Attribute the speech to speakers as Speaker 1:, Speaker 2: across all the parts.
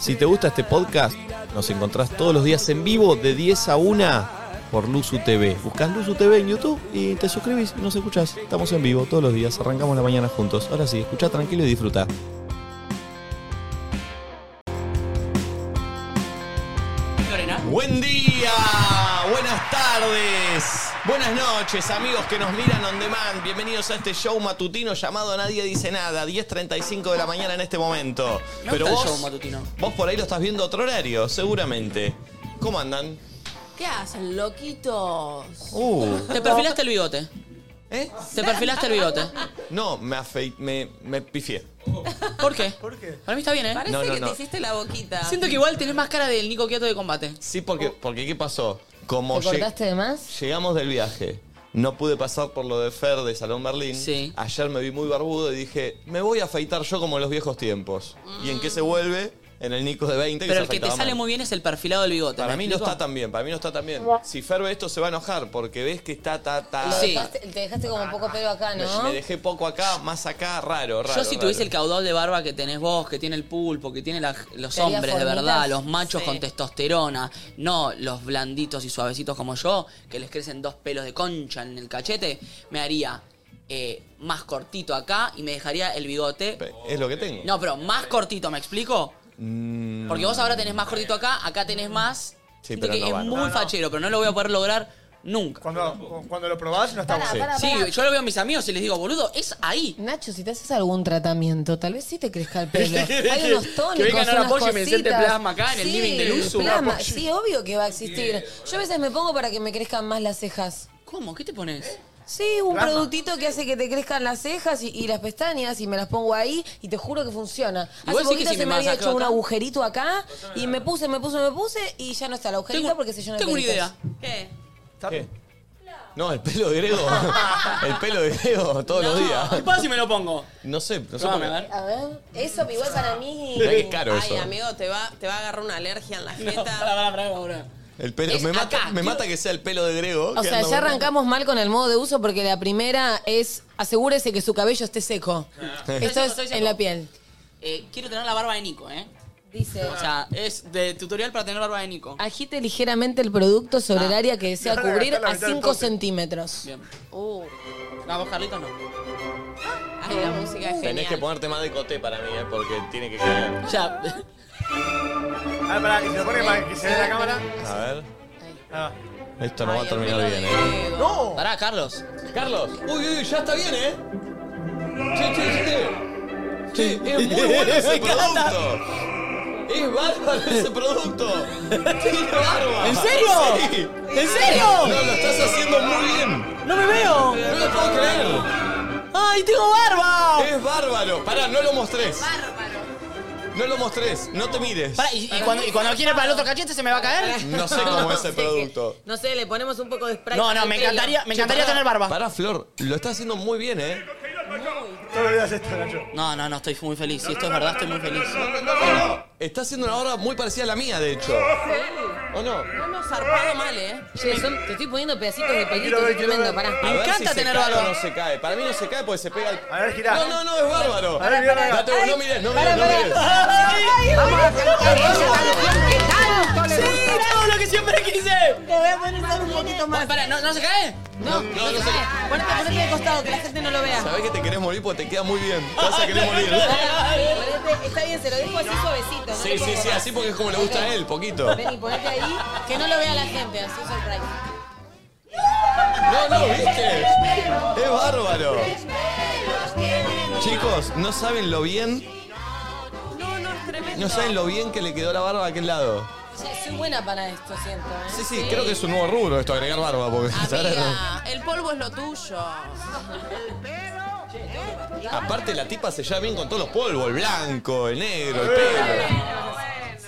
Speaker 1: Si te gusta este podcast, nos encontrás todos los días en vivo de 10 a 1 por Luzu TV. Buscás Luzu TV en YouTube y te suscribís y nos escuchás. Estamos en vivo todos los días, arrancamos la mañana juntos. Ahora sí, escucha tranquilo y disfruta. Buen día, buenas tardes, buenas noches, amigos que nos miran on demand. Bienvenidos a este show matutino llamado Nadie Dice Nada, 10.35 de la mañana en este momento.
Speaker 2: Me
Speaker 1: Pero
Speaker 2: gusta el
Speaker 1: vos,
Speaker 2: show matutino.
Speaker 1: vos por ahí lo estás viendo a otro horario, seguramente. ¿Cómo andan?
Speaker 3: ¿Qué hacen, loquitos?
Speaker 1: Uh.
Speaker 2: Te perfilaste el bigote. ¿Eh? Te perfilaste el bigote.
Speaker 1: No, me afei- me, me pifié.
Speaker 2: ¿Por qué? ¿Por qué? Para mí está bien, ¿eh?
Speaker 3: Parece
Speaker 1: No, no,
Speaker 3: que
Speaker 1: no.
Speaker 3: te hiciste la boquita.
Speaker 2: Siento que igual tenés más cara del Nico Quieto de combate.
Speaker 1: Sí,
Speaker 2: Oh.
Speaker 1: porque, porque ¿qué pasó? Como
Speaker 4: ¿Te
Speaker 1: lleg-
Speaker 4: cortaste de más?
Speaker 1: llegamos del viaje, no pude pasar por lo de Fer de Salón Berlín.
Speaker 2: Sí.
Speaker 1: Ayer me vi muy barbudo y dije, me voy a afeitar yo como en los viejos tiempos. ¿Y en qué se vuelve? En el Nico de 20 que
Speaker 2: Pero
Speaker 1: se
Speaker 2: el que te
Speaker 1: afeitaba
Speaker 2: sale
Speaker 1: mal.
Speaker 2: muy bien es el perfilado del bigote.
Speaker 1: Para
Speaker 2: ¿me
Speaker 1: mí no
Speaker 2: explico?
Speaker 1: está tan bien, para mí no está tan bien. Si Fer ve esto se va a enojar porque ves que está, ta, ta.
Speaker 4: Lo
Speaker 2: Ah. Sí.
Speaker 4: dejaste- te dejaste como un poco pelo acá,
Speaker 1: Me,
Speaker 4: ¿no?
Speaker 1: me dejé poco acá, más acá, raro, raro.
Speaker 2: Yo si tuviese el
Speaker 1: raro.
Speaker 2: caudal de barba que tenés vos, que tiene el pulpo, que tiene la- los
Speaker 4: Sería
Speaker 2: hombres de
Speaker 4: fornitas.
Speaker 2: verdad, los machos
Speaker 3: Sí.
Speaker 2: con testosterona, no los blanditos y suavecitos como yo, que les crecen dos pelos de concha en el cachete, me haría eh, más cortito acá y me dejaría el bigote.
Speaker 1: Es lo que tengo.
Speaker 2: No, pero más cortito, ¿me explico?
Speaker 1: Mm,
Speaker 2: Porque vos ahora tenés más cortito acá, acá tenés más.
Speaker 1: Sí,
Speaker 2: Siento
Speaker 1: pero
Speaker 2: que
Speaker 1: no
Speaker 2: es
Speaker 1: van.
Speaker 2: muy
Speaker 1: No,
Speaker 2: fachero, pero no lo voy a poder lograr nunca.
Speaker 5: Cuando, cuando lo probás no está
Speaker 4: Pará,
Speaker 5: bueno.
Speaker 4: pará,
Speaker 2: Sí,
Speaker 4: pará.
Speaker 2: yo lo veo a mis amigos y les digo, boludo, es ahí.
Speaker 4: Nacho, si te haces algún tratamiento, tal vez sí te crezca el pelo. Hay
Speaker 2: que-
Speaker 4: unos
Speaker 2: que
Speaker 4: tónicos,
Speaker 2: vengan ahora
Speaker 4: unas
Speaker 2: Poggi y me
Speaker 4: cositas.
Speaker 2: inyecten plasma acá en el
Speaker 4: Sí,
Speaker 2: living del Uso.
Speaker 4: plasma.
Speaker 2: Poggi.
Speaker 4: Sí, obvio que va a existir. Yo a veces me pongo para que me crezcan más las cejas.
Speaker 2: ¿Cómo? ¿Qué te pones?
Speaker 4: Sí, un
Speaker 5: Plasma.
Speaker 4: productito que hace que te crezcan las cejas y, y las pestañas y me las pongo ahí y te juro que funciona.
Speaker 2: Igual sí
Speaker 4: Hace
Speaker 2: que
Speaker 4: poquito
Speaker 2: si
Speaker 4: se
Speaker 2: me
Speaker 4: me había
Speaker 2: masajeo
Speaker 4: hecho un
Speaker 2: acá-
Speaker 4: agujerito acá y me puse, me puse, me puse y ya no está el agujerito
Speaker 2: Tengo,
Speaker 4: porque se llena de
Speaker 2: tengo una
Speaker 4: pelitos.
Speaker 2: idea.
Speaker 3: ¿Qué?
Speaker 1: ¿Qué? No, el pelo de Grego. el pelo de Grego todos los
Speaker 2: ¿Qué
Speaker 1: días.
Speaker 2: pasa si me lo pongo?
Speaker 1: No sé, no sé por
Speaker 2: Probame, a
Speaker 1: qué.
Speaker 2: ver.
Speaker 4: A ver, eso igual para mí...
Speaker 1: Mirá que es caro
Speaker 3: Ay,
Speaker 1: eso.
Speaker 3: amigo, te va, te va a agarrar una alergia en la
Speaker 2: No, pará,
Speaker 3: jeta.
Speaker 2: pará, pará, pará.
Speaker 1: El pelo,
Speaker 2: Es
Speaker 1: me mata,
Speaker 2: acá,
Speaker 1: me
Speaker 2: tío.
Speaker 1: mata que sea el pelo de Grego.
Speaker 4: O
Speaker 1: que
Speaker 4: sea,
Speaker 1: anda
Speaker 4: ya
Speaker 1: volando.
Speaker 4: arrancamos mal con el modo de uso porque la primera es asegúrese que su cabello esté seco. Esto
Speaker 2: Estoy
Speaker 4: es
Speaker 2: seco, estoy seco.
Speaker 4: en la piel.
Speaker 2: Eh, quiero tener la barba de Nico, ¿eh?
Speaker 4: Dice,
Speaker 2: O sea, es de tutorial para tener barba de Nico.
Speaker 4: agite ligeramente el producto sobre el área que desea
Speaker 5: Ahora
Speaker 4: cubrir
Speaker 5: gastá la
Speaker 4: a
Speaker 5: mitad del
Speaker 4: 5
Speaker 5: tope.
Speaker 4: centímetros.
Speaker 2: Bien.
Speaker 3: Uh,
Speaker 2: No, vos, Carlitos, no. Uh.
Speaker 3: ay, la música
Speaker 1: Tenés
Speaker 3: es
Speaker 1: que
Speaker 3: genial.
Speaker 1: ponerte más de coté para mí, eh, porque tiene que caer.
Speaker 2: Ya.
Speaker 5: A ver, pará, y se lo pone para que se vea la cámara.
Speaker 1: A ver.
Speaker 5: Ah,
Speaker 1: Esto no
Speaker 3: Ay,
Speaker 1: va a
Speaker 3: el
Speaker 1: terminar
Speaker 3: pelo
Speaker 1: bien,
Speaker 3: de
Speaker 1: eh.
Speaker 3: Diego.
Speaker 5: ¡No!
Speaker 2: Pará, Carlos.
Speaker 1: Carlos. Uy, uy, ya está bien, eh. Che, che, che. Che, es muy bueno ese producto. Es bárbaro ese producto. Tiene barba.
Speaker 2: ¿En serio?
Speaker 1: Sí.
Speaker 2: ¿En serio?
Speaker 1: No, lo estás haciendo muy bien.
Speaker 2: ¡No me veo!
Speaker 1: No lo puedo creer.
Speaker 2: ¡Ay, tengo barba!
Speaker 1: Es bárbaro. Pará, no lo mostrés.
Speaker 3: Bárbaro.
Speaker 1: No lo mostrés. No te mires.
Speaker 2: Pará, y, y cuando, y cuando quiere para el otro cachete se me va a caer.
Speaker 1: No sé cómo es el producto.
Speaker 3: No sé, le ponemos un poco de spray.
Speaker 2: No, no, me encantaría, me encantaría tener barba.
Speaker 1: Para Flor, lo está haciendo muy bien, ¿eh?
Speaker 5: Todo lo días esto, Nacho.
Speaker 2: No, no, no, estoy muy feliz. Si esto es verdad, estoy muy feliz.
Speaker 1: Está haciendo una obra muy parecida a la mía, de hecho. ¿O no?
Speaker 3: No, no, zarpado mal, ¿eh?
Speaker 4: Che, son- te estoy poniendo pedacitos de pelito,
Speaker 5: Quiero ver,
Speaker 4: es
Speaker 5: quiero
Speaker 4: tremendo,
Speaker 5: ver.
Speaker 4: pará.
Speaker 1: A ver
Speaker 2: encanta
Speaker 1: si se
Speaker 2: tener
Speaker 1: cae o
Speaker 2: barba.
Speaker 1: no se cae. Para mí no se cae porque se pega al...
Speaker 5: A ver, girá.
Speaker 1: No, no, no, es bárbaro.
Speaker 5: A ver, mirá la
Speaker 1: Date, vos, no mires, no mires,
Speaker 4: Pará,
Speaker 1: no
Speaker 4: pará.
Speaker 1: mires.
Speaker 2: ¡Todo lo que siempre quise!
Speaker 3: Te voy a poner un poquito
Speaker 2: Pará, ¿no, ¿no se cae?
Speaker 1: No,
Speaker 4: No,
Speaker 1: no se cae.
Speaker 3: Ponete, ponete de costado, que la gente no lo vea.
Speaker 1: Sabés que te querés morir porque te queda muy bien. Te vas a querer morir.
Speaker 3: Ponete- está bien, se lo dejo así suavecito. no le
Speaker 1: Sí, sí,
Speaker 3: pongo
Speaker 1: sí,
Speaker 3: más.
Speaker 1: así porque es como le gusta a él, poquito.
Speaker 4: Vení, ponete ahí, que no lo vea la gente, así surprise.
Speaker 1: No, no, ¿viste? Es bárbaro. Chicos, no saben lo bien,
Speaker 3: No, no, es tremendo.
Speaker 1: no saben lo bien que le quedó la barba a aquel lado.
Speaker 4: Che, soy buena para esto, siento, ¿eh?
Speaker 1: Sí, sí, creo que es un nuevo rubro esto, agregar barba, porque
Speaker 4: Ah,
Speaker 3: Amiga, el polvo es lo tuyo.
Speaker 1: aparte la tipa se lleva bien con todos los polvos, el blanco, el negro, el pelo.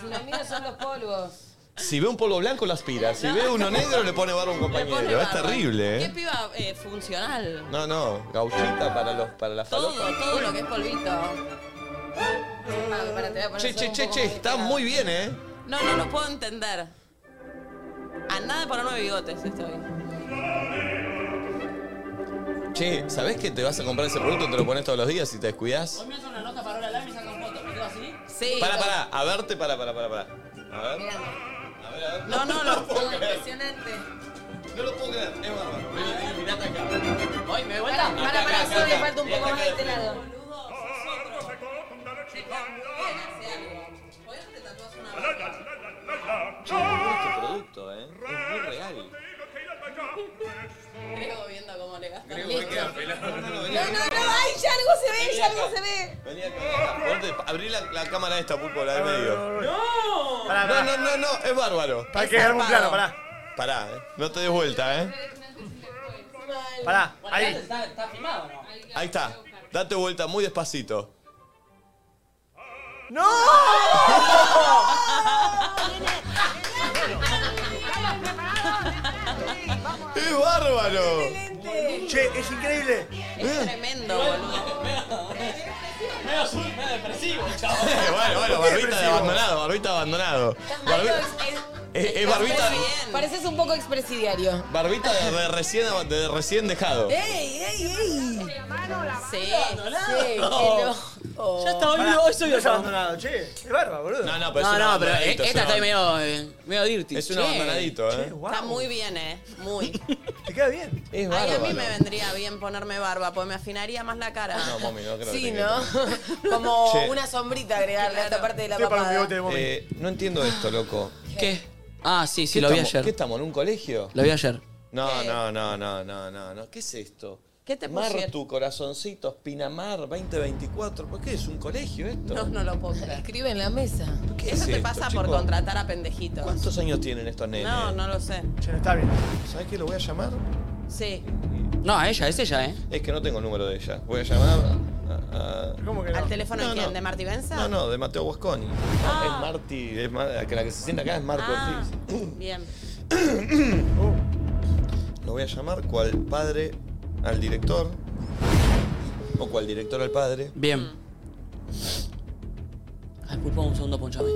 Speaker 4: Si los míos son los polvos.
Speaker 1: Si ve un polvo blanco lo aspira, si ve uno negro le pone barba a un compañero, es terrible,
Speaker 3: Qué
Speaker 1: ¿eh?
Speaker 3: piba eh, funcional.
Speaker 1: No, no, gauchita para los para la
Speaker 3: Todo,
Speaker 1: falopa.
Speaker 3: todo lo que es polvito.
Speaker 4: Ah, pará, te voy a poner
Speaker 1: Che,
Speaker 4: solo
Speaker 1: che,
Speaker 4: un
Speaker 1: che,
Speaker 4: poco
Speaker 1: che,
Speaker 4: más de
Speaker 1: está
Speaker 4: este lado.
Speaker 1: muy bien, ¿eh?
Speaker 3: No, no lo puedo entender. A nada de ponerme bigotes estoy.
Speaker 1: Che, ¿sabés que te vas a comprar ese producto, te lo pones todos los días y te descuidas?
Speaker 2: me hace una nota para la y me sacan fotos. ¿Me quedo así?
Speaker 3: Sí.
Speaker 1: Pará, pará, a verte, pará, pará, pará. pará. A ver. A ver, a ver.
Speaker 3: No, no, no.
Speaker 1: puedo creer.
Speaker 4: Impresionante.
Speaker 1: No lo puedo creer, es bárbaro. Mirá, mirá acá.
Speaker 2: Hoy me doy vuelta.
Speaker 4: Para, para,
Speaker 1: Acá,
Speaker 4: para,
Speaker 1: acá,
Speaker 4: solo le
Speaker 1: acá.
Speaker 4: falta un poco más de este lado.
Speaker 1: Che, muy este producto, eh. Es muy real.
Speaker 3: Creo viendo cómo le gastan.
Speaker 1: No, no, no, vení.
Speaker 4: No, no, no, ay, ya algo se ve, ya algo se ve.
Speaker 1: Vení acá, vení acá. Ponte- Abrí la, la cámara esta, pulpo, la del medio.
Speaker 5: Pará,
Speaker 1: No,
Speaker 5: pará.
Speaker 1: no, no, no, es bárbaro.
Speaker 5: Para que hagamos un plano, pará.
Speaker 1: Pará, eh. No te des vuelta, eh.
Speaker 5: Pará. Ahí.
Speaker 2: ¿Está, está filmado o no?
Speaker 1: Ahí está. Date vuelta muy despacito.
Speaker 5: ¡No!
Speaker 1: ¡Es bárbaro!
Speaker 5: Che, es increíble. ¿Eh?
Speaker 3: Es tremendo, boludo.
Speaker 2: Medio azul, medio depresivo, chavo.
Speaker 1: bueno, bueno, barbita de abandonado, barbita de abandonado. Barbi- es, es Eh, barbita,
Speaker 3: Bien.
Speaker 4: Pareces un poco expresidiario.
Speaker 1: barbita de, de recién, de recién dejado.
Speaker 3: Eh,
Speaker 4: ¡Ey, ey, ey!
Speaker 3: Sí.
Speaker 4: Sí, qué loco.
Speaker 2: Ya está, hoy,
Speaker 5: Pará,
Speaker 2: hoy soy
Speaker 5: no es
Speaker 2: otro.
Speaker 5: abandonado, che. Qué barba, boludo.
Speaker 1: No, no, pero es un
Speaker 2: No, no, pero
Speaker 1: abandonadito,
Speaker 2: eh, esta
Speaker 1: es
Speaker 2: está
Speaker 1: un ab-
Speaker 2: medio, eh, medio dirty.
Speaker 1: Es un
Speaker 2: Che.
Speaker 1: abandonadito,
Speaker 5: Che,
Speaker 1: eh.
Speaker 5: guau.
Speaker 3: Está muy bien, eh. Muy.
Speaker 5: Te queda bien.
Speaker 1: Es
Speaker 3: Ay, a
Speaker 1: bárbaro.
Speaker 3: mí me vendría bien ponerme barba, pues me afinaría más la cara.
Speaker 1: No, mami, no creo que
Speaker 4: Sí,
Speaker 1: te
Speaker 4: ¿no?
Speaker 1: quede.
Speaker 4: Como
Speaker 1: Che.
Speaker 4: una sombrita agregarle a esta parte de la
Speaker 5: Estoy para los
Speaker 4: papada.
Speaker 5: bigotes de momento.
Speaker 1: Eh, no entiendo esto, loco.
Speaker 2: ¿Qué? Ah, sí, sí,
Speaker 1: ¿Qué
Speaker 2: lo vi
Speaker 1: estamos- ¿Qué
Speaker 2: ayer.
Speaker 1: estamos, en un colegio?
Speaker 2: Lo vi ayer.
Speaker 1: No, no, no, no, no, no, no. ¿Qué es esto?
Speaker 3: ¿Qué te
Speaker 1: Mar,
Speaker 3: pusieron?
Speaker 1: tu corazoncito, Pinamar 2024. ¿Por qué es un colegio esto?
Speaker 3: No, no lo puedo creer.
Speaker 4: Escribe en la mesa.
Speaker 1: ¿Qué
Speaker 3: Eso
Speaker 1: es
Speaker 3: te
Speaker 1: esto,
Speaker 3: pasa por
Speaker 1: chicos?
Speaker 3: contratar a pendejitos.
Speaker 1: ¿Cuántos años tienen estos nenes?
Speaker 3: No, no lo sé.
Speaker 5: Che, no está bien.
Speaker 1: ¿Sabes qué lo voy a llamar?
Speaker 3: Sí.
Speaker 2: No, a ella, es ella, ¿eh?
Speaker 1: Es que no tengo el número de ella. Voy a llamar a. a-
Speaker 5: ¿Cómo que no?
Speaker 3: ¿Al teléfono
Speaker 1: No,
Speaker 3: de quién?
Speaker 1: no.
Speaker 3: ¿De Marty Benza?
Speaker 1: No, no, de Mateo Guasconi. Es Marti, es Mar- la que la que se sienta acá es Marco
Speaker 3: Ah,
Speaker 1: Ortiz.
Speaker 3: bien.
Speaker 5: Oh.
Speaker 1: Lo voy a llamar cual padre al director. O cual director al padre.
Speaker 2: Bien. Ay, pulpo, un segundo, ponchame.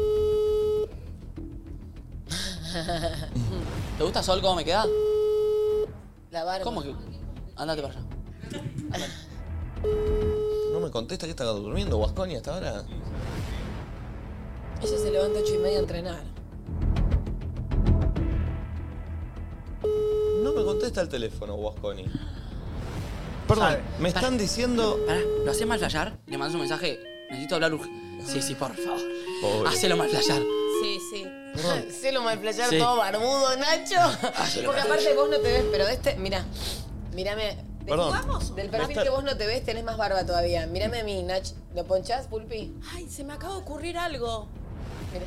Speaker 2: ¿Te gusta Sol cómo me queda?
Speaker 4: La barba.
Speaker 2: ¿Cómo que? Andate para allá.
Speaker 1: No me contesta que está durmiendo Guasconi hasta ahora.
Speaker 4: Ella se levanta ocho y media a entrenar.
Speaker 1: No me contesta el teléfono, Guasconi. Perdón,
Speaker 5: Sabe.
Speaker 1: me están diciendo.
Speaker 2: Pará, ¿lo haces mal flashear? Le mandas un mensaje. Necesito hablar urgente. Sí, sí, por favor.
Speaker 1: Pobre.
Speaker 2: Hacelo mal flashear.
Speaker 3: Sí, sí.
Speaker 4: Se lo malflayar
Speaker 2: Sí.
Speaker 4: todo barbudo, Nacho.
Speaker 1: Ah,
Speaker 2: se lo
Speaker 4: Porque aparte vos no te ves, pero de este, mirá, mírame. De-
Speaker 1: Perdón.
Speaker 4: Del perfil
Speaker 1: Basta.
Speaker 4: que vos no te ves, tenés más barba todavía. Mírame a mí, Nach. ¿Lo ponchás, Pulpi?
Speaker 3: Ay, se me acaba de ocurrir algo.
Speaker 4: Mirá.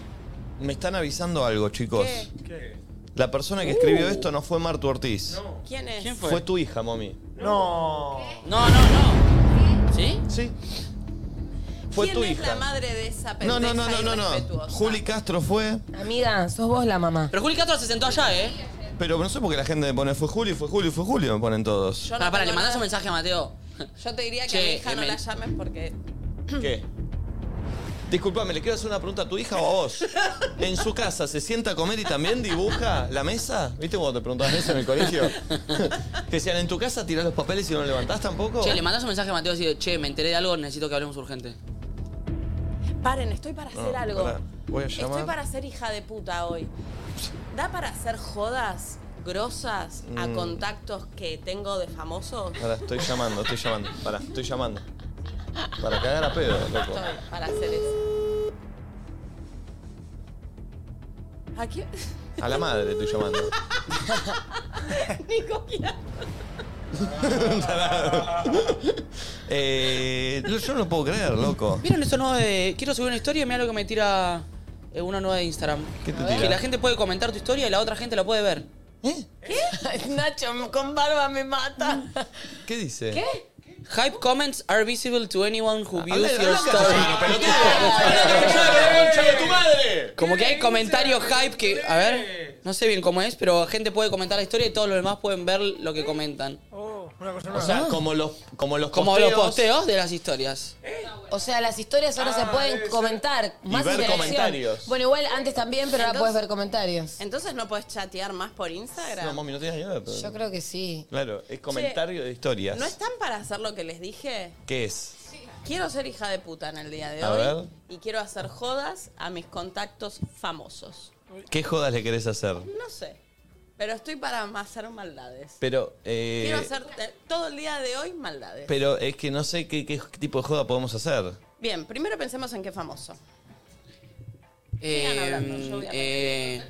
Speaker 1: Me están avisando algo, chicos.
Speaker 3: ¿Qué?
Speaker 5: ¿Qué?
Speaker 1: La persona que escribió esto no fue Martu Ortiz.
Speaker 3: ¿Quién es?
Speaker 2: ¿Quién
Speaker 1: Fue tu hija, mami.
Speaker 5: No.
Speaker 2: No, no, no. ¿Sí?
Speaker 1: ¿Sí? Fue
Speaker 3: ¿Quién
Speaker 1: tu
Speaker 3: es
Speaker 1: hija.
Speaker 3: la madre de esa
Speaker 1: no,
Speaker 3: pendeja
Speaker 1: no, no, no, no, no.
Speaker 3: irrespetuosa?
Speaker 1: Juli Castro fue.
Speaker 4: Amiga, sos vos la mamá.
Speaker 2: Pero Juli Castro se sentó allá, ¿eh?
Speaker 1: Pero no sé por qué la gente me pone fue Juli, fue Juli, fue Juli, me ponen todos.
Speaker 3: Yo no
Speaker 2: Pará, pará, le
Speaker 3: tengo
Speaker 2: mandás un
Speaker 3: nada.
Speaker 2: mensaje a Mateo.
Speaker 3: Yo te diría que
Speaker 2: Che,
Speaker 3: a mi hija no
Speaker 2: Emel.
Speaker 3: la llames porque...
Speaker 1: ¿Qué? Disculpame, le quiero hacer una pregunta a tu hija o a vos. ¿En su casa se sienta a comer y también dibuja la mesa? ¿Viste cuando te preguntaban eso en el colegio? Te decían, ¿en tu casa tirás los papeles y no levantás tampoco?
Speaker 2: Che, le mandás un mensaje a Mateo así de, che, me enteré de algo, necesito que hablemos urgente.
Speaker 3: Paren, estoy para
Speaker 1: No,
Speaker 3: hacer algo.
Speaker 1: pará, voy a llamar.
Speaker 3: Estoy para ser hija de puta hoy. ¿Da para hacer jodas grosas
Speaker 1: Mm.
Speaker 3: a contactos que tengo de famosos?
Speaker 1: Pará, estoy llamando, estoy llamando. Pará, estoy llamando. Para cagar a pedo, loco.
Speaker 3: Estoy para hacer eso. ¿A quién?
Speaker 1: A la madre estoy llamando.
Speaker 3: Nico, ¿quién?
Speaker 1: Eh, no, yo no lo puedo creer, loco.
Speaker 2: ¿Vieron eso nuevo de. Quiero subir una historia y mira lo que me tira eh, una nueva de Instagram?
Speaker 1: ¿Qué te
Speaker 2: Que la
Speaker 1: tira?
Speaker 2: gente puede comentar tu historia y la otra gente la puede ver.
Speaker 1: ¿Eh?
Speaker 4: Nacho, con barba me mata.
Speaker 1: ¿Qué dice? Ah,
Speaker 2: Hype comments are visible to anyone who views
Speaker 1: Habla-
Speaker 2: your
Speaker 1: habla
Speaker 2: story.
Speaker 1: castellano, pelotudo. Habla castellano, concha de tu madre.
Speaker 2: Como que hay comentarios hype que. A ver, no sé bien cómo es, pero gente puede comentar la historia y todos los demás pueden ver lo que comentan.
Speaker 5: Oh, una cosa
Speaker 1: O
Speaker 5: nueva.
Speaker 1: sea, como los, como los
Speaker 2: Como
Speaker 1: posteos.
Speaker 2: los posteos de las historias.
Speaker 4: O sea, las historias ahora
Speaker 5: Ah,
Speaker 4: se pueden comentar. Más
Speaker 1: ver
Speaker 4: interacción.
Speaker 1: comentarios.
Speaker 4: Bueno, igual antes también, pero ahora
Speaker 3: Entonces-
Speaker 4: puedes ver comentarios.
Speaker 3: Entonces no puedes chatear más por Instagram.
Speaker 1: No, mami, no tienes idea. pero-
Speaker 4: Yo creo que sí.
Speaker 1: Claro, es comentario de historias.
Speaker 3: ¿No están para hacer lo que les dije?
Speaker 1: ¿Qué es?
Speaker 3: Quiero ser hija de puta en el día de
Speaker 1: A
Speaker 3: hoy.
Speaker 1: ver.
Speaker 3: Y quiero hacer jodas a mis contactos famosos.
Speaker 1: ¿Qué jodas le querés hacer?
Speaker 3: No sé. Pero estoy para hacer maldades.
Speaker 1: Pero, eh,
Speaker 3: Quiero hacer eh, todo el día de hoy maldades.
Speaker 1: pero es que no sé qué, qué tipo de joda podemos hacer.
Speaker 3: Bien, primero pensemos en qué famoso.
Speaker 2: Eh, eh,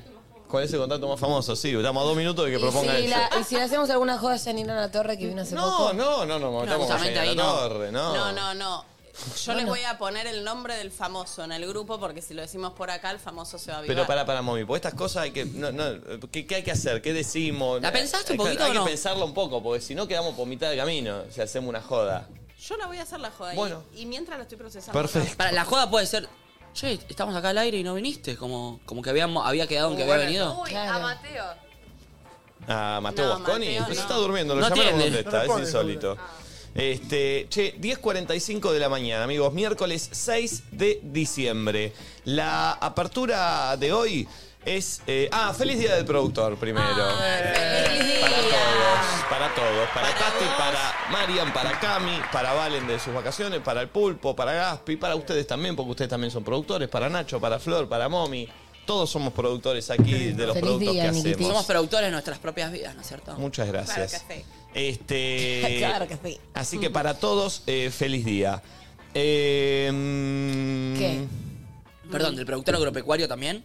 Speaker 1: ¿Cuál es el contacto más famoso? Sí, estamos a dos minutos de que proponga
Speaker 4: y, si
Speaker 1: eso.
Speaker 4: la- y si le hacemos alguna joda a Janina La Torre que vino hace
Speaker 1: No,
Speaker 4: poco.
Speaker 1: no, no, no, estamos con
Speaker 2: justamente
Speaker 1: Janina
Speaker 2: ahí
Speaker 1: La
Speaker 2: no.
Speaker 1: Torre, no.
Speaker 3: No, no, no. Yo les
Speaker 4: Bueno.
Speaker 3: voy a poner el nombre del famoso en el grupo porque si lo decimos por acá, el famoso se va a
Speaker 1: Pero
Speaker 3: avivar.
Speaker 1: para, para, Momi, porque estas cosas hay que. No, no, ¿qué, qué hay que hacer? ¿Qué decimos?
Speaker 2: ¿La pensaste un
Speaker 1: Hay que-
Speaker 2: poquito
Speaker 1: Hay
Speaker 2: o
Speaker 1: que
Speaker 2: no?
Speaker 1: pensarlo un poco, porque si no quedamos por mitad de camino si hacemos una joda.
Speaker 3: Yo la voy a hacer la joda. y-
Speaker 1: Bueno.
Speaker 3: Y, mientras la estoy procesando.
Speaker 1: Perfecto.
Speaker 2: para la joda puede ser. Che, estamos acá al aire y no viniste. Como, como que habíamos, había quedado en que había
Speaker 1: Bueno,
Speaker 2: venido.
Speaker 6: Uy,
Speaker 4: Claro.
Speaker 6: a Mateo.
Speaker 1: Ah, Mateo
Speaker 3: No,
Speaker 1: Bosconi.
Speaker 3: Mateo,
Speaker 1: Pues
Speaker 3: no.
Speaker 1: está durmiendo, lo
Speaker 2: No
Speaker 1: llamaron
Speaker 2: atiende.
Speaker 1: contesta,
Speaker 5: No
Speaker 1: es
Speaker 5: responde,
Speaker 1: insólito. Este, che, 10.45 de la mañana, amigos, miércoles 6 de diciembre. La apertura de hoy es. eh, ah, feliz día del productor primero.
Speaker 3: Ah,
Speaker 2: Ah,
Speaker 1: Para todos, para todos, para, Tati, para Marian, para Cami, para Valen de sus vacaciones, para el Pulpo, para Gaspi, para ustedes también, porque ustedes también son productores, para Nacho, para Flor, para Momi. Todos somos productores aquí de los
Speaker 4: Feliz
Speaker 1: productos
Speaker 4: día,
Speaker 1: que
Speaker 4: amiguitos.
Speaker 1: hacemos.
Speaker 2: Somos productores de nuestras propias vidas, ¿no es cierto?
Speaker 1: Muchas gracias.
Speaker 3: Claro que sí.
Speaker 1: Este,
Speaker 4: Claro que sí.
Speaker 1: Así que para todos, eh, feliz día. Eh, mm,
Speaker 4: ¿Qué?
Speaker 2: Mm. Perdón, ¿del productor agropecuario también?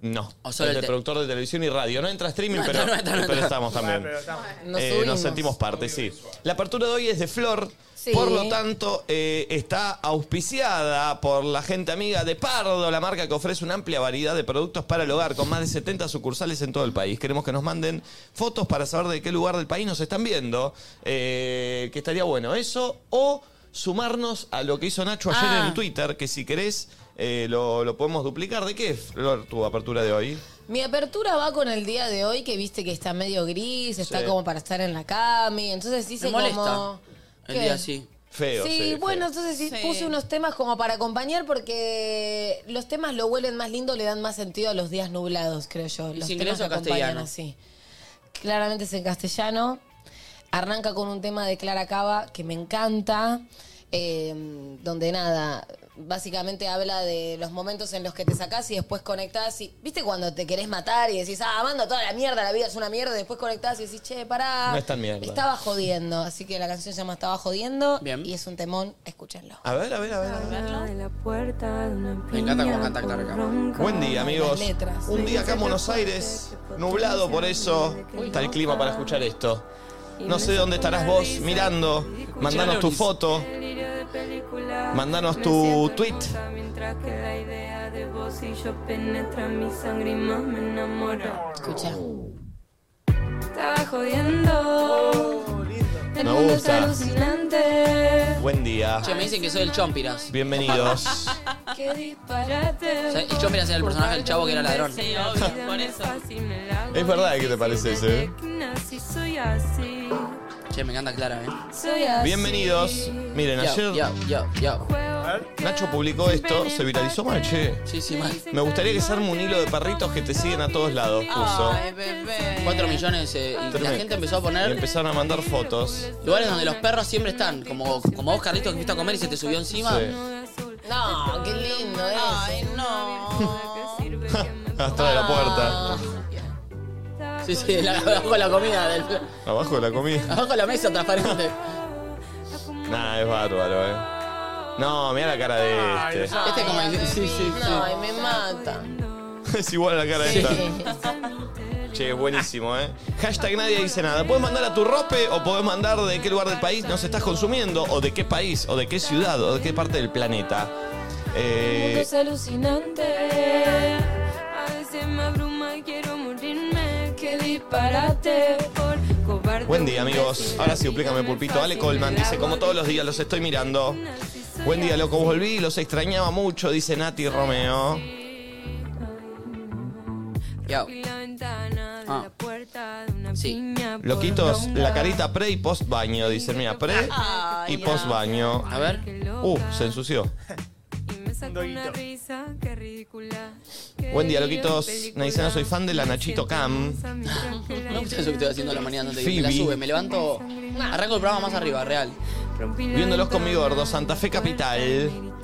Speaker 1: No.
Speaker 2: O solo
Speaker 1: es
Speaker 2: el
Speaker 1: de
Speaker 2: te-
Speaker 1: productor de televisión y radio. No entra streaming,
Speaker 2: No
Speaker 1: pero,
Speaker 2: entra, no entra, no
Speaker 1: pero
Speaker 2: entra.
Speaker 1: estamos también.
Speaker 5: Pero estamos.
Speaker 4: Nos
Speaker 1: Eh,
Speaker 4: subimos.
Speaker 1: sentimos parte, sí. La apertura de hoy es de Flor,
Speaker 4: Sí.
Speaker 1: por lo tanto eh, está auspiciada por la gente amiga de Pardo, la marca que ofrece una amplia variedad de productos para el hogar, con más de 70 sucursales en todo el país. Queremos que nos manden fotos para saber de qué lugar del país nos están viendo, eh, que estaría bueno eso, o sumarnos a lo que hizo Nacho ayer
Speaker 2: Ah.
Speaker 1: en Twitter, que si querés eh, lo, lo podemos duplicar. ¿De qué es, Flor, tu apertura de hoy?
Speaker 4: Mi apertura va con el día de hoy, que viste que está medio gris, está
Speaker 1: Sí.
Speaker 4: como para estar en la cami. Entonces hice
Speaker 2: Me molesta.
Speaker 4: como.
Speaker 2: El
Speaker 4: ¿Qué?
Speaker 2: día así.
Speaker 1: Feo.
Speaker 4: sí,
Speaker 1: feo.
Speaker 4: bueno, entonces sí,
Speaker 3: Sí.
Speaker 4: puse unos temas como para acompañar porque los temas lo huelen más lindo, le dan más sentido a los días nublados, creo yo.
Speaker 2: ¿Y
Speaker 4: Los
Speaker 2: si inglés
Speaker 4: temas
Speaker 2: o
Speaker 4: que acompañan
Speaker 2: castellano?
Speaker 4: así. Claramente es en castellano. Arranca con un tema de Clara Cava que me encanta, eh, donde nada, básicamente habla de los momentos en los que te sacás y después conectás y, ¿viste cuando te querés matar y decís, ah, mando toda la mierda, la vida es una mierda, y después conectás y decís, che, pará.
Speaker 1: No es tan mierda.
Speaker 4: Estaba jodiendo, así que la canción se llama Estaba jodiendo
Speaker 2: Bien.
Speaker 4: y es un temón, escúchenlo.
Speaker 1: A ver, a ver, a ver. A ver.
Speaker 2: Me encanta cómo canta Clara Cava.
Speaker 1: Buen día, amigos.
Speaker 4: Las letras.
Speaker 1: Un día acá en Buenos Aires, nublado por eso, está el clima para escuchar esto. No sé dónde estarás vos mirando. Mandanos tu
Speaker 2: Loris.
Speaker 1: foto. Mandanos tu tweet.
Speaker 4: Escucha.
Speaker 7: Estaba jodiendo. El
Speaker 1: Me
Speaker 7: mundo es
Speaker 1: gusta.
Speaker 7: alucinante.
Speaker 1: Buen día.
Speaker 2: Che, me dicen que soy el Chompiras.
Speaker 1: Bienvenidos.
Speaker 7: Qué disparate.
Speaker 2: O sea, el Chompiras era el personaje del chavo que era ladrón.
Speaker 3: Sí, obvio, por eso.
Speaker 1: Es verdad que te parece ese, ¿eh?
Speaker 7: Nací, soy así.
Speaker 2: Che, me encanta Clara, ¿eh?
Speaker 7: Soy así.
Speaker 1: Bienvenidos. Miren,
Speaker 2: Yo, yo,
Speaker 1: ayer
Speaker 2: yo, yo.
Speaker 1: Nacho publicó esto. Se viralizó mal, che.
Speaker 2: Sí, sí, mal.
Speaker 1: Me gustaría que se arme un hilo de perritos que te siguen a todos lados. Puso.
Speaker 3: Ay, bebé.
Speaker 2: 4 millones eh, y la
Speaker 1: Tremendo.
Speaker 2: gente empezó a
Speaker 1: Y
Speaker 2: poner
Speaker 1: empezaron a mandar fotos.
Speaker 2: lugares donde los perros siempre están. Como, como vos, Carlitos, que fuiste a comer y se te subió encima.
Speaker 1: Sí.
Speaker 4: No, qué lindo es.
Speaker 3: Ay, no.
Speaker 1: Atrás de la puerta.
Speaker 2: Sí, sí, la- abajo de la comida. del-
Speaker 1: Abajo de la comida.
Speaker 2: abajo de la mesa transparente.
Speaker 1: Nah, es bárbaro, eh. No, mira la cara
Speaker 5: Ay,
Speaker 1: de
Speaker 5: no
Speaker 1: este.
Speaker 5: sabe.
Speaker 2: Este como... el- Sí, sí, sí.
Speaker 4: Ay, me mata.
Speaker 1: es igual a la cara de esta. Che, es buenísimo, eh. Hashtag nadie dice nada. Puedes mandar a tu rope o podés mandar de qué lugar del país nos estás consumiendo, o de qué país, o de qué ciudad, o de qué parte del planeta.
Speaker 7: El mundo
Speaker 1: Eh,
Speaker 7: es alucinante. A veces me abruma y quiero morirme. Qué disparate. Por cobarde.
Speaker 1: buen día, amigos. Ahora sí, duplícame, pulpito. Ale Colman dice: Como todos los días los estoy mirando. Buen día, loco. Volví, los extrañaba mucho, dice Nati Romeo.
Speaker 2: Yo.
Speaker 7: Y la ventana de la puerta de una
Speaker 2: Ah. Sí.
Speaker 7: piña. por
Speaker 1: Loquitos,
Speaker 7: ronda.
Speaker 1: la carita pre y post baño, dice. Mira, pre y post baño.
Speaker 2: A ver.
Speaker 1: Uh, se ensució.
Speaker 7: Y me saco una
Speaker 5: Doguito.
Speaker 7: risa, qué ridícula.
Speaker 1: Buen día, loquitos. Naicena,
Speaker 7: Naisana,
Speaker 1: soy fan de la Nachito Cam.
Speaker 2: pues No me gusta eso que estoy haciendo a la mañana antes de irme. La
Speaker 1: Phoebe.
Speaker 2: sube, me levanto. Arranco el programa más arriba, real.
Speaker 1: Viéndolos con mi gordo, Santa Fe Capital.
Speaker 7: Un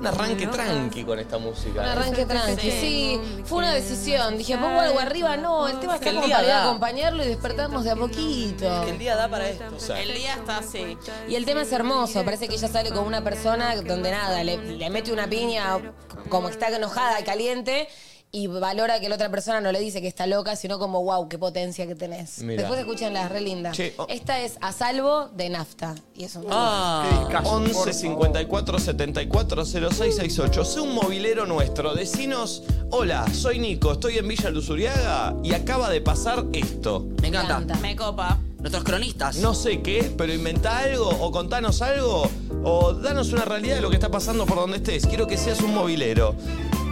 Speaker 1: Un arranque tranqui con esta música.
Speaker 4: Un arranque tranqui, sí. Fue una decisión. Dije, pongo algo arriba, no, el tema está
Speaker 2: el
Speaker 4: como
Speaker 2: día
Speaker 4: para ir a
Speaker 2: da.
Speaker 4: acompañarlo y despertarnos de a poquito.
Speaker 2: El día da para esto.
Speaker 1: Exacto.
Speaker 3: El día está así.
Speaker 4: Y el tema es hermoso, parece que ella sale con una persona donde nada, le, le mete una piña o c- como que está enojada y caliente y valora que la otra persona no le dice que está loca, sino como, wow, qué potencia que tenés.
Speaker 1: Mira.
Speaker 4: Después escuchan las re lindas.
Speaker 1: Che, oh.
Speaker 4: Esta es A Salvo de Nafta. Y es un...
Speaker 2: Ah,
Speaker 5: Calle, por
Speaker 1: 11 54 74 06 68. Sé un movilero nuestro. Decinos, hola, soy Nico, estoy en Villa Luzuriaga y acaba de pasar esto.
Speaker 2: me encanta.
Speaker 4: encanta.
Speaker 3: Me copa.
Speaker 2: Nuestros cronistas.
Speaker 1: No sé qué, pero inventa algo o contanos algo o danos una realidad de lo que está pasando por donde estés. Quiero que seas un movilero.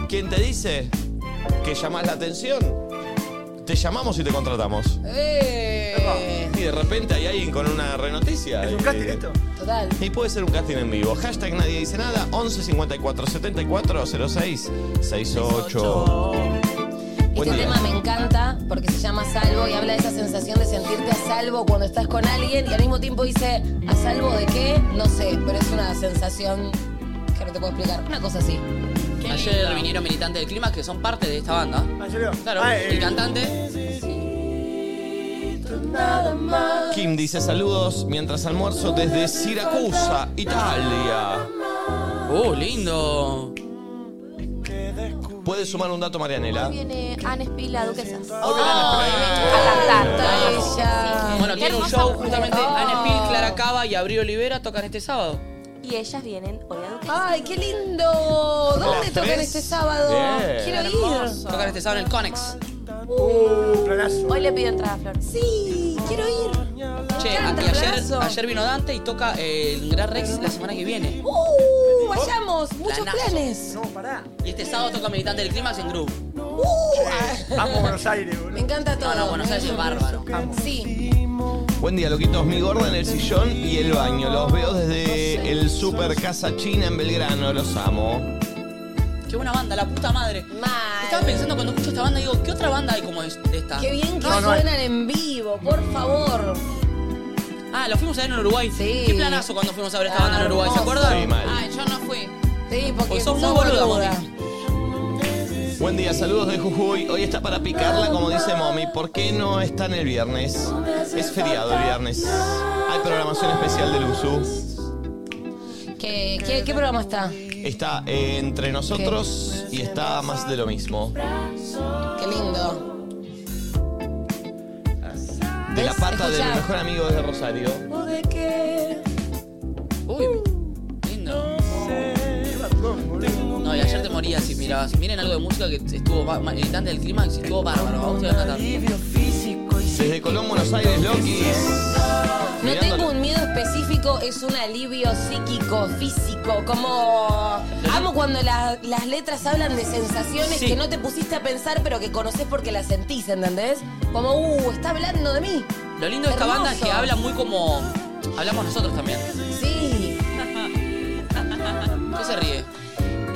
Speaker 1: ¿Quién te dice que llamás la atención? Te llamamos y te contratamos.
Speaker 4: ¡Eh!
Speaker 1: Y de repente hay alguien con una renoticia. Eh,
Speaker 5: Es un casting esto.
Speaker 4: Total.
Speaker 1: Y puede ser un casting en vivo. Hashtag nadie dice nada. 11 54 74 06 68. Buen
Speaker 4: Este
Speaker 1: día.
Speaker 4: tema me encanta porque se llama Salvo y habla de esa sensación de sentirte a salvo cuando estás con alguien y al mismo tiempo dice, ¿a salvo de qué? No sé, pero es una sensación que no te puedo explicar. Una cosa así.
Speaker 2: Ayer vinieron militantes del clima que son parte de esta banda.
Speaker 5: Ah, ¿en serio?
Speaker 2: Claro,
Speaker 5: Ah,
Speaker 2: el
Speaker 5: eh,
Speaker 2: cantante.
Speaker 1: Kim dice saludos mientras almuerzo desde Siracusa, Italia.
Speaker 2: Uh, lindo.
Speaker 1: Puede sumar un dato, Marianela.
Speaker 6: Viene Anne Spila, duquesa.
Speaker 2: Oh,
Speaker 4: A cantar. Ella.
Speaker 2: Bueno,
Speaker 6: Qué
Speaker 2: tiene un
Speaker 6: hermosa
Speaker 2: show
Speaker 6: mujer.
Speaker 2: justamente.
Speaker 5: Ah.
Speaker 4: Oh.
Speaker 2: Ana Spill, Clara Cava y Abril Olivera tocan este sábado.
Speaker 6: Y ellas vienen hoy a duquesa.
Speaker 4: ¡Ay, qué lindo! ¿Dónde
Speaker 1: Los
Speaker 4: tocan
Speaker 1: tres.
Speaker 4: este sábado?
Speaker 1: Bien.
Speaker 4: Quiero ir.
Speaker 2: Tocan este sábado en el Conex.
Speaker 5: Uh, planazo.
Speaker 6: Hoy le pido entrada a Flor.
Speaker 4: Sí, quiero ir.
Speaker 2: Che,
Speaker 4: encanta,
Speaker 2: y ayer,
Speaker 4: abrazo.
Speaker 2: ayer vino Dante y toca eh, el Gran Rex la semana que viene.
Speaker 4: ¡Uh! Vayamos, muchos
Speaker 2: Oh, Planazo.
Speaker 4: planes.
Speaker 5: No, pará.
Speaker 2: Y este sábado toca Militante del Clima en Groove.
Speaker 4: ¡Uh!
Speaker 5: Vamos a Buenos Aires,
Speaker 4: Me
Speaker 5: boludo.
Speaker 4: encanta todo.
Speaker 2: No, no, Buenos Aires es bárbaro.
Speaker 4: Sí.
Speaker 1: Buen día, loquitos. Mi gorda en el sillón y el baño. Los veo desde el Super Casa China en Belgrano. Los amo.
Speaker 2: Qué buena banda, la puta madre.
Speaker 4: Mal.
Speaker 2: Estaba pensando cuando escucho esta banda, digo, ¿qué otra banda hay como es- de esta?
Speaker 4: Qué bien que
Speaker 5: No, no hay.
Speaker 4: suenan en vivo, por favor.
Speaker 2: Ah, lo fuimos a ver en Uruguay.
Speaker 4: Sí.
Speaker 2: Qué planazo cuando fuimos a ver esta banda en Uruguay, ¿se
Speaker 4: Hermoso.
Speaker 2: acuerdan?
Speaker 1: Sí, mal. Pues
Speaker 3: Ay, yo no fui.
Speaker 4: Sí, porque
Speaker 2: Porque sos muy
Speaker 4: sos
Speaker 2: boluda,
Speaker 4: boluda.
Speaker 2: mami.
Speaker 1: Buen día, saludos de Jujuy. Hoy está para picarla, como dice Mommy. ¿Por qué no están el viernes? Es feriado el viernes. Hay programación especial del USU.
Speaker 4: ¿Qué, qué, qué programa está? Qué
Speaker 1: Está eh, entre nosotros y está más de lo mismo.
Speaker 4: lindo.
Speaker 1: De la
Speaker 4: ¿Ves?
Speaker 1: pata del
Speaker 4: Escuchá.
Speaker 1: mejor amigo de Rosario.
Speaker 2: Uy, lindo. No, y ayer te morías si mirabas. Miren algo de música que estuvo ba- ma- Militante del Clima, que estuvo bárbaro. Vamos a cantar.
Speaker 1: Desde Colón, Buenos Aires, Lokis.
Speaker 4: No
Speaker 1: Mirando-
Speaker 4: tengo un miedo específico, es un alivio psíquico, físico, como... Amo cuando la- las letras hablan de sensaciones
Speaker 2: Sí.
Speaker 4: que no te pusiste a pensar, pero que conoces porque las sentís, ¿entendés? Como, uh, está hablando de mí.
Speaker 2: Lo lindo de esta
Speaker 4: Hermoso.
Speaker 2: banda es que habla muy como hablamos nosotros también.
Speaker 4: Sí.
Speaker 2: ¿Qué se ríe?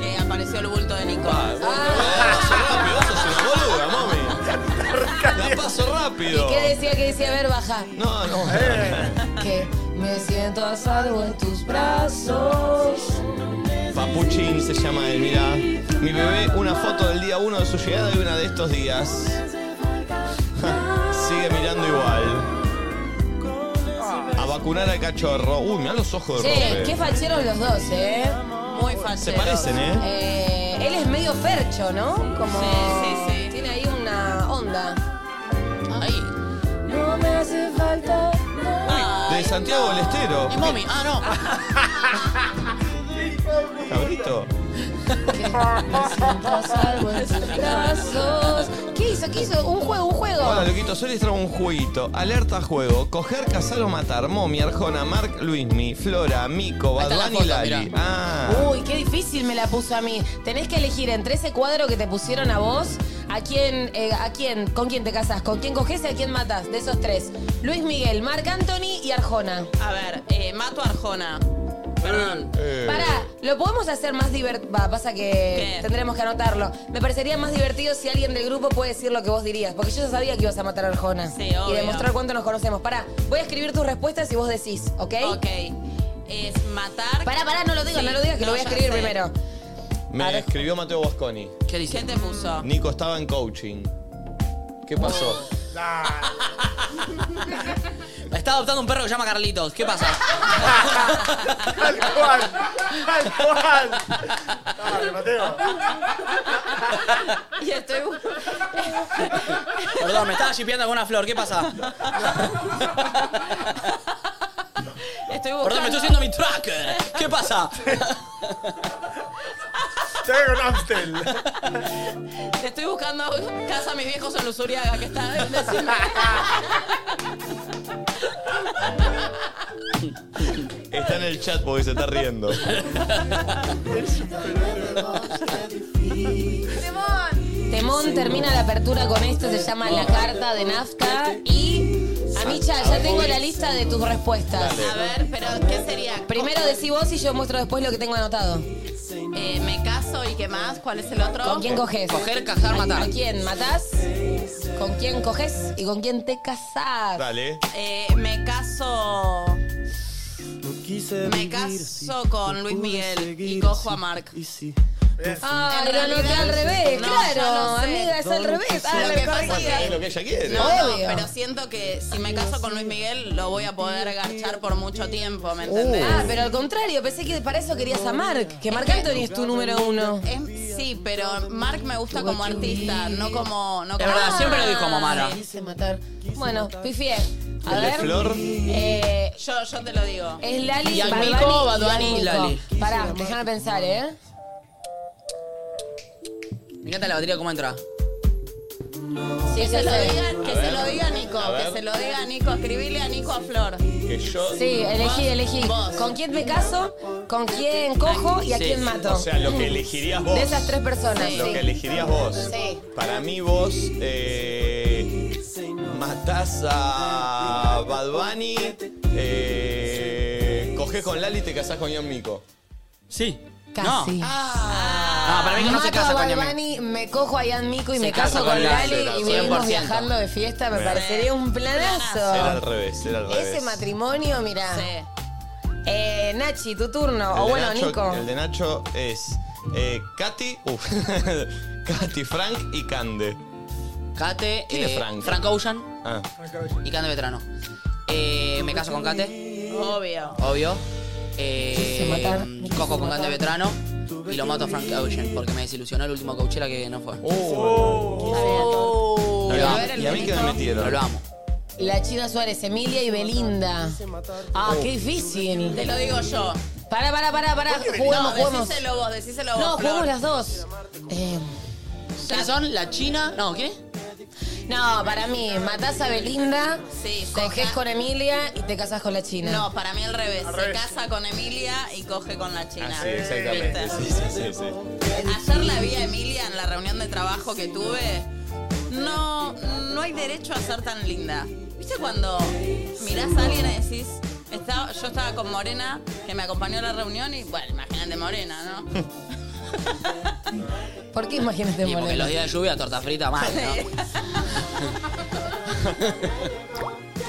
Speaker 3: Que apareció el bulto de Nico.
Speaker 1: Ah, bueno, la paso rápido, vos sos una boluda, Mommy. La paso rápido.
Speaker 4: ¿Qué decía? ¿Qué decía? A ver, baja.
Speaker 1: No, no.
Speaker 4: Que me siento a salvo en tus brazos.
Speaker 1: Papuchín se llama él, mirá. Mi bebé, una foto del día 1 de su llegada y una de estos días. Sigue mirando igual. A vacunar al cachorro. Uy, mirá los ojos de
Speaker 4: Che,
Speaker 1: Rofe.
Speaker 4: qué facheros los dos, ¿eh?
Speaker 3: Muy fácil.
Speaker 1: Se parecen, ¿eh?
Speaker 4: Eh, Él es medio fercho, ¿no? Como
Speaker 3: Sí, sí, sí.
Speaker 4: Tiene ahí una onda.
Speaker 2: Ahí.
Speaker 3: Ah.
Speaker 1: De Santiago del Estero.
Speaker 2: Es mommy. Ah, no.
Speaker 1: Cabrito.
Speaker 4: A salvo en tus brazos. ¿Qué hizo? ¿Qué hizo? Un juego, un
Speaker 1: Hola,
Speaker 4: juego.
Speaker 1: loquito. Soy les traigo un jueguito. Alerta juego. Coger, cazar o matar. Momi, Arjona, Mark, Luismi, Flora, Mico,
Speaker 2: Ahí está la
Speaker 1: Baduán y
Speaker 2: foto,
Speaker 1: Lali.
Speaker 2: mirá.
Speaker 1: Ah.
Speaker 4: Uy, qué difícil me la puso a mí. Tenés que elegir entre ese cuadro que te pusieron a vos, a quién, eh, a quién, con quién te casás, con quién coges y a quién matás, de esos tres. Luis Miguel, Marc Anthony y Arjona.
Speaker 3: A ver, eh, mato a Arjona. Perdón.
Speaker 1: Eh,
Speaker 4: Pará, lo podemos hacer más divertido. pasa que
Speaker 3: ¿Qué?
Speaker 4: tendremos que anotarlo. Me parecería más divertido si alguien del grupo puede decir lo que vos dirías. Porque yo ya sabía que ibas a matar a Arjona.
Speaker 3: Sí,
Speaker 4: Y
Speaker 3: obvio.
Speaker 4: demostrar cuánto nos conocemos. Pará, voy a escribir tus respuestas y vos decís, ¿ok?
Speaker 3: Ok. es matar.
Speaker 4: Pará, pará, no lo digas,
Speaker 3: Sí,
Speaker 4: no lo digas, que lo voy a
Speaker 3: ya
Speaker 4: escribir
Speaker 3: sé.
Speaker 4: primero.
Speaker 2: Uh,
Speaker 1: Me escribió Mateo Bosconi.
Speaker 2: ¿Qué dice?
Speaker 3: ¿Qué te puso?
Speaker 1: Nico estaba en coaching. ¿Qué pasó?
Speaker 2: Está adoptando un perro que se llama Carlitos. ¿Qué pasa?
Speaker 5: Tal cual. Tal cual. Dale, Mateo.
Speaker 3: Y estoy bu-
Speaker 2: Perdón, me estaba shipeando con una flor. ¿Qué pasa?
Speaker 3: estoy
Speaker 2: Perdón, me
Speaker 3: buscando.
Speaker 2: estoy haciendo mi tracker. ¿Qué pasa?
Speaker 5: Se ve con Amstel.
Speaker 3: Te estoy buscando casa a mis viejos en Lusuriaga, que está decime.
Speaker 1: Está en el chat porque se está riendo.
Speaker 4: Temón termina la apertura con esto, se llama La Carta de Nafta. Y, Amicha, ya tengo la lista de tus respuestas.
Speaker 3: A ver, pero ¿qué sería?
Speaker 4: Primero decí vos y yo muestro después lo que tengo anotado.
Speaker 3: Eh, me caso y qué más, ¿cuál es el otro?
Speaker 4: ¿Con quién coges?
Speaker 2: Coger, cajar, matar.
Speaker 4: ¿A quién matás? ¿Con quién coges? ¿Y con quién te casás?
Speaker 1: Dale.
Speaker 3: Eh, me caso. Me caso con Luis Miguel y cojo a Mark.
Speaker 4: Ah,
Speaker 3: En
Speaker 4: lo anoté
Speaker 3: realidad,
Speaker 4: al revés,
Speaker 3: no,
Speaker 4: claro.
Speaker 3: ya lo sé.
Speaker 4: Amiga, es al revés. Ah,
Speaker 3: Lo
Speaker 4: la
Speaker 3: que pasa
Speaker 4: corregí.
Speaker 1: Es lo que ella quiere.
Speaker 3: No, no,
Speaker 4: Obvio.
Speaker 3: pero siento que si me caso con Luis Miguel lo voy a poder garchar por mucho tiempo, ¿me entendés?
Speaker 4: Ah, pero al contrario, pensé que para eso querías a Mark. Que Mark Anthony es tu número uno.
Speaker 3: Es- Em, sí, pero Mark me gusta como artista, no como. No
Speaker 2: Es
Speaker 3: como
Speaker 2: verdad, siempre lo dijo Mamara.
Speaker 4: Quise matar. Bueno, pifié. A
Speaker 1: El de
Speaker 4: ver.
Speaker 1: Flor.
Speaker 4: Eh,
Speaker 3: Yo, yo te lo digo.
Speaker 4: es Lali,
Speaker 2: Y al
Speaker 4: Bad
Speaker 2: Mico,
Speaker 4: Bunny
Speaker 2: Bad
Speaker 4: y al
Speaker 2: Bunny y
Speaker 4: Mico.
Speaker 2: Lali.
Speaker 4: Pará, déjame pensar, ¿eh?
Speaker 2: Me encanta la batería cómo entra.
Speaker 4: Sí,
Speaker 3: Que
Speaker 4: es
Speaker 3: se
Speaker 4: el
Speaker 3: lo
Speaker 4: seis.
Speaker 3: diga, que
Speaker 1: A ver.
Speaker 3: se lo diga a Nico,
Speaker 1: A ver.
Speaker 3: que se lo diga a Nico, escribile a Nico a Flor.
Speaker 1: Que yo.
Speaker 4: Sí, elegí,
Speaker 3: Vos,
Speaker 4: elegí.
Speaker 3: vos.
Speaker 4: ¿Con quién me caso? ¿Con quién cojo? ¿Y a
Speaker 2: Sí.
Speaker 4: quién mato?
Speaker 1: O sea, lo que elegirías vos.
Speaker 4: De esas tres personas.
Speaker 1: Lo
Speaker 4: sí.
Speaker 1: que elegirías vos.
Speaker 4: Sí.
Speaker 1: Para mí vos eh, matás a Bad Bunny, eh, cogés con Lali y te casás con Ian Mico.
Speaker 2: Sí.
Speaker 4: Casi.
Speaker 2: No. Ah. No, para mí que no se
Speaker 4: Mato
Speaker 2: casa
Speaker 4: a
Speaker 2: con
Speaker 4: Bad
Speaker 2: Yamil.
Speaker 4: Bunny, me cojo a Ian Mico y me
Speaker 2: casa
Speaker 4: caso
Speaker 2: con
Speaker 4: con
Speaker 2: Lali,
Speaker 4: Lali y vivimos
Speaker 2: 100%.
Speaker 4: viajando de fiesta. Me parecería un
Speaker 1: Era al
Speaker 4: planazo.
Speaker 1: revés, era al revés.
Speaker 4: Ese matrimonio, mirá.
Speaker 3: Sí.
Speaker 4: Eh, Nachi, tu turno.
Speaker 1: El
Speaker 4: o
Speaker 1: de
Speaker 4: bueno,
Speaker 1: Nacho-
Speaker 4: Nico.
Speaker 1: El de Nacho es eh, Katy, uf, Katy, Frank y Cande.
Speaker 2: Kate,
Speaker 1: ¿Quién es
Speaker 2: eh,
Speaker 1: Frank?
Speaker 2: Frank Ocean
Speaker 1: Ah,
Speaker 2: y Kate Veterano. Eh, me caso con Kate,
Speaker 3: Obvio.
Speaker 2: obvio. Eh,
Speaker 4: Quise matar, me quise
Speaker 2: cojo con
Speaker 4: matar.
Speaker 2: Kate Veterano y lo mato a Frank Ocean porque me desilusionó el último Coachella que no fue.
Speaker 3: Oh.
Speaker 2: No
Speaker 1: y
Speaker 2: lo
Speaker 1: a-
Speaker 2: amo,
Speaker 1: Oh. y a mí que me metieron.
Speaker 2: no lo amo.
Speaker 4: La China Suárez, Emilia y Belinda. Ah, qué difícil.
Speaker 3: Te lo digo yo.
Speaker 4: Pará, pará, pará, pará. Juguemos,
Speaker 3: No,
Speaker 4: juguemos.
Speaker 3: decíselo vos, decíselo vos.
Speaker 4: No,
Speaker 3: Flor.
Speaker 4: juguemos las dos. Eh,
Speaker 2: ¿Quiénes son? ¿La China? No, ¿qué?
Speaker 4: no, para mí, matás a Belinda,
Speaker 3: Sí,
Speaker 4: te coges
Speaker 3: ca-
Speaker 4: con Emilia y te casás con la China.
Speaker 3: No, para mí al revés.
Speaker 5: Al
Speaker 3: se
Speaker 5: revés.
Speaker 3: casa con Emilia y coge con la china.
Speaker 1: Así, exactamente.
Speaker 3: ¿Viste?
Speaker 1: Sí, sí, sí, sí.
Speaker 3: Ayer la vi a Emilia en la reunión de trabajo que tuve. No, no hay derecho a ser tan linda. ¿Viste cuando mirás a alguien y decís, estaba, yo estaba con Morena, que me acompañó a la reunión y, bueno, imagínate Morena, ¿no?
Speaker 4: ¿Por qué imagínate
Speaker 2: Y porque
Speaker 4: Morena?
Speaker 2: los días de lluvia, torta frita, mal, ¿no?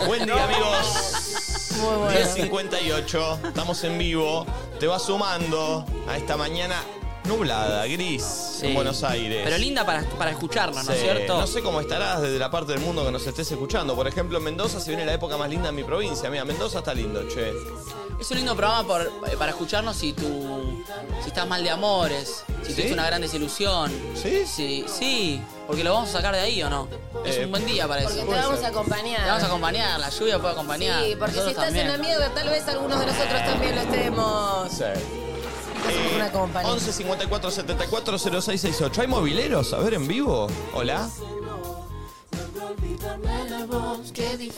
Speaker 1: Buen día, amigos. Muy 10.58, estamos en vivo. Te vas sumando a esta mañana nublada, gris, en Buenos Aires.
Speaker 2: Pero linda para, para escucharnos, ¿no es
Speaker 1: Sí,
Speaker 2: cierto?
Speaker 1: No sé cómo estarás desde la parte del mundo que nos estés escuchando. Por ejemplo, en Mendoza se viene la época más linda de mi provincia. Mira, Mendoza está lindo, che.
Speaker 2: Es un lindo programa por- eh, para escucharnos si tú si estás mal de amores, si
Speaker 1: ¿Sí?
Speaker 2: tuviste una gran desilusión.
Speaker 1: ¿Sí?
Speaker 2: Sí, sí, porque lo vamos a sacar de ahí o no. Es
Speaker 1: Eh,
Speaker 2: un buen día para
Speaker 4: Porque
Speaker 2: eso.
Speaker 4: te vamos a acompañar.
Speaker 2: Te vamos a acompañar, la lluvia puede acompañar.
Speaker 4: Sí, porque si
Speaker 2: Nosotros
Speaker 4: estás
Speaker 2: también.
Speaker 4: en la mierda, tal vez algunos de nosotros también lo estemos.
Speaker 1: Sí.
Speaker 4: Hacemos una compañía.
Speaker 1: 11 54 74 0668. ¿Hay mobileros? A ver, en vivo. Hola.
Speaker 2: Ah,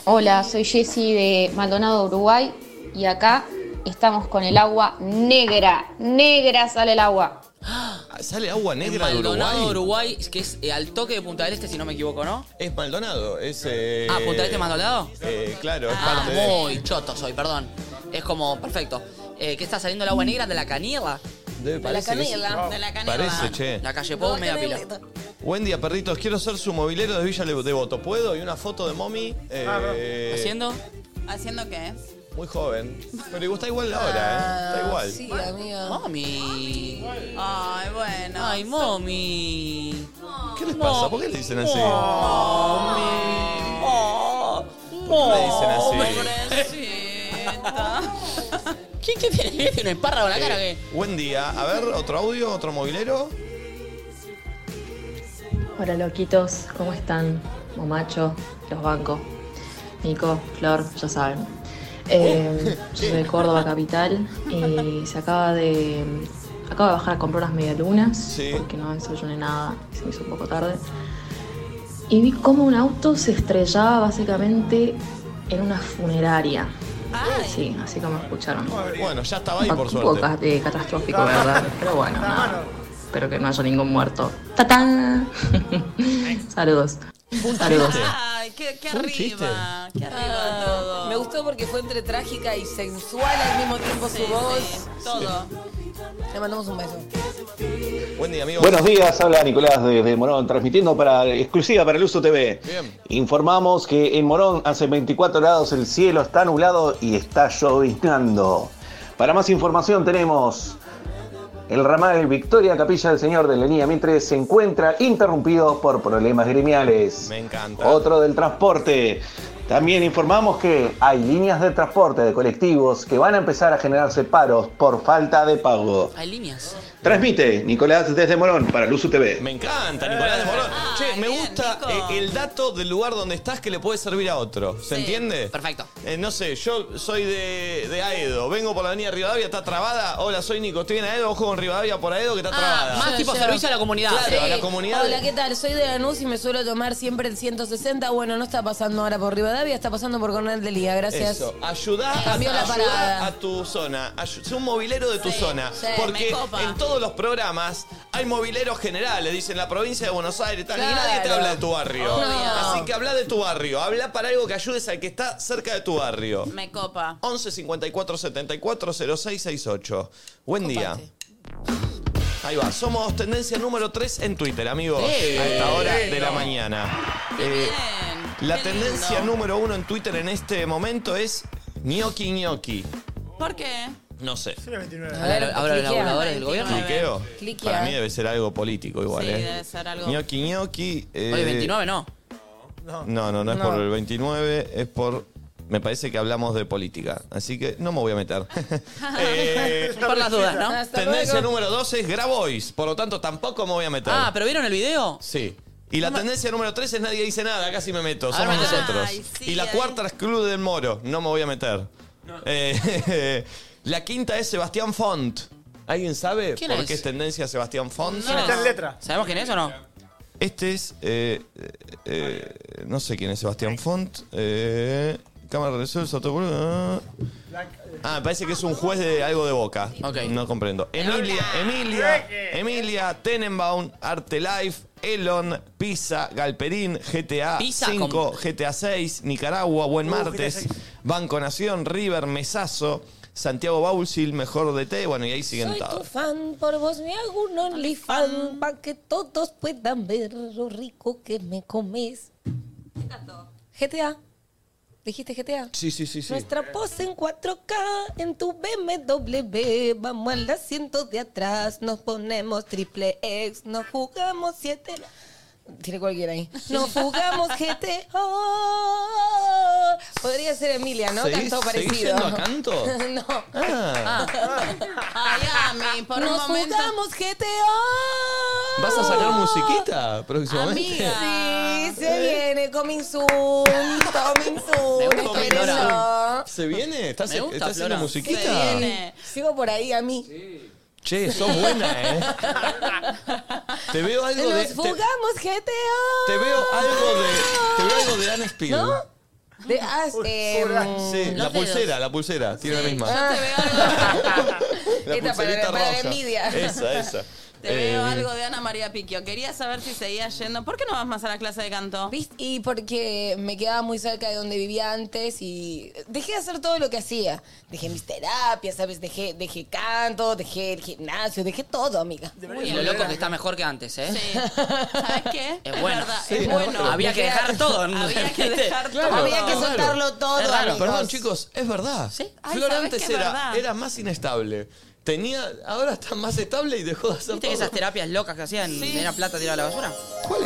Speaker 8: Hola, soy Jessy de Maldonado, Uruguay, y acá estamos con el agua negra. Negra sale el agua.
Speaker 1: Ah, ¿Sale agua
Speaker 2: En
Speaker 1: negra de Uruguay?
Speaker 2: Maldonado, Uruguay, que es eh, al toque de Punta del Este, si no me equivoco, ¿no?
Speaker 1: Es Maldonado. Es, eh,
Speaker 2: Ah, ¿Punta del Este es Maldonado?
Speaker 1: Eh, claro, es
Speaker 2: Ah,
Speaker 1: parte de.
Speaker 2: muy choto soy, perdón. Es como, perfecto. Eh, ¿Qué está saliendo el agua negra de la canilla?
Speaker 1: debe-
Speaker 4: La
Speaker 1: parece que es-
Speaker 4: canela.
Speaker 3: De la canela.
Speaker 1: Parece, che.
Speaker 2: La calle Pou, media pila.
Speaker 1: Buen día, perritos. Quiero ser su mobilero de Villa Le- Devoto. ¿Puedo? Y una foto de mommy. eh,
Speaker 2: ¿Haciendo?
Speaker 3: ¿Haciendo qué?
Speaker 1: Muy joven. Pero está igual ahora, ¿eh? Está igual.
Speaker 4: Sí, amiga.
Speaker 2: Mami.
Speaker 3: Ay, bueno.
Speaker 2: Ay, mami.
Speaker 1: ¿Qué les pasa? ¿Por qué le dicen así? ¿Por qué le dicen así?
Speaker 3: Pobrecita.
Speaker 2: ¿Quién qué tiene? ¿Tiene un espárrago en la cara
Speaker 1: Eh,
Speaker 2: que?
Speaker 1: Buen día. A ver, otro audio, otro movilero.
Speaker 9: Hola loquitos, ¿cómo están? Momacho, los bancos, Nico, Flor, ya saben. Eh, yo soy de Córdoba Capital y se acaba de. Acabo de bajar a comprar unas medialunas porque no desayuné nada, se me hizo un poco tarde. Y vi cómo un auto se estrellaba básicamente en una funeraria. Sí, así como escucharon.
Speaker 1: Bueno, ya estaba ahí,
Speaker 9: Un
Speaker 1: por
Speaker 9: poco
Speaker 1: suerte.
Speaker 9: ca- eh, catastrófico, ¿verdad? Pero bueno, nada. Espero que no haya ningún muerto. ¡Tatán! Saludos. Saludos.
Speaker 3: Ay, qué, qué arriba. Qué arriba
Speaker 10: Ah,
Speaker 3: todo.
Speaker 10: Me gustó porque fue entre trágica y sensual al mismo tiempo
Speaker 3: Sí,
Speaker 10: su voz.
Speaker 3: sí, todo.
Speaker 4: Le mandamos un beso.
Speaker 1: Buen día, amigo.
Speaker 11: Buenos días, habla Nicolás desde Morón, transmitiendo para exclusiva para el Uso TV. Informamos que en Morón hace 24 grados el cielo está nublado y está lloviznando. Para más información tenemos el ramal Victoria Capilla del Señor de Lenía mientras se encuentra interrumpido por problemas gremiales.
Speaker 1: Me encanta.
Speaker 11: Otro del transporte. También informamos que hay líneas de transporte de colectivos que van a empezar a generarse paros por falta de pago.
Speaker 2: Hay líneas.
Speaker 11: Transmite Nicolás desde Morón para Luzu TV.
Speaker 1: Me encanta, Nicolás de Morón.
Speaker 2: Ah,
Speaker 1: che, me gusta eh, el dato del lugar donde estás que le puede servir a otro. ¿Se entiende?
Speaker 2: Perfecto.
Speaker 1: Eh, no sé, yo soy de, de Aedo. Vengo por la avenida Rivadavia, está trabada. Hola, soy Nico. Estoy en Aedo, ojo con Rivadavia por Aedo que
Speaker 4: Ah,
Speaker 1: está Ah, trabada.
Speaker 2: Ah, Más tipo
Speaker 4: yo.
Speaker 2: servicio a la comunidad.
Speaker 1: Claro, a la
Speaker 4: Sí.
Speaker 1: comunidad.
Speaker 4: Hola, ¿qué tal? Soy de Lanús y me suelo tomar siempre el 160. Bueno, no está pasando ahora por Rivadavia, está pasando por Cornel de Liga. Gracias.
Speaker 1: Eso, ayudá, a,
Speaker 4: Cambió la
Speaker 1: ayudá
Speaker 4: parada.
Speaker 1: a tu zona, Ayu- sé un movilero de tu zona,
Speaker 4: sí,
Speaker 1: porque
Speaker 4: me copa.
Speaker 1: en todos los programas hay mobileros generales, dicen la provincia de Buenos Aires, tal, y nadie te
Speaker 10: Claro.
Speaker 1: habla de tu barrio.
Speaker 4: No.
Speaker 1: Así que habla de tu barrio, habla para algo que ayudes al que está cerca de tu barrio.
Speaker 3: Me copa.
Speaker 1: 11 54 74 0668. Buen día. Ahí va, somos tendencia número 3 en Twitter, amigos,
Speaker 2: Sí.
Speaker 1: a esta hora de la
Speaker 2: Bueno.
Speaker 1: mañana. Eh, la tendencia número uno en Twitter en este momento es gnocchi gnocchi.
Speaker 3: ¿Por qué?
Speaker 1: No sé.
Speaker 2: Ahora ahora los
Speaker 4: cliquea.
Speaker 2: laburadores del gobierno.
Speaker 1: ¿Cliqueo?
Speaker 4: Cliquea.
Speaker 1: Para mí debe ser algo político igual,
Speaker 3: Sí,
Speaker 1: ¿eh?
Speaker 3: debe ser algo.
Speaker 1: Gnocchi gnocchi. eh,
Speaker 2: Hoy 29, ¿no?
Speaker 1: No, no, no es
Speaker 4: No.
Speaker 1: por el 29, es por... Me parece que hablamos de política, así que no me voy a meter. Eh,
Speaker 2: Por las dudas, ¿no?
Speaker 4: Hasta
Speaker 1: tendencia
Speaker 4: luego.
Speaker 1: número 12 es Grabois, por lo tanto tampoco me voy a meter.
Speaker 2: Ah, ¿pero vieron el video?
Speaker 1: Sí. Y la tendencia número 3 es nadie dice nada, casi me meto,
Speaker 2: Ahora
Speaker 1: somos
Speaker 2: metete.
Speaker 1: nosotros.
Speaker 3: Ay, sí,
Speaker 1: y la
Speaker 3: ahí.
Speaker 1: cuarta es Club del Moro, no me voy a meter. Eh, la quinta es Sebastián Font. ¿Alguien sabe
Speaker 2: ¿Quién
Speaker 1: por
Speaker 2: es?
Speaker 1: qué es tendencia Sebastián Font?
Speaker 2: ¿Quién
Speaker 5: Está en
Speaker 2: es?
Speaker 5: letra.
Speaker 2: ¿Sabemos quién es o no?
Speaker 1: Este es. eh, eh, no sé quién es Sebastián Font. Eh, cámara resuelta. Ah, me parece que es un juez de algo de boca.
Speaker 2: Ok.
Speaker 1: No comprendo. Emilia, Emilia, Emilia, Tenenbaum, Arte Life, Elon, Pisa, Galperín, GTA
Speaker 2: Pisa
Speaker 1: 5,
Speaker 2: con-
Speaker 1: GTA 6, Nicaragua, Buen Martes,
Speaker 5: GTA
Speaker 1: Banco Nación, River, Mesazo, Santiago Baulsil, Mejor DT. Bueno, y ahí siguen
Speaker 4: Soy tu
Speaker 1: todos.
Speaker 4: fan, por vos me hago un OnlyFan para que todos puedan ver lo rico que me comes. GTA. ¿Dijiste GTA?
Speaker 1: Sí, sí, sí, Eh, sí.
Speaker 4: Nuestra pose en 4K en tu BMW. Vamos al asiento de atrás, nos ponemos triple X, nos jugamos 7. Tiene cualquiera ahí. Nos jugamos GTA. Podría ser Emilia, ¿no?
Speaker 1: ¿Seguís-
Speaker 4: Tanto
Speaker 1: seguís
Speaker 4: parecido.
Speaker 1: yendo a canto?
Speaker 4: no.
Speaker 1: Ah.
Speaker 3: Ay, Ami, por un
Speaker 4: nos
Speaker 3: momento.
Speaker 4: jugamos GTA.
Speaker 1: ¿Vas a sacar ¿eh? musiquita próximamente?
Speaker 3: Amiga.
Speaker 4: Sí, se viene. Coming soon. Coming soon.
Speaker 2: Me gusta,
Speaker 4: espérenlo.
Speaker 1: ¿Se viene? ¿Estás,
Speaker 2: Me gusta,
Speaker 1: estás haciendo
Speaker 2: Flora.
Speaker 1: musiquita?
Speaker 3: Se viene.
Speaker 4: Sigo por ahí a mí.
Speaker 1: Che, sos buena, ¿eh? te veo algo de. este-
Speaker 4: Nos
Speaker 1: Te,
Speaker 4: fugamos GTA.
Speaker 1: te veo algo de. Te veo algo de Anne Spiel.
Speaker 4: ¿No? De
Speaker 1: Mm.
Speaker 4: ah, eh,
Speaker 1: Sí, la
Speaker 2: Los
Speaker 1: pulsera,
Speaker 2: dedos.
Speaker 1: la pulsera. Tiene la misma.
Speaker 4: ah.
Speaker 1: La
Speaker 4: Esta para-
Speaker 1: pulserita
Speaker 4: para la
Speaker 1: roja.
Speaker 4: envidia.
Speaker 1: Esa, esa.
Speaker 3: Te veo
Speaker 1: Eh,
Speaker 3: algo de Ana María Piquio. Quería saber si seguías yendo. ¿Por qué no vas más a la clase de canto?
Speaker 4: ¿Viste? Y porque me quedaba muy cerca de donde vivía antes y dejé de hacer todo lo que hacía. Dejé mis terapias, ¿sabes? Dejé, dejé canto, dejé el gimnasio, dejé todo, amiga.
Speaker 2: Y lo loco que está mejor que antes, ¿eh?
Speaker 3: ¿Sabes qué?
Speaker 2: Es bueno.
Speaker 1: es Sí, bueno.
Speaker 2: Había que dejar todo. Había que dejar
Speaker 1: Claro.
Speaker 4: Había que soltarlo todo.
Speaker 1: Es raro,
Speaker 4: amigos.
Speaker 1: perdón, chicos, es verdad.
Speaker 4: Ay,
Speaker 1: Flor
Speaker 4: ¿sabés
Speaker 1: antes
Speaker 4: que es
Speaker 1: era,
Speaker 4: verdad?
Speaker 1: era más inestable. Tenía, ahora está más estable y dejó de hacer
Speaker 2: ¿Viste que esas terapias locas que hacían era plata tirada a la basura?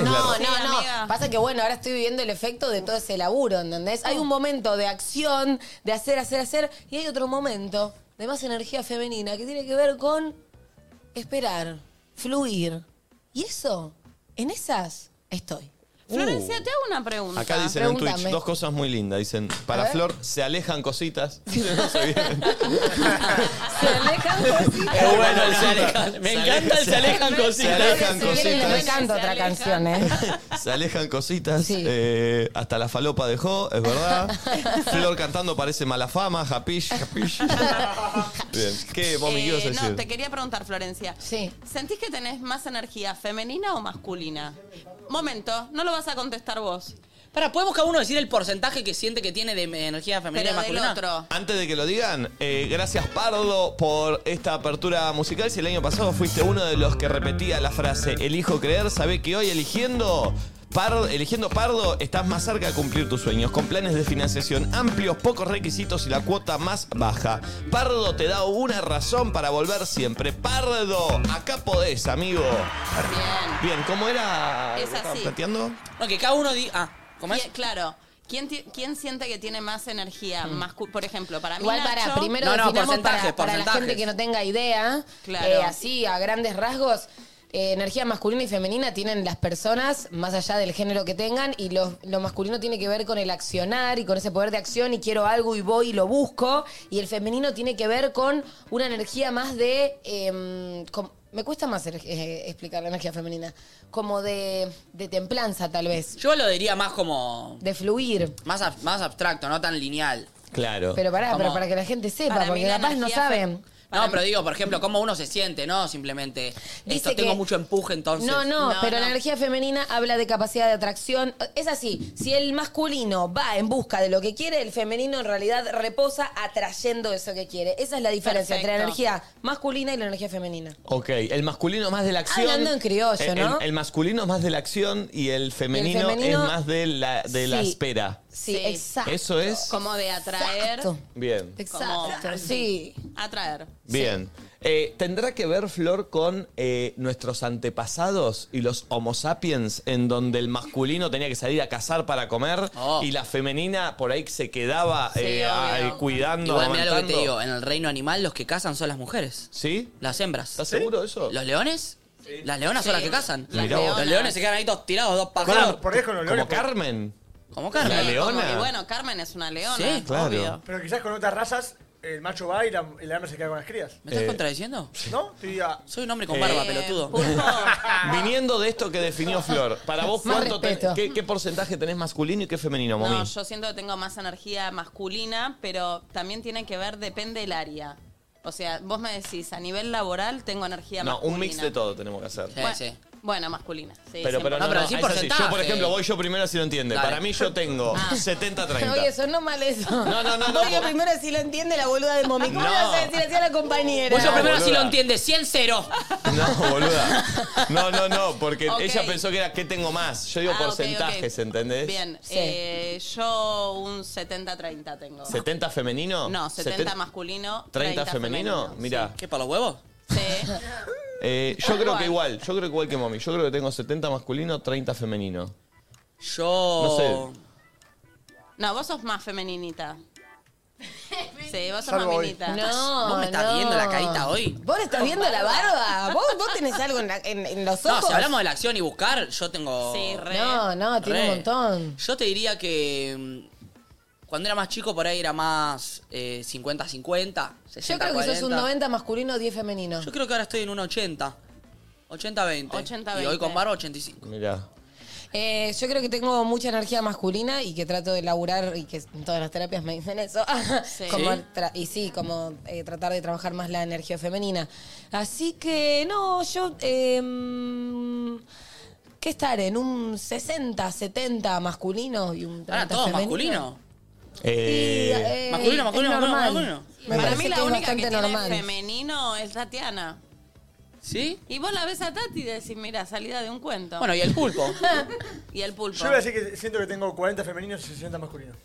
Speaker 4: No,
Speaker 2: Sí,
Speaker 4: no, no. Pasa que bueno, ahora estoy viviendo el efecto de todo ese laburo, ¿entendés?
Speaker 3: Mm.
Speaker 4: Hay un momento de acción, de hacer, hacer, hacer, y hay otro momento de más energía femenina que tiene que ver con esperar, fluir. Y eso, en esas estoy.
Speaker 3: Uh. Florencia, te hago una pregunta.
Speaker 1: Acá dicen en Twitch dos cosas muy lindas. Dicen, para
Speaker 3: ver.
Speaker 1: Flor se alejan cositas. No sé bien.
Speaker 4: Se alejan cositas.
Speaker 1: Es bueno el
Speaker 2: Se alejan. Me encanta el se alejan cositas.
Speaker 1: Se alejan
Speaker 4: Si quieren, les
Speaker 1: cositas.
Speaker 4: canto otra canción, ¿eh?
Speaker 1: Se alejan cositas. Eh, hasta la falopa dejó, es verdad. Flor cantando parece mala fama. Japish, japish. Bien. ¿Qué, mami, qué ibas a
Speaker 3: Eh,
Speaker 1: decir?
Speaker 3: no, te quería preguntar, Florencia.
Speaker 4: Sí.
Speaker 3: ¿Sentís que tenés más energía femenina o masculina? Momento, no lo vas a contestar vos.
Speaker 2: Para, ¿podemos cada uno decir el porcentaje que siente que tiene de me- energía femenina
Speaker 3: Pero
Speaker 2: y
Speaker 3: del
Speaker 2: masculina?
Speaker 3: otro.
Speaker 1: Antes de que lo digan, eh, gracias Pardo por esta apertura musical. Si el año pasado fuiste uno de los que repetía la frase elijo creer, sabe que hoy eligiendo... Par- eligiendo Pardo, estás más cerca de cumplir tus sueños, con planes de financiación amplios, pocos requisitos y la cuota más baja. Pardo te da una razón para volver siempre. Pardo, acá podés, amigo. Bien. Bien, ¿cómo era?
Speaker 3: Es
Speaker 1: ¿Lo estaban
Speaker 3: así.
Speaker 1: planteando?
Speaker 2: No, que cada uno diga. Ah, ¿cómo es?
Speaker 3: Qui- Claro. ¿Quién, ti- quién siente que tiene más energía? mascu- por ejemplo, para mí.
Speaker 4: Mm. Igual para,
Speaker 3: Nacho-
Speaker 4: primero definamos para, para la gente que no tenga idea,
Speaker 3: Claro.
Speaker 4: eh, así a grandes rasgos, eh, energía masculina y femenina tienen las personas más allá del género que tengan y lo, lo masculino tiene que ver con el accionar y con ese poder de acción y quiero algo y voy y lo busco y el femenino tiene que ver con una energía más de... em, com- me cuesta más er- eh, explicar la energía femenina, como de, de templanza tal vez,
Speaker 2: Yo lo diría más como.
Speaker 4: Pues, de fluir.
Speaker 2: Más, ab- más abstracto, no tan lineal.
Speaker 1: Claro.
Speaker 4: Pero pará,
Speaker 2: Como-
Speaker 4: pero para que la gente sepa,
Speaker 2: Para mí
Speaker 4: porque
Speaker 2: la
Speaker 4: capaz no
Speaker 2: energía fe-
Speaker 4: saben.
Speaker 2: No, pero digo, por ejemplo, cómo uno se siente, ¿no? Simplemente. esto
Speaker 4: Dice
Speaker 2: tengo
Speaker 4: que-
Speaker 2: mucho empuje, entonces.
Speaker 4: No, no, pero
Speaker 2: no.
Speaker 4: la energía femenina habla de capacidad de atracción. Es así, si el masculino va en busca de lo que quiere, el femenino en realidad reposa atrayendo eso que quiere. Esa es la diferencia entre la
Speaker 3: Perfecto.
Speaker 4: energía masculina y la energía femenina.
Speaker 1: Ok, el masculino más de la acción. Eh,
Speaker 4: Hablando en criollo,
Speaker 1: El-
Speaker 4: ¿no?
Speaker 1: El, el masculino es más de la acción y el femenino,
Speaker 4: femenino-
Speaker 1: es más de la, de la
Speaker 4: Sí.
Speaker 1: espera.
Speaker 4: Sí, exacto.
Speaker 1: Eso es.
Speaker 3: Como de atraer.
Speaker 1: Bien,
Speaker 3: Exacto. Sí. Atraer.
Speaker 1: bien. Eh, ¿Tendrá que ver, Flor, con eh, nuestros antepasados y los homo sapiens, en donde el masculino tenía que salir a cazar para comer
Speaker 2: Oh.
Speaker 1: y la femenina por ahí se quedaba eh, ahí cuidando,
Speaker 2: Igual mirá lo que te
Speaker 1: amamantando?
Speaker 2: digo, en el reino animal los que cazan son las mujeres.
Speaker 1: ¿Sí?
Speaker 2: Las hembras. ¿Estás
Speaker 1: seguro de eso?
Speaker 2: ¿Los leones? Las leonas son
Speaker 1: Sí.
Speaker 2: las que cazan.
Speaker 1: Las Mirá vos.
Speaker 2: Los
Speaker 1: leonas.
Speaker 2: leones se quedan ahí todos tirados, dos pajados.
Speaker 1: Por ahí con los leones, Como por- Carmen.
Speaker 2: ¿Como Carmen?
Speaker 1: La
Speaker 3: Sí,
Speaker 1: leona.
Speaker 3: como- y bueno, Carmen es una leona.
Speaker 1: Sí, claro. obvio.
Speaker 5: Pero quizás con otras razas el macho va y la, y la hembra se queda con las crías.
Speaker 1: ¿Me estás Eh,
Speaker 2: contradiciendo?
Speaker 5: ¿No? Estoy a-
Speaker 2: Soy un hombre
Speaker 1: con barba, Eh, pelotudo. Viniendo de esto que definió Flor, para vos,
Speaker 3: Más
Speaker 1: cuánto ten-
Speaker 3: respeto.
Speaker 1: qué, qué porcentaje tenés masculino y qué femenino, mami?
Speaker 3: No, yo siento que tengo más energía masculina, pero también tiene que ver, depende del área. O sea, vos me decís, a nivel laboral tengo energía
Speaker 1: No,
Speaker 3: masculina.
Speaker 1: un mix de todo tenemos que hacer.
Speaker 3: Bueno, bueno, masculina. Sí,
Speaker 1: Pero, pero no, no, es así. Yo, por ejemplo, voy yo primero si lo entiende.
Speaker 2: Dale.
Speaker 1: Para mí yo tengo
Speaker 3: Ah.
Speaker 1: 70-30.
Speaker 4: Oye, sonó mal eso.
Speaker 1: No, no, no, no,
Speaker 4: Porque
Speaker 1: vos-
Speaker 4: primero si lo entiende la boluda de Momi. ¿Cómo
Speaker 1: No.
Speaker 4: le vas a decir así a la compañera?
Speaker 2: Vos yo primero
Speaker 1: boluda.
Speaker 2: si lo entiendes, 100 cero.
Speaker 1: No, boluda. No, no, no, porque
Speaker 3: Ok.
Speaker 1: ella pensó que era qué tengo más. Yo digo
Speaker 3: Ah, ok,
Speaker 1: porcentajes,
Speaker 3: ok.
Speaker 1: ¿entendés?
Speaker 3: Bien,
Speaker 1: Sí.
Speaker 3: eh, yo un 70-30 tengo.
Speaker 1: ¿70 femenino?
Speaker 3: No, 70
Speaker 1: Seten-
Speaker 3: masculino.
Speaker 1: 30, femenino, mira.
Speaker 2: ¿Qué para los huevos?
Speaker 1: Eh, yo creo que igual, yo creo que igual que mami. Yo creo que tengo 70 masculino, 30 femenino.
Speaker 2: Yo.
Speaker 3: No, vos sos más femeninita. Sí, vos sos
Speaker 2: Salvo
Speaker 3: más
Speaker 2: hoy.
Speaker 3: minita.
Speaker 4: No,
Speaker 2: ¿Vos me estás
Speaker 4: no.
Speaker 2: viendo la carita hoy?
Speaker 4: ¿Vos le estás viendo la barba? ¿Vos, vos tenés algo en, la- en- en los
Speaker 2: No,
Speaker 4: ojos?
Speaker 2: si hablamos de la acción y buscar, yo tengo.
Speaker 3: Sí, re.
Speaker 4: No, no, tiene
Speaker 2: Re.
Speaker 4: un montón.
Speaker 2: Yo te diría que. mm, Cuando era más chico, por ahí era más eh, 50-50.
Speaker 4: Yo creo que sos un
Speaker 2: 90.
Speaker 4: 90 masculino, 10 femenino.
Speaker 2: Yo creo que ahora estoy en un 80. 80-20.
Speaker 4: 80-20.
Speaker 2: Y hoy con barro 85.
Speaker 1: Mirá.
Speaker 4: Eh, yo creo que tengo mucha energía masculina y que trato de laburar y que en todas las terapias me dicen eso. Como
Speaker 12: ¿Sí?
Speaker 4: tra- y sí, como eh, tratar de trabajar más la energía femenina. Así que no, yo... em, ¿Qué estaré? ¿En un 60, 70 masculino y un 30
Speaker 2: Ahora, ¿todo
Speaker 4: femenino?
Speaker 2: masculino?
Speaker 4: Eh,
Speaker 2: masculino, masculino, masculino,
Speaker 4: es normal.
Speaker 2: masculino.
Speaker 4: Me
Speaker 3: Para
Speaker 4: parece
Speaker 3: mí
Speaker 4: que
Speaker 3: la
Speaker 4: es
Speaker 3: única que
Speaker 4: bastante
Speaker 3: tiene
Speaker 4: normal.
Speaker 3: femenino es Tatiana.
Speaker 2: ¿Sí?
Speaker 3: Y vos la ves a Tati y decís, mira, salida de un cuento.
Speaker 2: Bueno, y el pulpo.
Speaker 3: y el pulpo.
Speaker 5: Yo voy a decir que siento que tengo 40 femeninos y 60 masculinos.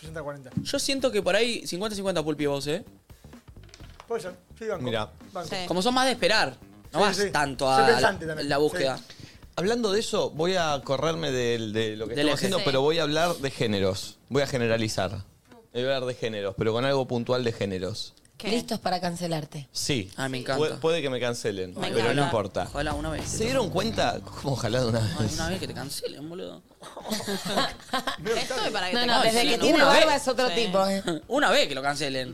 Speaker 5: 60-40.
Speaker 2: Yo siento que por ahí 50-50 pulpi vos, ¿eh?
Speaker 5: Puede ser. Sí, banco.
Speaker 1: Mirá.
Speaker 5: Banco.
Speaker 2: Como son más de esperar. No
Speaker 5: Sí,
Speaker 2: vas
Speaker 5: sí.
Speaker 2: tanto
Speaker 5: Soy
Speaker 2: a la,
Speaker 5: pensante también.
Speaker 2: la búsqueda.
Speaker 1: Hablando de eso, voy a correrme del- de, lo que
Speaker 2: Del
Speaker 1: estamos
Speaker 2: eje.
Speaker 1: haciendo,
Speaker 2: Sí. Mm.
Speaker 1: pero voy a hablar de géneros. Voy a generalizar. Voy a hablar de géneros, pero con algo puntual de géneros.
Speaker 4: Listos para cancelarte.
Speaker 1: Sí.
Speaker 2: Ah, me
Speaker 1: encanta. Puede, puede que me cancelen, pero
Speaker 2: encanta.
Speaker 1: no importa.
Speaker 2: Ojalá una vez.
Speaker 1: ¿Se dieron cuenta? ¿Cómo ojalá de una vez?
Speaker 2: Una vez que te cancelen, boludo.
Speaker 3: Estoy para que
Speaker 4: No,
Speaker 3: te
Speaker 4: no,
Speaker 3: cancelen.
Speaker 4: desde que
Speaker 2: sí,
Speaker 4: tiene
Speaker 2: una
Speaker 4: barba
Speaker 2: vez.
Speaker 4: es otro
Speaker 2: Sí.
Speaker 4: tipo. ¿eh?
Speaker 2: Una vez que lo cancelen.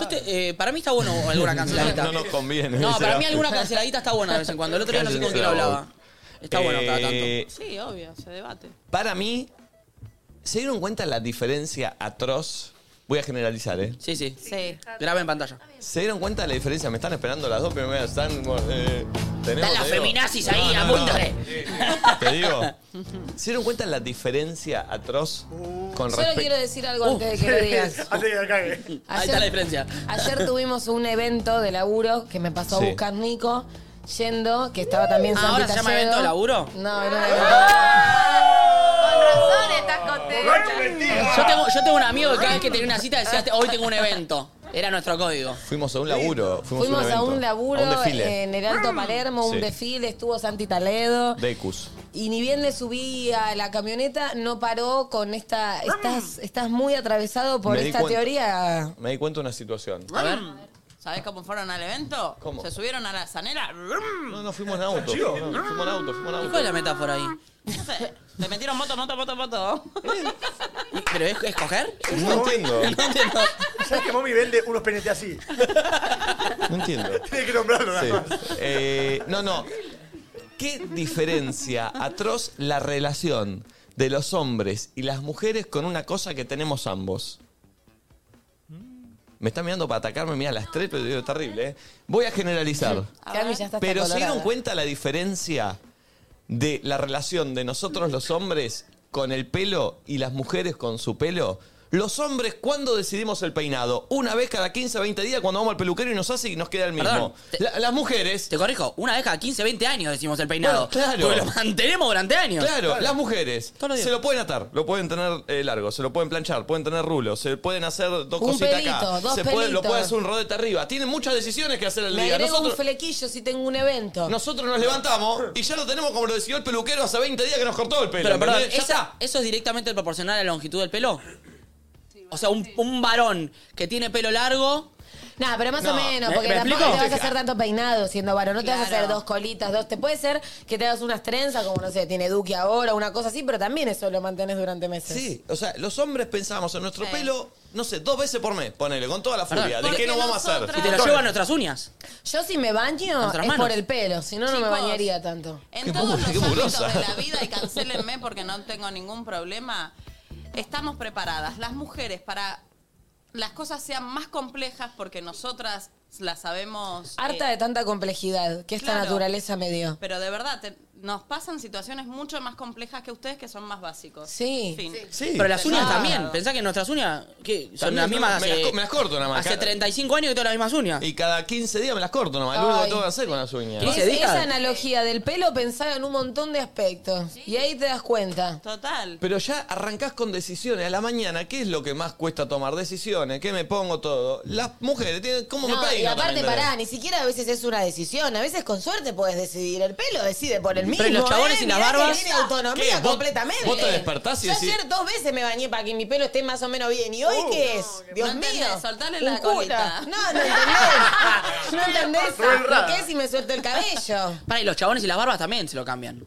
Speaker 2: Yo te- eh, para mí está bueno alguna canceladita.
Speaker 1: No nos conviene.
Speaker 2: No,
Speaker 1: dice
Speaker 2: para
Speaker 1: la-
Speaker 2: mí alguna canceladita está buena de vez en cuando. El otro día no sé con quién lo
Speaker 1: Cállense la
Speaker 2: hablaba. Está bueno cada tanto.
Speaker 1: Eh,
Speaker 3: Sí, obvio, se debate.
Speaker 1: Para mí, ¿se dieron cuenta la diferencia atroz? Voy a generalizar, ¿eh?
Speaker 2: Sí, sí.
Speaker 3: Sí.
Speaker 2: Graba en pantalla.
Speaker 1: ¿Se dieron cuenta de la diferencia? Me están esperando las dos, pero me están... Eh,
Speaker 2: Están las feminazis ahí, apúntale.
Speaker 1: Te digo. ¿Se dieron cuenta de la diferencia atroz con
Speaker 4: Solo
Speaker 1: respecto... Uh.
Speaker 4: quiero decir algo antes de que lo digas.
Speaker 2: Ahí está la diferencia.
Speaker 4: Ayer tuvimos un evento de laburo que me pasó
Speaker 2: Sí.
Speaker 4: a buscar Nico, yendo, que estaba también
Speaker 2: Ah,
Speaker 4: Santi
Speaker 2: ¿ahora se llama
Speaker 4: Talledo.
Speaker 2: evento de laburo?
Speaker 4: No, era un evento.
Speaker 2: Yo tengo, yo tengo un amigo que cada vez que tenía una cita decía, hoy tengo un evento. Era nuestro código.
Speaker 1: Fuimos a un laburo. Fuimos,
Speaker 4: Fuimos
Speaker 1: un
Speaker 4: a un
Speaker 1: evento,
Speaker 4: laburo
Speaker 1: a un desfile.
Speaker 4: en el Alto Palermo, un
Speaker 1: Sí.
Speaker 4: desfile, estuvo Santi Taledo.
Speaker 1: Decus.
Speaker 4: Y ni bien le subí a la camioneta, no paró con esta.
Speaker 2: Ah.
Speaker 4: Estás, estás muy atravesado por
Speaker 1: Me di
Speaker 4: esta
Speaker 1: cuenta.
Speaker 4: teoría.
Speaker 1: Me di cuenta de una situación.
Speaker 3: A ver. ¿Sabés cómo fueron al evento?
Speaker 1: ¿Cómo?
Speaker 3: Se subieron a la zanela.
Speaker 1: No, no fuimos en auto.
Speaker 3: Chivo.
Speaker 1: Fuimos no, fuimos en auto, fuimos en auto.
Speaker 2: ¿Y cuál es la metáfora ahí?
Speaker 3: No sé, le metieron moto, moto, moto, moto.
Speaker 5: ¿Eh?
Speaker 2: ¿Pero es, es coger?
Speaker 1: No entiendo.
Speaker 5: ¿Sabes que Mommy vende unos PNT así?
Speaker 1: No entiendo.
Speaker 5: Tiene que nombrarlo nada
Speaker 1: Sí.
Speaker 5: más.
Speaker 1: Eh, no, no. ¿Qué diferencia atroz la relación de los hombres y las mujeres con una cosa que tenemos ambos? Me está mirando para atacarme, mira las tres, pero digo, terrible, ¿eh? Voy a generalizar.
Speaker 4: Cami ya está
Speaker 1: Pero
Speaker 4: hasta
Speaker 1: ¿se dieron
Speaker 4: colorada.
Speaker 1: cuenta la diferencia de la relación de nosotros los hombres con el pelo y las mujeres con su pelo? Los hombres, ¿cuándo decidimos el peinado? Una vez cada 15, 20 días cuando vamos al peluquero y nos hace y nos queda el mismo.
Speaker 2: Perdón,
Speaker 1: La- las mujeres.
Speaker 2: Te corrijo, una vez cada 15, 20 años decimos el peinado.
Speaker 1: Bueno, claro.
Speaker 2: Porque lo mantenemos durante años.
Speaker 1: Claro, las mujeres
Speaker 2: Todos los días.
Speaker 1: se lo pueden atar, lo pueden tener eh, largo, se lo pueden planchar, pueden tener rulo, se pueden hacer dos
Speaker 4: Un
Speaker 1: cositas acá,
Speaker 4: pelito, dos
Speaker 1: se puede, lo
Speaker 4: pelitos.
Speaker 1: puede hacer un rodete arriba. Tienen muchas decisiones que hacer el
Speaker 4: Me
Speaker 1: día.
Speaker 4: agrego
Speaker 1: Nosotros-
Speaker 4: un flequillo si tengo un evento.
Speaker 1: Nosotros nos levantamos y ya lo tenemos como lo decidió el peluquero hace 20 días que nos cortó el pelo.
Speaker 2: Pero perdón,
Speaker 1: ¿entendés? Ya
Speaker 2: ¿esa-
Speaker 1: está.
Speaker 2: ¿eso es directamente proporcional a la longitud del pelo? O sea, un, un varón que tiene pelo largo.
Speaker 4: Nah, Ah, pero más
Speaker 2: No,
Speaker 4: o menos,
Speaker 2: ¿me-
Speaker 4: porque
Speaker 2: me
Speaker 4: tampoco
Speaker 2: explico?
Speaker 4: te vas a hacer tanto peinado siendo varón. No te vas a hacer
Speaker 3: Claro.
Speaker 4: dos colitas, dos. Te puede ser que te hagas unas trenzas, como no sé, tiene Duque ahora, una cosa así, pero también eso lo mantenés durante meses.
Speaker 1: Sí, o sea, los hombres pensábamos en nuestro pelo, no sé, dos veces por mes, ponele, con toda la
Speaker 2: Perdón.
Speaker 1: furia. ¿De
Speaker 2: Porque
Speaker 1: qué nos vamos a hacer?
Speaker 2: Y te lo llevan nuestras uñas.
Speaker 4: Yo si me baño
Speaker 2: Nuestras
Speaker 4: es
Speaker 2: manos.
Speaker 4: por el pelo, si no, no me
Speaker 3: Chicos.
Speaker 4: bañaría tanto.
Speaker 3: En todos
Speaker 1: qué
Speaker 3: los ámbitos
Speaker 1: mugrosa.
Speaker 3: de la vida, y cancélenme porque no tengo ningún problema, estamos preparadas. Las mujeres para las cosas sean más complejas porque nosotras las sabemos...
Speaker 4: Harta
Speaker 3: eh,
Speaker 4: de tanta complejidad que esta
Speaker 3: claro.
Speaker 4: naturaleza me dio.
Speaker 3: Pero de verdad, te- nos pasan situaciones mucho más complejas que ustedes que son más básicos.
Speaker 4: Sí.
Speaker 3: Fin.
Speaker 2: Pero las uñas
Speaker 3: Pesado.
Speaker 2: también. Pensá que nuestras uñas ¿qué? son
Speaker 1: También,
Speaker 2: las mismas.
Speaker 1: no, me las
Speaker 2: hace-
Speaker 1: co- me las corto nada más,
Speaker 2: Hace
Speaker 1: cara.
Speaker 2: 35 años que tengo las mismas uñas.
Speaker 1: Ah. Y cada 15 días me las corto nomás, lo único que
Speaker 4: Ay.
Speaker 1: tengo que hacer con las uñas.
Speaker 2: ¿Qué
Speaker 4: Es-
Speaker 2: se deja?
Speaker 4: esa analogía del pelo pensaba en un montón de aspectos. Y ahí te das cuenta.
Speaker 3: Total.
Speaker 1: Pero ya arrancás con decisiones a la mañana. ¿Qué es lo que más cuesta tomar? Decisiones, ¿qué me pongo todo? Las mujeres tienen. ¿Cómo
Speaker 4: No,
Speaker 1: me peino?
Speaker 4: y aparte,
Speaker 1: también,
Speaker 4: pará,
Speaker 1: tenés?
Speaker 4: ni siquiera a veces es una decisión. A veces con suerte puedes decidir. El pelo decide por el
Speaker 2: Pero
Speaker 4: mismo.
Speaker 2: los chabones
Speaker 4: ¿eh?
Speaker 2: y las
Speaker 4: Mirá que
Speaker 2: barbas.
Speaker 4: Tiene autonomía
Speaker 1: ¿Qué? ¿Vos-
Speaker 4: completamente.
Speaker 1: vos te despertás y
Speaker 4: Yo
Speaker 1: decís-
Speaker 4: ayer dos veces me bañé para que mi pelo esté más o menos bien. ¿Y hoy qué es? Dios
Speaker 3: Uh, No
Speaker 4: mío.
Speaker 3: entendés, soltale
Speaker 4: Un
Speaker 3: la
Speaker 4: cura.
Speaker 3: colita.
Speaker 4: No, no entendés. no entendés lo que es si me suelto el cabello.
Speaker 2: Para, y los chabones y las barbas también se lo cambian.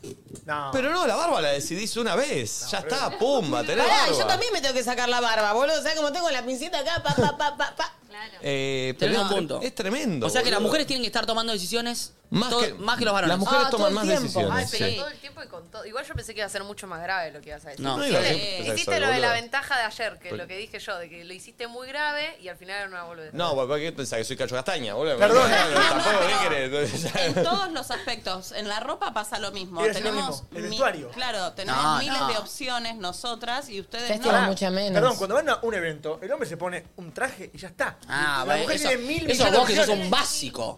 Speaker 1: Pero no, la barba la decidís una vez. ya está, pumba, tenés
Speaker 4: Pará,
Speaker 1: barba.
Speaker 4: yo también me tengo que sacar la barba, boludo. ¿Sabes cómo tengo la pincita acá? Pa, pa, pa, pa, pa.
Speaker 1: Eh,
Speaker 2: Tenés
Speaker 1: pero
Speaker 2: un
Speaker 1: es,
Speaker 2: punto.
Speaker 1: es tremendo.
Speaker 2: O sea que las
Speaker 1: boludo.
Speaker 2: mujeres tienen que estar tomando decisiones
Speaker 1: Más,
Speaker 2: Todo-
Speaker 1: que,
Speaker 2: más que los varones.
Speaker 1: Las mujeres
Speaker 2: Ah, todo
Speaker 1: toman
Speaker 2: el
Speaker 1: más
Speaker 2: tiempo.
Speaker 1: decisiones.
Speaker 12: Ay, pero
Speaker 1: sí.
Speaker 12: todo el tiempo y con todo. Igual yo pensé que iba a ser mucho más grave lo que ibas a decir.
Speaker 1: No, No,
Speaker 12: Sí,
Speaker 1: iba a
Speaker 12: le-
Speaker 1: decir- pensé
Speaker 12: hiciste
Speaker 1: eso,
Speaker 12: lo de la
Speaker 1: boludo.
Speaker 12: ventaja de ayer, que es
Speaker 1: Pero-
Speaker 12: lo que dije yo, de que lo hiciste muy grave y al final era una boludez.
Speaker 1: No, papá, ¿qué pensás? Que soy cacho castaña, boludo. Perdón. Tampoco, ¿qué querés?
Speaker 3: En todos los aspectos. En la ropa pasa lo mismo.
Speaker 5: Quiere decir lo
Speaker 3: Tenemos
Speaker 5: mismo, el
Speaker 3: mi-
Speaker 5: vestuario.
Speaker 3: Claro, tenemos
Speaker 5: No,
Speaker 3: miles
Speaker 5: no.
Speaker 3: de opciones nosotras y ustedes
Speaker 4: Ustedes
Speaker 3: no.
Speaker 4: tienen mucha menos.
Speaker 5: Perdón, cuando van a un evento, el hombre se pone un traje y ya está.
Speaker 2: Ah,
Speaker 5: la
Speaker 2: vale,
Speaker 5: mujer
Speaker 2: eso,
Speaker 5: tiene mil
Speaker 2: eso
Speaker 5: millones
Speaker 2: vos que
Speaker 5: de
Speaker 2: sos un
Speaker 5: opciones.
Speaker 2: básico.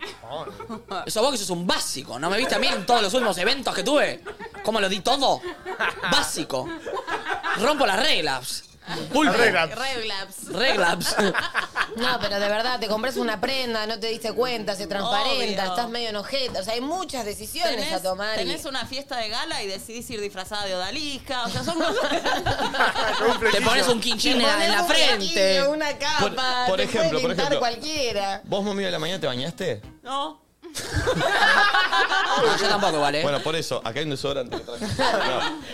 Speaker 2: Eso vos que sos un básico. ¿No me viste a mí en todos los últimos eventos que tuve? ¿Cómo lo di todo? Básico. Rompo las reglas. Pulpo.
Speaker 3: Reglaps.
Speaker 2: Reglas.
Speaker 4: No, pero de verdad, te compras una prenda, no te diste cuenta, se transparenta,
Speaker 3: Obvio.
Speaker 4: estás medio enojeta. O sea, hay muchas decisiones
Speaker 3: Tenés,
Speaker 4: a tomar. y-
Speaker 3: tenés una fiesta de gala y decidís ir disfrazada de odalisca. O sea, son cosas.
Speaker 2: Te pones un quinchín
Speaker 4: Te
Speaker 2: en la- en la
Speaker 4: ponés un
Speaker 2: frente.
Speaker 4: bikini, Una capa,
Speaker 1: Por- por
Speaker 4: te
Speaker 1: ejemplo,
Speaker 4: puede
Speaker 1: por
Speaker 4: pintar
Speaker 1: ejemplo.
Speaker 4: cualquiera.
Speaker 1: ¿Vos, mami, de la mañana te bañaste?
Speaker 3: No.
Speaker 2: No, Ah, yo tampoco, ¿vale?
Speaker 1: Bueno, por eso, acá hay un desodorante que traje.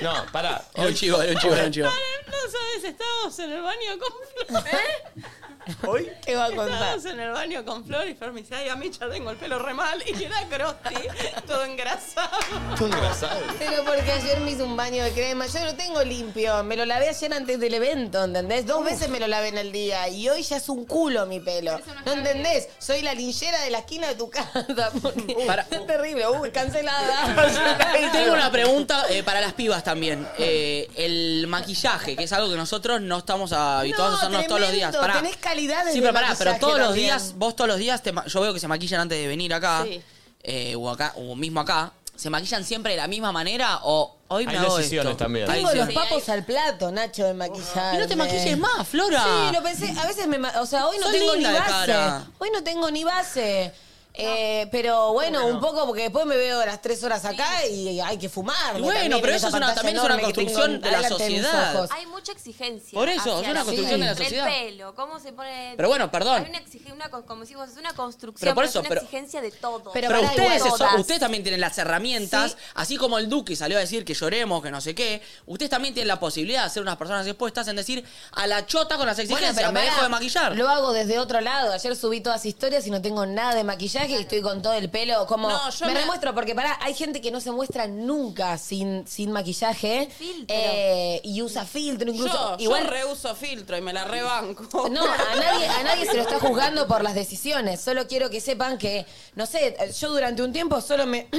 Speaker 1: No, no, pará.
Speaker 2: Era un chivo, era un chivo, era un chivo.
Speaker 3: No sabes, estábamos en el baño con Flor.
Speaker 5: ¿Hoy?
Speaker 4: ¿Qué va a
Speaker 3: Estábamos en el baño con Flor y Flor me dice, ay, a mí ya tengo el pelo re mal. Y era crosti, todo engrasado.
Speaker 1: Todo engrasado.
Speaker 4: Pero porque ayer me hice un baño de crema, yo lo tengo limpio, me lo lavé ayer antes del evento, ¿entendés? Dos veces me lo lavé en el día y hoy ya es un culo mi pelo. ¿No entendés? Soy la linchera de la esquina de tu casa. Porque es terrible, uy, cancelada.
Speaker 2: Tengo una pregunta eh, para las pibas también. Eh, el maquillaje, que es algo que nosotros no estamos habituados
Speaker 4: No,
Speaker 2: a usarnos todos los días.
Speaker 4: tremendo,
Speaker 2: Pará.
Speaker 4: Tenés calidades
Speaker 2: Sí,
Speaker 4: de
Speaker 2: pero pará, pero
Speaker 4: maquillaje
Speaker 2: todos los
Speaker 4: también.
Speaker 2: días, vos todos los días, te ma- yo veo que se maquillan antes de venir acá,
Speaker 4: Sí.
Speaker 2: eh, o acá, o mismo acá. ¿Se maquillan siempre de la misma manera o hoy me
Speaker 1: Hay
Speaker 2: hago
Speaker 1: decisiones
Speaker 2: esto?
Speaker 1: también.
Speaker 2: Hay
Speaker 4: Tengo los
Speaker 2: decisiones.
Speaker 4: papos al plato, Nacho, de maquillaje.
Speaker 2: Y no te maquilles más, Flora.
Speaker 4: Sí, lo pensé. A veces me. ma- O sea, hoy no
Speaker 2: Sos
Speaker 4: tengo ni
Speaker 2: linda de
Speaker 4: base.
Speaker 2: cara.
Speaker 4: Hoy no tengo ni base. Eh, pero bueno, un poco porque después me veo las tres horas acá y hay que fumar.
Speaker 2: Y bueno, pero eso es una- también es una construcción de la sociedad.
Speaker 6: Hay mucha exigencia.
Speaker 2: Por eso,
Speaker 6: hacia
Speaker 2: es una
Speaker 6: el-
Speaker 2: construcción de la
Speaker 6: entre
Speaker 2: sociedad.
Speaker 6: El pelo, cómo se pone.
Speaker 2: Pero bueno, perdón.
Speaker 6: Hay una exige- una co- como si vos, es una construcción,
Speaker 2: Pero por eso,
Speaker 6: es una
Speaker 2: pero-
Speaker 6: exigencia de todo.
Speaker 2: Pero, ustedes, son- ustedes también tienen las herramientas, así como el Duque salió a decir que lloremos, que no sé qué, ustedes también tienen la posibilidad de ser unas personas expuestas en decir a la chota con las exigencias, me
Speaker 4: pará,
Speaker 2: dejo de maquillar.
Speaker 4: Lo hago desde otro lado. Ayer subí todas historias y no tengo nada de maquillaje y estoy con todo el pelo. Como
Speaker 3: No, yo
Speaker 4: me,
Speaker 3: me-
Speaker 4: remuestro, porque pará, hay gente que no se muestra nunca sin, sin maquillaje. eh, y usa filtro, incluso.
Speaker 3: Yo,
Speaker 4: igual
Speaker 3: yo reuso filtro y me la rebanco.
Speaker 4: No, a nadie, a nadie se lo está juzgando por las decisiones. Solo quiero que sepan que, no sé, yo durante un tiempo solo me.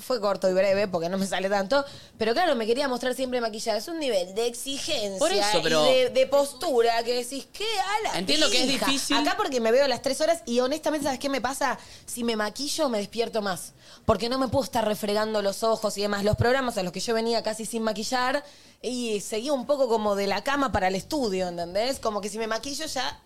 Speaker 4: Fue corto y breve porque no me sale tanto. Pero claro, me quería mostrar siempre maquillada. Es un nivel de exigencia
Speaker 2: Por eso,
Speaker 4: y
Speaker 2: pero-
Speaker 4: de, de postura que decís, ¿qué ala?
Speaker 2: Entiendo que es difícil.
Speaker 4: Acá porque me veo las tres horas y honestamente, ¿sabes qué me pasa? Si me maquillo, me despierto más. Porque no me puedo estar refregando los ojos y demás. Los programas a los que yo venía casi sin maquillar y seguía un poco como de la cama para el estudio, ¿entendés? Como que si me maquillo ya.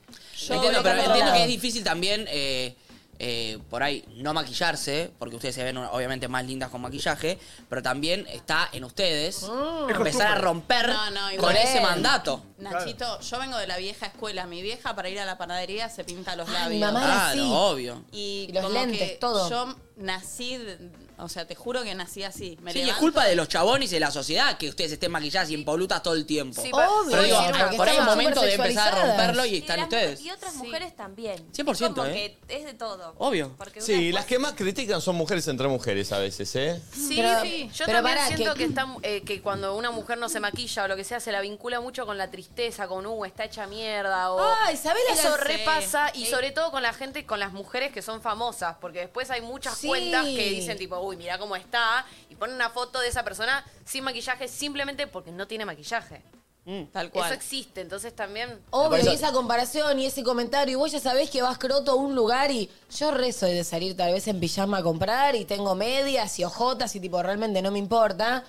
Speaker 4: yo
Speaker 2: entiendo, pero
Speaker 4: voy para otro
Speaker 2: entiendo que
Speaker 4: lado.
Speaker 2: es difícil también eh, eh, por ahí no maquillarse, porque ustedes se ven obviamente más lindas con maquillaje, pero también está en ustedes
Speaker 4: Ah.
Speaker 2: empezar a romper
Speaker 3: No, no, igual.
Speaker 2: con ese mandato.
Speaker 3: Nachito, yo vengo de la vieja escuela. Mi vieja para ir a la panadería se pinta los labios.
Speaker 4: mi mamá era así.
Speaker 2: Claro, Ah, obvio.
Speaker 3: Y,
Speaker 4: Y los
Speaker 3: como
Speaker 4: lentes,
Speaker 3: que
Speaker 4: todo.
Speaker 3: Yo nací, de- o sea, te juro que nací así. Me
Speaker 2: Sí, y es
Speaker 3: levanto-
Speaker 2: culpa de los chabones y de la sociedad que ustedes estén maquilladas y impolutas todo el tiempo.
Speaker 6: Sí,
Speaker 2: Pero
Speaker 6: obvio,
Speaker 2: digo,
Speaker 6: porque
Speaker 2: por ahí es
Speaker 6: estamos
Speaker 2: momento de empezar a
Speaker 4: supersexualizadas.
Speaker 2: romperlo y están
Speaker 6: las
Speaker 2: ustedes.
Speaker 6: mu- Y otras mujeres también.
Speaker 2: 100%,
Speaker 6: Como
Speaker 1: ¿eh?
Speaker 6: que es de todo.
Speaker 2: Obvio.
Speaker 6: Porque una
Speaker 1: Sí, las que más critican son mujeres entre mujeres a veces, ¿eh?
Speaker 12: Sí,
Speaker 4: Pero-
Speaker 12: sí. Yo
Speaker 4: pero
Speaker 12: también
Speaker 4: pará,
Speaker 12: siento
Speaker 4: que-
Speaker 12: que, está, eh, que cuando una mujer no se maquilla o lo que sea, se la vincula mucho con la tristeza, con, uh, está hecha mierda. O
Speaker 4: Ay, ¿sabés la-
Speaker 12: Eso
Speaker 4: Sí.
Speaker 12: repasa y
Speaker 4: Sí.
Speaker 12: sobre todo con la gente, con las mujeres que son famosas, porque después hay muchas
Speaker 4: Sí.
Speaker 12: cuentas que dicen tipo, uy, mira cómo está, y ponen una foto de esa persona sin maquillaje simplemente porque no tiene maquillaje.
Speaker 3: Mm, Tal cual.
Speaker 12: Eso existe, entonces también...
Speaker 4: Obvio, y esa comparación y ese comentario, y vos ya sabés que vas croto a un lugar y yo rezo de salir tal vez en pijama a comprar y tengo medias y ojotas y tipo, realmente no me importa.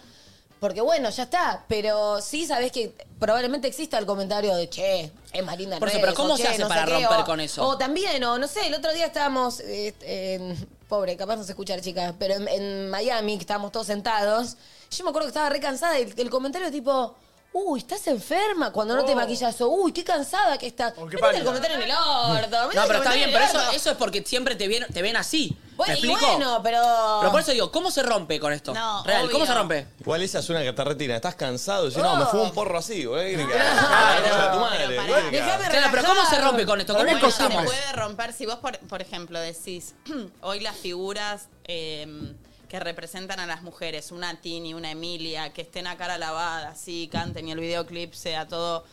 Speaker 4: Porque bueno, ya está, pero sí sabés que probablemente exista el comentario de, che, es más linda en
Speaker 2: Por eso,
Speaker 4: redes,
Speaker 2: pero ¿cómo
Speaker 4: o,
Speaker 2: se
Speaker 4: "Che,
Speaker 2: hace
Speaker 4: no sé
Speaker 2: para
Speaker 4: qué",
Speaker 2: romper
Speaker 4: o-
Speaker 2: con eso?
Speaker 4: O también, o no sé, el otro día estábamos, eh, en- pobre, capaz no se escucha la chica, pero en, en Miami, que estábamos todos sentados, yo me acuerdo que estaba re cansada y el, el comentario tipo, Uy, estás enferma cuando no te maquillas. O, uy, qué cansada que estás. Métete el
Speaker 2: Oh. pálida.
Speaker 4: comentario en el orto.
Speaker 2: No, pero está bien, pero eso, eso es porque siempre te, vieron- te ven así. ¿Me
Speaker 4: Bueno, y
Speaker 2: explico?
Speaker 4: bueno, pero...
Speaker 2: Pero por eso digo, ¿cómo se rompe con esto?
Speaker 4: No,
Speaker 2: Real, ¿cómo
Speaker 4: obvio.
Speaker 2: se rompe?
Speaker 1: Igual esa es una catarretina. Estás cansado. Dices, no, me fue un porro así, güey. tu madre. boludo.
Speaker 2: Claro, pero ¿cómo se rompe con esto? ¿Cómo
Speaker 3: Bueno,
Speaker 2: empezamos?
Speaker 3: Se puede romper si vos, por, por ejemplo, decís, hoy las figuras eh, que representan a las mujeres, una Tini, una Emilia, que estén a cara lavada, así, canten y el videoclip sea todo...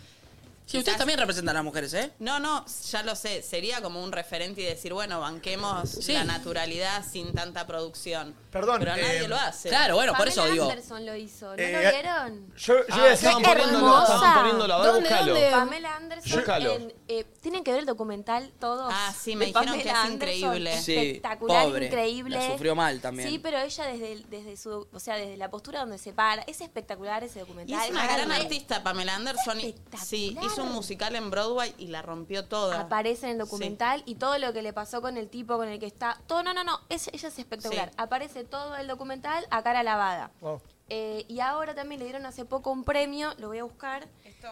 Speaker 2: Sí, ustedes
Speaker 3: Quizás-
Speaker 2: también representan a las mujeres, ¿eh?
Speaker 3: No, no, ya lo sé, sería como un referente y decir, bueno, banquemos la naturalidad sin tanta producción.
Speaker 5: Perdón.
Speaker 3: Pero nadie
Speaker 5: eh,
Speaker 3: lo hace.
Speaker 2: claro, bueno, por eso digo.
Speaker 6: Anderson lo hizo, ¿no
Speaker 5: Eh,
Speaker 6: lo vieron?
Speaker 5: Yo, yo
Speaker 1: Ah,
Speaker 5: iba a decir
Speaker 1: estaban poniéndolo,
Speaker 6: Hermosa.
Speaker 1: estaban poniéndolo. A ver, buscalo.
Speaker 6: Pamela Anderson.
Speaker 1: Búscalo.
Speaker 6: en, eh, Tienen que ver el documental todos. Ah, sí,
Speaker 3: me dijeron que es increíble.
Speaker 2: Sí,
Speaker 6: espectacular,
Speaker 2: pobre.
Speaker 6: increíble.
Speaker 2: La sufrió mal también.
Speaker 6: Sí, pero ella desde, el- desde su, o sea, desde la postura donde se para, es espectacular ese
Speaker 3: Y
Speaker 6: documental.
Speaker 3: es una gran
Speaker 6: Nadie
Speaker 3: artista, Pamela Anderson. y- Sí, hizo un musical en Broadway y la rompió toda.
Speaker 6: Aparece en el documental y todo lo que le pasó con el tipo con el que está. Todo, no, no, no. es- ella es espectacular.
Speaker 3: Sí.
Speaker 6: Aparece todo el documental a cara lavada. Eh, y ahora también le dieron hace poco un premio, lo voy a buscar. Esto.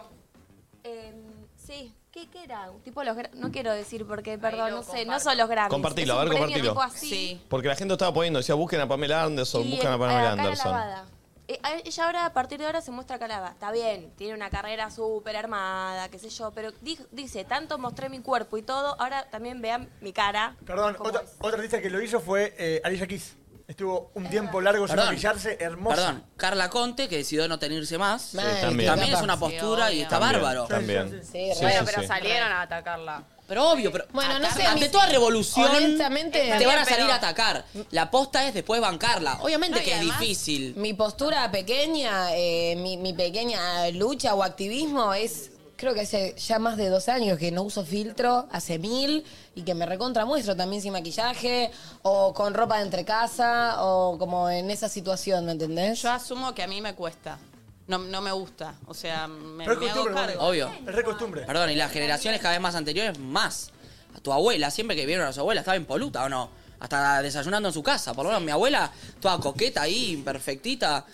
Speaker 6: sí, ¿qué, qué era? Un Tipo los gra- no quiero decir porque, perdón, no sé, no son los Grammys.
Speaker 1: Compartilo,
Speaker 6: Es
Speaker 1: a ver,
Speaker 6: un
Speaker 1: compartilo.
Speaker 6: premio tipo así.
Speaker 1: Porque la gente lo estaba poniendo, decía, busquen a Pamela Anderson,
Speaker 6: Y
Speaker 1: busquen a
Speaker 6: en-
Speaker 1: Pamela
Speaker 6: cara
Speaker 1: Anderson.
Speaker 6: lavada. Eh, a- ella ahora, a partir de ahora, se muestra cara lavada. Está bien, tiene una carrera súper armada, qué sé yo, pero di- dice, tanto mostré mi cuerpo y todo, ahora también vean mi cara.
Speaker 5: Perdón, otra, otra artista que lo hizo fue eh, Alicia Keys. Estuvo un tiempo largo sin
Speaker 2: Perdón.
Speaker 5: maquillarse, hermosa.
Speaker 2: Perdón, Carla Conte, que decidió no tenirse más,
Speaker 5: también.
Speaker 2: es una postura y está
Speaker 1: También,
Speaker 2: bárbaro.
Speaker 1: también.
Speaker 4: Sí,
Speaker 2: Sí,
Speaker 12: bueno,
Speaker 2: sí,
Speaker 12: pero
Speaker 2: sí.
Speaker 12: salieron a atacarla.
Speaker 2: Pero obvio, pero
Speaker 4: Bueno, no sé,
Speaker 2: ante
Speaker 4: mis-
Speaker 2: toda revolución
Speaker 4: honestamente-
Speaker 2: te van a
Speaker 4: Está bien,
Speaker 2: salir
Speaker 4: pero-
Speaker 2: a atacar. La posta es después bancarla. Obviamente
Speaker 4: No, y
Speaker 2: que es
Speaker 4: además-
Speaker 2: difícil.
Speaker 4: Mi postura pequeña, eh, mi, mi pequeña lucha o activismo es, creo que hace ya más de dos años que no uso filtro, hace mil, y que me recontra muestro también sin maquillaje, o con ropa de entrecasa, o como en esa situación, ¿me entendés?
Speaker 3: Yo asumo que a mí me cuesta. No, no me gusta. O sea, me,
Speaker 5: Pero es
Speaker 3: me hago
Speaker 5: costumbre,
Speaker 3: cargo.
Speaker 2: Obvio.
Speaker 5: Es re costumbre.
Speaker 2: Perdón, y las generaciones cada vez más anteriores, más. A tu abuela, siempre que vieron a su abuela, estaba en poluta o no. Hasta desayunando en su casa. Por lo menos mi abuela, toda coqueta ahí, imperfectita.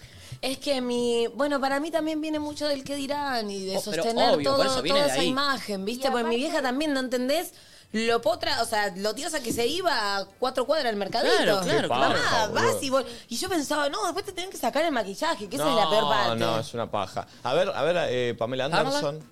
Speaker 4: Es que mi. Bueno, para mí también viene mucho del que dirán y de
Speaker 2: Oh, pero
Speaker 4: sostener
Speaker 2: obvio, por
Speaker 4: todo,
Speaker 2: eso viene
Speaker 4: toda
Speaker 2: de
Speaker 4: esa
Speaker 2: ahí.
Speaker 4: imagen, ¿viste? Porque mi vieja también, ¿no entendés? Lo potra, o sea, lo tiras a que se iba a cuatro cuadras al mercadito.
Speaker 2: Claro, claro, Qué claro.
Speaker 4: Mamá,
Speaker 1: paja, boludo.
Speaker 4: vas y vos. Y yo pensaba, no, después te tienen que sacar el maquillaje, que esa
Speaker 1: no,
Speaker 4: es la peor parte.
Speaker 1: No, es una paja. A ver, a ver, eh, Pamela
Speaker 4: ¿Pamela?
Speaker 1: Anderson.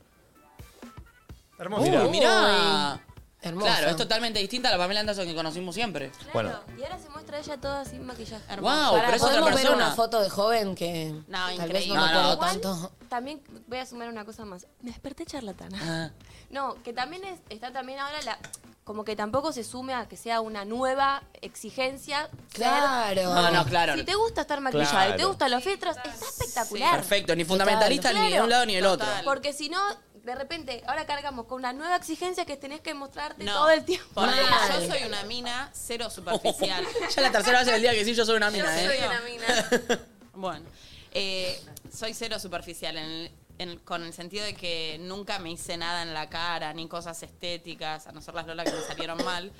Speaker 5: Hermosa.
Speaker 1: Mirá.
Speaker 2: Uy, mirá.
Speaker 4: Hermosa.
Speaker 2: Claro, es totalmente distinta a la Pamela Anderson que conocimos siempre.
Speaker 1: Bueno.
Speaker 6: Y ahora se muestra ella toda sin maquillaje.
Speaker 2: Guau, pero es otra
Speaker 4: Podemos ver
Speaker 2: persona.
Speaker 4: una foto de joven que.
Speaker 6: No,
Speaker 4: tal vez
Speaker 6: increíble.
Speaker 4: no me acuerdo
Speaker 2: No, no.
Speaker 4: tanto.
Speaker 6: También voy a sumar una cosa más. Me desperté charlatana.
Speaker 2: Ah.
Speaker 6: No, que también es- está también ahora la... Como que tampoco se sume a que sea una nueva exigencia. ser-
Speaker 4: Claro.
Speaker 2: No, no, claro.
Speaker 6: Si te gusta estar maquillada
Speaker 2: Claro.
Speaker 6: y te gustan los filtros, está espectacular.
Speaker 2: Perfecto, ni fundamentalista ni de
Speaker 6: Claro.
Speaker 2: un lado ni del otro.
Speaker 6: Porque si no, de repente, ahora cargamos con una nueva exigencia que tenés que mostrarte todo el tiempo.
Speaker 3: Porque
Speaker 6: Mal.
Speaker 3: yo soy una mina cero superficial.
Speaker 2: Ya la tercera vez en el día que sí yo soy una mina,
Speaker 3: Yo
Speaker 2: ¿eh?
Speaker 3: soy una mina. bueno, eh, soy cero superficial en el- en- con el sentido de que nunca me hice nada en la cara, ni cosas estéticas, a no ser las Lola que me salieron mal.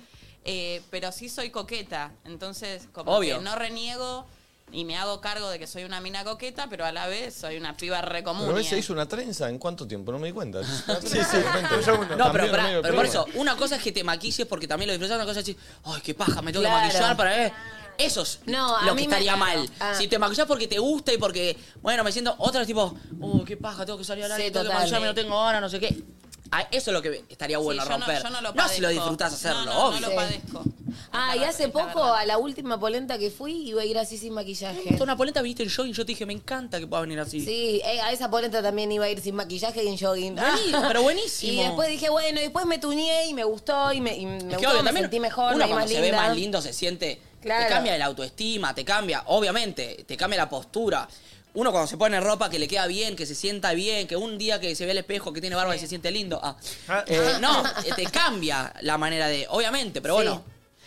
Speaker 3: Eh, pero sí soy coqueta, entonces como
Speaker 2: Obvio.
Speaker 3: que no reniego y me hago cargo de que soy una mina coqueta, pero a la vez soy una piba ¿eh?
Speaker 1: Pero
Speaker 3: recomún.
Speaker 1: hoy se hizo una trenza, ¿en cuánto tiempo? No me di cuenta. sí, sí,
Speaker 2: No, pero, pará, pero por eso, una cosa es que te maquilles porque también lo disfrutas, una cosa es decir, ay, qué paja, me tengo
Speaker 4: Claro.
Speaker 2: que maquillar para ver. Eso es
Speaker 4: No, a
Speaker 2: lo
Speaker 4: mí
Speaker 2: que
Speaker 4: me-
Speaker 2: estaría mal.
Speaker 4: Ah.
Speaker 2: Si te maquillas porque te gusta y porque, bueno, me siento. Otro es tipo, oh, qué paja, tengo que salir al
Speaker 4: Sí,
Speaker 2: aire, tengo que
Speaker 4: total.
Speaker 2: maquillarme, no tengo ahora, no sé qué. Ah, Eso es lo que estaría bueno
Speaker 3: yo no-
Speaker 2: romper.
Speaker 3: yo no lo
Speaker 2: si lo
Speaker 3: padezco.
Speaker 2: disfrutás hacerlo,
Speaker 3: No, no, no
Speaker 2: obvio.
Speaker 3: lo padezco.
Speaker 4: Ah, y hace poco a la última polenta que fui iba a ir así sin maquillaje.
Speaker 2: Tú a una polenta viniste en jogging, yo te dije, me encanta que pueda venir así.
Speaker 4: Sí, eh, a esa polenta también iba a ir sin maquillaje y en jogging.
Speaker 2: Buení- Ah, pero buenísimo.
Speaker 4: Y después dije, bueno, y después me tuñé y me gustó y me, y me
Speaker 2: Es que
Speaker 4: gustó,
Speaker 2: obvio,
Speaker 4: me sentí mejor,
Speaker 2: uno
Speaker 4: me vi
Speaker 2: cuando
Speaker 4: más
Speaker 2: se
Speaker 4: linda.
Speaker 2: ve más lindo se siente.
Speaker 4: Claro.
Speaker 2: Te cambia la autoestima, te cambia, obviamente, te cambia la postura. Uno cuando se pone ropa que le queda bien, que se sienta bien, que un día que se ve al espejo, que tiene barba y se siente lindo. ah, eh, no, eh, te cambia la manera de. Obviamente, pero
Speaker 4: Sí.
Speaker 2: bueno,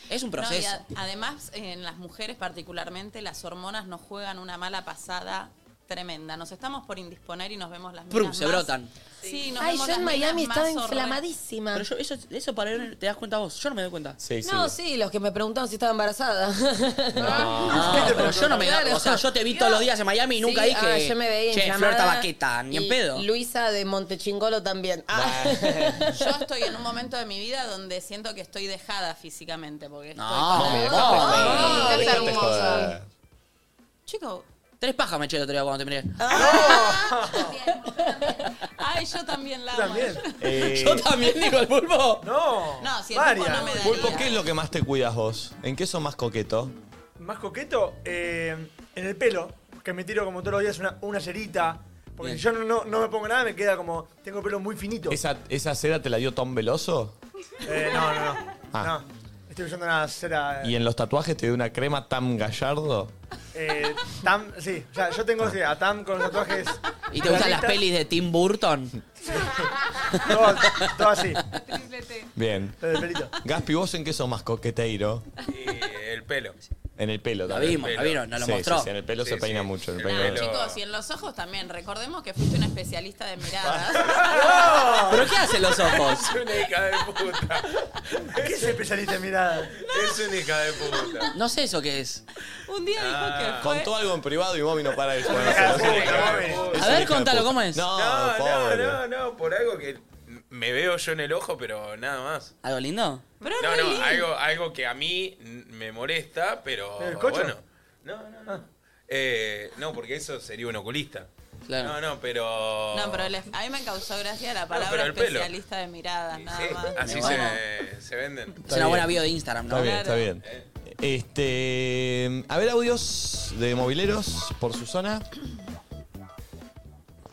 Speaker 2: es un
Speaker 3: No, y
Speaker 2: proceso.
Speaker 3: a- además, en las mujeres particularmente, las hormonas nos juegan una mala pasada tremenda. Nos estamos por indisponer y nos vemos las
Speaker 2: Prum,
Speaker 3: minas
Speaker 2: se
Speaker 3: más
Speaker 2: brotan.
Speaker 3: Sí, nos
Speaker 4: Ay,
Speaker 3: vemos
Speaker 4: yo en
Speaker 3: las
Speaker 4: Miami
Speaker 3: nenas más
Speaker 4: estaba
Speaker 3: horror-
Speaker 4: inflamadísima.
Speaker 2: Pero yo- eso, eso para ver, te das cuenta vos. Yo no me doy cuenta.
Speaker 4: No, sí, los que me preguntaron si estaba embarazada.
Speaker 2: No, pero yo no me da. O sea, yo te vi todos los días en Miami y nunca
Speaker 4: Sí,
Speaker 2: dije.
Speaker 4: ah, yo me veía
Speaker 2: Che,
Speaker 4: inflamada.
Speaker 2: Flor Vaqueta, ni en
Speaker 4: Y
Speaker 2: pedo.
Speaker 4: Luisa de Montechingolo también. Ah.
Speaker 3: Yo estoy en un momento de mi vida donde siento que estoy dejada físicamente. Porque estoy
Speaker 2: No,
Speaker 3: con-
Speaker 2: me
Speaker 3: No,
Speaker 2: dejate
Speaker 3: está
Speaker 2: joder.
Speaker 3: hermosa. Chico,
Speaker 2: Tres pajas me eché el otro día cuando te miré.
Speaker 3: Ah. ay, yo también la amo.
Speaker 1: Eh,
Speaker 2: Yo también digo el pulpo.
Speaker 5: No.
Speaker 3: No, si el
Speaker 5: Varias.
Speaker 3: tipo no me
Speaker 1: Pulpo,
Speaker 3: daría.
Speaker 1: ¿qué es lo que más te cuidas vos? ¿En qué sos más coqueto?
Speaker 5: Más coqueto, eh, en el pelo, que me tiro como todos los días una, una cerita. Porque
Speaker 1: Bien.
Speaker 5: si yo no, no, no me pongo nada, me queda como. Tengo el pelo muy finito.
Speaker 1: ¿Esa, ¿Esa cera te la dio Tom Veloso?
Speaker 5: Eh, no, no, no.
Speaker 1: Ah.
Speaker 5: No, Estoy usando una cera.
Speaker 1: ¿Y
Speaker 5: Eh,
Speaker 1: en los tatuajes te dio una crema tan gallardo?
Speaker 5: eh, Tam, sí. O sea, yo tengo sí, a Tam con los tatuajes.
Speaker 2: ¿Y te gustan las
Speaker 5: Claritas.
Speaker 2: pelis de Tim Burton?
Speaker 5: Todo, todo así.
Speaker 1: Bien.
Speaker 5: Lo del pelito.
Speaker 1: Gaspi, ¿vos en qué sos más coqueteiro?
Speaker 13: Eh, El pelo.
Speaker 1: En el pelo
Speaker 2: La
Speaker 1: también.
Speaker 2: vimos, la
Speaker 1: Pelo.
Speaker 2: vieron, nos lo
Speaker 1: Sí,
Speaker 2: mostró.
Speaker 1: sí, sí, en el pelo
Speaker 2: Sí,
Speaker 1: se
Speaker 2: sí.
Speaker 1: peina mucho. El
Speaker 2: El
Speaker 1: pelo.
Speaker 2: pelo.
Speaker 3: Chicos, y en los ojos también. Recordemos que fuiste un especialista de miradas.
Speaker 2: ¿Pero qué hacen los ojos?
Speaker 13: Es una hija de puta.
Speaker 5: ¿Qué es especialista en mirada?
Speaker 13: Es una hija de puta.
Speaker 2: No sé eso qué es.
Speaker 3: Un día dijo
Speaker 13: Ah.
Speaker 3: que fue.
Speaker 1: Contó algo en privado y Bobby no para de joder.
Speaker 2: A ver, contalo, ¿cómo es?
Speaker 1: No,
Speaker 13: No, no,
Speaker 1: pobre.
Speaker 13: no, no, por algo que me veo yo en el ojo, pero nada más.
Speaker 2: ¿Algo lindo?
Speaker 13: no, no, algo, algo que a mí n- me molesta, pero
Speaker 5: ¿El cocho?
Speaker 13: bueno. No, no, no. Eh, no, porque eso sería un oculista.
Speaker 2: Claro.
Speaker 13: No, no, pero...
Speaker 3: No, pero le- a mí me causó gracia la
Speaker 13: pero
Speaker 3: palabra
Speaker 13: el pelo.
Speaker 3: especialista de miradas, nada más.
Speaker 13: Así
Speaker 2: Me
Speaker 13: se,
Speaker 2: bueno.
Speaker 13: se venden.
Speaker 2: Es una buena bio de Instagram, ¿no?
Speaker 1: Está bien, está bien. Este, a ver, audios de mobileros por Susana.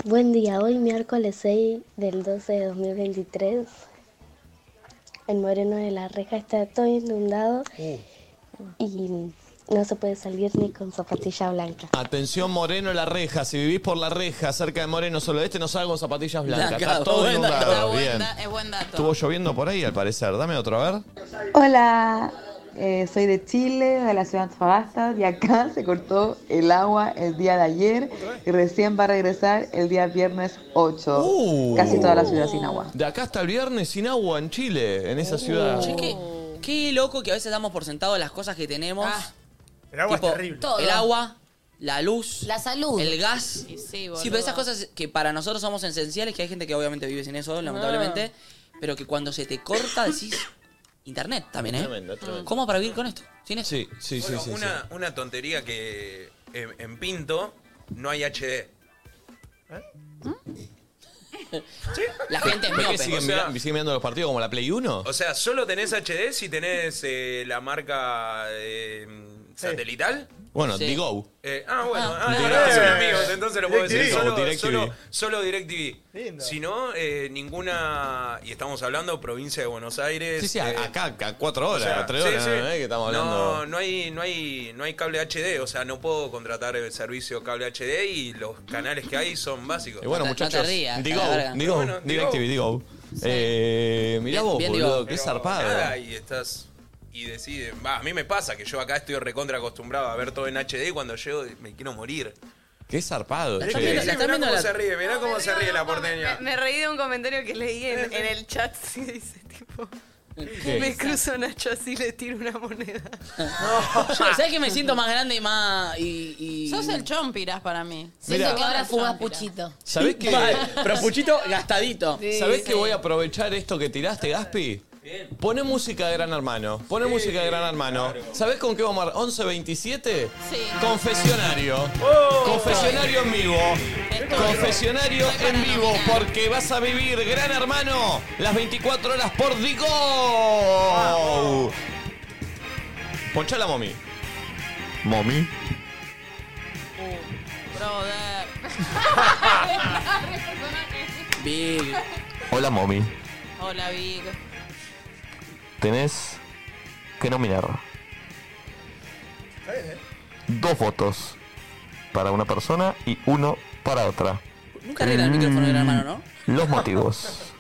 Speaker 14: Buen día, hoy miércoles 6 del 12 de 2023. El Moreno de la Reja está todo inundado y no se puede salir ni con zapatilla blanca.
Speaker 1: Atención Moreno La Reja, si vivís por La Reja, cerca de Moreno Solo Este, no salgo en zapatillas blancas.
Speaker 2: Blanca,
Speaker 1: Está todo
Speaker 2: buen
Speaker 3: Está
Speaker 1: inundado.
Speaker 3: buen
Speaker 1: Bien.
Speaker 3: da- es buen dato.
Speaker 1: Estuvo lloviendo por ahí al parecer. Dame otro, a ver.
Speaker 15: Hola, eh, soy de Chile, de la ciudad de Antofagasta, y acá se cortó el agua el día de ayer y recién va a regresar el día viernes 8.
Speaker 13: Uh.
Speaker 15: Casi toda la ciudad sin agua.
Speaker 1: De acá hasta el viernes sin agua en Chile, en esa
Speaker 13: Uh.
Speaker 1: ciudad.
Speaker 2: Che, qué, qué loco que a veces damos por sentado las cosas que tenemos.
Speaker 3: Ah.
Speaker 5: el agua es
Speaker 4: terrible. Todo.
Speaker 2: El agua, la luz. La
Speaker 4: salud.
Speaker 2: El gas.
Speaker 3: Y sí, boludo.
Speaker 2: Sí, pero esas cosas que para nosotros somos esenciales, que hay gente que obviamente vive sin
Speaker 3: Ah.
Speaker 2: eso, lamentablemente, pero que cuando se te corta decís internet también, ¿eh?
Speaker 13: Tremendo, tremendo.
Speaker 2: ¿Cómo para vivir con esto? ¿Sin eso?
Speaker 1: Sí, sí,
Speaker 13: Bueno, una, una tontería que en, en Pinto no hay HD.
Speaker 2: La gente es
Speaker 1: ¿Por qué
Speaker 2: miope.
Speaker 1: siguen,
Speaker 13: O sea-
Speaker 1: mira- siguen mirando los partidos como la Play 1?
Speaker 13: O sea, solo tenés HD si tenés eh, la marca eh, satelital.
Speaker 1: Bueno, Digo.
Speaker 13: Eh, ah, bueno,
Speaker 1: Ah.
Speaker 13: ah, bueno,
Speaker 1: DirecTV.
Speaker 13: son amigos, entonces lo puedo decir.
Speaker 1: DirecTV.
Speaker 13: Solo
Speaker 1: DirecTV.
Speaker 13: Solo, solo DirecTV.
Speaker 5: Lindo.
Speaker 13: Si no, eh, ninguna. Y estamos hablando provincia de Buenos Aires.
Speaker 1: Sí, sí,
Speaker 13: eh,
Speaker 1: a- acá a cuatro horas,
Speaker 13: o sea,
Speaker 1: a tres
Speaker 13: sí,
Speaker 1: horas,
Speaker 13: sí.
Speaker 1: ¿no? ¿Eh? Que estamos hablando.
Speaker 13: No, no hay, no, hay, no hay cable HD, o sea, no puedo contratar el servicio cable HD y los canales que hay son básicos.
Speaker 1: Y bueno, muchachos, digo, digo,
Speaker 13: Bueno,
Speaker 1: DirecTV, digo. Eh, mirá
Speaker 13: Bien,
Speaker 1: vos,
Speaker 13: bien,
Speaker 1: boludo,
Speaker 13: digo.
Speaker 1: qué
Speaker 13: Pero
Speaker 1: zarpado.
Speaker 13: nada, y estás. Y deciden. Va, a mí me pasa que yo acá estoy recontra acostumbrado a ver todo en HD y cuando llego me quiero morir.
Speaker 1: Qué zarpado,
Speaker 13: La
Speaker 1: che.
Speaker 13: están viendo- la están
Speaker 1: Mirá
Speaker 13: viendo
Speaker 1: cómo
Speaker 13: la-
Speaker 1: se ríe.
Speaker 13: Mirá cómo se ríe la porteña.
Speaker 7: Me reí de un comentario que leí en, en el chat. Sí, dice tipo.
Speaker 1: ¿Qué?
Speaker 7: Me cruzo a Nacho así y le tiro una moneda.
Speaker 2: Yo, ¿Sabes que me siento más grande y más. Y, y-
Speaker 3: Sos el chompiras para mí.
Speaker 1: Siento Mira. que ahora
Speaker 4: fumás puchito.
Speaker 1: ¿Sabés qué?
Speaker 2: Mal, pero Puchito gastadito.
Speaker 1: ¿Sabés que voy a aprovechar esto que tiraste, Gaspi? Poné música de Gran Hermano. Poné música de Gran Hermano. ¿Sabés con qué vamos a... 1127?
Speaker 3: Sí.
Speaker 1: Confesionario.
Speaker 16: Oh,
Speaker 1: Confesionario en vivo. Confesionario en vivo porque vas a vivir Gran Hermano las 24 horas por Digo. Ponchá la momi. Momi.
Speaker 3: Brother.
Speaker 2: Big.
Speaker 16: Hola, mommy.
Speaker 3: Hola, Big.
Speaker 16: Tenés que nominar
Speaker 5: Está bien, ¿eh?
Speaker 16: dos votos para una persona y uno para otra.
Speaker 2: Nunca arregla el micrófono de la mano, ¿no?
Speaker 16: Los motivos.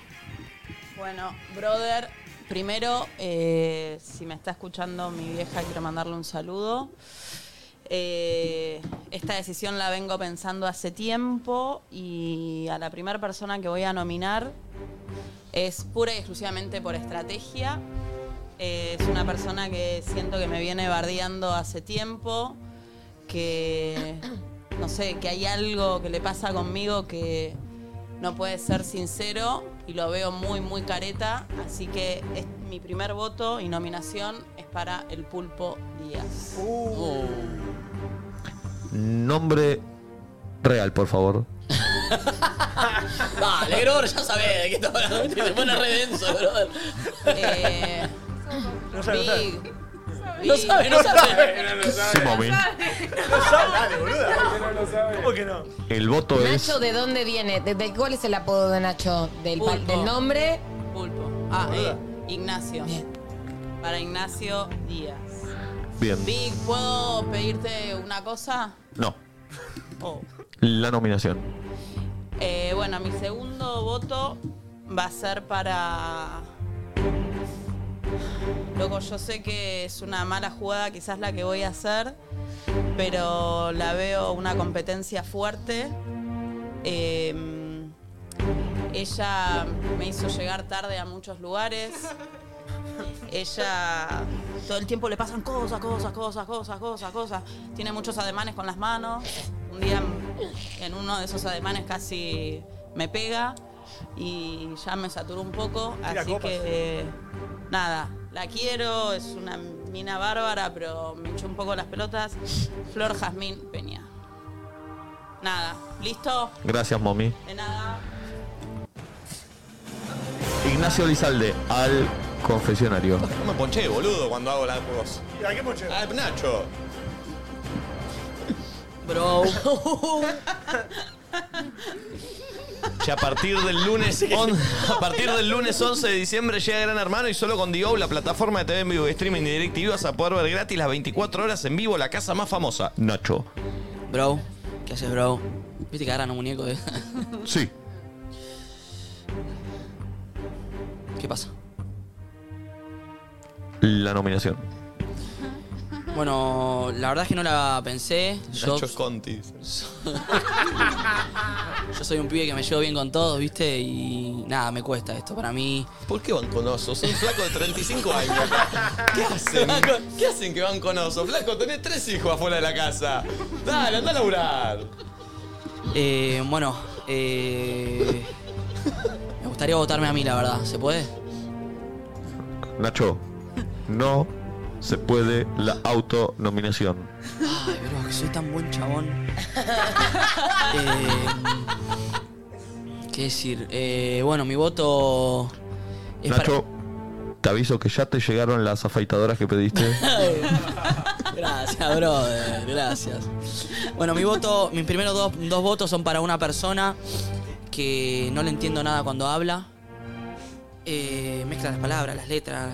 Speaker 3: Bueno, brother, primero, eh, si me está escuchando mi vieja, quiero mandarle un saludo. Eh, esta decisión la vengo pensando hace tiempo y a la primera persona que voy a nominar es pura y exclusivamente por estrategia. Eh, es una persona que siento que me viene bardeando hace tiempo, que no sé, que hay algo que le pasa conmigo que no puede ser sincero y lo veo muy, muy careta. Así que es- mi primer voto y nominación es para el pulpo Díaz.
Speaker 1: Nombre real, por favor.
Speaker 2: Dale, bro, ya sabés de qué estamos hablando. Se pone re denso, bro.
Speaker 3: Eh, Big.
Speaker 2: No
Speaker 3: Big.
Speaker 2: sabe, no sabe.
Speaker 11: Se moven.
Speaker 5: No sabe, dale, boluda. ¿Cómo que no?
Speaker 11: El voto
Speaker 4: Nacho, ¿de dónde viene? ¿De, de- cuál es el apodo de Nacho? ¿Del, pa-
Speaker 3: Pulpo.
Speaker 4: del nombre?
Speaker 3: Pulpo. Ah, eh, Ignacio. Para Ignacio Díaz.
Speaker 11: Bien.
Speaker 3: Big, ¿puedo pedirte una cosa?
Speaker 11: No,
Speaker 3: Oh.
Speaker 11: la nominación.
Speaker 3: Eh, bueno, mi segundo voto va a ser para. Loco, yo sé que es una mala jugada, quizás la que voy a hacer, pero la veo una competencia fuerte. Eh, ella me hizo llegar tarde a muchos lugares. Ella todo el tiempo le pasan cosas, cosas, cosas, cosas, cosas, cosas. Tiene muchos ademanes con las manos. Un día en uno de esos ademanes casi me pega y ya me saturó un poco.
Speaker 5: Tira
Speaker 3: así
Speaker 5: copas.
Speaker 3: que nada, la quiero, es una mina bárbara, pero me echó un poco las pelotas. Flor Jazmín Peña. Nada, ¿listo?
Speaker 1: Gracias, mommy.
Speaker 3: De nada.
Speaker 1: Ignacio Lizalde, al confesionario. No me ponché, boludo, cuando hago las cosas.
Speaker 5: ¿A qué poche?
Speaker 1: Ah, Nacho.
Speaker 2: Bro.
Speaker 1: Ya a partir del lunes on- a partir del lunes 11 de diciembre llega Gran Hermano y solo con Dio, la plataforma de TV en vivo y streaming de DirecTV vas a poder ver gratis las 24 horas en vivo la casa más famosa. Nacho.
Speaker 2: Bro, ¿qué haces, bro? ¿Viste que agarran un muñeco? eh?
Speaker 1: Sí.
Speaker 2: ¿Qué pasa?
Speaker 11: La nominación.
Speaker 2: Bueno, la verdad es que no la pensé. Yo,
Speaker 1: Nacho Conti.
Speaker 2: yo soy un pibe que me llevo bien con todos, ¿viste? Y nada, me cuesta esto para mí.
Speaker 1: ¿Por qué van con osos? Un flaco de 35 años. ¿Qué hacen? ¿Qué hacen que van con osos? Flaco, tenés tres hijos afuera de la casa. Dale, anda a laburar.
Speaker 2: Eh, bueno, eh, me gustaría votarme a mí, la verdad. ¿Se puede?
Speaker 11: Nacho, no se puede la autonominación.
Speaker 2: Ay, bro, que soy tan buen chabón. Eh, ¿Qué decir? Eh, bueno, mi voto es
Speaker 11: Nacho, te aviso que ya te llegaron las afeitadoras que pediste.
Speaker 2: para... Gracias, brother. Gracias. Bueno, mi voto, mis primeros dos, dos votos son para una persona que no le entiendo nada cuando habla. Eh, mezcla las palabras, las letras.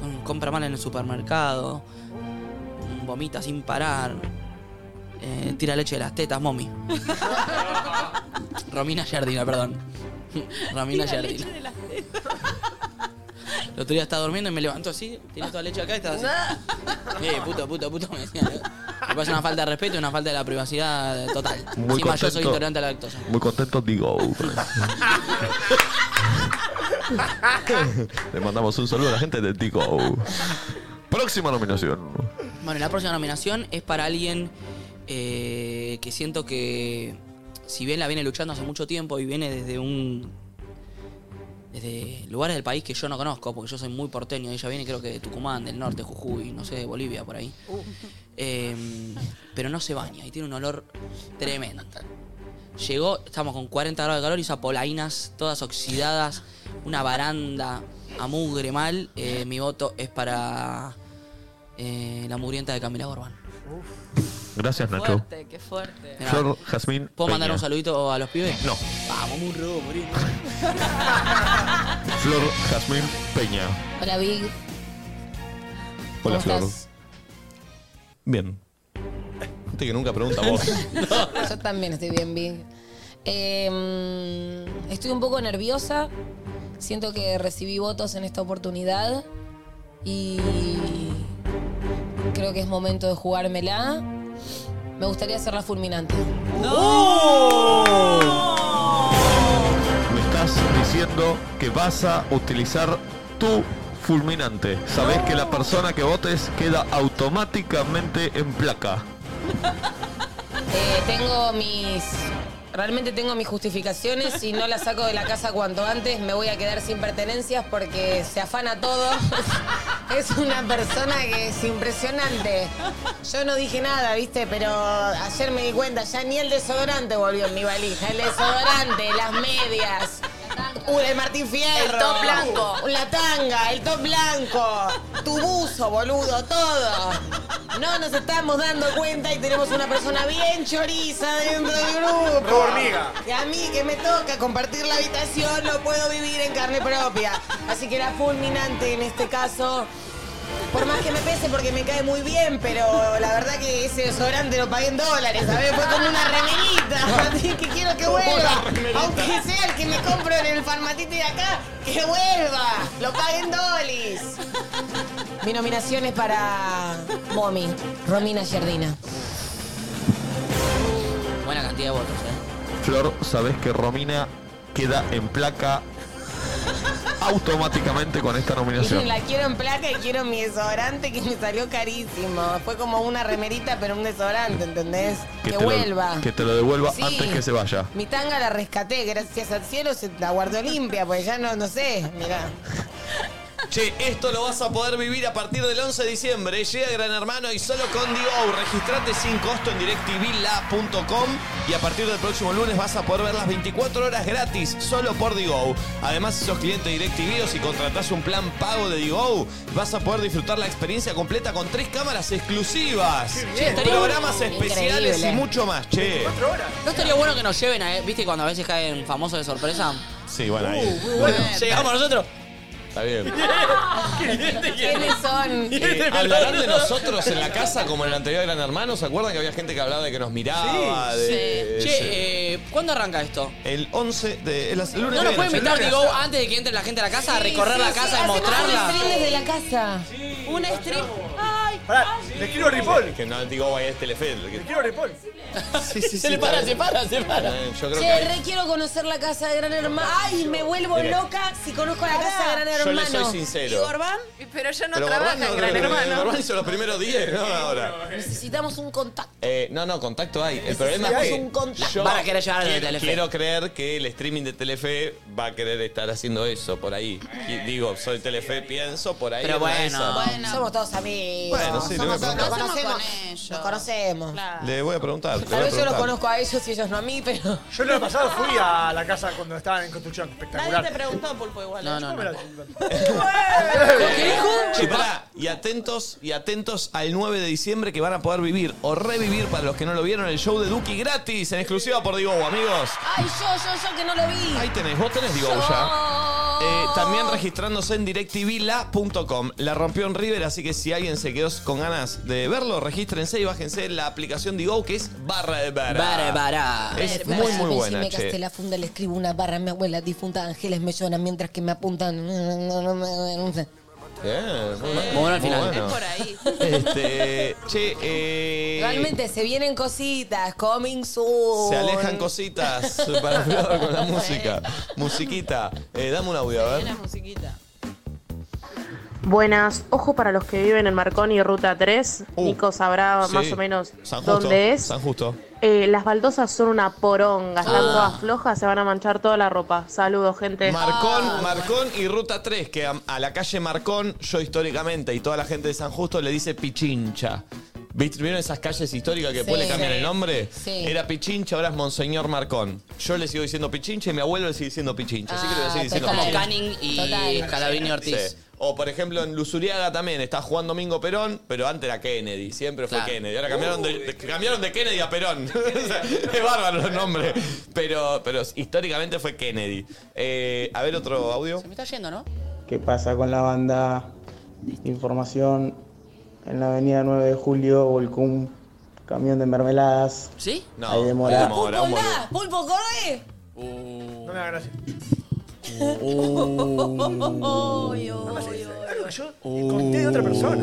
Speaker 2: con- Compra mal en el supermercado. Vomita sin parar. eh, tira leche de las tetas, mommy. Romina Jardina, perdón. Romina Jardina. El otro día estaba durmiendo y me levantó así, tenía toda la leche acá y estaba así. Eh, puto, puto, puto, me decía. Me parece una falta de respeto y una falta de la privacidad total.
Speaker 11: Muy
Speaker 2: Encima yo soy
Speaker 11: contento.
Speaker 2: intolerante a la lactosa.
Speaker 11: Muy contento, digo. Le mandamos un saludo a la gente de Digo. Próxima nominación.
Speaker 2: Bueno, la próxima nominación es para alguien eh, que siento que, si bien la viene luchando hace mucho tiempo y viene desde un. desde lugares del país que yo no conozco, porque yo soy muy porteño, ella viene creo que de Tucumán, del norte, Jujuy, no sé, de Bolivia, por ahí. Eh, pero no se baña y tiene un olor tremendo. Llegó, estamos con 40 grados de calor y usa polainas todas oxidadas, una baranda a mugre mal. Eh, mi voto es para eh, la mugrienta de Camila Gorban.
Speaker 11: Gracias, Nacho.
Speaker 3: Qué fuerte.
Speaker 11: Flor Jazmín.
Speaker 2: ¿Puedo mandar
Speaker 11: Peña.
Speaker 2: un saludito a los pibes?
Speaker 11: No.
Speaker 2: Vamos, murro, morir.
Speaker 11: Flor Jazmín Peña.
Speaker 4: Hola, Big.
Speaker 11: Hola,
Speaker 4: ¿Cómo
Speaker 11: Flor.
Speaker 4: estás?
Speaker 1: Bien. Gente que nunca pregunta vos.
Speaker 4: Yo también estoy bien, Big. Eh, estoy un poco nerviosa. Siento que recibí votos en esta oportunidad. Y creo que es momento de jugármela. Me gustaría hacerla fulminante.
Speaker 17: Me estás diciendo que vas a utilizar tu fulminante. Sabés que la persona que votes queda automáticamente en placa.
Speaker 4: Eh, tengo mis. Realmente tengo mis justificaciones. Si no las saco de la casa cuanto antes, me voy a quedar sin pertenencias porque se afana todo. Es una persona que es impresionante. Yo no dije nada, viste, pero ayer me di cuenta, ya ni el desodorante volvió en mi valija. El desodorante, las medias. Uh, el Martín Fierro.
Speaker 3: El top blanco.
Speaker 4: La tanga, el top blanco. Tu buzo, boludo, todo. No nos estamos dando cuenta y tenemos una persona bien choriza dentro del grupo.
Speaker 5: Una hormiga.
Speaker 4: Y a mí que me toca compartir la habitación, no puedo vivir en carne propia. Así que era fulminante en este caso. Por más que me pese porque me cae muy bien, pero la verdad que ese desodorante lo pagué en dólares, ¿sabes? Fue como una remerita. Así que quiero que vuelva.
Speaker 3: Una remerita.
Speaker 4: Aunque sea el que me compro en el farmatite de acá, que vuelva. Lo pagué en dólares. Mi nominación es para Momi, Romina Jardina.
Speaker 2: Buena cantidad de votos, ¿eh?
Speaker 17: Flor, sabés que Romina queda en placa automáticamente con esta nominación.
Speaker 4: La quiero en placa y quiero mi desodorante que me salió carísimo. Fue como una remerita, pero un desodorante, ¿entendés? Que,
Speaker 17: te lo-
Speaker 4: vuelva.
Speaker 17: que te lo devuelva
Speaker 4: Sí.
Speaker 17: antes que se vaya.
Speaker 4: Mi tanga la rescaté, gracias al cielo se la guardó limpia, porque ya no, no sé, mirá.
Speaker 1: Che, esto lo vas a poder vivir a partir del 11 de diciembre. Llega Gran Hermano y solo con Digo. Registrate sin costo en directvla.com y a partir del próximo lunes vas a poder ver las 24 horas gratis solo por Digo. Además, si sos cliente de DirecTV o si contratás un plan pago de Digo, vas a poder disfrutar la experiencia completa con tres cámaras exclusivas,
Speaker 2: bien.
Speaker 1: programas
Speaker 2: Increíble.
Speaker 1: especiales y mucho más. Che.
Speaker 2: No estaría bueno que nos lleven a. ¿Viste cuando a veces caen famosos de sorpresa?
Speaker 1: Sí, Uh, bueno, ahí.
Speaker 2: Llegamos nosotros.
Speaker 1: Está bien.
Speaker 4: ¿Quiénes son?
Speaker 1: Eh, ¿Hablarán de nosotros en la casa como en el anterior Gran Hermano? ¿Se acuerdan que había gente que hablaba de que nos miraba?
Speaker 2: Sí,
Speaker 1: de-
Speaker 2: sí. Ah, Che, eh, ¿cuándo arranca esto?
Speaker 1: El 11 de... El, el lunes
Speaker 2: ¿No nos
Speaker 1: de
Speaker 2: puede
Speaker 1: noche.
Speaker 2: invitar Digo antes de que entre la gente a la casa a recorrer la casa y mostrarla?
Speaker 4: Un stream desde la casa.
Speaker 3: Un strip. Ay,
Speaker 1: Le quiero Ripoll. Que no, Digo, vaya es Telefed. Le quiero Ripoll.
Speaker 2: se le para, se para, se para.
Speaker 1: Yo creo
Speaker 4: Che,
Speaker 1: que...
Speaker 4: re quiero conocer la casa de Gran Hermano. Ay, me vuelvo
Speaker 1: Mire.
Speaker 4: loca si conozco la casa de Gran
Speaker 1: Yo
Speaker 4: Hermano.
Speaker 1: le soy sincero.
Speaker 4: ¿Y Gorbán?
Speaker 12: Pero yo
Speaker 1: Pero Gorbán no, Gorbán hizo los primeros 10, ¿no? Ahora.
Speaker 4: Necesitamos un contacto.
Speaker 1: Eh, no, no, contacto hay. El problema es
Speaker 4: Necesitamos
Speaker 1: que
Speaker 4: un contacto.
Speaker 1: yo
Speaker 2: Van a querer llevar al de
Speaker 1: quiero-
Speaker 2: Telefe.
Speaker 1: Quiero creer que el streaming de Telefe va a querer estar haciendo eso por ahí. Y digo, soy Telefe, pienso por ahí.
Speaker 2: Pero
Speaker 1: en una de
Speaker 2: bueno.
Speaker 1: esas.
Speaker 4: Somos todos amigos.
Speaker 1: Bueno, sí, le voy a
Speaker 4: Somos todos, nos
Speaker 1: preguntar.
Speaker 4: conocemos. Nos conocemos.
Speaker 1: Le voy a preguntar. le voy
Speaker 4: Tal
Speaker 1: a
Speaker 4: vez yo los
Speaker 1: preguntar.
Speaker 4: conozco a ellos y ellos no a mí, pero.
Speaker 5: Yo el año pasado fui a la casa cuando estaban en construcción. Espectacular.
Speaker 4: Nadie te preguntó,
Speaker 5: Pulpo,
Speaker 4: igual.
Speaker 2: No, no, no.
Speaker 1: Che, pará, y atentos, y atentos al 9 de diciembre que van a poder vivir o revivir para los que no lo vieron el show de Duki gratis en exclusiva por Digo, amigos.
Speaker 4: Ay, yo, yo, yo que no lo vi.
Speaker 1: Ahí tenés, vos tenés Digo ya. Eh, también registrándose en directvla.com. La rompió en River, así que si alguien se quedó con ganas de verlo, regístrense y bájense la aplicación Digo que es barra de barra.
Speaker 2: Barra de barra.
Speaker 1: Es
Speaker 4: Barra,
Speaker 1: muy
Speaker 4: yo
Speaker 1: muy
Speaker 4: pensé,
Speaker 1: buena,
Speaker 4: Me
Speaker 1: che.
Speaker 4: gasté la funda, le escribo una barra a mi abuela difunta. Ángeles me lloran mientras que me apuntan.
Speaker 1: Eh. Bien, muy,
Speaker 2: Muy bueno al final. Es por
Speaker 1: ahí. Este, che, eh,
Speaker 4: Realmente se vienen cositas. Coming soon.
Speaker 1: Se alejan cositas para Flor con la música. Musiquita. Eh, dame un audio, a ver.
Speaker 18: Buenas, ojo para los que viven en Marconi Ruta 3. Nico sabrá
Speaker 1: Uh. Sí.
Speaker 18: más o menos
Speaker 1: San Justo,
Speaker 18: dónde es.
Speaker 1: San Justo.
Speaker 18: Eh, las baldosas son una poronga, están
Speaker 1: Ah.
Speaker 18: todas flojas, se van a manchar toda la ropa. Saludos, gente.
Speaker 1: Marcón, Marcón y Ruta 3, que a, a la calle Marcón, yo históricamente y toda la gente de San Justo le dice Pichincha. ¿Viste- ¿Vieron esas calles históricas que después
Speaker 4: Sí.
Speaker 1: le cambian el nombre?
Speaker 4: Sí.
Speaker 1: Era Pichincha, ahora es Monseñor Marcón. Yo le sigo diciendo Pichincha y mi abuelo le sigue diciendo Pichincha. Así que le voy a seguir diciendo
Speaker 2: Como
Speaker 1: Pichincha.
Speaker 2: Canning y
Speaker 1: Total.
Speaker 2: Calabrini Ortiz.
Speaker 1: Sí. O por ejemplo en Lusuriaga también está Juan Domingo Perón, pero antes era Kennedy, siempre fue
Speaker 2: Claro.
Speaker 1: Kennedy. Ahora cambiaron, de, de- cambiaron de Kennedy a Perón. O sea, es bárbaro el nombre. Pero, pero históricamente fue Kennedy. Eh, a ver otro audio.
Speaker 2: Se me está yendo, ¿no?
Speaker 19: ¿Qué pasa con la banda? Información. En la avenida 9 de julio volcó un camión de mermeladas.
Speaker 2: ¿Sí?
Speaker 1: No,
Speaker 19: Hay demora.
Speaker 1: demora, un boludo.
Speaker 2: Ah,
Speaker 4: ¡Pulpo, corre!
Speaker 13: Uh.
Speaker 5: No me da gracia.
Speaker 3: Uy, uy, uy.
Speaker 5: Yo conté de otra persona.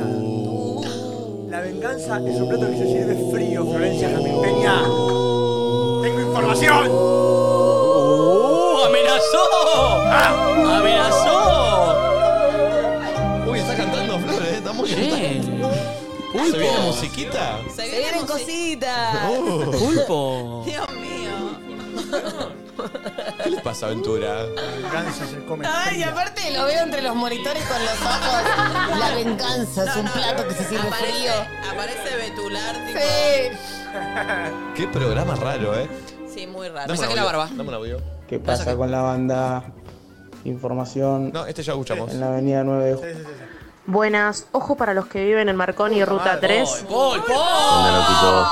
Speaker 20: La venganza es un plato que se sirve frío, Florencia Jamín Peña. Tengo información.
Speaker 1: ¡Uh! ¡Amenazó! Ah. ¡Amenazó! Uy, está cantando Flores, eh, está muy bien. Uy, ¿Se viene musiquita?
Speaker 3: Se vienen cositas.
Speaker 1: Uh. Pulpo.
Speaker 3: Dios mío.
Speaker 1: ¿Qué les pasa, Aventura?
Speaker 20: Venganza se come.
Speaker 4: Ay, y aparte lo veo entre los monitores con los ojos. La venganza es un plato que se sirve
Speaker 3: Aparece-
Speaker 4: frío.
Speaker 3: Aparece Betular, tipo.
Speaker 4: Sí.
Speaker 1: Qué programa raro, ¿eh?
Speaker 3: Sí, muy raro.
Speaker 1: Dame un audio, Dame un audio.
Speaker 19: ¿Qué pasa con la banda? Información.
Speaker 1: No, este ya escuchamos.
Speaker 19: En la avenida 9 de julio.
Speaker 21: Buenas, ojo para los que viven en Marconi y Ruta 3.
Speaker 5: Hola,
Speaker 2: ¡Oh!
Speaker 5: loquitos.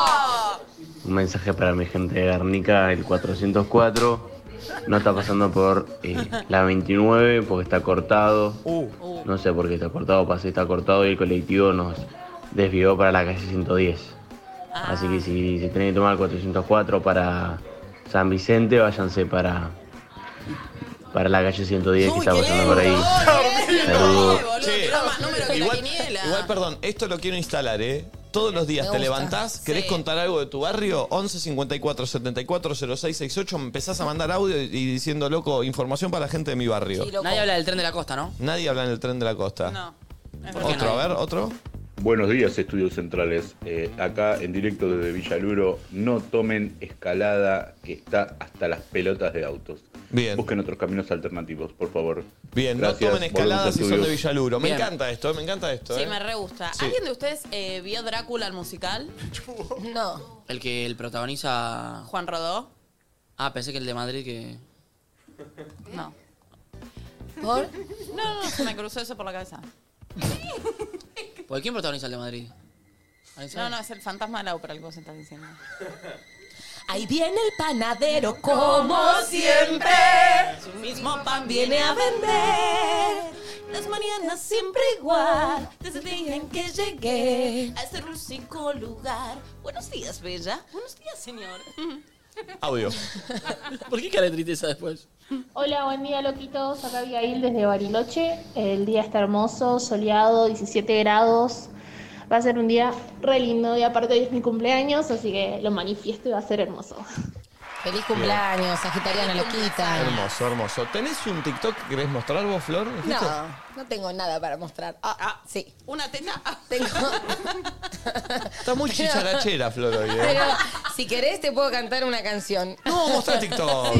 Speaker 5: Un mensaje para mi gente de Garnica, el 404. No está pasando por eh, la 29 porque está cortado.
Speaker 20: Uh.
Speaker 5: No sé por qué está cortado, pasé, está cortado y el colectivo nos desvió para la calle 110.
Speaker 20: Ah.
Speaker 5: Así que si se tienen que tomar el 404 para San Vicente, váyanse para, para la calle 110 que está pasando por ahí. Saludos.
Speaker 1: Che, igual, igual, perdón, esto lo quiero instalar, ¿eh? Todos los días
Speaker 5: Me
Speaker 1: te
Speaker 5: gusta.
Speaker 1: levantás, querés contar algo de tu barrio, 11 54 74 06 68, me empezás a mandar audio y- y diciendo, loco, información para la gente de mi barrio.
Speaker 2: Nadie habla del tren de la costa, ¿no?
Speaker 1: Nadie habla en el tren de la costa. No.
Speaker 2: verdad.
Speaker 1: Otro, a ver, otro.
Speaker 13: Buenos días, estudios centrales. Eh, acá en directo desde Villaluro, no tomen escalada que está hasta las pelotas de autos.
Speaker 1: Bien.
Speaker 13: Busquen otros caminos alternativos, por favor.
Speaker 1: Bien,
Speaker 13: Gracias,
Speaker 1: Eh, no tomen escaladas
Speaker 13: volvemos a
Speaker 1: si son de
Speaker 13: estudios.
Speaker 1: Villaluro. Me
Speaker 13: Bien.
Speaker 1: encanta esto, me encanta esto.
Speaker 3: Sí,
Speaker 1: ¿eh?
Speaker 3: me re gusta.
Speaker 1: Sí.
Speaker 3: ¿Alguien de ustedes eh, vio Drácula el musical? No.
Speaker 2: El que el protagoniza.
Speaker 3: ¿Juan Rodó?
Speaker 2: Ah, pensé que el de Madrid que.
Speaker 3: No.
Speaker 4: ¿Por?
Speaker 3: No, no, se me cruzó eso por la cabeza.
Speaker 2: ¿Por quién protagoniza el de Madrid? ¿Alguien
Speaker 3: No,
Speaker 2: sabe?
Speaker 3: no, es el fantasma de la ópera el que vos estás diciendo.
Speaker 4: Ahí viene el panadero
Speaker 3: Como siempre, su mismo pan viene a vender. Las mañanas siempre igual, desde el día en que llegué a este rústico lugar. Buenos días, Bella. Buenos días, señor.
Speaker 1: Audio.
Speaker 2: ¿Por qué cara de tristeza después?
Speaker 22: Hola, buen día loquitos, acá Abigail desde Bariloche. El día está hermoso, soleado, 17 grados. Va a ser un día re lindo y aparte hoy es mi cumpleaños, así que lo manifiesto y va a ser hermoso.
Speaker 4: Feliz cumpleaños, Sagitariana Loquita.
Speaker 1: Hermoso, hermoso. ¿Tenés un TikTok que querés mostrar vos, Flor? ¿Dijiste?
Speaker 4: No, no tengo nada para mostrar. Ah, sí.
Speaker 3: Una teta.
Speaker 4: Tengo.
Speaker 1: Está muy chicharachera, Flor, hoy. ¿eh?
Speaker 4: Pero si querés te puedo cantar una canción.
Speaker 1: No, mostrar TikTok.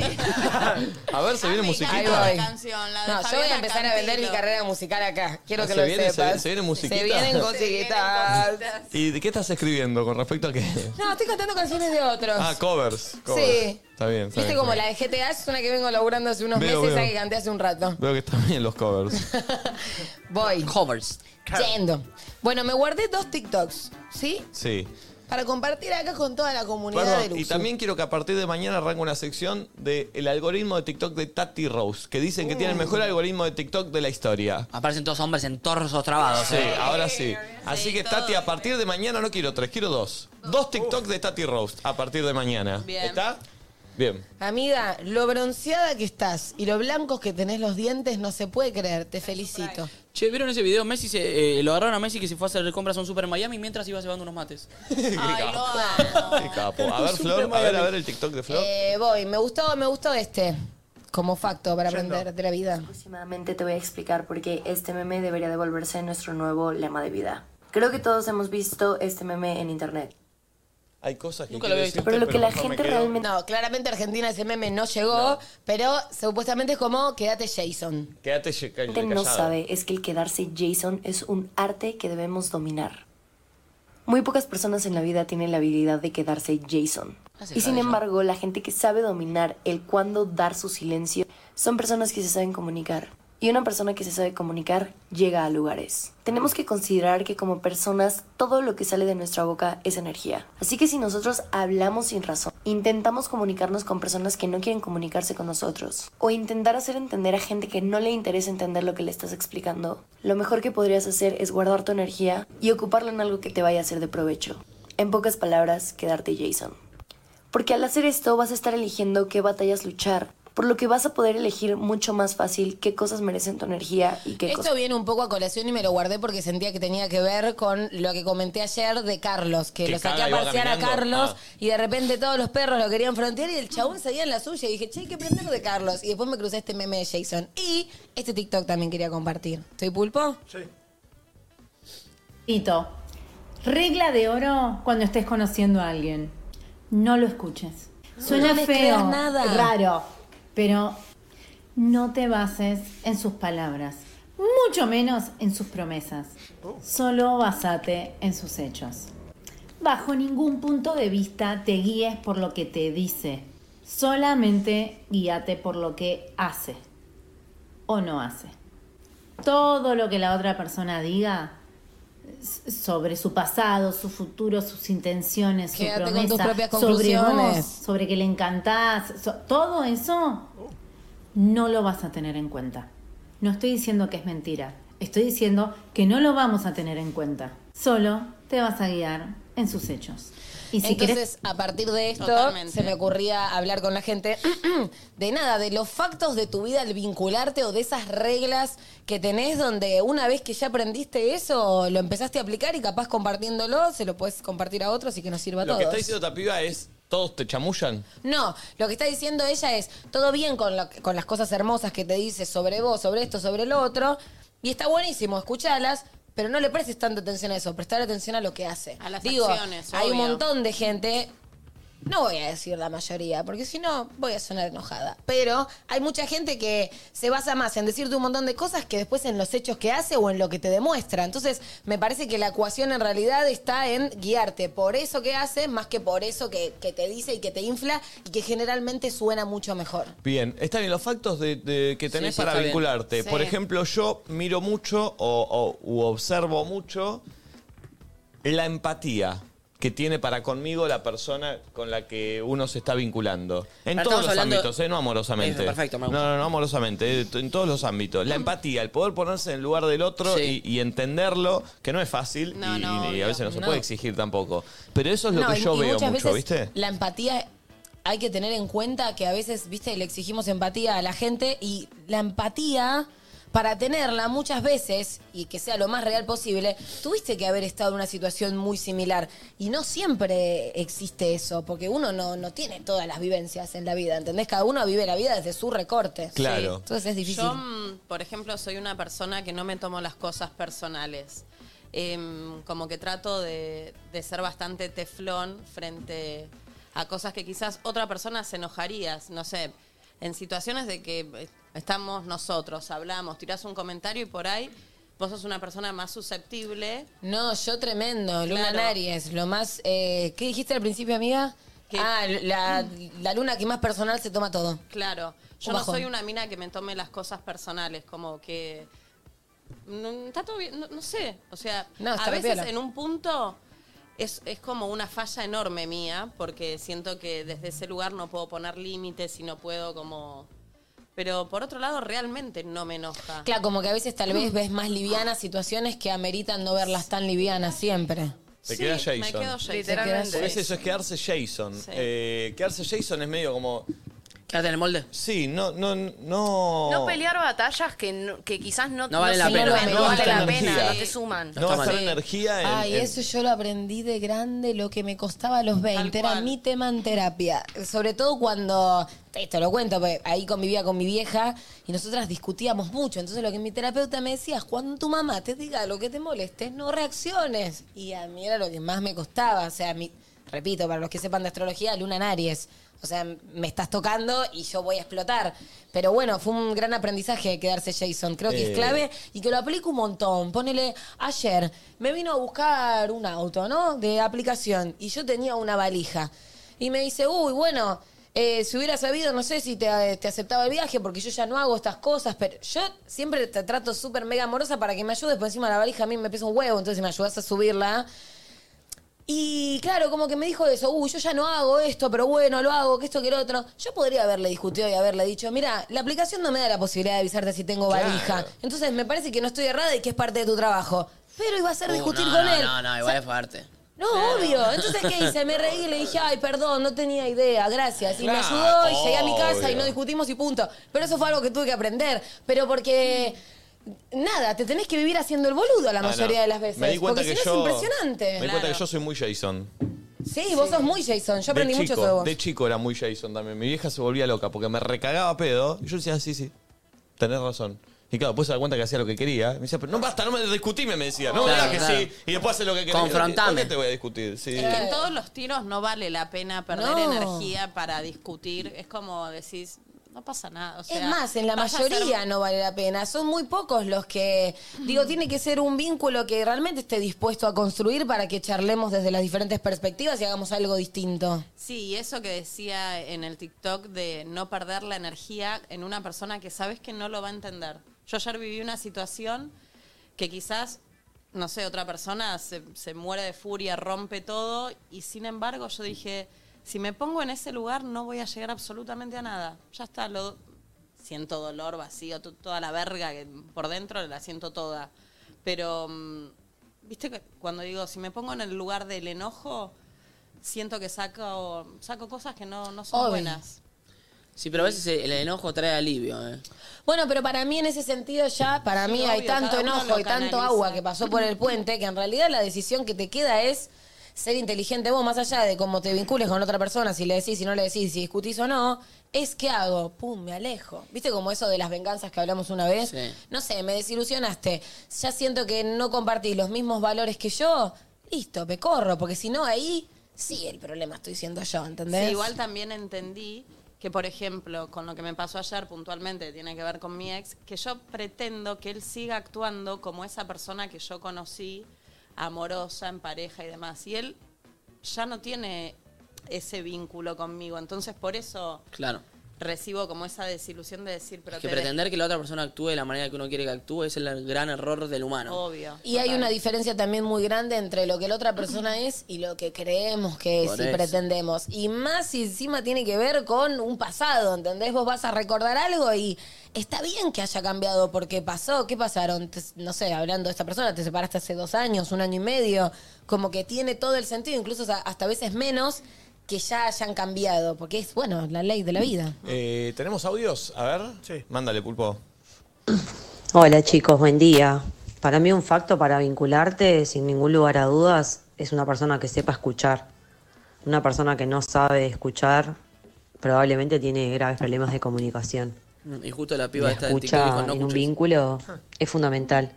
Speaker 1: A ver, se viene musiquita.
Speaker 4: Ahí voy.
Speaker 3: canción, la de
Speaker 4: no, yo voy a
Speaker 3: Fabiana
Speaker 4: empezar a vender mi carrera musical acá. Quiero
Speaker 1: Ah,
Speaker 4: que
Speaker 1: se
Speaker 4: lo
Speaker 1: viene, se
Speaker 4: sepas.
Speaker 1: viene- se viene musiquita.
Speaker 4: Se vienen cositas.
Speaker 1: ¿Y de qué estás escribiendo con respecto a qué?
Speaker 4: No, estoy cantando canciones de otros.
Speaker 1: Ah, covers. covers.
Speaker 4: Sí.
Speaker 1: Está bien. Está
Speaker 4: Viste
Speaker 1: bien,
Speaker 4: como
Speaker 1: está
Speaker 4: la de GTA es una que vengo laburando hace unos
Speaker 1: Veo,
Speaker 4: meses,
Speaker 1: veo.
Speaker 4: a que canté hace un rato.
Speaker 1: bien. Veo que están bien los covers.
Speaker 4: Voy.
Speaker 2: Covers.
Speaker 4: Yendo. Bueno, me guardé dos TikToks, ¿sí?
Speaker 1: Sí.
Speaker 4: Para compartir acá con toda la comunidad
Speaker 1: Perdón,
Speaker 4: del
Speaker 1: y
Speaker 4: uso.
Speaker 1: también quiero que a partir de mañana arranque una sección del el algoritmo de TikTok de Tati Rose, que dicen que tiene el
Speaker 4: Uh.
Speaker 1: mejor algoritmo de TikTok de la historia. Ah,
Speaker 2: Aparecen todos hombres en torsos trabados.
Speaker 1: Sí, ahora sí. Así que Tati, a partir de mañana no quiero tres, quiero dos. Dos TikTok de Tati Rose a partir de mañana.
Speaker 4: Bien.
Speaker 1: ¿Está? Bien.
Speaker 4: Amiga, lo bronceada que estás y lo blancos que tenés los dientes no se puede creer. Te felicito.
Speaker 2: Che, ¿vieron ese video? Messi se, eh, lo agarraron a Messi que se fue a hacer compras a un super en Miami mientras iba llevando unos mates.
Speaker 1: Qué capo. A ver, Flor, a ver, a ver el TikTok de Flor.
Speaker 4: Eh, voy, me gustó, me gustó este. Como facto para aprender de la vida.
Speaker 14: Próximamente te voy a explicar por qué este meme debería de volverse nuestro nuevo lema de vida. Creo que todos hemos visto este meme en internet.
Speaker 1: Hay cosas que
Speaker 14: Nunca
Speaker 1: quiero
Speaker 14: lo había visto.
Speaker 1: decirte,
Speaker 14: Pero lo que la
Speaker 1: mejor me
Speaker 14: gente
Speaker 1: quedo.
Speaker 4: No, claramente Argentina ese meme no llegó, pero supuestamente es como quédate Jason.
Speaker 1: Quédate ch-
Speaker 14: La gente no
Speaker 1: callada.
Speaker 14: sabe es que el quedarse Jason es un arte que debemos dominar. Muy pocas personas en la vida tienen la habilidad de quedarse Jason.
Speaker 6: Así
Speaker 14: Y sin
Speaker 6: claro,
Speaker 14: embargo, la gente que sabe dominar el cuándo dar su silencio son personas que se saben comunicar. Y una persona que se sabe comunicar llega a lugares. Tenemos que considerar que como personas todo lo que sale de nuestra boca es energía. Así que si nosotros hablamos sin razón, intentamos comunicarnos con personas que no quieren comunicarse con nosotros, o intentar hacer entender a gente que no le interesa entender lo que le estás explicando, lo mejor que podrías hacer es guardar tu energía y ocuparla en algo que te vaya a ser de provecho. En pocas palabras, quedarte Jason. Porque al hacer esto vas a estar eligiendo qué batallas luchar
Speaker 23: por lo que vas a poder elegir mucho más fácil qué cosas merecen tu energía y qué
Speaker 4: Esto
Speaker 23: cosas.
Speaker 4: viene un poco a colación y me lo guardé porque sentía que tenía que ver con lo que comenté ayer de Carlos, que,
Speaker 7: Que
Speaker 4: lo saqué a
Speaker 7: Carla iba
Speaker 4: pasear a
Speaker 7: caminando.
Speaker 4: Carlos
Speaker 7: Ah.
Speaker 4: y de repente todos los perros lo querían frontear y el chabón seguía en la suya y dije, che, hay que aprender de Carlos. Y después me crucé este meme de Jason y este TikTok también quería compartir. ¿Estoy pulpo?
Speaker 5: Sí.
Speaker 24: Pito, regla de oro cuando estés conociendo a alguien. No lo escuches. Suena
Speaker 4: No les
Speaker 24: feo,
Speaker 4: creas nada.
Speaker 24: raro, pero no te bases en sus palabras, mucho menos en sus promesas. Solo basate en sus hechos. Bajo ningún punto de vista te guíes por lo que te dice. Solamente guíate por lo que hace o no hace. Todo lo que la otra persona diga s- sobre su pasado, su futuro, sus intenciones, su
Speaker 4: Quédate con
Speaker 24: promesa,
Speaker 4: tus propias
Speaker 24: sobre
Speaker 4: conclusiones.
Speaker 24: vos, sobre que le encantás, so- todo eso no lo vas a tener en cuenta. No estoy diciendo que es mentira, estoy diciendo que no lo vamos a tener en cuenta. Solo te vas a guiar en sus hechos. Y si
Speaker 4: Entonces,
Speaker 24: querés-
Speaker 4: a partir de esto,
Speaker 24: Totalmente.
Speaker 4: se me ocurría hablar con la gente de nada, de los factos de tu vida al vincularte o de esas reglas que tenés donde una vez que ya aprendiste eso, lo empezaste a aplicar y capaz compartiéndolo, se lo puedes compartir a otros y que nos sirva a
Speaker 1: Lo
Speaker 4: todos.
Speaker 1: que está diciendo esta piba es, todos te chamullan.
Speaker 4: No, lo que está diciendo ella es, todo bien con, lo- con las cosas hermosas que te dice sobre vos, sobre esto, sobre lo otro, y está buenísimo, escuchalas, pero no le prestes tanta atención a eso, prestar atención a lo que hace. A
Speaker 3: las
Speaker 4: Digo,
Speaker 3: acciones,
Speaker 4: hay un
Speaker 3: obvio.
Speaker 4: montón de gente, no voy a decir la mayoría, porque si no voy a sonar enojada, pero hay mucha gente que se basa más en decirte un montón de cosas que después en los hechos que hace o en lo que te demuestra. Entonces, me parece que la ecuación en realidad está en guiarte por eso que hace más que por eso que, que te dice y que te infla y que generalmente suena mucho mejor.
Speaker 1: Bien, están en los factos de, de- que tenés
Speaker 4: sí,
Speaker 1: para
Speaker 4: está bien.
Speaker 1: vincularte.
Speaker 4: Sí.
Speaker 1: Por ejemplo, yo miro mucho o, o- u observo mucho la empatía que tiene para conmigo la persona con la que uno se está vinculando. En
Speaker 2: Pero
Speaker 1: todos
Speaker 2: estamos
Speaker 1: los
Speaker 2: hablando-
Speaker 1: ámbitos, ¿eh? no amorosamente.
Speaker 2: Eso, perfecto, me
Speaker 1: No, no, no amorosamente, eh, t- en todos los ámbitos.
Speaker 4: Mm.
Speaker 1: La empatía, el poder ponerse en el lugar del otro
Speaker 2: Sí.
Speaker 1: y, y entenderlo, que no es fácil
Speaker 4: No,
Speaker 1: y,
Speaker 4: no,
Speaker 1: y- y a veces no se
Speaker 4: no.
Speaker 1: puede exigir tampoco. Pero eso es lo
Speaker 4: No,
Speaker 1: que
Speaker 4: y-
Speaker 1: yo
Speaker 4: y
Speaker 1: veo
Speaker 4: muchas
Speaker 1: mucho,
Speaker 4: veces
Speaker 1: ¿viste?
Speaker 4: La empatía hay que tener en cuenta que a veces, viste, le exigimos empatía a la gente y la empatía. Para tenerla muchas veces y que sea lo más real posible, tuviste que haber estado en una situación muy similar. Y no siempre existe eso, porque uno no, no tiene todas las vivencias en la vida, ¿entendés? Cada uno vive la vida desde su recorte.
Speaker 1: Claro.
Speaker 4: Sí. Entonces es difícil.
Speaker 3: Yo, mm, por ejemplo, soy una persona que no me tomo las cosas personales. Em, como que trato de, de ser bastante teflón frente a cosas que quizás otra persona se enojaría. No sé, en situaciones de que eh, estamos nosotros, hablamos, tirás un comentario y por ahí vos sos una persona más susceptible.
Speaker 4: No, yo tremendo. Luna en
Speaker 3: Claro.
Speaker 4: Aries, lo más. eh, ¿Qué dijiste al principio, amiga? Ah, la, la luna que más personal se toma todo.
Speaker 3: Claro, yo
Speaker 4: Un
Speaker 3: no
Speaker 4: bajón.
Speaker 3: soy una mina que me tome las cosas personales, como que... no- está todo bien, no, no sé, o sea,
Speaker 4: No, está
Speaker 3: a
Speaker 4: re
Speaker 3: veces
Speaker 4: piola.
Speaker 3: en un punto es, es como una falla enorme mía, porque siento que desde ese lugar no puedo poner límites y no puedo como... Pero por otro lado, realmente no me enoja. Mm.
Speaker 4: Claro, como que a veces tal vez ves más livianas situaciones que ameritan no verlas tan livianas siempre.
Speaker 1: Se queda Jason.
Speaker 3: me quedo Jason.
Speaker 4: Literalmente.
Speaker 1: Porque es eso, es quedarse Jason. Eh, quedarse Jason es medio como.
Speaker 2: ¿Quedarte en el molde?
Speaker 1: Sí, no, no, no.
Speaker 12: No pelear batallas que, no- que quizás no,
Speaker 1: No vale la
Speaker 12: sirven,
Speaker 1: pena. No
Speaker 12: no vale
Speaker 1: gastar
Speaker 12: la pena,
Speaker 1: energía.
Speaker 12: no te suman.
Speaker 1: No gastar energía en.
Speaker 4: Ay,
Speaker 1: en-
Speaker 4: eso yo lo aprendí de grande, lo que me costaba a los 20. Era mi tema en terapia. Sobre todo cuando, esto lo cuento, porque ahí convivía con mi vieja y nosotras discutíamos mucho. Entonces lo que mi terapeuta me decía es, cuando tu mamá te diga lo que te moleste, no reacciones. Y a mí era lo que más me costaba. O sea, mi, repito, para los que sepan de astrología, luna en Aries. O sea, me estás tocando y yo voy a explotar. Pero bueno, fue un gran aprendizaje quedarse Jason. Creo que
Speaker 7: Eh.
Speaker 4: es clave y que lo aplico un montón. Ponele, ayer me vino a buscar un auto, ¿no? De aplicación y yo tenía una valija. Y me dice, uy, bueno, eh, si hubiera sabido, no sé si te, te aceptaba el viaje porque yo ya no hago estas cosas, pero yo siempre te trato súper mega amorosa para que me ayudes, por encima la valija a mí me pesa un huevo, entonces si me ayudas a subirla. Y claro, como que me dijo eso, uy, yo ya no hago esto, pero bueno, lo hago, que esto, que lo otro. Yo podría haberle discutido y haberle dicho, mira, la aplicación no me da la posibilidad de avisarte si tengo
Speaker 2: Claro.
Speaker 4: valija. Entonces me parece que no estoy errada y que es parte de tu trabajo. Pero iba a ser
Speaker 2: Uh,
Speaker 4: discutir
Speaker 2: no,
Speaker 4: con
Speaker 2: no,
Speaker 4: él.
Speaker 2: No, no, igual es fuerte.
Speaker 4: No, obvio. Entonces, ¿qué hice? Me reí y le dije, ay, perdón, no tenía idea, gracias. Y me
Speaker 7: Claro,
Speaker 4: ayudó y llegué a mi casa y
Speaker 7: obvio.
Speaker 4: no discutimos y punto. Pero eso fue algo que tuve que aprender. Pero porque, nada, te tenés que vivir haciendo el boludo la
Speaker 1: Ah, no.
Speaker 4: mayoría de las veces.
Speaker 1: Me di cuenta
Speaker 4: porque si
Speaker 1: que
Speaker 4: no
Speaker 1: yo.
Speaker 4: es impresionante.
Speaker 1: Me di cuenta que yo soy muy Jason.
Speaker 4: Sí, vos sos muy Jason. Yo
Speaker 1: De
Speaker 4: aprendí mucho
Speaker 1: chico,
Speaker 4: sobre vos.
Speaker 1: De chico era muy Jason también. Mi vieja se volvía loca porque me recagaba pedo. Y yo decía, "Ah, sí, sí, tenés razón. Y claro, después se da cuenta que hacía lo que quería. Y Me decía, pero no basta, no me discutime, me decía. No, me digas
Speaker 2: Claro,
Speaker 1: que
Speaker 2: claro.
Speaker 1: sí. Y después haces lo que querés.
Speaker 2: Confrontame.
Speaker 1: ¿Por qué te voy a discutir? Sí.
Speaker 3: Es que en todos los tiros no vale la pena perder
Speaker 4: No.
Speaker 3: energía para discutir. Es como decís, no pasa nada. o sea,
Speaker 4: es más, en la
Speaker 3: vas a hacer-
Speaker 4: mayoría no vale la pena. Son muy pocos los que. Digo, tiene que ser un vínculo que realmente esté dispuesto a construir para que charlemos desde las diferentes perspectivas y hagamos algo distinto.
Speaker 3: Sí, y eso que decía en el TikTok de no perder la energía en una persona que sabes que no lo va a entender. Yo ayer viví una situación que quizás, no sé, otra persona se, se muere de furia, rompe todo, y sin embargo yo dije, si me pongo en ese lugar no voy a llegar absolutamente a nada. Ya está, lo siento dolor, vacío, to- toda la verga que por dentro la siento toda. Pero, mm, viste que cuando digo, si me pongo en el lugar del enojo, siento que saco, saco cosas que no, no son
Speaker 4: Obvio.
Speaker 3: buenas.
Speaker 2: Sí, pero a veces el enojo trae alivio, ¿eh?
Speaker 4: Bueno, pero para mí en ese sentido ya, para
Speaker 3: Sí,
Speaker 4: mí
Speaker 3: obvio,
Speaker 4: hay tanto
Speaker 3: cada uno
Speaker 4: enojo
Speaker 3: lo
Speaker 4: y tanto
Speaker 3: canaliza.
Speaker 4: agua que pasó por el puente que en realidad la decisión que te queda es ser inteligente vos, más allá de cómo te vincules con otra persona, si le decís, si no le decís, si discutís o no, es qué hago, pum, me alejo. ¿Viste como eso de las venganzas que hablamos una vez?
Speaker 2: Sí.
Speaker 4: No sé, me desilusionaste, ya siento que no compartís los mismos valores que yo, listo, me corro, porque si no ahí sí el problema estoy siendo yo, ¿entendés?
Speaker 3: Sí, igual también entendí que, por ejemplo, con lo que me pasó ayer puntualmente, tiene que ver con mi ex, que yo pretendo que él siga actuando como esa persona que yo conocí, amorosa, en pareja y demás. Y él ya no tiene ese vínculo conmigo, entonces por eso
Speaker 2: Claro.
Speaker 3: recibo como esa desilusión de decir, pero
Speaker 2: Que
Speaker 3: te
Speaker 2: pretender que la otra persona actúe de la manera que uno quiere que actúe es el gran error del humano.
Speaker 3: Obvio.
Speaker 4: Y hay una diferencia también muy grande entre lo que la otra persona es y lo que creemos que es
Speaker 2: Por
Speaker 4: y
Speaker 2: eso.
Speaker 4: pretendemos. Y más si encima tiene que ver con un pasado, ¿entendés? Vos vas a recordar algo y está bien que haya cambiado porque pasó, ¿qué pasaron? Te- no sé, hablando de esta persona, te separaste hace dos años, un año y medio, como que tiene todo el sentido, incluso hasta- hasta a veces menos que ya hayan cambiado, porque es, bueno, la ley de la vida.
Speaker 1: Eh, ¿Tenemos audios? A ver. Sí. Mándale, pulpo.
Speaker 9: Hola chicos, buen día. Para mí un facto para vincularte, sin ningún lugar a dudas, es una persona que sepa escuchar. Una persona que no sabe escuchar probablemente tiene graves problemas de comunicación.
Speaker 2: mm, Y justo la piba
Speaker 9: La
Speaker 2: esta de TikTok dijo,
Speaker 9: escucha
Speaker 2: no
Speaker 9: en un
Speaker 2: escuches". Ah.
Speaker 9: vínculo es fundamental,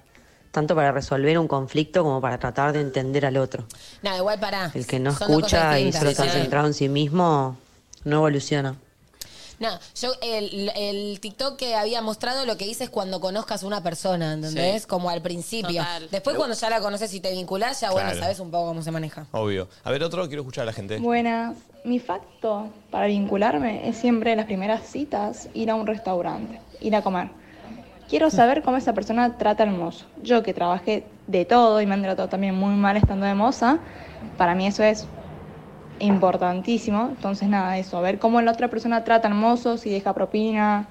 Speaker 9: tanto para resolver un conflicto como para tratar de entender al otro.
Speaker 4: Nada, igual para.
Speaker 9: El que no escucha y solo está centrado en sí mismo no evoluciona.
Speaker 4: No, yo el, el TikTok que había mostrado lo que hice es cuando conozcas a una persona, ¿entendés?
Speaker 1: Sí.
Speaker 4: Como al principio.
Speaker 1: Total.
Speaker 4: Después cuando ya la conoces y te vinculás, ya bueno,
Speaker 1: Claro.
Speaker 4: sabes un poco cómo se maneja.
Speaker 1: Obvio. A ver, otro, quiero escuchar a la gente.
Speaker 22: Buenas, mi facto para vincularme es siempre las primeras citas ir a un restaurante, ir a comer. Quiero saber cómo esa persona trata al mozo. Yo que trabajé de todo y me han tratado también muy mal estando de moza, para mí eso es importantísimo. Entonces nada, eso, ver cómo la otra persona trata al mozo, si deja propina,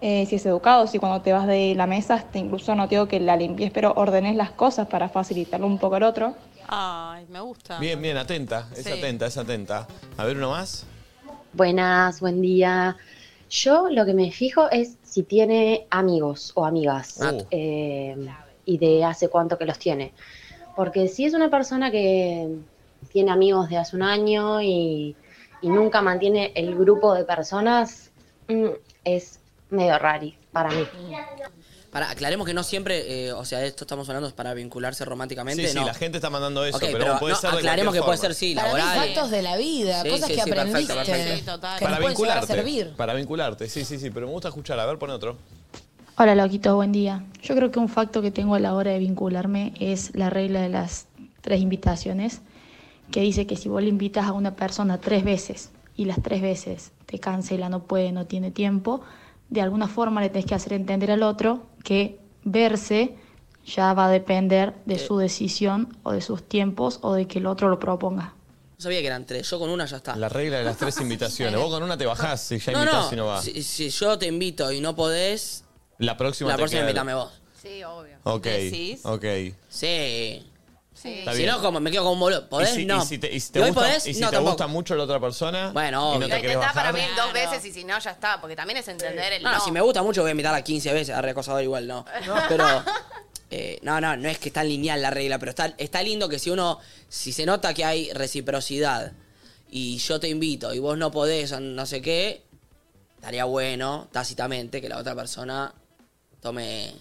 Speaker 22: eh, si es educado, si cuando te vas de la mesa, hasta incluso no te digo que la limpies, pero ordenes las cosas para facilitarlo un poco al otro.
Speaker 3: Ay, me gusta.
Speaker 1: Bien, bien, atenta. Es
Speaker 3: Sí.
Speaker 1: atenta, es atenta. A ver, uno más.
Speaker 25: Buenas, buen día. Yo lo que me fijo es si tiene amigos o amigas
Speaker 1: Ah.
Speaker 25: eh, y de hace cuánto que los tiene. Porque si es una persona que tiene amigos de hace un año y, y nunca mantiene el grupo de personas, mm, es medio rari para mí.
Speaker 12: Mm.
Speaker 2: Para, aclaremos que no siempre, eh, o sea, esto estamos hablando es para vincularse románticamente.
Speaker 1: Sí, sí,
Speaker 2: no.
Speaker 1: la gente está mandando eso,
Speaker 2: Ok,
Speaker 1: pero puede
Speaker 2: no,
Speaker 1: ser de
Speaker 2: aclaremos que
Speaker 1: cualquier
Speaker 2: puede
Speaker 1: forma.
Speaker 2: ser, sí,
Speaker 4: Para mí,
Speaker 2: laboral.
Speaker 4: factos de la vida,
Speaker 2: Sí,
Speaker 4: cosas
Speaker 2: sí,
Speaker 4: que
Speaker 2: sí, perfecto,
Speaker 4: aprendiste.
Speaker 2: perfecto. Sí,
Speaker 4: que
Speaker 1: Para
Speaker 4: nos pueden llegar a
Speaker 1: vincularte.
Speaker 4: servir.
Speaker 1: Para vincularte, sí, sí, sí. Pero me gusta escuchar. A ver, pon otro.
Speaker 22: Hola loquitos, buen día. Yo creo que un facto que tengo a la hora de vincularme es la regla de las tres invitaciones, que dice que si vos le invitas a una persona tres veces y las tres veces te cancela, no puede, no tiene tiempo, de alguna forma le tenés que hacer entender al otro que verse ya va a depender de su decisión o de sus tiempos o de que el otro lo proponga.
Speaker 2: No sabía que eran tres, yo con una ya está.
Speaker 1: La regla de las tres invitaciones. Vos con una te bajás si ya
Speaker 2: no,
Speaker 1: invitás
Speaker 2: no,
Speaker 1: y no va.
Speaker 2: Si, si yo te invito y no podés,
Speaker 1: La próxima
Speaker 2: la
Speaker 1: te
Speaker 2: próxima
Speaker 1: queda-
Speaker 2: invítame vos.
Speaker 12: Sí, obvio.
Speaker 1: Ok.
Speaker 12: Decís.
Speaker 1: Ok.
Speaker 2: Sí.
Speaker 3: Sí.
Speaker 1: Está
Speaker 2: si
Speaker 1: bien.
Speaker 2: no, como me quedo como un boludo. ¿Podés?
Speaker 1: ¿Y si,
Speaker 2: no.
Speaker 1: y si te, y si te
Speaker 2: ¿Y hoy
Speaker 1: gusta,
Speaker 2: podés?
Speaker 1: y si
Speaker 2: no,
Speaker 1: te
Speaker 2: tampoco.
Speaker 1: gusta mucho la otra persona
Speaker 2: Bueno,
Speaker 1: y no
Speaker 2: obvio.
Speaker 1: te querés
Speaker 12: Está para
Speaker 1: bajar.
Speaker 12: mí dos veces y si no, ya está. Porque también es entender el
Speaker 2: No,
Speaker 12: no.
Speaker 2: Ah, si me gusta mucho voy a invitarla 15 veces a recosador igual, no. Pero eh, no, no, no es que es tan lineal la regla, pero está, está lindo que si uno, si se nota que hay reciprocidad y yo te invito y vos no podés o no sé qué, estaría bueno tácitamente que la otra persona tome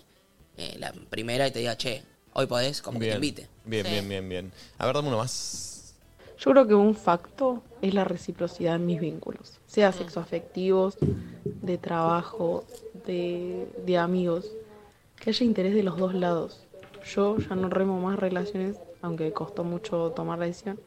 Speaker 2: eh, la primera y te diga, che, hoy podés, como que te invite.
Speaker 1: Bien, bien, bien, bien. A ver, dame uno más.
Speaker 18: Yo creo que un facto es la reciprocidad en mis vínculos, sea sexoafectivos, de trabajo, de, de amigos, que haya interés de los dos lados. Yo ya no remo más relaciones, aunque costó mucho tomar la decisión,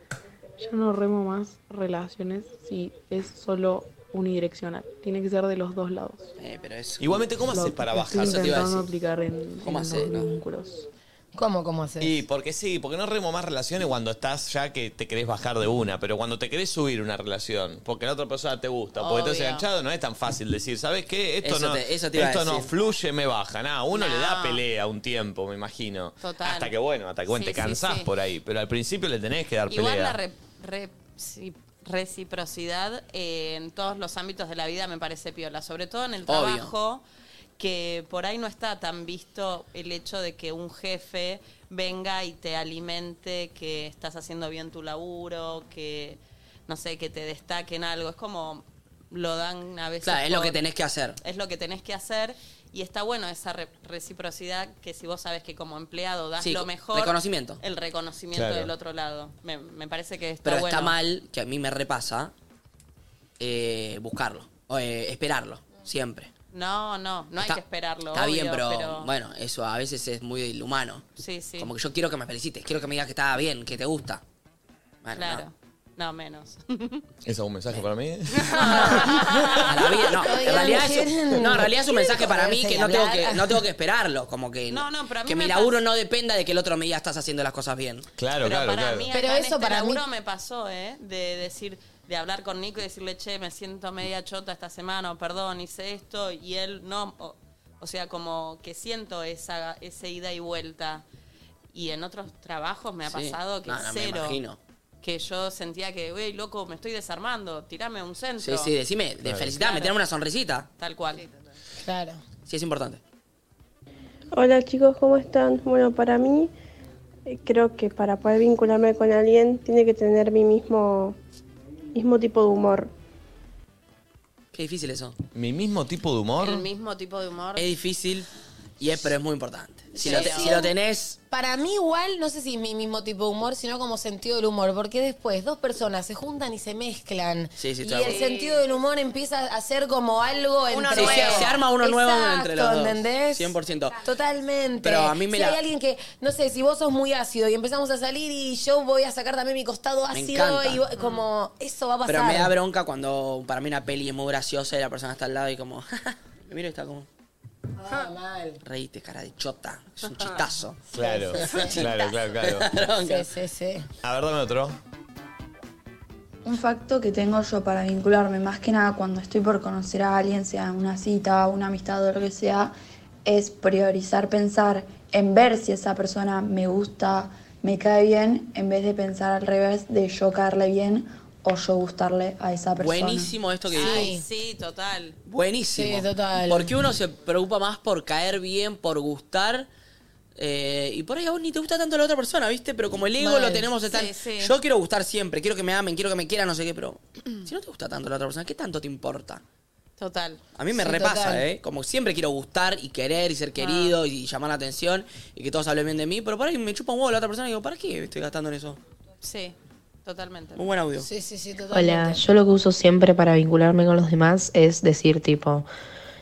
Speaker 18: ya no remo más relaciones si es solo unidireccional, tiene que ser de los dos lados.
Speaker 2: Eh, pero es-
Speaker 1: Igualmente, ¿cómo haces para
Speaker 18: Lo
Speaker 1: bajar?
Speaker 18: Estoy intentando aplicar en,
Speaker 1: ¿Cómo
Speaker 18: en
Speaker 1: haces,
Speaker 18: los
Speaker 1: no?
Speaker 18: vínculos.
Speaker 4: ¿Cómo, cómo haces?
Speaker 1: Y porque sí, porque no remo más relaciones cuando estás ya que te querés bajar de una, pero cuando te querés subir una relación, porque la otra persona te gusta, porque estás
Speaker 2: Obvio.
Speaker 1: enganchado, no es tan fácil decir, ¿sabes qué? Esto
Speaker 2: Eso
Speaker 1: no,
Speaker 2: te- eso te iba a
Speaker 1: esto no
Speaker 2: decir.
Speaker 1: fluye, me baja. Nada, uno le da
Speaker 2: No.
Speaker 1: pelea un tiempo, me imagino.
Speaker 3: Total.
Speaker 1: Hasta que bueno, hasta que bueno,
Speaker 3: Sí,
Speaker 1: te
Speaker 3: sí,
Speaker 1: cansás
Speaker 3: sí.
Speaker 1: por ahí, pero al principio le tenés que dar
Speaker 3: Igual
Speaker 1: pelea.
Speaker 3: la re- re- si- reciprocidad eh, en todos los ámbitos de la vida me parece piola, sobre todo en el
Speaker 2: Obvio.
Speaker 3: trabajo, que por ahí no está tan visto el hecho de que un jefe venga y te alimente, que estás haciendo bien tu laburo, que no sé, que te destaquen algo. Es como lo dan a veces.
Speaker 2: Claro, es lo
Speaker 3: por-
Speaker 2: que tenés que hacer.
Speaker 3: Es lo que tenés que hacer. Y está bueno esa re- reciprocidad que si vos sabes que como empleado das
Speaker 2: Sí,
Speaker 3: lo mejor.
Speaker 2: reconocimiento.
Speaker 3: El reconocimiento
Speaker 2: Claro.
Speaker 3: del otro lado. Me, me parece que está
Speaker 2: Pero
Speaker 3: bueno.
Speaker 2: está mal, que a mí me repasa, eh, buscarlo, o, eh, esperarlo, siempre.
Speaker 3: No, no, no hay
Speaker 2: Está-
Speaker 3: que esperarlo.
Speaker 2: Está
Speaker 3: obvio,
Speaker 2: bien, pero, bueno, eso a veces es muy del humano.
Speaker 3: Sí, sí.
Speaker 2: Como que yo quiero que me felicites, quiero que me digas que está bien, que te gusta. Bueno,
Speaker 3: claro.
Speaker 2: no.
Speaker 3: No, menos.
Speaker 1: ¿Es algún mensaje para mí?
Speaker 2: A la vida, no,
Speaker 3: Oigan,
Speaker 2: en realidad es,
Speaker 3: quieren-
Speaker 2: no, en realidad es un mensaje para mí
Speaker 3: Ponerse
Speaker 2: que
Speaker 3: y
Speaker 2: no tengo
Speaker 3: hablar.
Speaker 2: que, no tengo que esperarlo, como que,
Speaker 3: No, no, pero a mí
Speaker 2: que
Speaker 3: me
Speaker 2: mi laburo no dependa de que el otro me diga estás haciendo las cosas bien.
Speaker 1: Claro,
Speaker 2: claro,
Speaker 3: para mí,
Speaker 4: Pero
Speaker 3: acá en
Speaker 4: eso
Speaker 3: este
Speaker 4: para mí-
Speaker 3: laburo me pasó, ¿eh? De decir, de hablar con Nico y decirle, che, me siento media chota esta semana, o perdón, hice esto, y él no. O, o sea, como que siento esa, ese ida y vuelta. Y en otros trabajos me ha
Speaker 2: Sí.
Speaker 3: pasado que
Speaker 2: No, no, me
Speaker 3: cero.
Speaker 2: imagino.
Speaker 3: Que yo sentía que, güey, loco, me estoy desarmando, tirame un
Speaker 2: Sí,
Speaker 3: centro.
Speaker 2: sí, decime, de felicitame,
Speaker 3: Claro,
Speaker 2: tirame una sonrisita.
Speaker 3: Tal cual.
Speaker 4: Claro.
Speaker 2: Sí, es importante.
Speaker 6: Hola chicos, ¿cómo están? Bueno, para mí eh, creo que para poder vincularme con alguien tiene que tener mi mismo, mismo tipo de humor.
Speaker 2: Qué difícil eso.
Speaker 1: Mi mismo tipo de humor.
Speaker 3: El mismo tipo de humor.
Speaker 2: Es difícil, y es, pero es muy importante. Si,
Speaker 4: Sí.
Speaker 2: lo, te- si lo tenés,
Speaker 4: Para mí igual, no sé si es mi mismo tipo de humor, sino como sentido del humor, porque después dos personas se juntan y se mezclan.
Speaker 2: Sí, sí,
Speaker 4: y
Speaker 2: está
Speaker 4: el
Speaker 2: bien.
Speaker 4: sentido del humor empieza a ser como algo
Speaker 2: Uno
Speaker 4: entre...
Speaker 2: nuevo. Sí, se- se arma uno nuevo
Speaker 4: Exacto,
Speaker 2: entre los dos.
Speaker 4: ¿entendés?
Speaker 2: 100%.
Speaker 4: Totalmente.
Speaker 2: Pero a mí me
Speaker 4: si
Speaker 2: la-
Speaker 4: hay alguien que, no sé, si vos sos muy ácido y empezamos a salir y yo voy a sacar también mi costado
Speaker 2: Me
Speaker 4: ácido
Speaker 2: encanta.
Speaker 4: y vo- como eso va a pasar.
Speaker 2: Pero me da bronca cuando para mí una peli es muy graciosa y la persona está al lado y como... me miro y está como...
Speaker 4: Ah, mal.
Speaker 2: Reíste, cara de chota. Es un chistazo.
Speaker 1: Claro, claro, claro, claro.
Speaker 4: Sí, sí, sí.
Speaker 1: A ver, dame otro.
Speaker 6: Un facto que tengo yo para vincularme, más que nada cuando estoy por conocer a alguien, sea una cita, una amistad o lo que sea, es priorizar pensar en ver si esa persona me gusta, me cae bien, en vez de pensar al revés de yo caerle bien o yo gustarle a esa persona.
Speaker 2: Buenísimo esto que
Speaker 3: Ay,
Speaker 2: dices.
Speaker 3: sí, total.
Speaker 2: Buenísimo.
Speaker 4: Sí, total.
Speaker 2: Porque uno se preocupa más por caer bien, por gustar. eh, y por ahí a vos ni te gusta tanto la otra persona, ¿viste? Pero como el ego
Speaker 4: Mal.
Speaker 2: lo tenemos de tal.
Speaker 4: Sí, sí.
Speaker 2: Yo quiero gustar siempre, quiero que me amen, quiero que me quieran, no sé qué, pero si no te gusta tanto la otra persona, ¿qué tanto te importa?
Speaker 3: Total.
Speaker 2: A mí me
Speaker 3: Sí,
Speaker 2: repasa,
Speaker 3: total.
Speaker 2: ¿eh? Como siempre quiero gustar y querer y ser querido y llamar la atención y que todos hablen bien de mí, pero por ahí me chupa un huevo la otra persona y digo, ¿para qué estoy gastando en eso?
Speaker 3: Sí, totalmente.
Speaker 2: Un buen audio.
Speaker 4: Sí, sí, sí, totalmente.
Speaker 7: Hola, yo lo que uso siempre para vincularme con los demás es decir tipo,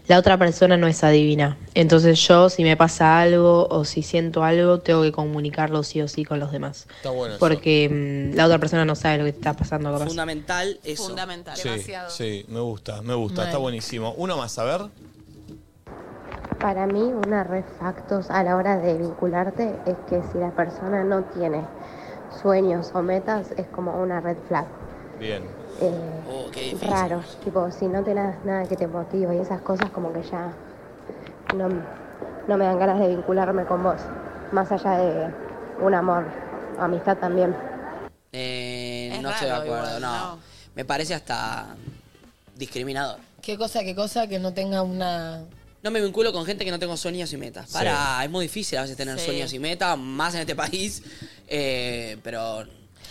Speaker 7: la otra persona no es adivina. Entonces yo si me pasa algo o si siento algo, tengo que comunicarlo sí o sí con los demás.
Speaker 1: Está bueno eso.
Speaker 7: Porque mm, la otra persona no sabe lo que te está pasando. capaz.
Speaker 2: Fundamental eso.
Speaker 3: Fundamental.
Speaker 1: Sí, sí, me gusta, me gusta,
Speaker 7: Mal.
Speaker 1: está buenísimo. Uno más, a ver.
Speaker 10: Para mí, una red factos a la hora de vincularte es que si la persona no tiene sueños o metas, es como una red flag.
Speaker 1: Bien.
Speaker 10: Eh, raro, tipo, si no tenés nada que te motive y esas cosas, como que ya no, no me dan ganas de vincularme con vos, más allá de un amor amistad también.
Speaker 2: Eh,
Speaker 10: Es
Speaker 2: no estoy de
Speaker 10: raro
Speaker 2: acuerdo,
Speaker 10: igual,
Speaker 2: no. Me parece hasta discriminador.
Speaker 4: ¿Qué cosa, qué cosa que no tenga una.
Speaker 2: No me vinculo con gente que no tengo sueños y metas. Para, es muy difícil a veces tener
Speaker 4: Sí.
Speaker 2: sueños y metas, más en este país. Eh, pero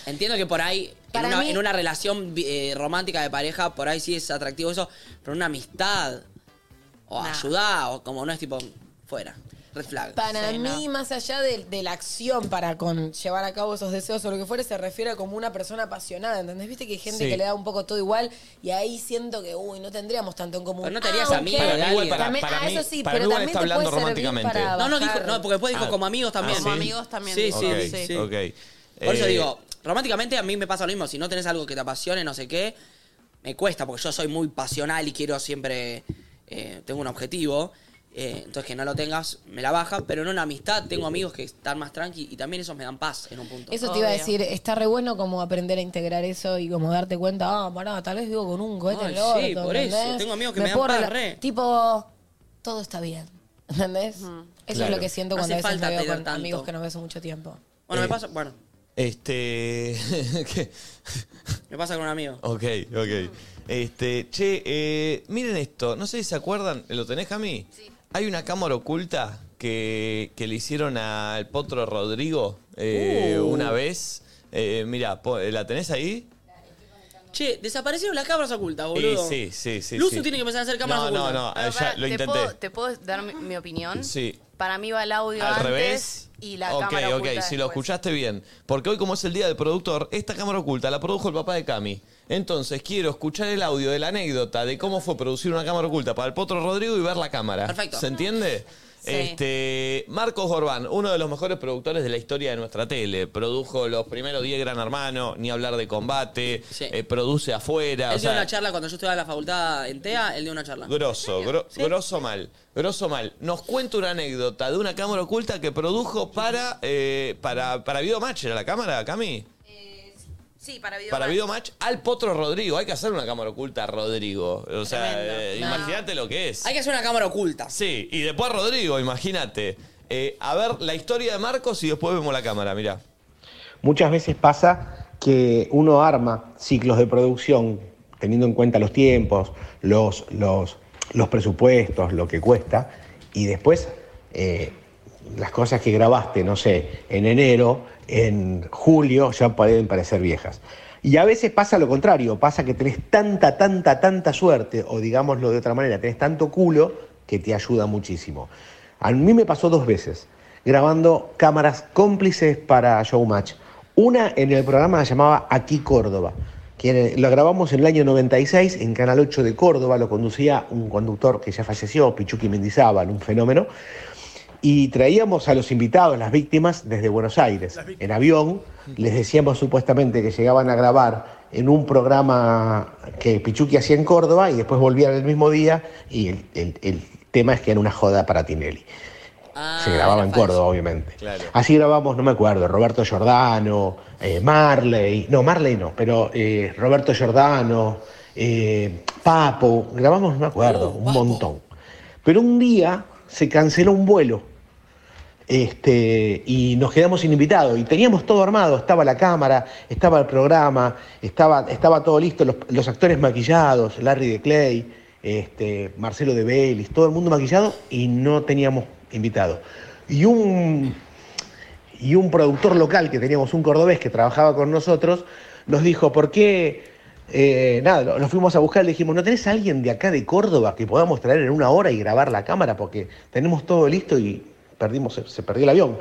Speaker 2: entiendo que por ahí, en
Speaker 4: Para
Speaker 2: una,
Speaker 4: mí-
Speaker 2: en una relación eh, romántica de pareja, por ahí sí es atractivo eso, pero una amistad o ayudar, o como no es tipo fuera. Red flag.
Speaker 4: Para mí, más allá de, de la acción para con llevar a cabo esos deseos o lo que fuere, se refiere a como una persona apasionada, ¿entendés? Viste que hay gente
Speaker 1: Sí.
Speaker 4: que le da un poco todo igual y ahí siento que, uy, no tendríamos tanto en común.
Speaker 2: Pero no te harías
Speaker 4: Ah,
Speaker 2: amigo
Speaker 4: ok.
Speaker 2: de alguien.
Speaker 4: También- ah, eso sí,
Speaker 1: para
Speaker 4: pero
Speaker 1: mí igual
Speaker 4: también
Speaker 1: está
Speaker 4: te
Speaker 1: hablando
Speaker 4: puede servir
Speaker 1: románticamente.
Speaker 4: para
Speaker 2: No, no, dijo,
Speaker 4: bajar.
Speaker 2: no, porque después dijo
Speaker 1: Ah.
Speaker 2: como amigos también.
Speaker 1: Ah, Como ¿sí? amigos también
Speaker 2: Sí,
Speaker 1: dijo,
Speaker 2: sí,
Speaker 1: ok,
Speaker 2: sí.
Speaker 1: ok.
Speaker 2: Por eso
Speaker 1: Eh,
Speaker 2: digo, románticamente a mí me pasa lo mismo. Si no tenés algo que te apasione, no sé qué, me cuesta, porque yo soy muy pasional y quiero siempre. eh, tengo un objetivo. eh, entonces que no lo tengas, me la baja. Pero en una amistad tengo amigos que están más tranqui y también esos me dan paz en un punto.
Speaker 4: Eso te iba a decir, está re bueno como aprender a integrar eso y como darte cuenta, ah, pará, tal vez vivo con un cohete
Speaker 2: Ay,
Speaker 4: en el orto,
Speaker 2: sí, por eso.
Speaker 4: ¿entendés?
Speaker 2: Tengo amigos que me dan
Speaker 4: puedo
Speaker 2: paz,
Speaker 4: rela-
Speaker 2: re.
Speaker 4: Tipo, todo está bien, ¿entendés? Eso
Speaker 1: Claro.
Speaker 4: es lo que siento
Speaker 2: No
Speaker 4: cuando a
Speaker 2: hace
Speaker 4: veces me
Speaker 2: falta
Speaker 4: veo
Speaker 2: tener
Speaker 4: con
Speaker 2: tanto.
Speaker 4: amigos que no veo hace mucho tiempo.
Speaker 2: Bueno, me pasa. Bueno,
Speaker 1: eh, Este. ¿qué?
Speaker 2: me pasa con un amigo.
Speaker 1: ok, ok. Este, che, eh, miren esto. No sé si se acuerdan. ¿Lo tenés, Cami? Sí. Hay una cámara oculta que, que le hicieron al Potro Rodrigo eh,
Speaker 2: Uh.
Speaker 1: una vez. Eh, mira, ¿la tenés ahí?
Speaker 2: Che, desaparecieron las cámaras ocultas, boludo.
Speaker 1: Eh, sí, sí, sí.
Speaker 2: Luzu
Speaker 1: sí.
Speaker 2: tiene que empezar a hacer cámaras
Speaker 1: no, No,
Speaker 2: ocultas.
Speaker 1: no, eh,
Speaker 2: Pero
Speaker 1: ya
Speaker 2: pará,
Speaker 1: lo
Speaker 12: ¿Te
Speaker 1: intenté.
Speaker 12: puedo, ¿Te puedo dar mi, mi opinión?
Speaker 1: Sí.
Speaker 12: Para mí va el audio
Speaker 1: ¿Al
Speaker 12: antes
Speaker 1: revés?
Speaker 12: y la
Speaker 1: ok,
Speaker 12: cámara
Speaker 1: ok,
Speaker 12: oculta
Speaker 1: si lo
Speaker 12: después.
Speaker 1: escuchaste bien. Porque hoy, como es el día del productor, esta cámara oculta la produjo el papá de Cami. Entonces, quiero escuchar el audio de la anécdota de cómo fue producir una cámara oculta para el Potro Rodrigo y ver la cámara.
Speaker 2: Perfecto.
Speaker 1: ¿Se entiende?
Speaker 2: Sí.
Speaker 1: Este, Marcos Gorbán, uno de los mejores productores de la historia de nuestra tele. Produjo los primeros 10 Gran Hermano, ni hablar de combate, eh, produce afuera.
Speaker 2: Él
Speaker 1: o
Speaker 2: dio
Speaker 1: sea,
Speaker 2: una charla cuando yo estaba en la facultad en TEA, él dio una charla.
Speaker 1: Grosso, gro- grosso mal, grosso mal. Nos cuenta una anécdota de una cámara oculta que produjo para eh, para para Videomatch, ¿era la cámara, Cami?
Speaker 12: Sí, para video.
Speaker 1: Para Videomatch al Potro Rodrigo. Hay que hacer una cámara oculta a Rodrigo. O sea, eh,
Speaker 2: No.
Speaker 1: imagínate lo que es.
Speaker 2: Hay que hacer una cámara oculta.
Speaker 1: Sí, y después Rodrigo, imagínate. Eh, a ver la historia de Marcos y después vemos la cámara, mirá.
Speaker 11: Muchas veces pasa que uno arma ciclos de producción teniendo en cuenta los tiempos, los, los, los presupuestos, lo que cuesta, y después eh, las cosas que grabaste, no sé, en enero, en julio, ya pueden parecer viejas. Y a veces pasa lo contrario, pasa que tenés tanta, tanta, tanta suerte, o digámoslo de otra manera, tenés tanto culo que te ayuda muchísimo. A mí me pasó dos veces, grabando cámaras cómplices para Showmatch. Una en el programa se llamaba Aquí Córdoba, que lo grabamos en el año 96 en Canal 8 de Córdoba, lo conducía un conductor que ya falleció, Pichuqui Mendizábal, un fenómeno, y traíamos a los invitados, las víctimas, desde Buenos Aires, en avión, les decíamos supuestamente que llegaban a grabar en un programa que Pichuqui hacía en Córdoba y después volvían el mismo día y el, el- el tema es que era una joda para Tinelli.
Speaker 26: Ah,
Speaker 11: Se grababa en Córdoba, obviamente. Ah. Así grabamos, no me acuerdo, Roberto Giordano, eh, Marley, no, Marley no, pero eh, Roberto Giordano, eh, Papo, grabamos, no me acuerdo, un montón. Pero un día se canceló un vuelo este, y nos quedamos sin invitado. Y teníamos todo armado, estaba la cámara, estaba el programa, estaba, estaba todo listo, los, los actores maquillados, Larry de Clay, este, Marcelo de Baylis, todo el mundo maquillado y no teníamos invitado. Y un, y un productor local que teníamos, un cordobés que trabajaba con nosotros, nos dijo, ¿por qué? eh, nada, lo- nos fuimos a buscar, le dijimos, ¿no tenés a alguien de acá de Córdoba que podamos traer en una hora y grabar la cámara? Porque tenemos todo listo y perdimos, se, se perdió el avión.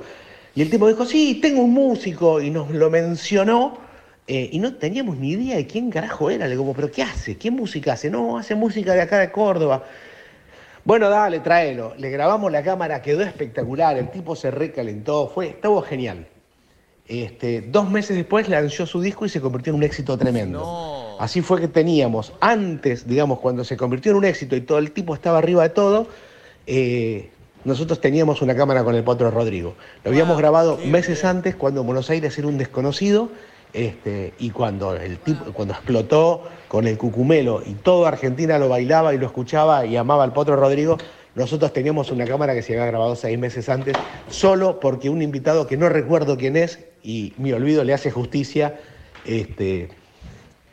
Speaker 11: Y el tipo dijo, sí, tengo un músico, y nos lo mencionó, eh, y no teníamos ni idea de quién carajo era. Le digo, ¿pero qué hace? ¿Qué música hace? No, hace música de acá de Córdoba. Bueno, dale, tráelo. Le grabamos la cámara, quedó espectacular, el tipo se recalentó, fue, estuvo genial. Este, dos meses después lanzó su disco y se convirtió en un éxito tremendo. Así fue que teníamos, antes, digamos, cuando se convirtió en un éxito y todo el tipo estaba arriba de todo, eh, nosotros teníamos una cámara con el Potro Rodrigo. Lo habíamos grabado meses antes, cuando en Buenos Aires era un desconocido, este, y cuando el tipo, cuando explotó con el cucumelo y toda Argentina lo bailaba y lo escuchaba y amaba al Potro Rodrigo, nosotros teníamos una cámara que se había grabado seis meses antes, solo porque un invitado que no recuerdo quién es y mi olvido le hace justicia, este,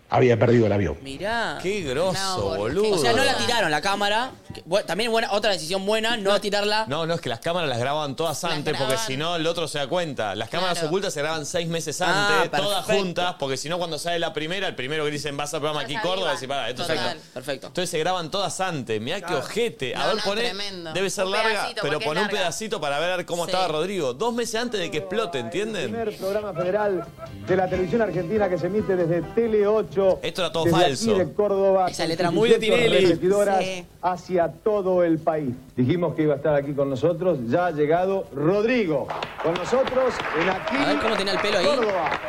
Speaker 11: había perdido el avión.
Speaker 2: Mirá.
Speaker 1: Qué grosso, boludo.
Speaker 2: O sea, no la tiraron la cámara. Que, bueno, también buena, otra decisión buena, no, tirarla.
Speaker 1: No, no, es que las cámaras las graban todas antes, porque si no, el otro se da cuenta. Las cámaras
Speaker 2: Claro.
Speaker 1: ocultas se graban seis meses
Speaker 2: Ah,
Speaker 1: antes, todas
Speaker 2: perfecto.
Speaker 1: juntas, porque si no, cuando sale la primera, el primero que dicen vas al programa aquí Córdoba, decís, para, esto es
Speaker 2: Total.
Speaker 1: acá". Entonces se graban todas antes. Mirá qué
Speaker 2: Claro.
Speaker 1: ojete. A
Speaker 2: No,
Speaker 1: ver,
Speaker 2: no,
Speaker 1: poné.
Speaker 2: tremendo.
Speaker 1: Debe ser
Speaker 2: Un
Speaker 1: larga,
Speaker 2: pedacito,
Speaker 1: pero
Speaker 2: porque es
Speaker 1: pon un
Speaker 2: larga.
Speaker 1: pedacito para ver cómo
Speaker 2: Sí.
Speaker 1: estaba Rodrigo. Dos meses antes de que explote, ¿entienden?
Speaker 26: primer programa federal de la televisión argentina que se emite desde Tele 8.
Speaker 1: Esto era todo
Speaker 26: desde
Speaker 1: falso.
Speaker 26: aquí de Córdoba.
Speaker 1: Esa
Speaker 26: con
Speaker 1: letra
Speaker 26: sus
Speaker 1: muy de
Speaker 26: 18
Speaker 1: Tinelli.
Speaker 26: repetidoras
Speaker 1: Sí.
Speaker 26: hacia todo el país. Dijimos que iba a estar aquí con nosotros. Ya ha llegado Rodrigo. Con nosotros en aquí.
Speaker 2: A ver cómo tenía el pelo ahí.
Speaker 26: Córdoba.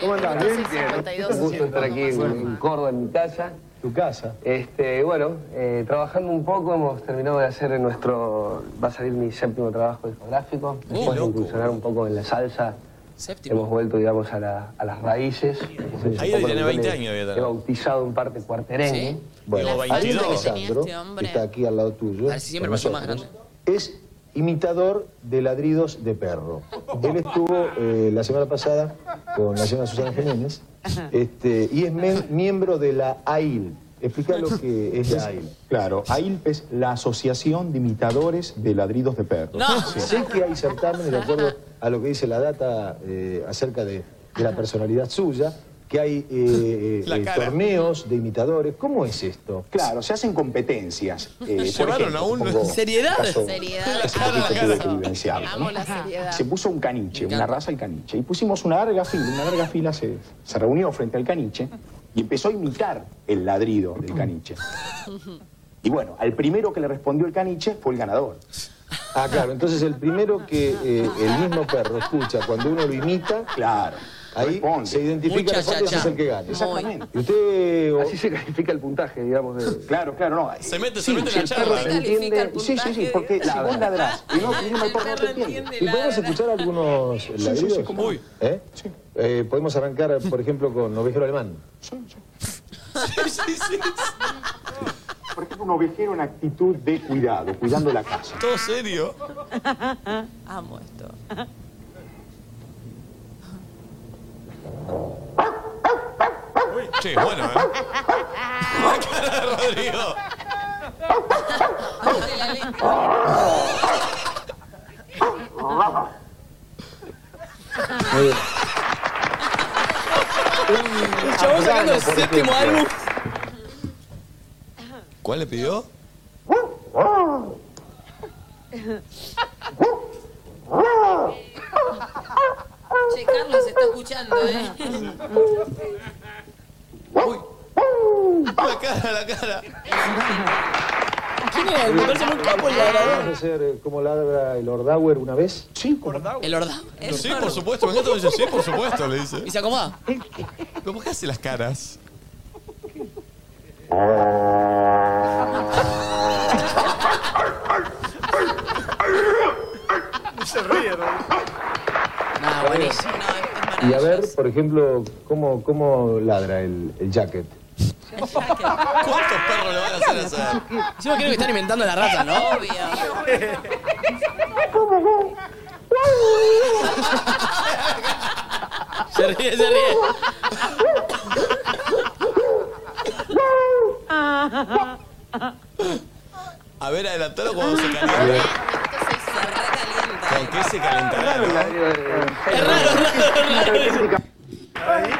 Speaker 26: ¿Cómo andás? ¿Bien?
Speaker 11: Un gusto estar aquí en, en Córdoba, en mi casa.
Speaker 26: Tu casa.
Speaker 11: Este, bueno, eh, trabajando un poco, hemos terminado de hacer nuestro. Va a salir mi séptimo trabajo discográfico.
Speaker 1: Uh,
Speaker 11: Después de incursionar un poco en la salsa. Hemos vuelto, digamos, a, la- a las raíces. Hemos hecho
Speaker 1: Ahí
Speaker 11: un poco
Speaker 1: tiene
Speaker 11: lo que yo
Speaker 1: 20
Speaker 11: le-
Speaker 1: años, debe tener.
Speaker 11: He bautizado en parte cuarterengue.
Speaker 1: Sí. Bueno, Como
Speaker 26: Ariel
Speaker 1: 22.
Speaker 26: Alejandro, que está aquí al lado tuyo.
Speaker 2: siempre
Speaker 26: con
Speaker 2: pareció más
Speaker 26: nosotros, Es imitador de ladridos de perro. Él estuvo eh, la semana pasada con la señora Susana Jiménez este, y es mem- miembro de la AIL. Explica lo que es la AIL.
Speaker 11: Claro,
Speaker 26: AIL es la Asociación de Imitadores de Ladridos de Perro. Sí, Sé que hay certámenes, de acuerdo a lo que dice la data eh, acerca de, de la personalidad suya, que hay eh, eh,
Speaker 11: La
Speaker 26: eh,
Speaker 11: cara.
Speaker 26: torneos de imitadores. ¿Cómo es esto? Claro, se hacen competencias. eh,
Speaker 11: Llevaron a un-
Speaker 26: Seriedad.
Speaker 3: Seriedad. Amo la seriedad.
Speaker 26: Se puso un caniche, una raza del caniche. Y pusimos una larga fila. Una larga fila se, se reunió frente al caniche y empezó a imitar el ladrido del caniche. Y bueno, al primero que le respondió el caniche fue el ganador. Ah, claro, entonces el primero que
Speaker 11: eh,
Speaker 26: el mismo perro escucha cuando uno lo imita, claro. Ahí se
Speaker 11: identifica, responde, ese es el que gana.
Speaker 26: Exactamente.
Speaker 11: Y usted. Así se califica el puntaje, digamos.
Speaker 26: Claro, claro, no.
Speaker 1: Se mete,
Speaker 11: se mete
Speaker 26: si
Speaker 11: en
Speaker 26: el
Speaker 11: la
Speaker 26: perro
Speaker 11: charla.
Speaker 26: se entiende. Sí, sí, sí, porque si vos ladrás y no, y no el perro no te entiende.
Speaker 11: ¿Y podemos escuchar algunos
Speaker 26: sí,
Speaker 11: ladridos?
Speaker 26: sí, cómo no.
Speaker 11: ¿Eh? Eh, podemos arrancar, por ejemplo, con Ovejero Alemán.
Speaker 26: Por ejemplo, un ovejero en actitud de cuidado, cuidando la casa.
Speaker 1: Todo serio.
Speaker 3: Amo esto.
Speaker 1: Che, bueno, ¿eh? La cara de Rodrigo.
Speaker 2: Ah,
Speaker 11: Muy bien.
Speaker 2: El chabón sacando el séptimo álbum.
Speaker 1: ¿Cuál le pidió?
Speaker 3: Che, Carlos está escuchando, ¿eh?
Speaker 1: La cara, la cara.
Speaker 2: ¿Quién era? Me parece muy capo el labrador.
Speaker 11: ¿Podemos hacer eh, cómo ladra el Ordauer una vez? Sí,
Speaker 2: El horda.
Speaker 1: Sí, por supuesto, me encanta cuando dice, sí, por supuesto, le dice.
Speaker 2: ¿Y se acomoda?
Speaker 1: ¿Cómo que hace las caras?
Speaker 3: ¿eh?
Speaker 5: Se ríe, ¿no?
Speaker 2: Ah, buenísimo.
Speaker 11: Y a ver, por ejemplo, cómo, cómo ladra el, el jacket.
Speaker 1: ¿Cuántos perros le van a hacer hacer?
Speaker 2: Yo creo que están inventando la raza, ¿no? Se ríe, se ríe.
Speaker 1: A ver, adelantalo cuando se calienta. ¿Con qué se calentará? Es raro, es raro.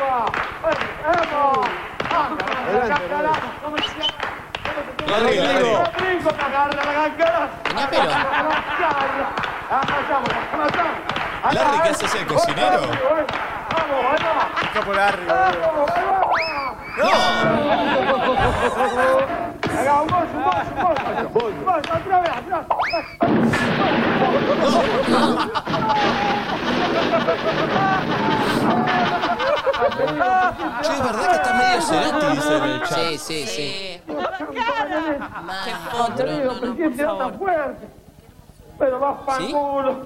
Speaker 5: Larry,
Speaker 1: ¿qué haces, el cocinero?
Speaker 5: Está por arriba.
Speaker 1: Che, es verdad que está medio cerati, dice en el chat.
Speaker 2: Sí, sí, sí.
Speaker 14: Querido presidente, no tan fuerte. Pero vas para
Speaker 2: ¿Sí?
Speaker 14: culo.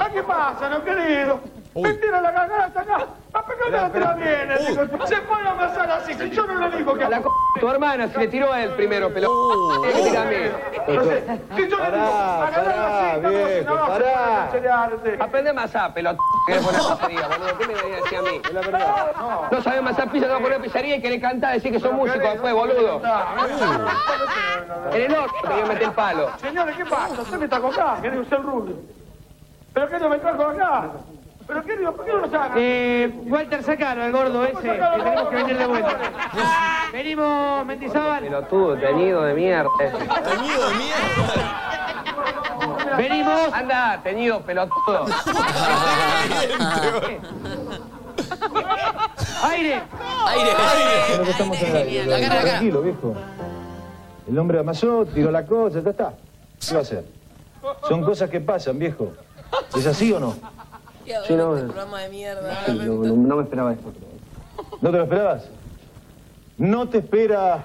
Speaker 14: ¿A qué pasa, no querido?
Speaker 26: Me tira la cagada hasta acá. La pelota no te la viene, digo. Se puede amasar así, que yo no le digo que... A la
Speaker 23: Tu hermana se le tiró a él primero, pelota. Tiene que tirar a mí.
Speaker 26: Uh. Entonces,
Speaker 23: Si yo le digo, agarrá la cinta,
Speaker 26: viejo,
Speaker 23: no, si no,
Speaker 26: pará.
Speaker 23: se puede enseñarte. Aprende más a pelota. Querés poner pizzería, boludo. ¿Qué me venía a decir a mí? No sabés más a pizza, te vas a poner pizzería y querés cantar, decir que sos músico después, boludo.
Speaker 1: Uh.
Speaker 23: En el orto te voy a meter el palo.
Speaker 26: Señores, ¿qué pasa? Usted me trajo acá, querido ser rubio. ¿Pero qué no me trajo acá? ¿Pero qué digo? ¿Por qué no lo sacan?
Speaker 23: Eh, Walter, sacalo al gordo ese, que tenemos que venir de vuelta. Venimos, Mendizábal. Pelotudo, teñido de mierda.
Speaker 1: ¿Teñido de
Speaker 23: mierda? Venimos. Anda, teñido, pelotudo. Aire.
Speaker 2: Aire,
Speaker 23: aire.
Speaker 26: Creo que estamos en el aire,
Speaker 23: La cara, la cara.
Speaker 26: Tranquilo, viejo. El hombre amasó, tiró la cosa, ya está. ¿Qué va a hacer? Son cosas que pasan, viejo. ¿Es así o no? Sí, no,
Speaker 4: Este programa de mierda.
Speaker 26: no me esperaba esto. ¿No te lo esperabas? No te espera.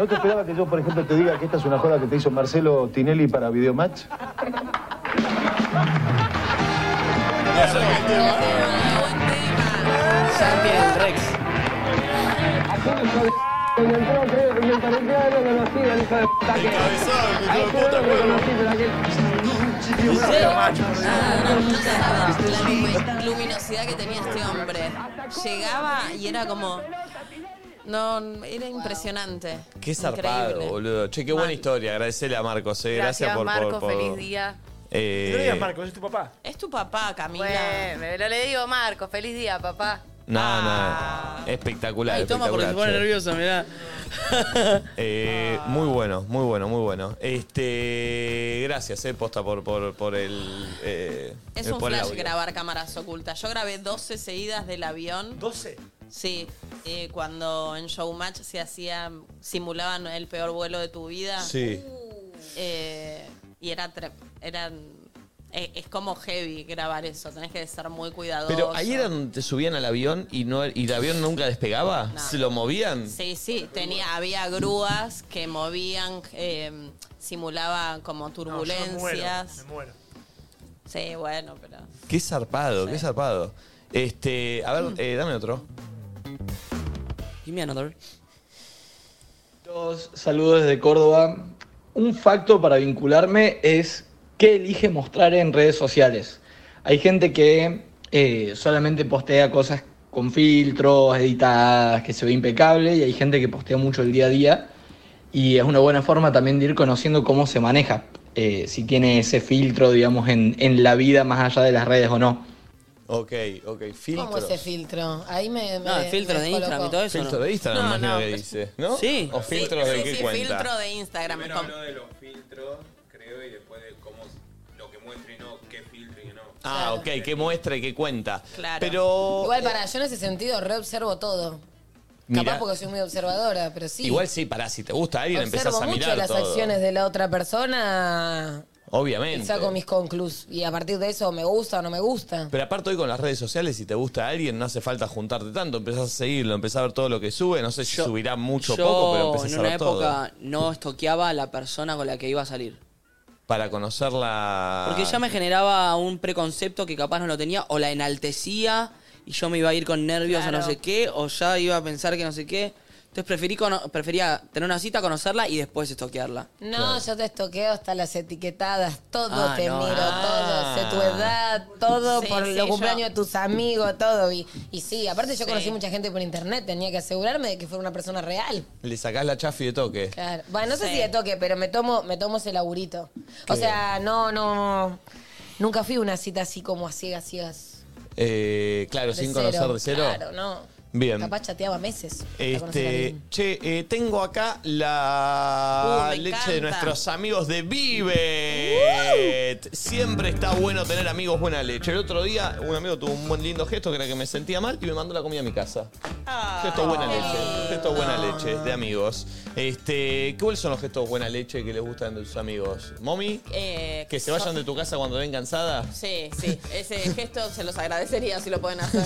Speaker 26: ¿No te esperaba que yo, por ejemplo, te diga que esta es una joda que te hizo Marcelo Tinelli para Videomatch?
Speaker 23: Champion Rex. Cuando entró creo que me parecía lo conocí, el hijo de puta que. Ahí yo no lo reconocí, pero aquel.
Speaker 3: La luminosidad que tenía este hombre. Llegaba y era como. No, era impresionante.
Speaker 1: Qué zarpado,
Speaker 3: Increíble.
Speaker 1: boludo. Che, qué buena historia. Agradecele a Marcos, eh. Gracias, por, por-
Speaker 27: Marco,
Speaker 1: por-
Speaker 27: feliz día.
Speaker 1: Eh,
Speaker 28: No le digas Marcos, es tu papá.
Speaker 3: Es tu papá, Camila.
Speaker 27: Bueno, le digo Marco, feliz día, papá.
Speaker 1: No, no. Espectacular.
Speaker 2: Ay, toma porque se
Speaker 1: espectacular,
Speaker 2: pone
Speaker 1: che.
Speaker 2: nerviosa, mirá.
Speaker 1: Eh, Muy bueno, muy bueno, muy bueno. Este, gracias, eh, posta por, por, por el. eh,
Speaker 3: Es
Speaker 1: eh,
Speaker 3: un
Speaker 1: por el
Speaker 3: flash
Speaker 1: audio.
Speaker 3: grabar cámaras ocultas. Yo grabé 12 seguidas del avión.
Speaker 28: ¿12?
Speaker 3: Sí. eh, cuando en Showmatch se hacía, simulaban el peor vuelo de tu vida.
Speaker 1: Sí.
Speaker 3: Eh, y era, tre- eran, eh, es como heavy grabar eso. Tenés que ser muy cuidadoso.
Speaker 1: Pero ahí era donde te subían al avión y no y el avión nunca despegaba. ¿Se lo movían?
Speaker 3: Sí, sí, tenía, había grúas que movían, eh, simulaban como turbulencias. Sí, bueno, pero.
Speaker 1: Qué zarpado, qué zarpado. Este, a
Speaker 4: Mm.
Speaker 1: ver, eh, dame otro.
Speaker 2: Give me another.
Speaker 5: Todos, saludos desde Córdoba. Un facto para vincularme es qué elige mostrar en redes sociales. Hay gente que eh, solamente postea cosas con filtros, editadas, que se ve impecable, y hay gente que postea mucho el día a día. Y es una buena forma también de ir conociendo cómo se maneja, eh, si tiene ese filtro, digamos, en, en la vida más allá de las redes o no.
Speaker 1: Ok, ok,
Speaker 4: ¿Cómo ese filtro? Ahí me. me
Speaker 2: No, el filtro
Speaker 4: me
Speaker 2: de Instagram y
Speaker 4: descolocó.
Speaker 2: todo eso.
Speaker 1: Filtro
Speaker 2: ¿no?
Speaker 1: de Instagram,
Speaker 2: No,
Speaker 1: más
Speaker 2: no.
Speaker 1: nada que dice, ¿no?
Speaker 2: Sí.
Speaker 1: ¿O
Speaker 2: Sí,
Speaker 1: filtros de
Speaker 3: sí,
Speaker 1: qué
Speaker 3: sí,
Speaker 1: cuenta?
Speaker 3: filtro de Instagram.
Speaker 13: Primero
Speaker 3: Com-
Speaker 13: habló de los filtros, creo, y después de cómo lo que muestre y no, qué filtro y qué no.
Speaker 1: Ah, ok, que muestra y que cuenta.
Speaker 4: Claro.
Speaker 1: Pero.
Speaker 4: Igual para yo en ese sentido reobservo todo.
Speaker 1: eh, Mirá,
Speaker 4: Capaz porque soy muy observadora, pero sí.
Speaker 1: Igual sí, pará, si te gusta alguien,
Speaker 4: observo
Speaker 1: empezás a
Speaker 4: mucho
Speaker 1: mirar
Speaker 4: las
Speaker 1: todo.
Speaker 4: acciones de la otra persona y
Speaker 1: Obviamente.
Speaker 4: saco mis conclus. Y a partir de eso me gusta o no me gusta.
Speaker 1: Pero aparte hoy con las redes sociales, si te gusta alguien, no hace falta juntarte tanto. Empezás a seguirlo, empezás a ver todo lo que sube. No sé si subirá mucho o
Speaker 2: Yo
Speaker 1: poco, pero empezás
Speaker 2: en
Speaker 1: a
Speaker 2: una
Speaker 1: ver todo.
Speaker 2: época no estoqueaba a la persona con la que iba a salir.
Speaker 1: Para conocerla...
Speaker 2: Porque ya me generaba un preconcepto que capaz no lo tenía, o la enaltecía y yo me iba a ir con nervios
Speaker 3: Claro.
Speaker 2: a no sé qué, o ya iba a pensar que no sé qué. Entonces preferí cono- prefería tener una cita, conocerla y después estoquearla.
Speaker 4: No, yo te estoqueo hasta las etiquetadas, todo
Speaker 2: Ah,
Speaker 4: te
Speaker 2: no.
Speaker 4: miro,
Speaker 2: Ah.
Speaker 4: todo, sé tu edad, todo
Speaker 2: Sí,
Speaker 4: por
Speaker 2: sí,
Speaker 4: los
Speaker 2: yo-
Speaker 4: cumpleaños de tus amigos, todo. Y, y sí, aparte yo
Speaker 3: Sí.
Speaker 4: conocí mucha gente por internet, tenía que asegurarme de que fuera una persona real.
Speaker 1: Le sacás la chafi de toque.
Speaker 4: Claro. Bueno, no sé
Speaker 3: Sí.
Speaker 4: si de toque, pero me tomo, me tomo ese laburito.
Speaker 1: Qué
Speaker 4: O sea, no, no. Nunca fui a una cita así como a ciegas, ciegas.
Speaker 1: Eh, claro,
Speaker 4: de
Speaker 1: sin
Speaker 4: cero.
Speaker 1: conocer de cero.
Speaker 4: Claro, no.
Speaker 1: Bien.
Speaker 4: Capaz chateaba meses. para conocer a alguien.
Speaker 1: Este, che, eh, tengo acá la
Speaker 4: Uh, me
Speaker 1: leche
Speaker 4: encanta.
Speaker 1: de nuestros amigos de Vivet.
Speaker 4: Uh.
Speaker 1: Siempre está bueno tener amigos buena leche. El otro día un amigo tuvo un buen lindo gesto que era que me sentía mal y me mandó la comida a mi casa.
Speaker 4: Ah.
Speaker 1: Gesto buena leche. Gesto buena leche de amigos. Este, ¿cuáles son los gestos buena leche que les gustan de tus amigos? ¿Mommy?
Speaker 3: eh,
Speaker 1: ¿Que se vayan de tu casa cuando ven cansada?
Speaker 3: Sí, sí. Ese gesto se los agradecería si lo pueden hacer.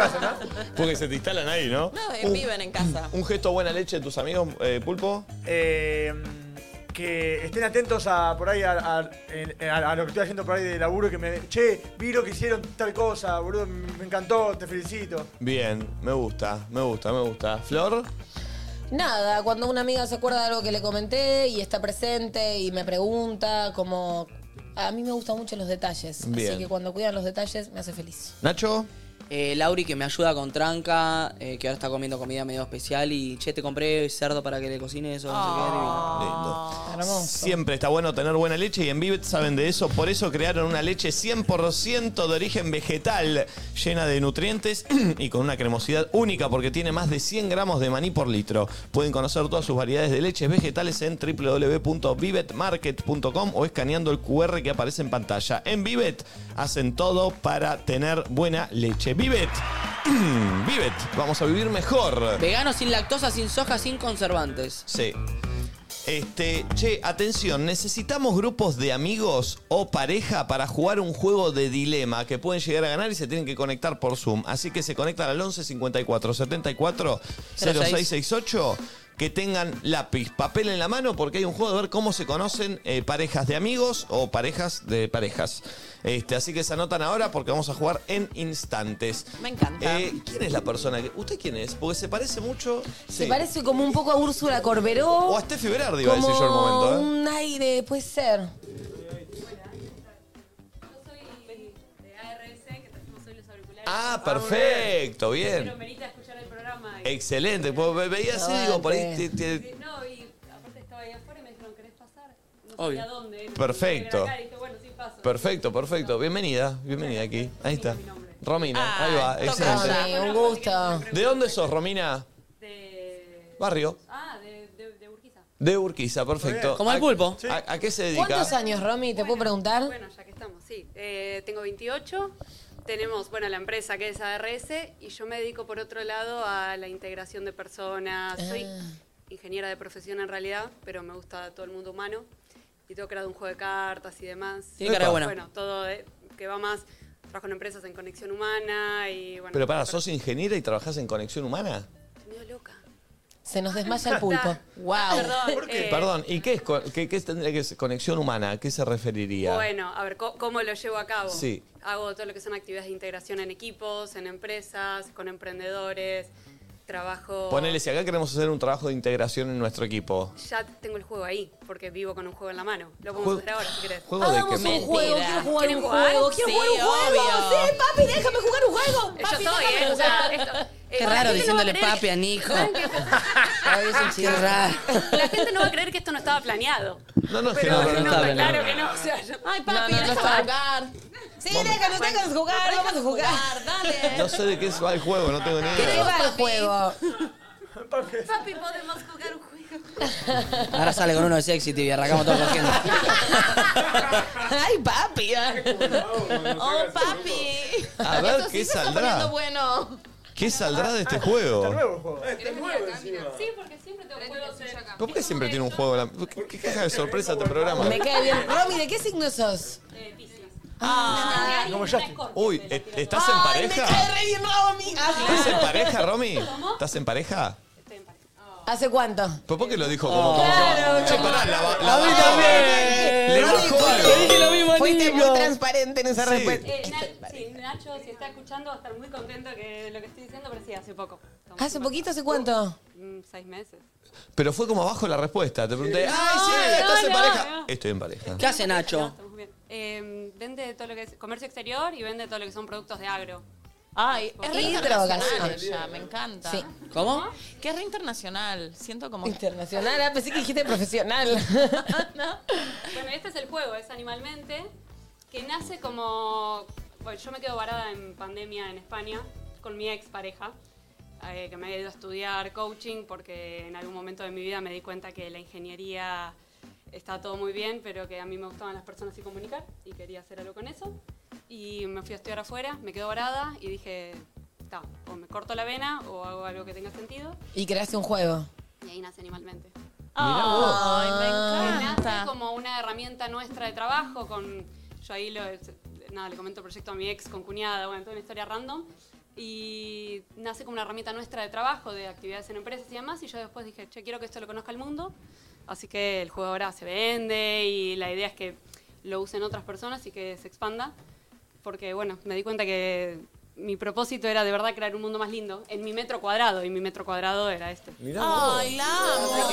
Speaker 1: Porque se te instalan ahí, ¿no?
Speaker 3: No, eh,
Speaker 1: un,
Speaker 3: viven en casa.
Speaker 1: un gesto buena leche de tus amigos, eh, Pulpo?
Speaker 28: Eh,
Speaker 5: que estén atentos a por ahí a, a- en- a- a lo que estoy haciendo por ahí de laburo y que me che, viro que hicieron tal cosa, boludo, me me encantó, te felicito.
Speaker 1: Bien, me gusta, me gusta, me gusta. ¿Flor?
Speaker 4: Nada, cuando una amiga se acuerda de algo que le comenté y está presente y me pregunta, como. A mí me gustan mucho los detalles,
Speaker 2: Bien.
Speaker 4: así que cuando cuidan los detalles me hace feliz.
Speaker 1: Nacho.
Speaker 2: Eh, Lauri que me ayuda con tranca, eh, que ahora está comiendo comida medio especial y che, te compré cerdo para que le cocines eso. no sé qué,
Speaker 4: Oh.
Speaker 1: Lindo. Siempre está bueno tener buena leche y en Vivet saben de eso, por eso crearon una leche 100% de origen vegetal, llena de nutrientes y con una cremosidad única porque tiene más de 100 gramos de maní por litro. Pueden conocer todas sus variedades de leches vegetales en www.vivetmarket.com o escaneando el QR que aparece en pantalla. En Vivet hacen todo para tener buena leche. Vivet, Vivet, vamos a vivir mejor.
Speaker 2: Vegano sin lactosa, sin soja, sin conservantes.
Speaker 1: Sí. Este, che, atención, necesitamos grupos de amigos o pareja para jugar un juego de dilema que pueden llegar a ganar y se tienen que conectar por Zoom. Así que se conectan al 11 54 74 0668. Que tengan lápiz, papel en la mano, porque hay un juego de ver cómo se conocen eh, parejas de amigos o parejas de parejas. Este, así que se anotan ahora porque vamos a jugar en instantes.
Speaker 3: Me encanta.
Speaker 1: Eh, ¿Quién es la persona que.? ¿Usted quién es? Porque se parece mucho.
Speaker 4: Se
Speaker 1: Sí.
Speaker 4: parece como un poco a Úrsula Corberó.
Speaker 1: O a Steffi Berardi, iba a decir yo al
Speaker 4: como
Speaker 1: momento, ¿eh?
Speaker 4: Un aire, puede ser.
Speaker 1: Ah, perfecto, bien. Excelente, pues ve- veía así, digo, por ahí. te- te-
Speaker 8: No, y aparte estaba ahí afuera y me dijeron, ¿querés pasar? No
Speaker 1: Obvio.
Speaker 8: sabía dónde. no
Speaker 1: Perfecto.
Speaker 8: sabía grabar, y dije, bueno, sí, paso.
Speaker 1: Perfecto, perfecto. Bienvenida, bienvenida aquí. Ahí está.
Speaker 2: Ah,
Speaker 1: Romina, ahí va,
Speaker 4: Sí, un
Speaker 1: excelente.
Speaker 4: gusto.
Speaker 1: ¿De dónde sos, Romina? De. Barrio.
Speaker 8: Ah, de, de, de Urquiza.
Speaker 1: De Urquiza, perfecto.
Speaker 2: Como el
Speaker 1: ¿A-
Speaker 2: pulpo.
Speaker 1: ¿A, a qué se dedica?
Speaker 4: ¿Cuántos años, Romy? ¿Te puedo preguntar?
Speaker 8: Bueno, ya que estamos, sí. Eh, tengo 28. Tenemos, bueno, la empresa que es ARS y yo me dedico por otro lado a la integración de
Speaker 4: Ah.
Speaker 8: personas. Soy ingeniera de profesión en realidad, pero me gusta todo el mundo humano. Y tengo creado un juego de cartas y demás.
Speaker 1: Tiene cara de buena.
Speaker 8: Bueno, todo eh, que va más. Trabajo en empresas en conexión humana y bueno.
Speaker 1: Pero para, ¿sos ingeniera y trabajás en conexión humana?
Speaker 8: Medio loca. Ah,
Speaker 4: Se nos desmaya el pulpo. Wow.
Speaker 8: Perdón. eh,
Speaker 1: Perdón, ¿y qué es co- qué, qué tendría que ser conexión humana? ¿A qué se referiría?
Speaker 8: Bueno, a ver, co- ¿cómo lo llevo a cabo?
Speaker 1: Sí.
Speaker 8: Hago todo lo que son actividades de integración en equipos, en empresas, con emprendedores, trabajo...
Speaker 1: Ponele, si acá queremos hacer un trabajo de integración en nuestro equipo.
Speaker 8: Ya tengo el juego ahí, porque vivo con un juego en la mano. Lo podemos
Speaker 1: Jue-
Speaker 8: hacer ahora, si querés.
Speaker 1: ¿Juego de Hagamos qué? un
Speaker 8: Mentira.
Speaker 1: juego,
Speaker 4: quiero Ah, jugar
Speaker 8: ¿Quieren
Speaker 4: un juego, quiero jugar un juego, sí, papi, déjame jugar un juego,
Speaker 8: Yo
Speaker 4: papi,
Speaker 8: soy,
Speaker 4: déjame
Speaker 8: ¿eh? O sea,
Speaker 4: jugar.
Speaker 8: esto- eh,
Speaker 2: Qué
Speaker 8: la gente
Speaker 2: raro
Speaker 8: no
Speaker 2: diciéndole
Speaker 8: va a creer
Speaker 2: papi a Nico.
Speaker 8: Ay,
Speaker 2: es un chico raro.
Speaker 8: La gente no va a creer que esto no estaba planeado.
Speaker 1: No, no, es que
Speaker 8: Pero
Speaker 1: no, pero no está
Speaker 8: no,
Speaker 1: bien.
Speaker 8: claro que no. O sea, yo-
Speaker 3: Ay,
Speaker 8: papi,
Speaker 3: papi, no,
Speaker 8: déjame
Speaker 3: déjanos jugar. Sí, déjanos, déjanos jugar, vamos a jugar, dale.
Speaker 1: No sé de qué va el juego, no tengo ni
Speaker 4: ¿Qué
Speaker 1: idea.
Speaker 3: Ah,
Speaker 4: va el juego?
Speaker 8: Papi, podemos jugar un juego.
Speaker 2: Ahora sale con uno de sexy y arrancamos todo cogiendo.
Speaker 4: Ay, papi.
Speaker 3: Oh, papi.
Speaker 1: A ver,
Speaker 3: Esto
Speaker 1: ¿qué
Speaker 3: sí se está
Speaker 1: saldrá?
Speaker 3: poniendo bueno.
Speaker 1: ¿Qué saldrá de este juego?
Speaker 8: Sí, porque siempre tengo juegos en acá.
Speaker 1: ¿Por qué siempre tiene un juego? en la- ¿Qué qué caja de sorpresa este programa?
Speaker 4: Me cae bien. Romy, ¿de qué signo sos? Ah,
Speaker 1: Como ya- Uy, ¿est- ¿estás en
Speaker 4: Ay, me cae
Speaker 1: pareja?
Speaker 4: re bien Romy. Ah.
Speaker 1: ¿Estás en pareja, Romy?
Speaker 4: ¿Cómo?
Speaker 1: ¿Estás en pareja?
Speaker 4: ¿Hace cuánto?
Speaker 1: ¿Pero por qué lo dijo como, como
Speaker 4: Oh. Claro,
Speaker 1: que va? Che,
Speaker 4: no.
Speaker 1: pará, la, ba-
Speaker 4: A
Speaker 1: la
Speaker 4: mí
Speaker 1: bajó
Speaker 4: también.
Speaker 1: Le
Speaker 4: Romy,
Speaker 1: bajó
Speaker 4: fuiste-
Speaker 1: algo.
Speaker 4: Fuiste muy transparente en esa
Speaker 1: Sí.
Speaker 4: respuesta.
Speaker 8: Eh, Na- sí, Nacho, si está escuchando, va a estar muy contento que de lo que estoy diciendo, pero sí, hace poco. Estamos
Speaker 4: ¿Hace poquito? ¿Hace cuánto?
Speaker 8: mm, seis meses.
Speaker 1: Pero fue como abajo la respuesta. Te pregunté,
Speaker 8: No,
Speaker 1: ¡ay, sí!
Speaker 8: no,
Speaker 1: ¿Estás en
Speaker 8: no,
Speaker 1: pareja?
Speaker 8: no.
Speaker 1: Estoy en pareja.
Speaker 2: ¿Qué hace Nacho?
Speaker 8: Estamos bien. Eh, vende todo lo que es comercio exterior y vende todo lo que son productos de agro.
Speaker 3: Ay, es re
Speaker 8: Y
Speaker 3: internacional
Speaker 8: drogas.
Speaker 3: ella, me encanta.
Speaker 4: Sí.
Speaker 2: ¿Cómo?
Speaker 3: Que es re internacional, siento como...
Speaker 4: Internacional, ah, pensé que dijiste profesional.
Speaker 8: Bueno, este es el juego, es Animalmente, que nace como... Bueno, yo me quedo varada en pandemia en España con mi ex pareja, que me había ido a estudiar coaching porque en algún momento de mi vida me di cuenta que la ingeniería está todo muy bien, pero que a mí me gustaban las personas y comunicar y quería hacer algo con eso. Y me fui a estudiar afuera, me quedo varada y dije, está, o me corto la vena o hago algo que tenga sentido.
Speaker 4: Y creaste un juego.
Speaker 8: Y ahí nace Animalmente.
Speaker 4: Mirá vos. Ay, me
Speaker 8: Nace como una herramienta nuestra de trabajo con... Yo ahí lo, nada, le comento el proyecto a mi ex con cuñada, bueno, toda una historia random. y nace como una herramienta nuestra de trabajo, de actividades en empresas y demás, y yo después dije, che, quiero que esto lo conozca el mundo, así que el juego ahora se vende y la idea es que lo usen otras personas y que se expanda, porque bueno, me di cuenta que mi propósito era de verdad crear un mundo más lindo en mi metro cuadrado, y mi metro cuadrado era este.
Speaker 1: Mirá vos.
Speaker 8: ¡Ay, la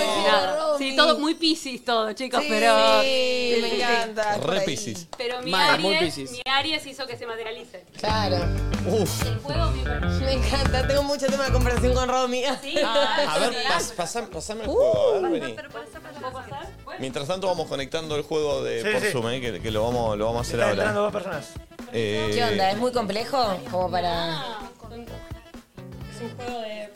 Speaker 8: amo! Sí, todo muy piscis todo, chicos,
Speaker 3: Sí,
Speaker 8: pero...
Speaker 3: me encanta,
Speaker 1: Re Piscis.
Speaker 8: Pero mi,
Speaker 1: Mal, muy
Speaker 8: Aries,
Speaker 1: Piscis.
Speaker 8: mi Aries hizo que se materialice.
Speaker 4: Claro.
Speaker 1: Uh.
Speaker 8: El juego me
Speaker 4: Me encanta, tengo mucho tema de comparación con Romy.
Speaker 8: Sí.
Speaker 4: Ah,
Speaker 1: A ver, pas, pasam- pasame el juego. A ver, vení.
Speaker 8: ¿Puedo pasar?
Speaker 1: Mientras tanto vamos conectando el juego de
Speaker 5: Sí,
Speaker 1: por
Speaker 5: sí.
Speaker 1: Zoom, eh, que, que lo vamos, lo vamos a hacer
Speaker 5: Están
Speaker 1: ahora.
Speaker 5: entrando dos personas.
Speaker 1: Eh,
Speaker 4: ¿Qué onda? ¿Es muy complejo? Como para.
Speaker 8: Es un Ah, juego de.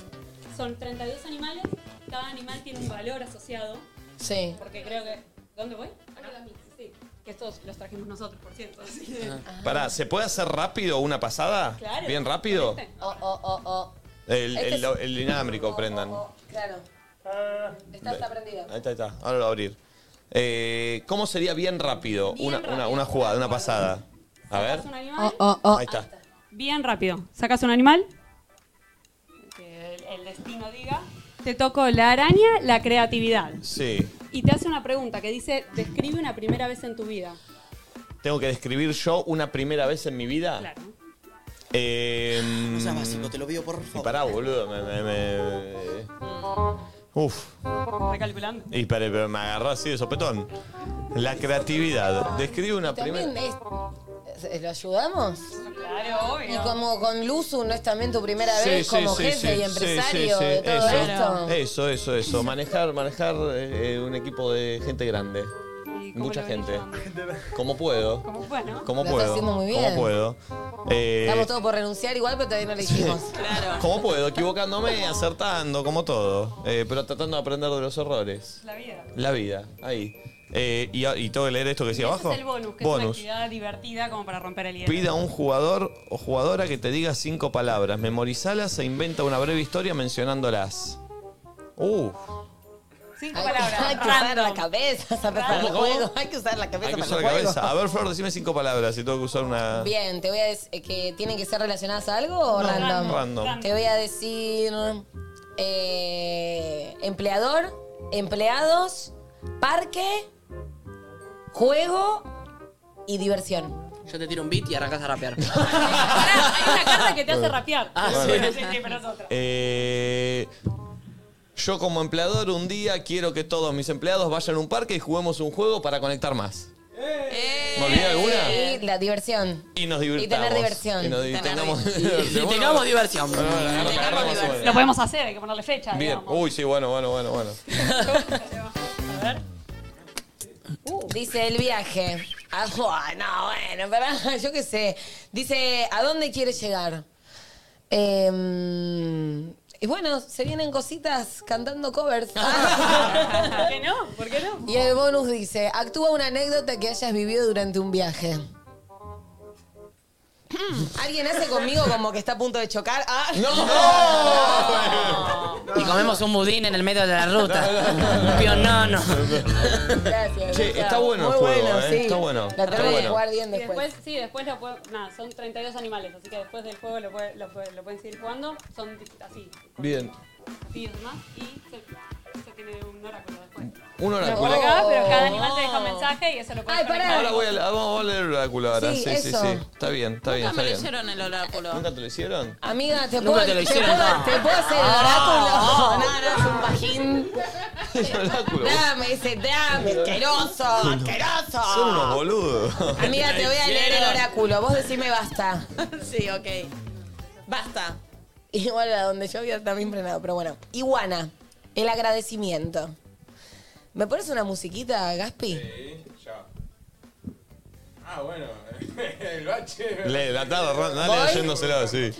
Speaker 8: Son 32 animales, cada animal tiene un valor asociado.
Speaker 4: Sí.
Speaker 8: Porque creo que. ¿Dónde voy? Acá. Sí. Que estos los trajimos nosotros, por cierto. Así que.
Speaker 1: Pará, ¿se puede hacer rápido una pasada?
Speaker 8: Claro.
Speaker 1: Ah. Bien rápido.
Speaker 4: Oh, oh, oh, oh.
Speaker 1: El,
Speaker 4: Este
Speaker 1: el-
Speaker 4: es-
Speaker 1: el dinámico, prendan.
Speaker 4: oh,
Speaker 1: Ah,
Speaker 4: Claro. Está, está prendido.
Speaker 1: Ahí está, ahí está. Ahora lo voy a abrir. Eh, ¿Cómo sería bien rápido una, una, una jugada, una pasada? A ver.
Speaker 8: un animal.
Speaker 1: Ahí está.
Speaker 8: Bien rápido. Sacas un animal. Que el, el destino diga. Te toco la araña, la creatividad.
Speaker 1: Sí.
Speaker 8: Y te hace una pregunta que dice: describe una primera vez en tu vida.
Speaker 1: Tengo que describir yo una primera vez en mi vida. Claro. no seas básico, te lo pido por favor. Em, Y pará, boludo. Me, me- me- Uf.
Speaker 8: Recalculando.
Speaker 1: Y paré, pero me agarró así de sopetón. La creatividad. Describe una primera.
Speaker 4: También es. ¿Lo ayudamos?
Speaker 8: Claro,
Speaker 4: obvio. Y como con Luzu no es también tu primera vez
Speaker 1: Sí, sí,
Speaker 4: como
Speaker 1: sí,
Speaker 4: jefe
Speaker 1: sí,
Speaker 4: y
Speaker 1: sí, sí,
Speaker 4: empresario
Speaker 1: sí.
Speaker 4: de todo esto.
Speaker 1: Eso, eso, eso. Manejar, manejar eh, eh, un equipo de gente grande. Mucha gente. Como puedo.
Speaker 8: Como puedo.
Speaker 1: Como
Speaker 4: Lo
Speaker 1: puedo.
Speaker 4: estás haciendo muy bien.
Speaker 1: Como puedo. Eh,
Speaker 4: Estamos todos por renunciar igual, pero todavía no lo hicimos. Claro.
Speaker 1: como puedo, equivocándome, acertando, como todo. Eh, pero tratando de aprender de los errores.
Speaker 8: La vida.
Speaker 1: La vida, ahí. Eh, y, y tengo que leer esto que decía
Speaker 8: Ese
Speaker 1: abajo.
Speaker 8: es el bonus, que
Speaker 1: Bonus.
Speaker 8: es una actividad divertida como para romper el hielo.
Speaker 1: Pida a un jugador o jugadora que te diga cinco palabras, memorizalas e inventa una breve historia mencionándolas. Uh,
Speaker 8: Cinco
Speaker 4: Hay,
Speaker 8: palabras.
Speaker 4: hay que usar la cabeza para empezar el
Speaker 1: ¿Cómo, cómo?
Speaker 4: juego. Hay que usar la cabeza
Speaker 1: hay que
Speaker 4: para
Speaker 1: usar
Speaker 4: el
Speaker 1: la
Speaker 4: juego.
Speaker 1: cabeza. A ver, Flor, decime cinco palabras si tengo que usar una.
Speaker 4: Bien, te voy a decir que tienen que ser relacionadas a algo o
Speaker 1: No,
Speaker 4: random?
Speaker 1: random.
Speaker 4: Te voy a decir eh, empleador, empleados, parque, juego y diversión.
Speaker 2: Yo te tiro un beat y arrancas a rapear.
Speaker 8: Hay una carta que te hace rapear.
Speaker 2: Ah,
Speaker 1: sí.
Speaker 8: Bueno, sí, sí, pero es otra.
Speaker 1: Eh, yo como empleador un día quiero que todos mis empleados vayan a un parque y juguemos un juego para conectar más. ¿Me olvidé alguna?
Speaker 4: Y la diversión.
Speaker 1: Y nos divirtamos.
Speaker 4: Eh. tener diversión.
Speaker 1: Y nos div-
Speaker 4: Tener
Speaker 1: tengamos
Speaker 4: diversión.
Speaker 1: diversión.
Speaker 4: Y
Speaker 1: Bueno,
Speaker 4: tengamos
Speaker 1: bueno.
Speaker 4: diversión.
Speaker 1: Bueno, bueno, agarramos, agarramos, bueno.
Speaker 8: Lo podemos hacer, hay que ponerle fecha.
Speaker 1: Bien.
Speaker 8: digamos.
Speaker 1: Uy, sí, bueno, bueno, bueno, bueno.
Speaker 4: Uh. Dice el viaje. Ah, buah, no, bueno, pero yo qué sé. Dice, ¿a dónde quiere llegar? Eh, y bueno, se vienen cositas cantando covers.
Speaker 8: ¿Por qué no? ¿Por qué no?
Speaker 4: Y el bonus dice, actúa una anécdota que hayas vivido durante un viaje.
Speaker 8: Hmm.
Speaker 4: Mm, ¿Alguien hace conmigo como que está a punto de chocar? Ah.
Speaker 2: Y comemos un budín en el medio de la ruta. Un pionono.
Speaker 4: Gracias.
Speaker 1: Che,
Speaker 4: Lucha.
Speaker 1: está bueno el
Speaker 4: Muy
Speaker 1: juego,
Speaker 4: bueno,
Speaker 1: eh.
Speaker 4: sí.
Speaker 1: Está bueno.
Speaker 4: La
Speaker 1: Está
Speaker 4: tenemos que
Speaker 1: bueno.
Speaker 4: jugar bien
Speaker 8: Y después,
Speaker 4: después.
Speaker 8: sí, después lo puedo, nada, son 32 animales, así que después del juego lo, puede- lo, puede- lo pueden seguir jugando. Son di- así,
Speaker 1: Bien.
Speaker 8: así y demás, y se, se tiene un oráculo después.
Speaker 1: Un
Speaker 8: Por
Speaker 1: oráculo.
Speaker 8: acá, pero cada animal te deja un mensaje y eso lo puedes Ay,
Speaker 1: Ahora voy a, vamos a leer el oráculo ahora.
Speaker 4: Sí,
Speaker 1: Sí, sí, sí,
Speaker 4: eso.
Speaker 1: Está bien, está bien, está
Speaker 3: me
Speaker 1: bien.
Speaker 3: leyeron el oráculo.
Speaker 1: ¿Nunca te lo hicieron?
Speaker 4: Amiga, ¿te
Speaker 1: Nunca
Speaker 4: puedo,
Speaker 1: te lo hicieron,
Speaker 4: puedo-
Speaker 1: no.
Speaker 4: te puedo hacer el
Speaker 1: Ah.
Speaker 4: oráculo? No, no, es un pajín.
Speaker 1: El oráculo.
Speaker 4: Dame, dice, dame, asqueroso, asqueroso.
Speaker 1: Son unos boludos.
Speaker 4: Amiga, te voy a leer el oráculo. Vos decime basta. sí, ok. Basta. Igual a donde yo había también frenado, pero bueno. Iguana, el agradecimiento. ¿Me pones una musiquita, Gaspi?
Speaker 19: Sí, ya. Ah, bueno. El bache.
Speaker 1: Le, la tarde,
Speaker 4: Voy.
Speaker 1: dale leyéndoselo, sí.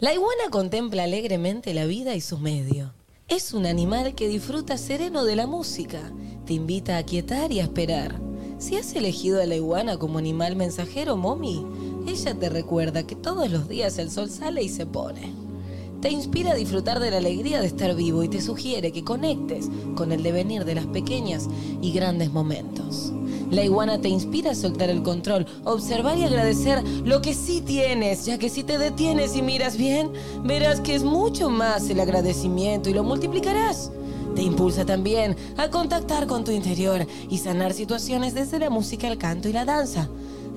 Speaker 4: La iguana contempla alegremente la vida y su medio. Es un animal que disfruta sereno de la música, te invita a quietar y a esperar. Si has elegido a la iguana como animal mensajero, mommy, ella te recuerda que todos los días el sol sale y se pone. te inspira a disfrutar de la alegría de estar vivo y te sugiere que conectes con el devenir de las pequeñas y grandes momentos. La iguana te inspira a soltar el control, observar y agradecer lo que sí tienes, ya que si te detienes y miras bien, verás que es mucho más el agradecimiento y lo multiplicarás. Te impulsa también a contactar con tu interior y sanar situaciones desde la música, el canto y la danza.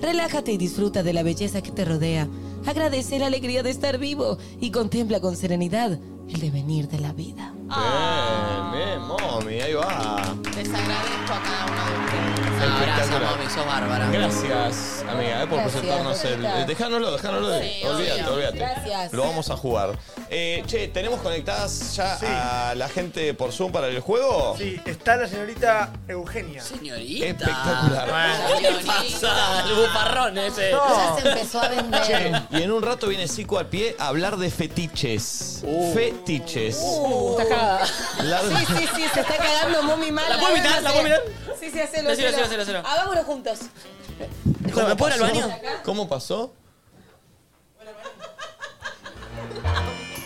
Speaker 4: Relájate y disfruta de la belleza que te rodea. Agradece la alegría de estar vivo y contempla con serenidad el devenir de la vida.
Speaker 1: Bien, bien, mommy, ahí va.
Speaker 3: Les agradezco a cada uno de
Speaker 1: Un
Speaker 3: ustedes.
Speaker 1: abrazo,
Speaker 2: mami, sos bárbara.
Speaker 1: Gracias, amiga, eh, por
Speaker 3: Gracias,
Speaker 1: presentarnos el.
Speaker 3: bonita.
Speaker 1: eh, Dejánoslo, dejánoslo. de-
Speaker 3: Sí,
Speaker 1: olvídate,
Speaker 3: obvio.
Speaker 1: olvídate.
Speaker 3: Gracias.
Speaker 1: Lo vamos a jugar. Eh, che, ¿tenemos conectadas ya a la gente por Zoom para el juego?
Speaker 5: Sí, está la señorita Eugenia.
Speaker 2: Señorita.
Speaker 1: Espectacular.
Speaker 2: ¿Qué le pasa? El buparrón ese.
Speaker 4: Ya se empezó a
Speaker 1: Che,
Speaker 4: vender.
Speaker 1: y en un rato viene Sico al pie a hablar de fetiches. Fetiches.
Speaker 4: Uh, está cagada.
Speaker 1: La-
Speaker 4: Sí, sí, sí, se está cagando Mommy mal.
Speaker 2: Ah. ¿La puedo imitar? ¿La puedo imitar?
Speaker 4: Sí, sí, hacelo,
Speaker 2: Hacelo,
Speaker 4: hacelo.
Speaker 2: hacelo, hacelo.
Speaker 4: Hagámoslo juntos.
Speaker 1: ¿Cómo
Speaker 2: ¿Me puedo ir al
Speaker 1: pasó?
Speaker 2: baño?
Speaker 1: ¿Cómo pasó?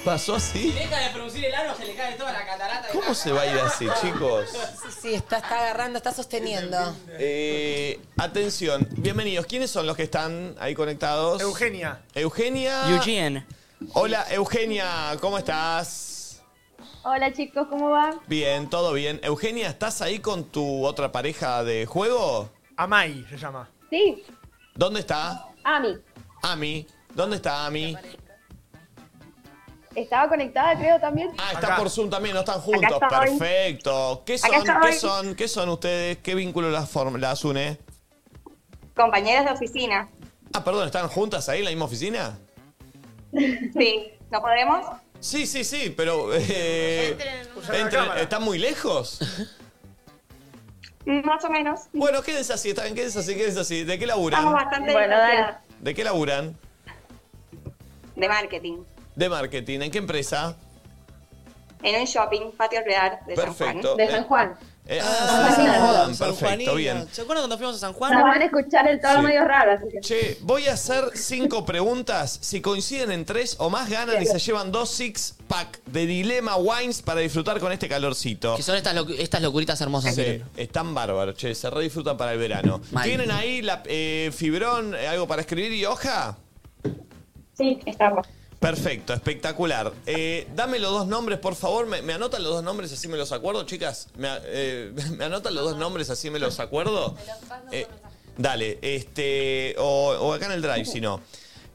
Speaker 1: ¿Pasó así?
Speaker 2: Deja de producir el ano, se le cae toda la catarata.
Speaker 1: ¿Cómo se va a ir así, chicos?
Speaker 4: Sí, sí, está, está agarrando, está sosteniendo.
Speaker 1: Eh, atención, bienvenidos. ¿Quiénes son los que están ahí conectados?
Speaker 5: Eugenia.
Speaker 1: Eugenia.
Speaker 2: Eugene.
Speaker 1: Hola, Eugenia, ¿cómo estás?
Speaker 29: Hola chicos, ¿cómo va?
Speaker 1: Bien, todo bien. Eugenia, ¿estás ahí con tu otra pareja de juego?
Speaker 5: Amai se llama.
Speaker 29: Sí,
Speaker 1: ¿Dónde está?
Speaker 29: Ami.
Speaker 1: Ami. ¿Dónde está Ami?
Speaker 29: Estaba conectada, creo, también.
Speaker 1: Ah, está por Zoom también, no están juntos.
Speaker 29: Acá estoy.
Speaker 1: Perfecto. ¿Qué
Speaker 29: Acá
Speaker 1: son, ¿qué
Speaker 29: estoy.
Speaker 1: son? ¿Qué son ustedes? ¿Qué vínculo las, form- las une?
Speaker 29: Compañeras de oficina.
Speaker 1: Ah, perdón, ¿están juntas ahí en la misma oficina?
Speaker 29: Sí, ¿no podemos?
Speaker 1: Sí, sí, sí, pero. eh,
Speaker 29: Usa la
Speaker 1: entren-
Speaker 29: cámara.
Speaker 1: ¿Están muy lejos?
Speaker 29: Más o menos.
Speaker 1: Bueno, quédense así, está bien, quédense así, quédense así. ¿De qué laburan?
Speaker 29: Estamos bastante Bueno, distanciadas.
Speaker 1: ¿De qué laburan?
Speaker 29: de marketing.
Speaker 1: De marketing. ¿En qué empresa?
Speaker 29: En un shopping, patio real de San
Speaker 1: Perfecto.
Speaker 29: Juan.
Speaker 1: De San
Speaker 29: Juan.
Speaker 1: Eh,
Speaker 29: Ah,
Speaker 1: San Juan,
Speaker 29: Juan,
Speaker 2: San
Speaker 1: perfecto,
Speaker 2: Juanino.
Speaker 1: bien.
Speaker 2: ¿Se acuerdan cuando fuimos a San Juan?
Speaker 29: Nos van a escuchar el todo
Speaker 1: Sí.
Speaker 29: medio raro. así que-
Speaker 1: Che, voy a hacer cinco preguntas. Si coinciden en tres o más, ganan y se llevan dos six pack de Dilema Wines para disfrutar con este calorcito.
Speaker 2: Que son estas, locu- estas locuritas hermosas.
Speaker 1: Sí,
Speaker 2: miren.
Speaker 1: están bárbaros, che, se re disfrutan para el verano.
Speaker 2: Mal.
Speaker 1: ¿Tienen ahí la, eh, fibrón, eh, algo para escribir y hoja?
Speaker 29: Sí, estamos.
Speaker 1: Perfecto, espectacular. Eh, dame los dos nombres, por favor. ¿Me, me anotan los dos nombres así me los acuerdo, chicas? ¿Me, a- eh, me anotan los dos nombres así me los acuerdo? Eh, dale, este, o, o acá en el drive, si no.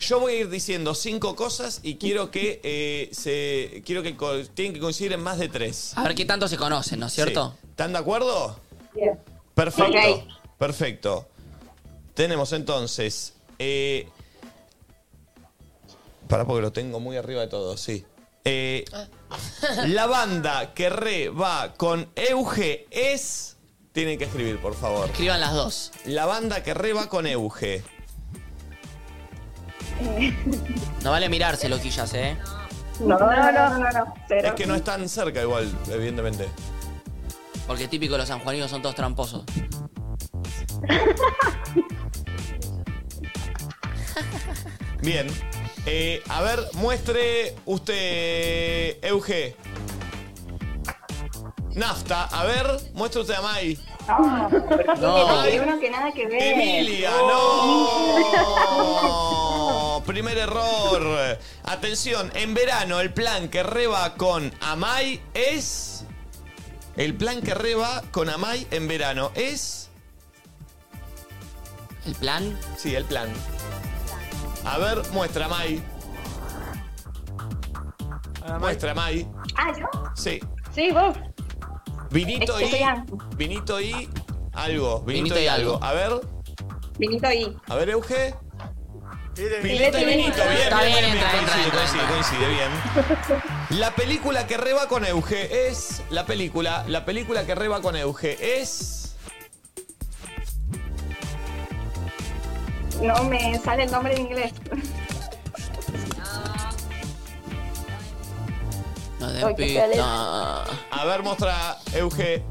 Speaker 1: Yo voy a ir diciendo cinco cosas y quiero que eh, se. Quiero que co- tienen que coincidir en más de tres.
Speaker 2: A ver qué tanto se conocen, ¿no es cierto?
Speaker 1: Sí. ¿Están de acuerdo?
Speaker 29: Bien.
Speaker 1: Perfecto.
Speaker 29: Ok.
Speaker 1: Perfecto. Tenemos entonces. Eh, para porque lo tengo muy arriba de todo, sí. Eh, la banda que re va con Euge es. Tienen que escribir, por favor.
Speaker 2: Escriban las dos.
Speaker 1: La banda que re va con Euge.
Speaker 2: No vale mirarse, loquillas, ¿eh?
Speaker 29: No, no, no, no, no. Cero.
Speaker 1: Es que no están cerca igual, evidentemente.
Speaker 2: Porque típico los sanjuaninos son todos tramposos.
Speaker 1: Bien. Eh, a ver, muestre usted, Euge. Nafta, a ver, muestre usted a Mai.
Speaker 29: No, porque
Speaker 1: No.
Speaker 29: tiene uno que nada que ver. Oh.
Speaker 1: Emilia, no. Primer error. Atención, en verano el plan que reba con Amai es... El plan que reba con Amai en verano es...
Speaker 2: ¿El plan?
Speaker 1: Sí, el plan. A ver, muestra Amai. Muestra Amai.
Speaker 29: Ah, ¿yo?
Speaker 1: Sí.
Speaker 29: Sí, vos.
Speaker 1: Vinito
Speaker 29: Es que
Speaker 1: y...
Speaker 29: estoy
Speaker 1: Vinito y... Algo. Vinito
Speaker 2: Vinito
Speaker 1: y
Speaker 2: y
Speaker 1: algo. A ver,
Speaker 29: Vinito ahí.
Speaker 1: a ver, Euge.
Speaker 29: Pileta
Speaker 1: Pileta
Speaker 29: y
Speaker 1: y
Speaker 29: vinito.
Speaker 1: vinito. Bien,
Speaker 29: Está
Speaker 1: bien,
Speaker 29: bien,
Speaker 1: bien, bien.
Speaker 29: entra,
Speaker 1: Coincide, coincide, coincide, bien. La película que reba con Euge es. La película. La película que reba con Euge es.
Speaker 29: No me sale el nombre en inglés.
Speaker 2: No
Speaker 29: Ay, qué
Speaker 2: despista.
Speaker 1: A ver, mostra, Euge.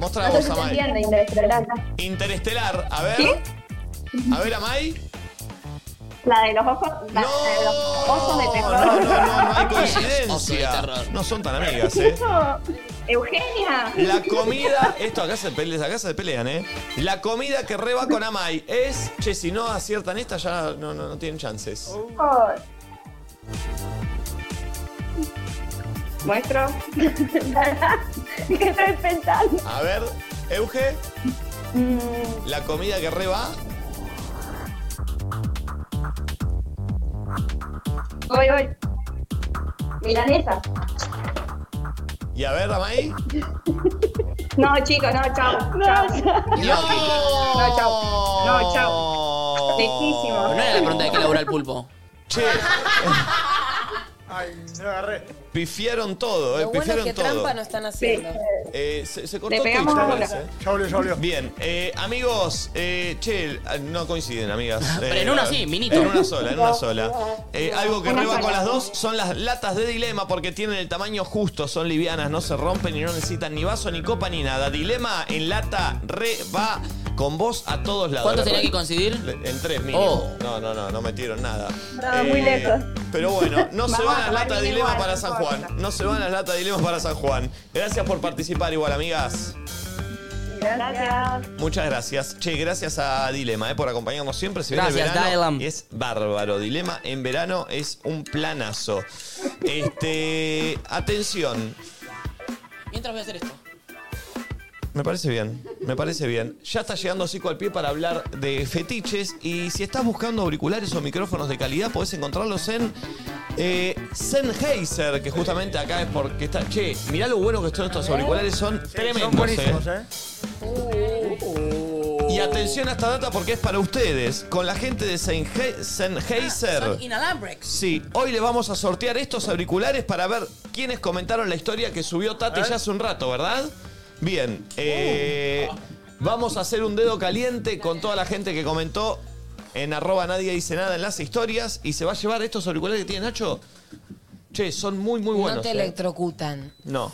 Speaker 1: Mostra
Speaker 29: No sé
Speaker 1: vos,
Speaker 29: si se
Speaker 1: Amay.
Speaker 29: entiende, interestelar.
Speaker 1: Interestelar. A ver. A ver, Amay.
Speaker 29: La de los osos, la la de los osos de terror.
Speaker 1: hay coincidencia. No son tan amigas, ¿eh?
Speaker 29: Eugenia.
Speaker 1: La comida, esto acá se, pelean, acá se pelean, ¿eh? La comida que reba con Amai es, che, si no aciertan esta ya no, no, no tienen chances.
Speaker 29: Oh. Muestro. ¿Qué estoy pensando?
Speaker 1: A ver, Euge, la comida que reba.
Speaker 29: Voy, voy. Milanesa.
Speaker 1: Y a ver, Amai.
Speaker 29: No, chicos, no, chao. chao. No, chao. No, chao. Riquísimo.
Speaker 2: No era la pregunta de que labura el pulpo.
Speaker 1: Che.
Speaker 5: Ay, se lo agarré.
Speaker 1: Pifiaron todo, ¿eh?
Speaker 4: Lo bueno es
Speaker 1: Pifiaron
Speaker 4: que
Speaker 1: todo.
Speaker 4: trampa no están haciendo.
Speaker 1: Eh, se, se
Speaker 4: Le
Speaker 1: cortó Twitch,
Speaker 4: pegamos
Speaker 1: me
Speaker 4: ahora.
Speaker 1: parece.
Speaker 5: Ya volvió, ya volvió.
Speaker 1: Bien, eh, amigos, eh, che, no coinciden, amigas.
Speaker 2: Pero
Speaker 1: Eh,
Speaker 2: en una sí, minito.
Speaker 1: En una sola, en una sola. Eh, algo que
Speaker 2: Una
Speaker 1: reba
Speaker 2: sola.
Speaker 1: con las dos son las latas de dilema porque tienen el tamaño justo, son livianas, no se rompen y no necesitan ni vaso, ni copa, ni nada. Dilema en lata reba con vos a todos lados.
Speaker 2: ¿Cuánto
Speaker 1: La-
Speaker 2: tenía que coincidir? Oh.
Speaker 1: En tres mínimo. No, no, no, no metieron nada. Eh,
Speaker 2: No, muy lejos.
Speaker 1: Pero bueno, no se van
Speaker 2: Vamos a
Speaker 1: las
Speaker 2: tomar
Speaker 1: latas de
Speaker 2: vino
Speaker 1: dilema
Speaker 2: igual,
Speaker 1: para
Speaker 2: no
Speaker 1: San
Speaker 2: importa.
Speaker 1: Juan. No se van las latas de dilemas para San Juan. Gracias por participar igual, amigas.
Speaker 29: Gracias.
Speaker 1: Muchas gracias. Che, gracias a Dilema eh, por acompañarnos siempre. Se viene el
Speaker 2: Gracias,
Speaker 1: verano y es bárbaro. Dilema en verano es un planazo. Este, atención.
Speaker 2: Mientras voy a hacer esto.
Speaker 1: Me parece bien, me parece bien. Ya está llegando Cico al pie para hablar de fetiches y si estás buscando auriculares o micrófonos de calidad podés encontrarlos en eh, Sennheiser, que justamente acá es porque está... Che, mirá lo bueno que son estos auriculares, son
Speaker 5: Son
Speaker 1: tremendos. eh.
Speaker 5: buenísimos, ¿eh?
Speaker 1: Y atención a esta data porque es para ustedes. Con la gente de Sennhe- Sennheiser.
Speaker 2: Son inalámbricos.
Speaker 1: Sí, hoy le vamos a sortear estos auriculares para ver quiénes comentaron la historia que subió Tati ya hace un rato, ¿verdad? Bien, eh, vamos a hacer un dedo caliente con toda la gente que comentó en arroba nadie dice nada en las historias y se va a llevar estos auriculares que tiene Nacho. Che, son muy, muy buenos.
Speaker 4: no te
Speaker 1: eh.
Speaker 4: electrocutan.
Speaker 1: No.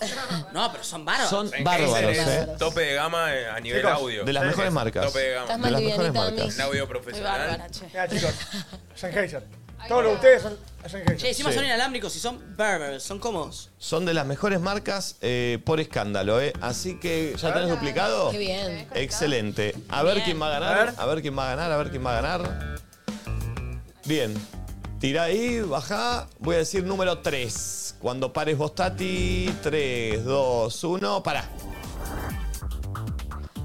Speaker 2: No, pero son bárbaros.
Speaker 1: Son
Speaker 19: Sennheiser
Speaker 1: bárbaros,
Speaker 19: es
Speaker 1: ¿eh?
Speaker 19: Tope de gama eh, a nivel
Speaker 1: Chicos,
Speaker 19: audio.
Speaker 1: de las
Speaker 19: Sí.
Speaker 1: mejores marcas.
Speaker 19: Tope de gama.
Speaker 4: Estás más
Speaker 1: De las mejores
Speaker 4: livianita,
Speaker 1: marcas.
Speaker 19: Un audio
Speaker 4: Soy
Speaker 19: profesional.
Speaker 5: Mira, chicos. Sennheiser. Todos los de ustedes son Sennheiser.
Speaker 2: Che, encima
Speaker 1: Sí.
Speaker 2: son inalámbricos y son bárbaros, son cómodos.
Speaker 1: Son de las mejores marcas eh, por escándalo, ¿eh? Así que ya tenés duplicado.
Speaker 2: Qué bien.
Speaker 1: Excelente. A ver
Speaker 2: Bien.
Speaker 1: quién va a
Speaker 2: A
Speaker 1: ganar.
Speaker 2: ver.
Speaker 1: A ver quién va a ganar. A ver quién va a ganar. Bien. Tira ahí, baja. Voy a decir número 3. Cuando pares vos, Tati. 3, 2, 1. Pará.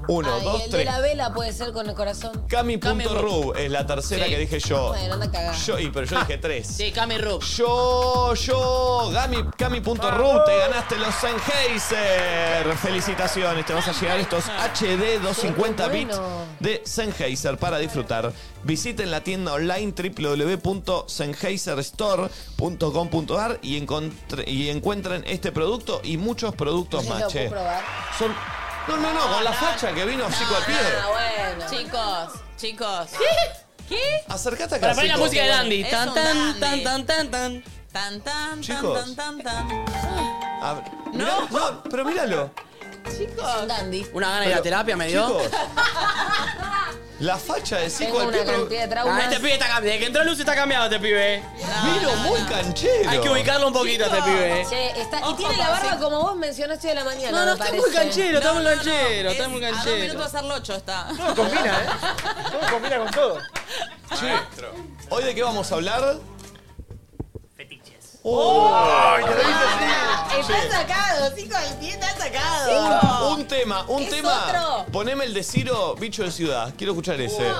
Speaker 1: 1,
Speaker 4: Ay,
Speaker 1: 2,
Speaker 4: el de
Speaker 1: 3.
Speaker 4: la vela puede ser con el corazón.
Speaker 1: Cami.rub es la tercera
Speaker 4: Sí.
Speaker 1: que dije yo.
Speaker 4: Bueno, anda a cagar.
Speaker 1: Yo, y, pero yo dije 3.
Speaker 2: Sí, Cami Rub.
Speaker 1: Yo, yo, Gami- Cami.ru, te ganaste los Sennheiser. Felicitaciones, te vas a llegar estos HD 250 bits
Speaker 4: Bueno.
Speaker 1: de Sennheiser para disfrutar. Visiten la tienda online www.sennheiserstore.com.ar y, encontre- y encuentren este producto y muchos productos
Speaker 4: ¿Lo
Speaker 1: más. che.
Speaker 4: puedo probar?
Speaker 1: Son, no, no, no, con la facha que vino Chico al pie.
Speaker 3: Ah, bueno. Chicos, chicos. ¿Qué?
Speaker 1: Acércate acá.
Speaker 2: Para poner la
Speaker 1: Chico.
Speaker 2: música de Dandy.
Speaker 3: Es
Speaker 2: Tan,
Speaker 3: un
Speaker 2: tan, tan,
Speaker 3: dandy.
Speaker 2: tan, tan, tan.
Speaker 3: Tan, tan,
Speaker 1: Chicos.
Speaker 3: tan, tan, tan, tan.
Speaker 1: A ver, mirá- no, pero míralo.
Speaker 3: Chicos.
Speaker 4: Dandy.
Speaker 2: Una gana de ir a
Speaker 1: Pero,
Speaker 2: terapia me dio.
Speaker 1: chicos, La facha de Cico
Speaker 4: Tengo
Speaker 1: al
Speaker 4: una
Speaker 1: pie. pero-
Speaker 4: cantidad de
Speaker 2: Ah,
Speaker 4: traumas.
Speaker 2: este pibe está cambiado. Desde que entró Luz está cambiado este pibe.
Speaker 1: Miro muy canchero.
Speaker 2: Hay que ubicarlo un poquito a este pibe.
Speaker 4: Che, está- y
Speaker 3: Ojo
Speaker 4: tiene la
Speaker 3: con
Speaker 4: barba
Speaker 3: ese-
Speaker 4: como vos mencionaste de la mañana.
Speaker 2: No, no,
Speaker 4: me
Speaker 2: está muy
Speaker 4: parece.
Speaker 2: canchero, está muy
Speaker 3: No, no, no,
Speaker 2: canchero, está
Speaker 3: es
Speaker 2: muy
Speaker 3: A dos minutos
Speaker 2: canchero.
Speaker 3: de hacer lo ocho está.
Speaker 5: Todo combina, ¿eh? Todo combina con todo.
Speaker 19: Maestro.
Speaker 1: ¿Hoy de qué vamos a hablar? Oh. Fetiches. Ah,
Speaker 3: Está sacado, chico, el pie está sacado.
Speaker 1: Un tema, un
Speaker 3: ¿Es
Speaker 1: tema.
Speaker 3: otro?
Speaker 1: Poneme el de Ciro, bicho de ciudad. Quiero escuchar ese.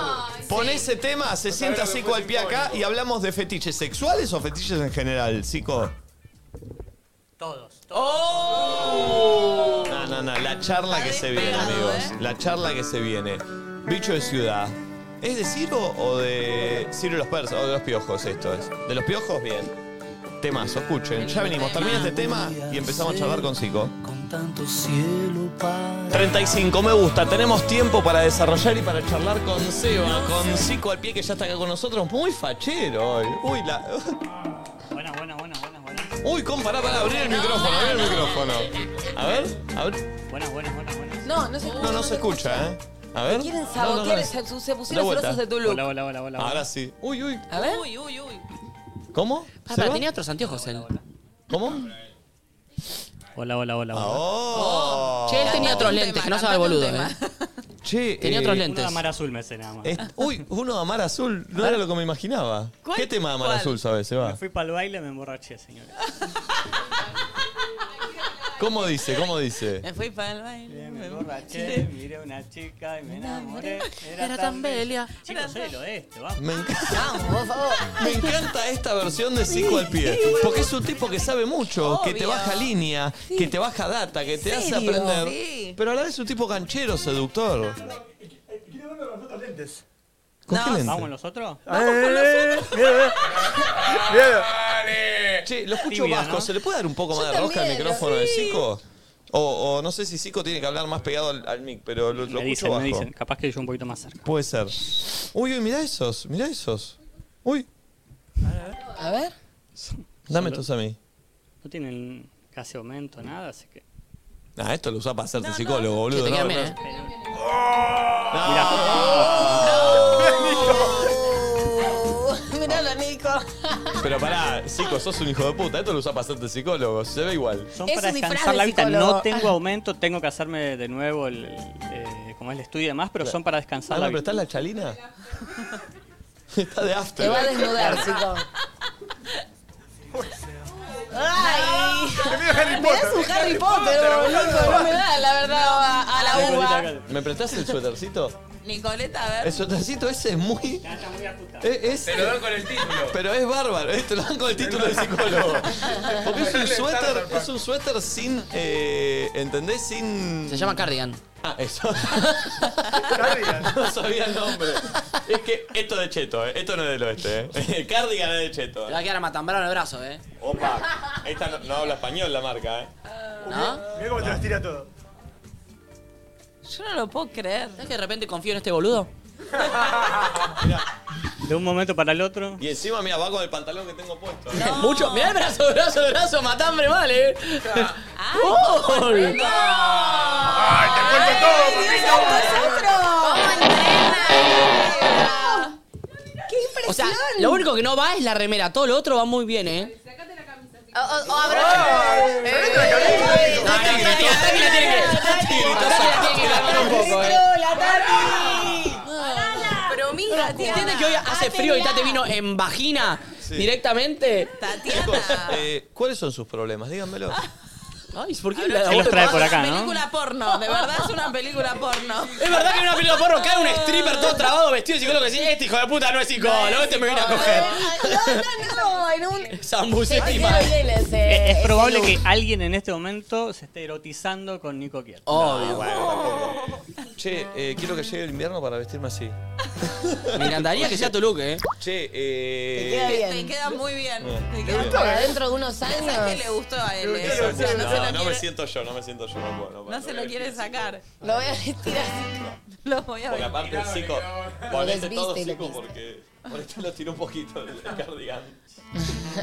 Speaker 1: Pon ese tema, se sienta
Speaker 5: sabés lo que
Speaker 1: Cico
Speaker 5: fue
Speaker 1: al pie acá y hablamos de fetiches sexuales o fetiches en general, Cico.
Speaker 9: Todos.
Speaker 1: Oh. No, no, no, la charla que se viene, amigos. La charla que se viene. Bicho de ciudad. ¿Es de Ciro o de Ciro y los persas o de los piojos esto es? ¿De los piojos? Bien. Temazo, escuchen. Ya venimos, termina este tema y empezamos a charlar con Cico.
Speaker 9: Tanto cielo para
Speaker 1: 35 me gusta, tenemos tiempo para desarrollar y para charlar con Seba, con Cico al pie que ya está acá con nosotros, muy fachero hoy. Uy, la...
Speaker 9: Buena, buena, buena, buena, buena.
Speaker 1: Uy, compará, para abrir el micrófono, abrir el micrófono. A ver, a ver.
Speaker 9: Buena, buena, buena, buena.
Speaker 4: No, no se escucha.
Speaker 1: No, no se escucha, ¿eh? A ver.
Speaker 13: Quieren
Speaker 1: No, no, no,
Speaker 13: sabotear,
Speaker 1: es-
Speaker 13: se- se
Speaker 1: Da
Speaker 13: pusieron
Speaker 1: vuelta.
Speaker 13: celosos de tu look.
Speaker 1: Ahora sí. Uy, uy.
Speaker 13: A ver.
Speaker 3: Uy, uy, uy.
Speaker 1: ¿Cómo?
Speaker 2: Ah,
Speaker 1: ¿Se
Speaker 2: pero
Speaker 1: va?
Speaker 2: tenía otros anteojos él.
Speaker 1: ¿Cómo?
Speaker 9: Hola, hola, hola. hola.
Speaker 2: Oh.
Speaker 1: Oh.
Speaker 2: Che, él tenía otros lentes, que no sabe el boludo. eh.
Speaker 1: Che, eh,
Speaker 2: Tenía otros lentes.
Speaker 9: Una mar azul me sé nada más.
Speaker 1: Es- uy, uno de Amar Azul.
Speaker 13: Ah.
Speaker 1: No era lo que me imaginaba.
Speaker 9: ¿Cuál?
Speaker 1: ¿Qué tema de Amar
Speaker 9: ¿Cuál?
Speaker 1: Azul sabes, Seba?
Speaker 9: Me fui para el baile, me emborraché, señores.
Speaker 1: ¿Cómo dice? ¿Cómo dice?
Speaker 3: Me fui para el baile.
Speaker 9: Me emborraché, miré a una chica y me enamoré. Era,
Speaker 3: Era
Speaker 9: tan
Speaker 3: tan
Speaker 9: bella. Chicos, sé lo de este, vamos.
Speaker 1: Me encanta.
Speaker 9: Vamos,
Speaker 13: por favor.
Speaker 1: Me encanta esta versión de Cinco al Pie. Porque es un tipo que sabe mucho, que te
Speaker 13: Obvio.
Speaker 1: baja línea, que te baja data, que te hace
Speaker 13: ¿Serio?
Speaker 1: aprender.
Speaker 13: Sí.
Speaker 1: Pero a la vez es un tipo canchero, seductor. ¿Con qué lente?
Speaker 9: ¿Vamos con los otros?
Speaker 1: Che, lo escucho
Speaker 9: Tibio,
Speaker 1: bajo.
Speaker 9: ¿no?
Speaker 1: ¿Se le puede dar un poco
Speaker 9: Yo
Speaker 1: más de rosca al
Speaker 9: también,
Speaker 1: micrófono de
Speaker 9: sí.
Speaker 1: Zico? O, o no sé si Zico tiene que hablar más pegado al, al mic, pero lo, lo
Speaker 9: Me
Speaker 1: escucho
Speaker 9: dicen, me
Speaker 1: bajo.
Speaker 9: dicen. Capaz que yo un poquito más cerca.
Speaker 1: Puede ser. Uy, uy, mirá esos, mirá esos. Uy,
Speaker 4: A ver.
Speaker 1: dame estos a mí.
Speaker 9: No tienen casi aumento, nada, así que.
Speaker 1: Ah, esto lo usás para hacerte psicólogo, boludo.
Speaker 9: Che, te
Speaker 1: no,
Speaker 9: quedan
Speaker 1: no.
Speaker 4: ¿eh? Oh.
Speaker 1: Ah.
Speaker 4: Mirá, Nico.
Speaker 1: Pero pará, Zico, sos un hijo de puta. Esto lo usás para hacerte psicólogo. Se ve igual.
Speaker 9: Son
Speaker 4: Es
Speaker 9: para
Speaker 4: un disfraz
Speaker 9: descansar
Speaker 4: de
Speaker 9: la vista.
Speaker 4: psicólogo.
Speaker 9: No tengo aumento, tengo que hacerme de nuevo el, el, eh, como es el estudio y demás, pero son para descansar
Speaker 1: Ah,
Speaker 9: la
Speaker 1: no, pero
Speaker 9: vista.
Speaker 1: ¿está la chalina? Está de after.
Speaker 4: Te va a desnudar, chico.
Speaker 13: ¡Ay!
Speaker 4: Harry Potter.
Speaker 13: Ah, Es un Harry Potter, boludo. No me da, la verdad, a, a la uva.
Speaker 1: ¿Me prestás el suétercito?
Speaker 3: Nicoleta, a ver.
Speaker 1: El suétercito ese es muy. Es, Eh, es-
Speaker 19: Te lo dan con el título.
Speaker 1: Pero es bárbaro, eh, te lo dan con el título de psicólogo. Porque es un
Speaker 19: Dale,
Speaker 1: suéter,
Speaker 19: Starter
Speaker 1: es un suéter sin. eh, ¿Entendés? Sin. Se
Speaker 2: llama cardigan.
Speaker 1: Ah, eso. No sabía el nombre. Es que esto de Cheto, eh, esto no es del oeste. Eh. El cardigan es de Cheto.
Speaker 2: Te va a quedar a matambrano el brazo, eh.
Speaker 1: Opa, esta no, no habla español la marca, eh.
Speaker 5: Mira cómo te las tira todo.
Speaker 2: Yo no lo puedo creer. ¿Sabes que de repente confío en este boludo?
Speaker 9: De un momento para el otro.
Speaker 1: Y encima, mira, va con el pantalón que tengo puesto.
Speaker 2: Mucho. Mirá el brazo, brazo, brazo, matambre mal, eh. ¡Gol!
Speaker 13: ¡Qué impresión!
Speaker 2: O sea, lo único que no va es la remera. Todo lo otro va muy bien, eh.
Speaker 12: O, o, o
Speaker 1: Ah.
Speaker 12: abrochate.
Speaker 2: No, no, no, no, no, no, no, no, no, no, no, no,
Speaker 9: eh.
Speaker 12: Pero mira,
Speaker 2: ¿Entiendes que hoy hace frío y Tate vino en vagina directamente?
Speaker 1: Chicos, eh, ¿cuáles son sus problemas? Díganmelo.
Speaker 2: Ay, ¿por qué
Speaker 1: Se los trae por acá, ¿no?
Speaker 3: Es una película porno, de verdad es una película porno.
Speaker 2: Es verdad que en una película porno cae un stripper todo trabado, vestido de psicólogo, y decís, este hijo de puta no es psicólogo, este me viene a coger.
Speaker 13: No, no, no, en un...
Speaker 2: Zambucetti
Speaker 13: Te
Speaker 2: mal.
Speaker 13: quiero bien ese-
Speaker 9: Es,
Speaker 13: ese
Speaker 9: probable
Speaker 13: look.
Speaker 9: que alguien en este momento se esté erotizando con Nico Ah, Kier.
Speaker 2: Obvio.
Speaker 1: Che, eh, quiero que llegue el invierno para vestirme así.
Speaker 2: Me encantaría que sea tu look, eh.
Speaker 1: Che, eh.
Speaker 4: Te queda bien.
Speaker 3: Te queda muy bien. Te queda
Speaker 1: ¿Le
Speaker 3: muy
Speaker 1: gustó?
Speaker 3: bien.
Speaker 4: Para dentro de unos
Speaker 3: Pensás
Speaker 4: años.
Speaker 3: que le gustó a él. eh.
Speaker 1: Exacto.
Speaker 3: O sea, no, se
Speaker 1: No,
Speaker 3: lo
Speaker 1: no me
Speaker 3: quiere,
Speaker 1: siento yo, no me siento yo, no puedo. No, puedo,
Speaker 3: no se lo quiere sacar.
Speaker 4: Lo voy a vestir así.
Speaker 3: Lo voy a
Speaker 1: Porque
Speaker 3: ver.
Speaker 1: aparte el psico.
Speaker 4: Lo
Speaker 1: Ponete
Speaker 4: desviste
Speaker 1: todo
Speaker 4: y lo
Speaker 1: psico
Speaker 4: viste.
Speaker 1: porque. Por esto lo tiró un poquito el cardigan.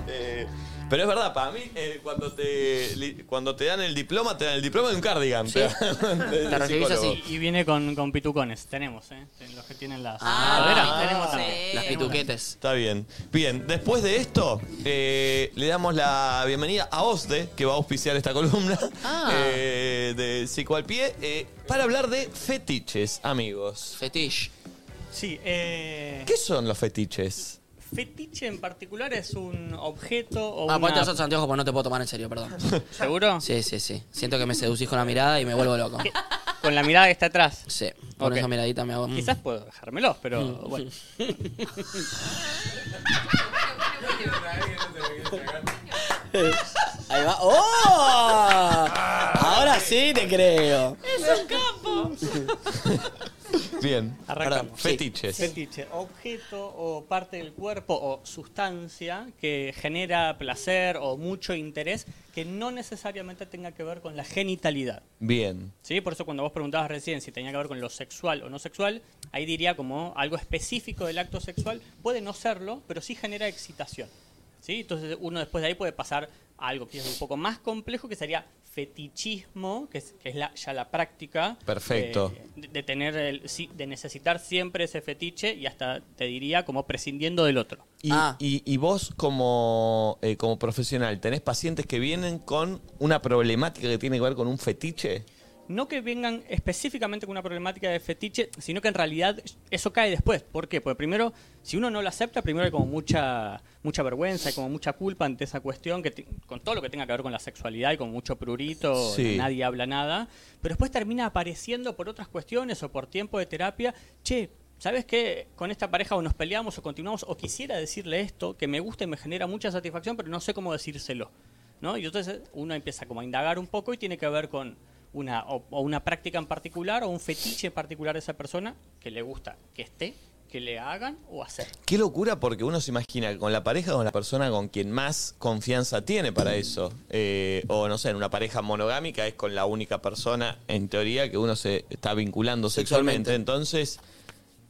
Speaker 1: Eh, pero es verdad, para mí, eh, cuando, te, li- cuando te dan el diploma, te dan el diploma de un cardigan. Te, dan de- de psicólogo.
Speaker 9: Y viene con, con pitucones. Tenemos, ¿eh? Los que tienen las
Speaker 1: Ah,
Speaker 9: caderas.
Speaker 1: ah,
Speaker 9: tenemos
Speaker 1: sí.
Speaker 9: también.
Speaker 2: Las
Speaker 9: Tenemos
Speaker 2: pituquetes.
Speaker 1: Está bien. Bien, después de esto, eh, le damos la bienvenida a OSDE, que va a auspiciar esta columna eh, de Psico al Pie, eh, para hablar de fetiches, amigos.
Speaker 2: Fetiche.
Speaker 9: Sí, eh,
Speaker 1: ¿Qué son los fetiches?
Speaker 9: fetiche en particular es un objeto o
Speaker 2: Ah,
Speaker 9: una...
Speaker 2: ponte los otros anteojos porque no te puedo tomar en serio, perdón.
Speaker 9: ¿Seguro?
Speaker 2: Sí, sí, sí. Siento que me seducís con la mirada y me vuelvo loco.
Speaker 9: Con la mirada que está atrás.
Speaker 2: Sí, con
Speaker 9: Ok.
Speaker 2: esa miradita me hago. mm.
Speaker 9: Quizás puedo dejármelos, pero
Speaker 2: Mm.
Speaker 9: bueno.
Speaker 2: Ahí va. ¡Oh! Ahora sí te creo.
Speaker 13: Es un campo.
Speaker 1: Bien,
Speaker 9: Arrancamos.
Speaker 1: ahora, fetiches.
Speaker 9: Fetiche, objeto o parte del cuerpo o sustancia que genera placer o mucho interés que no necesariamente tenga que ver con la genitalidad.
Speaker 1: Bien.
Speaker 9: ¿Sí? Por eso cuando vos preguntabas recién si tenía que ver con lo sexual o no sexual, ahí diría como algo específico del acto sexual, puede no serlo, pero sí genera excitación. ¿Sí? Entonces uno después de ahí puede pasar a algo que es un poco más complejo, que sería fetichismo, que es, que es la- ya la práctica.
Speaker 1: Perfecto.
Speaker 9: De, de tener el- sí, de necesitar siempre ese fetiche y hasta te diría como prescindiendo del otro.
Speaker 1: Y, y- y vos como, eh, como profesional, ¿tenés pacientes que vienen con una problemática que tiene que ver con un fetiche?
Speaker 9: No que vengan específicamente con una problemática de fetiche, sino que en realidad eso cae después. ¿Por qué? Porque primero, si uno no lo acepta, primero hay como mucha, mucha vergüenza y como mucha culpa ante esa cuestión, que te- con todo lo que tenga que ver con la sexualidad y con mucho prurito,
Speaker 1: Sí.
Speaker 9: nadie habla nada. Pero después termina apareciendo por otras cuestiones o por tiempo de terapia, che, ¿sabes qué? Con esta pareja o nos peleamos o continuamos, o quisiera decirle esto, que me gusta y me genera mucha satisfacción, pero no sé cómo decírselo. ¿no? Y entonces uno empieza como a indagar un poco y tiene que ver con una, o, o una práctica en particular o un fetiche en particular de esa persona que le gusta que esté, que le hagan o hacer.
Speaker 1: Qué locura porque uno se imagina que con la pareja, con la persona con quien más confianza tiene para eso. Eh, o no sé, en una pareja monogámica es con la única persona, en teoría, que uno se está vinculando sexualmente. Entonces,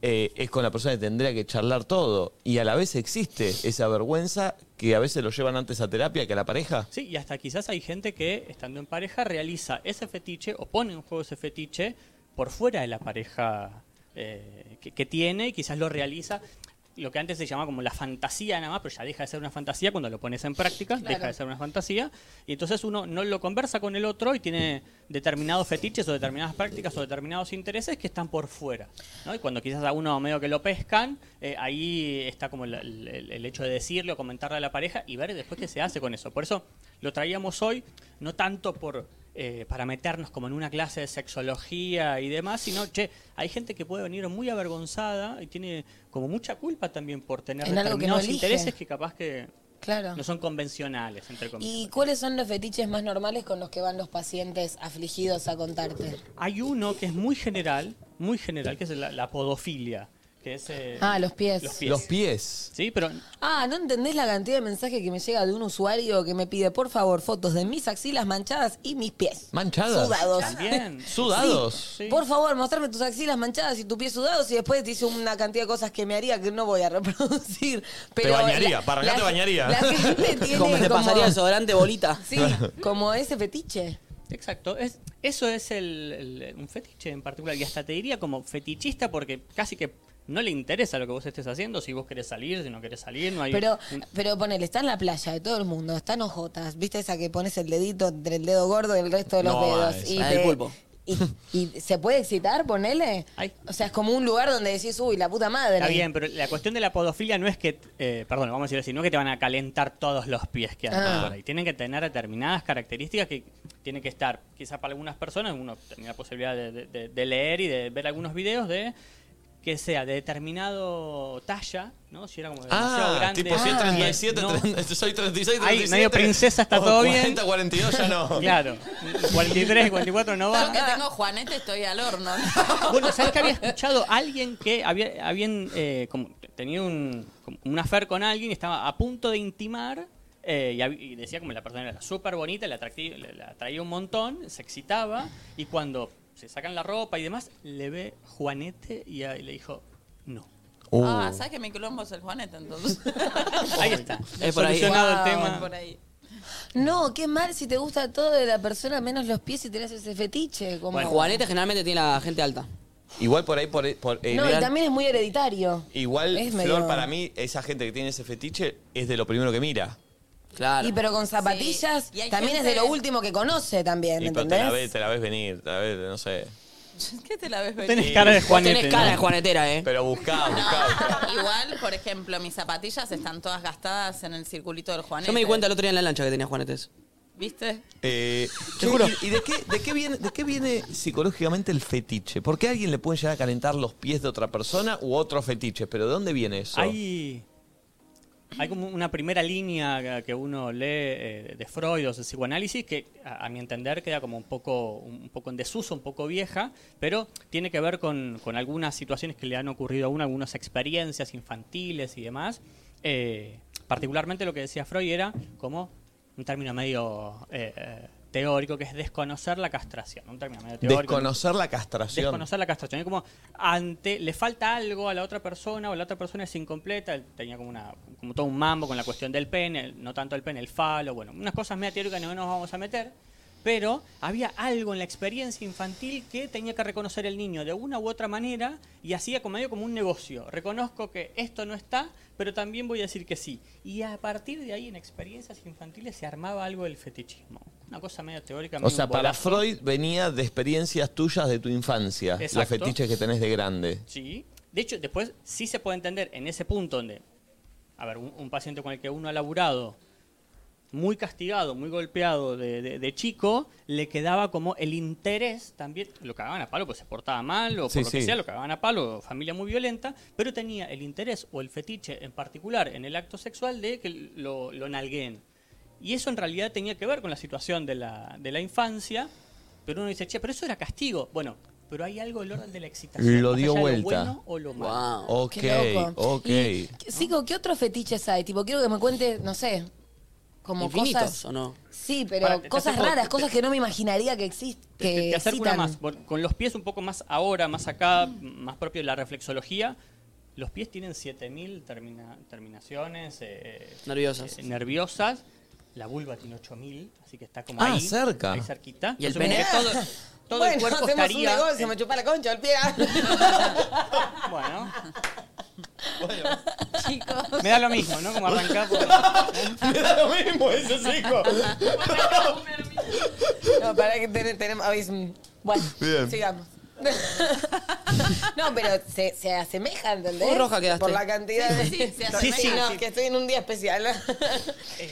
Speaker 1: eh, es con la persona que tendría que charlar todo. Y a la vez existe esa vergüenza que a veces lo llevan antes a terapia que a la pareja.
Speaker 9: Sí, y hasta quizás hay gente que estando en pareja realiza ese fetiche o pone en juego ese fetiche por fuera de la pareja eh, que, que tiene y quizás lo realiza lo que antes se llamaba como la fantasía nada más, pero ya deja de ser una fantasía cuando lo pones en práctica,
Speaker 17: Claro.
Speaker 9: deja de ser una fantasía y entonces uno no lo conversa con el otro y tiene determinados fetiches o determinadas prácticas o determinados intereses que están por fuera. ¿no? Y cuando quizás a uno medio que lo pescan, eh, ahí está como el, el- el hecho de decirlo, comentarle a la pareja y ver después qué se hace con eso. Por eso lo traíamos hoy, no tanto por eh, para meternos como en una clase de sexología y demás, sino, che, hay gente que puede venir muy avergonzada y tiene como mucha culpa también por tener
Speaker 4: En algo que no
Speaker 9: determinados
Speaker 4: elige.
Speaker 9: intereses que capaz que
Speaker 4: Claro.
Speaker 9: no son convencionales, entre comillas.
Speaker 4: ¿Y cuáles son los fetiches más normales con los que van los pacientes afligidos a contarte?
Speaker 9: Hay uno que es muy general, muy general, que es la, la podofilia. Que es, eh,
Speaker 4: Ah, los pies. Los
Speaker 1: pies.
Speaker 9: Sí, pero
Speaker 4: Ah, ¿no entendés la cantidad de mensajes que me llega de un usuario que me pide, por favor, fotos de mis axilas manchadas y mis pies?
Speaker 1: Manchadas.
Speaker 4: Sudados.
Speaker 1: También. Sudados.
Speaker 4: Sí.
Speaker 1: Sí.
Speaker 4: Por favor, mostrarme tus axilas manchadas y tus pies sudados y después te hice una cantidad de cosas que me haría que no voy a reproducir. Pero
Speaker 1: te bañaría,
Speaker 4: la-
Speaker 1: para acá
Speaker 4: la-
Speaker 1: te bañaría.
Speaker 4: La gente tiene
Speaker 2: Como te
Speaker 4: como-
Speaker 2: pasaría desodorante bolita.
Speaker 4: Sí, como ese fetiche.
Speaker 9: Exacto, es, eso es el, el- un fetiche en particular. Y hasta te diría como fetichista porque casi que no le interesa lo que vos estés haciendo, si vos querés salir, si no querés salir, no hay...
Speaker 4: Pero,
Speaker 9: un-
Speaker 4: pero ponele, está en la playa de todo el mundo, están ojotas, ¿viste esa que pones el dedito entre el dedo gordo y el resto de los
Speaker 9: No,
Speaker 4: dedos?
Speaker 9: es-
Speaker 4: y
Speaker 9: la del
Speaker 4: te-
Speaker 9: pulpo.
Speaker 4: y se puede excitar, ponele. O sea, es como un lugar donde decís, uy, la puta madre.
Speaker 9: Está bien, pero la cuestión de la podofilia no es que, eh, perdón, lo vamos a decir así, no es que te van a calentar todos los pies que andan
Speaker 17: Ah.
Speaker 9: por ahí. Tienen que tener determinadas características que tienen que estar, quizá para algunas personas, uno tiene la posibilidad de, de- de- de leer y de ver algunos videos de que sea de determinado talla, ¿no? Si era como demasiado
Speaker 1: Ah,
Speaker 9: grande.
Speaker 1: tipo, si es
Speaker 9: Ah.
Speaker 1: 37,
Speaker 9: no.
Speaker 1: 30, soy 36, 37.
Speaker 9: Ahí, medio princesa, está
Speaker 1: o
Speaker 9: todo
Speaker 1: 40,
Speaker 9: bien.
Speaker 1: 42 ya no.
Speaker 9: Claro. 43, 44 no va.
Speaker 3: Yo que tengo Juanete estoy al horno.
Speaker 9: Bueno, ¿sabes que había escuchado a alguien que había, habían eh, como tenido un, como un affair con alguien y estaba a punto de intimar eh, y, hab- y decía como la persona era súper bonita, la, atracti- la- la atraía un montón, se excitaba y cuando se sacan la ropa y demás, le ve Juanete y, a- y le dijo, no.
Speaker 3: Ah, ¿sabes que mi quilombo es el Juanete entonces?
Speaker 9: Ahí está.
Speaker 2: Es por ahí.
Speaker 9: Solucionado
Speaker 2: Wow.
Speaker 9: el tema.
Speaker 3: Por ahí.
Speaker 4: No, qué mal si te gusta todo de la persona menos los pies y tenés ese fetiche. Como...
Speaker 2: Bueno, Juanete generalmente tiene la gente alta.
Speaker 1: Igual por ahí, por, por- eh,
Speaker 4: No, y
Speaker 1: mirá,
Speaker 4: también es muy hereditario.
Speaker 1: igual,
Speaker 4: es medio-
Speaker 1: Flor, para mí, esa gente que tiene ese fetiche es de lo primero que mira.
Speaker 2: Claro.
Speaker 4: Y pero con zapatillas
Speaker 3: Sí. Y hay
Speaker 4: también
Speaker 3: gente-
Speaker 4: es de lo último que conoce también,
Speaker 1: Y pero te
Speaker 4: ¿entendés?
Speaker 1: la ves, te la ves venir, te la ves, no sé.
Speaker 3: ¿Qué te la ves venir?
Speaker 1: Sí.
Speaker 2: tenés cara de Juanetera, eh.
Speaker 1: Pero buscá, buscá.
Speaker 3: Igual, por ejemplo, mis zapatillas están todas gastadas en el circulito del Juanete.
Speaker 2: Yo me di cuenta el otro día en la lancha que tenía Juanetes.
Speaker 3: ¿Viste?
Speaker 1: Eh,
Speaker 2: Te
Speaker 1: ¿y-
Speaker 2: juro.
Speaker 1: ¿Y, de, qué, de qué viene, de qué viene psicológicamente el fetiche? ¿Por qué a alguien le puede llegar a calentar los pies de otra persona u otro fetiche? ¿Pero de dónde viene eso?
Speaker 9: Hay, hay como una primera línea que uno lee eh, de Freud o de psicoanálisis que, a, a mi entender, queda como un poco, un poco en desuso, un poco vieja, pero tiene que ver con, con algunas situaciones que le han ocurrido a uno, algunas experiencias infantiles y demás. Eh, particularmente lo que decía Freud era como un término medio eh, eh, teórico que es desconocer la castración. Un término medio teórico.
Speaker 1: Desconocer la castración.
Speaker 9: Desconocer la castración. Es como ante, le falta algo a la otra persona o la otra persona es incompleta. Él Tenía como una como todo un mambo con la cuestión del pene, el- no tanto el pene, el falo, bueno, unas cosas media teóricas que no nos vamos a meter. Pero había algo en la experiencia infantil que tenía que reconocer el niño de una u otra manera y hacía como medio como un negocio. Reconozco que esto no está, pero también voy a decir que sí. Y a partir de ahí, en experiencias infantiles, se armaba algo del fetichismo. Una cosa medio teórica.
Speaker 1: O
Speaker 9: medio
Speaker 1: sea,
Speaker 9: un
Speaker 1: para
Speaker 9: bolazo.
Speaker 1: Freud venía de experiencias tuyas de tu infancia, los
Speaker 9: Exacto.
Speaker 1: fetiches que tenés de grande.
Speaker 9: Sí. De hecho, después sí se puede entender en ese punto donde, a ver, un, un paciente con el que uno ha laburado, muy castigado, muy golpeado de, de- de chico, le quedaba como el interés también, lo cagaban a palo, pues se portaba mal, o por
Speaker 23: Sí,
Speaker 9: lo que
Speaker 23: sí.
Speaker 9: sea, lo cagaban a palo, familia muy violenta, pero tenía el interés o el fetiche en particular en el acto sexual de que lo, lo nalguen. Y eso en realidad tenía que ver con la situación de la, de la infancia, pero uno dice, che, pero eso era castigo. Bueno, pero hay algo del orden de la excitación.
Speaker 1: Lo
Speaker 9: más
Speaker 1: dio
Speaker 9: allá de
Speaker 1: vuelta.
Speaker 9: bueno o lo malo.
Speaker 1: Ok,
Speaker 4: Qué loco.
Speaker 1: ok.
Speaker 4: Sigo, ¿qué otros fetiches hay? Tipo, quiero que me cuente, no sé, como
Speaker 2: ¿Infinitos
Speaker 4: cosas...
Speaker 2: o no?
Speaker 4: Sí, pero
Speaker 9: Pará, te- te
Speaker 4: cosas
Speaker 9: acerco-
Speaker 4: raras,
Speaker 9: te-
Speaker 4: cosas que no me imaginaría que existen.
Speaker 9: Te,
Speaker 4: Que
Speaker 9: te acerco una
Speaker 4: excitan.
Speaker 9: más. Bueno, Con los pies un poco más ahora, más acá, más propio de la reflexología. Los pies tienen 7000 termina- terminaciones. eh,
Speaker 2: Nerviosas.
Speaker 9: eh, nerviosas. La vulva tiene 8000, así que está como
Speaker 1: Ah,
Speaker 9: ahí.
Speaker 1: cerca.
Speaker 9: Ahí cerquita.
Speaker 2: ¿Y el
Speaker 9: Entonces,
Speaker 2: pene?
Speaker 9: como que Todo, todo el
Speaker 2: Bueno,
Speaker 9: cuerpo
Speaker 2: hacemos un
Speaker 9: estaría.
Speaker 2: negocio,
Speaker 4: me chupa la concha, el pie.
Speaker 9: bueno.
Speaker 4: Chicos.
Speaker 9: Me da lo mismo, ¿no? Como arrancar por-
Speaker 1: Me da lo mismo, eso chico.
Speaker 4: No, para que ten- tenemos. ah, es un- Bueno,
Speaker 1: Bien.
Speaker 4: sigamos. no, pero se, se asemeja, ¿entendés?
Speaker 2: Muy roja quedaste.
Speaker 4: Por la cantidad de.
Speaker 2: Sí, sí, se
Speaker 9: asemeja. Sí, sí,
Speaker 4: no,
Speaker 9: sí.
Speaker 4: que estoy en un día especial.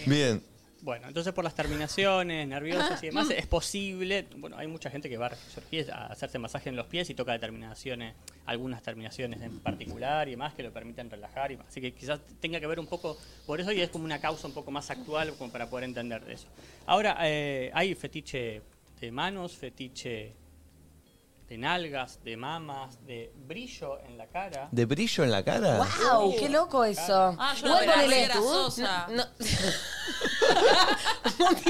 Speaker 1: Bien.
Speaker 9: Bueno, entonces por las terminaciones nerviosas y demás, es posible. Bueno, hay mucha gente que va a reflexología a hacerse masaje en los pies y toca determinaciones, algunas terminaciones en particular y demás que lo permiten relajar. Y más. Así que quizás tenga que ver un poco por eso y es como una causa un poco más actual como para poder entender de eso. Ahora, eh, hay fetiche de manos, fetiche de nalgas, de mamas, de brillo en la cara.
Speaker 1: ¿De brillo en la cara?
Speaker 4: ¡Wow! ¡Qué loco eso!
Speaker 3: Ah, yo
Speaker 4: Igual
Speaker 3: la verdad,
Speaker 4: ponele-
Speaker 3: re grasosa.
Speaker 4: No, no-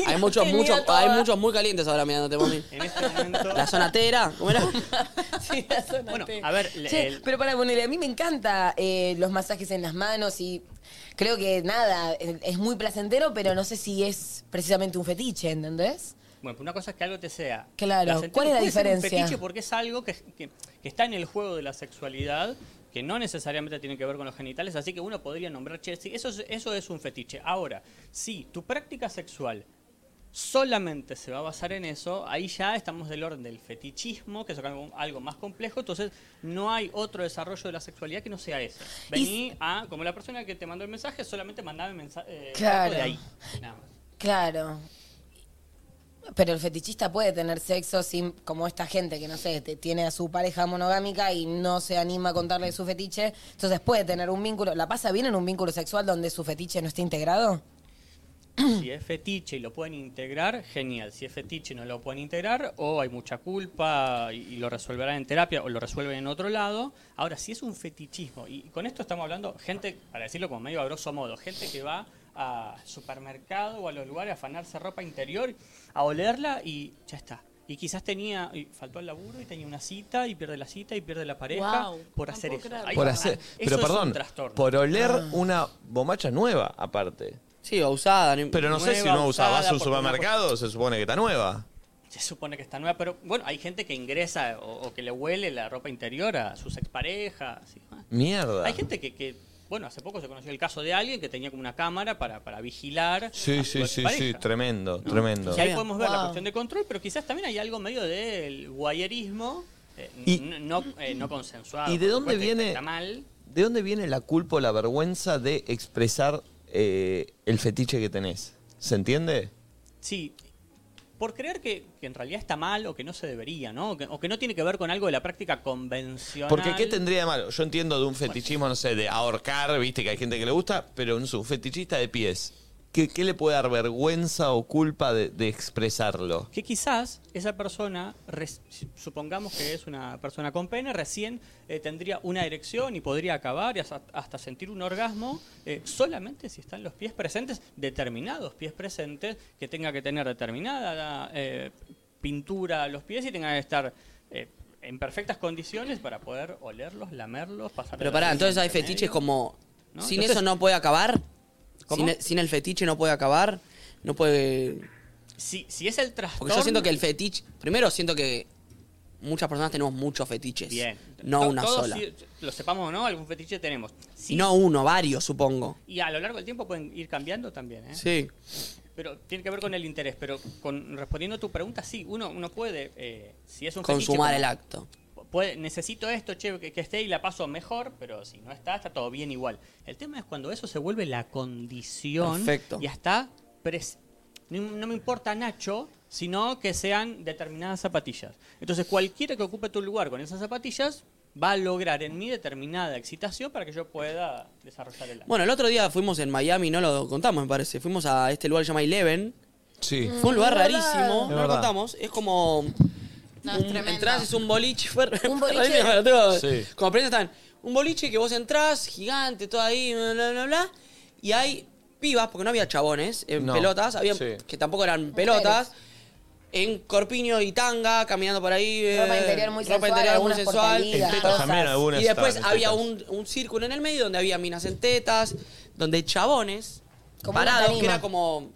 Speaker 2: Hay muchos,
Speaker 4: tenía
Speaker 2: muchos,
Speaker 4: toda.
Speaker 2: hay muchos muy calientes ahora mirándote, mami.
Speaker 9: En este momento.
Speaker 2: La sonatera, ¿cómo era?
Speaker 4: Sí, la zona
Speaker 2: Bueno,
Speaker 4: T.
Speaker 2: a ver, le-
Speaker 4: Che,
Speaker 2: el-
Speaker 4: pero para ponerle, a mí me encanta eh, los masajes en las manos y creo que nada, eh, es muy placentero, pero no sé si es precisamente un fetiche, ¿entendés?
Speaker 9: Bueno, pero una cosa es que algo te sea.
Speaker 4: Claro,
Speaker 9: placentero.
Speaker 4: ¿cuál es la
Speaker 9: Puede ser un
Speaker 4: diferencia?
Speaker 9: fetiche porque es algo que, que- que está en el juego de la sexualidad, que no necesariamente tiene que ver con los genitales, así que uno podría nombrar, che, sí, eso es, eso es un fetiche. Ahora, si tu práctica sexual solamente se va a basar en eso, ahí ya estamos del orden del fetichismo, que es algo, algo más complejo, entonces no hay otro desarrollo de la sexualidad que no sea ese. Vení a, como la persona que te mandó el mensaje, solamente mandame
Speaker 2: Eh,
Speaker 9: mensaje
Speaker 4: Claro.
Speaker 9: de ahí. Nada más.
Speaker 4: Claro. Pero el fetichista puede tener sexo sin, como esta gente que no sé, te- tiene a su pareja monogámica y no se anima a contarle su fetiche, entonces puede tener un vínculo, ¿la pasa bien en un vínculo sexual donde su fetiche no está integrado?
Speaker 9: Si es fetiche y lo pueden integrar, genial. Si es fetiche y no lo pueden integrar, o hay mucha culpa y, y lo resolverán en terapia o lo resuelven en otro lado. Ahora, si es un fetichismo, y con esto estamos hablando, gente, para decirlo como medio a grosso modo, gente que va a supermercado o a los lugares a afanarse ropa interior, a olerla y ya está. Y quizás tenía, y faltó al laburo y tenía una cita y pierde la cita y pierde la pareja
Speaker 2: Guau,
Speaker 9: por hacer eso. Ahí
Speaker 1: Por
Speaker 9: va.
Speaker 1: hacer,
Speaker 9: Eso
Speaker 1: pero
Speaker 9: es un
Speaker 1: perdón,
Speaker 9: trastorno.
Speaker 1: por oler
Speaker 9: Ah.
Speaker 1: una bombacha nueva, aparte.
Speaker 2: Sí, o usada.
Speaker 1: Pero no sé
Speaker 9: nueva,
Speaker 1: si no usaba. Vas a un
Speaker 9: usada, porque una
Speaker 1: supermercado, se supone que está nueva.
Speaker 9: Se supone que está nueva, pero bueno, hay gente que ingresa o, o que le huele la ropa interior a sus exparejas. y demás.
Speaker 1: Mierda.
Speaker 9: Hay gente que, que, bueno, hace poco se conoció el caso de alguien que tenía como una cámara para, para vigilar.
Speaker 1: Sí,
Speaker 9: a
Speaker 1: sí,
Speaker 9: su
Speaker 1: sí, sí,
Speaker 9: expareja.
Speaker 1: tremendo,
Speaker 9: ¿No?
Speaker 1: tremendo.
Speaker 9: Y ahí podemos ver la
Speaker 1: Wow.
Speaker 9: cuestión de control, pero quizás también hay algo medio del guayerismo, eh, n-
Speaker 1: Y-
Speaker 9: n- no, eh, no consensuado.
Speaker 1: ¿Y de
Speaker 9: por
Speaker 1: dónde
Speaker 9: supuesto, que
Speaker 1: viene-
Speaker 9: Está mal.
Speaker 1: ¿De dónde viene la culpa o la vergüenza de expresar eh, el fetiche que tenés? ¿Se entiende?
Speaker 9: Sí, por creer que, que en realidad está mal o que no se debería, ¿no? O que, o que no tiene que ver con algo de la práctica convencional.
Speaker 1: Porque ¿qué tendría de malo? Yo entiendo de un fetichismo, no sé, de ahorcar, viste que hay gente que le gusta, pero no sé, un fetichista de pies. ¿Qué, qué le puede dar vergüenza o culpa de, de expresarlo?
Speaker 9: que quizás esa persona, res- supongamos que es una persona con pene, recién eh, tendría una erección y podría acabar y hasta, hasta sentir un orgasmo eh, solamente si están los pies presentes, determinados pies presentes, que tenga que tener determinada eh, pintura a los pies y tenga que estar eh, en perfectas condiciones para poder olerlos, lamerlos, pasar.
Speaker 2: Pero pará, entonces hay fetiches como.
Speaker 9: ¿No?
Speaker 2: Sin
Speaker 9: Entonces-
Speaker 2: eso no puede acabar.
Speaker 9: ¿Cómo?
Speaker 2: Sin, sin el fetiche no puede acabar. No puede.
Speaker 9: Si, si es el trastorno.
Speaker 2: Porque yo siento que el fetiche. Primero, siento que muchas personas tenemos muchos fetiches.
Speaker 9: Bien.
Speaker 2: No
Speaker 9: To-
Speaker 2: una
Speaker 9: todos,
Speaker 2: sola.
Speaker 9: si- lo sepamos o no, algún fetiche tenemos. Si-
Speaker 2: No uno, varios, supongo.
Speaker 9: Y a lo largo del tiempo pueden ir cambiando también, ¿eh?
Speaker 2: Sí.
Speaker 9: Pero tiene que ver con el interés. Pero con, respondiendo a tu pregunta, sí, uno, uno puede, eh, si es un
Speaker 2: Consumar
Speaker 9: fetiche,
Speaker 2: el
Speaker 9: como-
Speaker 2: acto.
Speaker 9: puede- necesito esto, che, que, que esté y la paso mejor, pero si no está, está todo bien igual. El tema es cuando eso se vuelve la condición
Speaker 2: Perfecto.
Speaker 9: y hasta pres- no, no me importa Nacho, sino que sean determinadas zapatillas. Entonces cualquiera que ocupe tu lugar con esas zapatillas va a lograr en mí determinada excitación para que yo pueda desarrollar el acto.
Speaker 2: Bueno, el otro día fuimos en Miami, no lo contamos, me parece. Fuimos a este lugar que se llama Eleven.
Speaker 1: Sí.
Speaker 2: Fue un lugar
Speaker 1: Es verdad.
Speaker 2: rarísimo,
Speaker 1: Es
Speaker 2: no lo
Speaker 1: verdad.
Speaker 2: contamos. Es como. un- entrás, es un boliche. fue-
Speaker 1: Un boliche.
Speaker 2: Ahí me mató.
Speaker 1: Sí.
Speaker 2: Como prensa están. Un boliche que vos entrás, gigante, todo ahí, bla, bla, bla, bla. Y hay pibas, porque no había chabones en
Speaker 1: No.
Speaker 2: pelotas, había,
Speaker 1: Sí.
Speaker 2: que tampoco eran pelotas. En corpiño y tanga, caminando por ahí.
Speaker 4: Ropa
Speaker 2: eh,
Speaker 4: interior muy
Speaker 2: ropa
Speaker 4: sensual,
Speaker 2: interior muy
Speaker 4: algunas
Speaker 2: sensual.
Speaker 4: por taliga, En tetas
Speaker 1: también cosas. algunas
Speaker 2: Y después
Speaker 1: estaban en
Speaker 2: había
Speaker 1: tetas.
Speaker 2: un, un círculo en el medio donde había minas en tetas, donde chabones
Speaker 4: Como una
Speaker 2: parados, que
Speaker 4: tarima.
Speaker 2: era como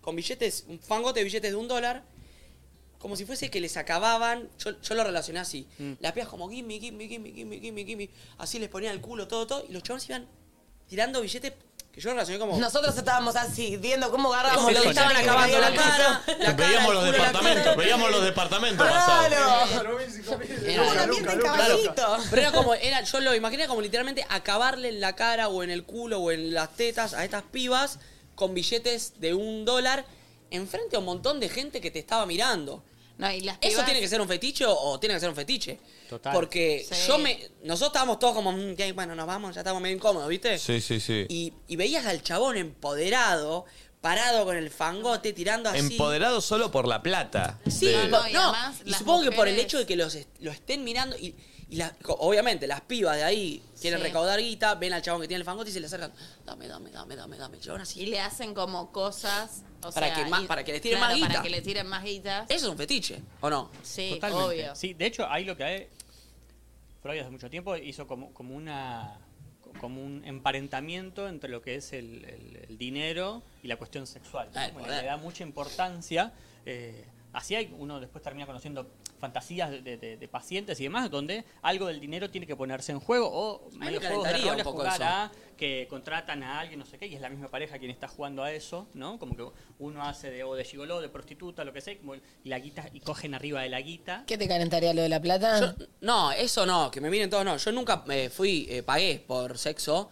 Speaker 2: con billetes, un fangote de billetes de un dólar, como si fuese que les acababan, yo, yo lo relacioné así. Las pibas como gimme, gimme, gimme, gimme, gimme, gimme, así les ponían el culo, todo, todo, y los chabones iban tirando billetes que yo lo relacioné como...
Speaker 4: Nosotros estábamos así, viendo cómo agarramos
Speaker 2: como
Speaker 4: los
Speaker 2: le estaban
Speaker 4: billetes que
Speaker 2: acabando la
Speaker 4: caían al
Speaker 2: cara,
Speaker 4: piso.
Speaker 2: la cara,
Speaker 1: Veíamos
Speaker 2: el
Speaker 1: los
Speaker 2: culo, la
Speaker 1: departamentos,
Speaker 2: cara.
Speaker 1: veíamos los departamentos pasados.
Speaker 4: ¡Claro!
Speaker 2: Era-
Speaker 4: Era también en caballito.
Speaker 2: Pero era como, era, yo lo imaginé como literalmente acabarle en la cara o en el culo o en las tetas a estas pibas con billetes de un dólar enfrente a un montón de gente que te estaba mirando. ¿Eso
Speaker 3: pibas-
Speaker 2: tiene que ser un fetiche o- o tiene que ser un fetiche?
Speaker 9: Total.
Speaker 2: Porque
Speaker 3: Sí.
Speaker 2: yo me. Nosotros estábamos todos como, "Mm, ok, bueno, nos vamos, ya estamos medio incómodos, ¿viste?
Speaker 1: Sí, sí, sí.
Speaker 2: Y, y veías al chabón empoderado, parado con el fangote, tirando así.
Speaker 1: Empoderado solo por la plata.
Speaker 2: Sí,
Speaker 1: De-
Speaker 2: po- no, y, supongo que por el hecho de que los est- lo estén mirando y, y las- co- obviamente las pibas de ahí quieren
Speaker 3: Sí.
Speaker 2: recaudar guita, ven al chabón que tiene el fangote y se le acercan, dame, dame, dame, dame, dame, el chabón así.
Speaker 3: Y le hacen como cosas. o
Speaker 2: Para
Speaker 3: sea,
Speaker 2: que más-
Speaker 3: y-
Speaker 2: para que les tiren más guita.
Speaker 3: Para que le tiren más guita.
Speaker 2: Eso es un fetiche, ¿o no?
Speaker 3: Sí,
Speaker 9: Totalmente.
Speaker 3: obvio.
Speaker 9: Sí, de hecho, ahí lo que hay. Freud hace mucho tiempo hizo como, como una como un emparentamiento entre lo que es el, el- el dinero y la cuestión sexual. ¿no?
Speaker 2: Ah, el
Speaker 9: Como
Speaker 2: poder.
Speaker 9: Le da mucha importancia. eh, así hay, uno después termina conociendo fantasías de, de- de pacientes y demás, donde algo del dinero tiene que ponerse en juego o
Speaker 2: me
Speaker 9: medio juegos de
Speaker 2: calentaría
Speaker 9: roles,
Speaker 2: un poco
Speaker 9: jugar
Speaker 2: eso.
Speaker 9: a que contratan a alguien, no sé qué, y es la misma pareja quien está jugando a eso, ¿no? Como que uno hace de, o de gigoló, de prostituta, lo que sea, y como la guita, y cogen arriba de la guita.
Speaker 4: ¿Qué te calentaría lo de la plata?
Speaker 2: No, eso no, que me miren todos, no. Yo nunca eh, fui, eh, pagué por sexo,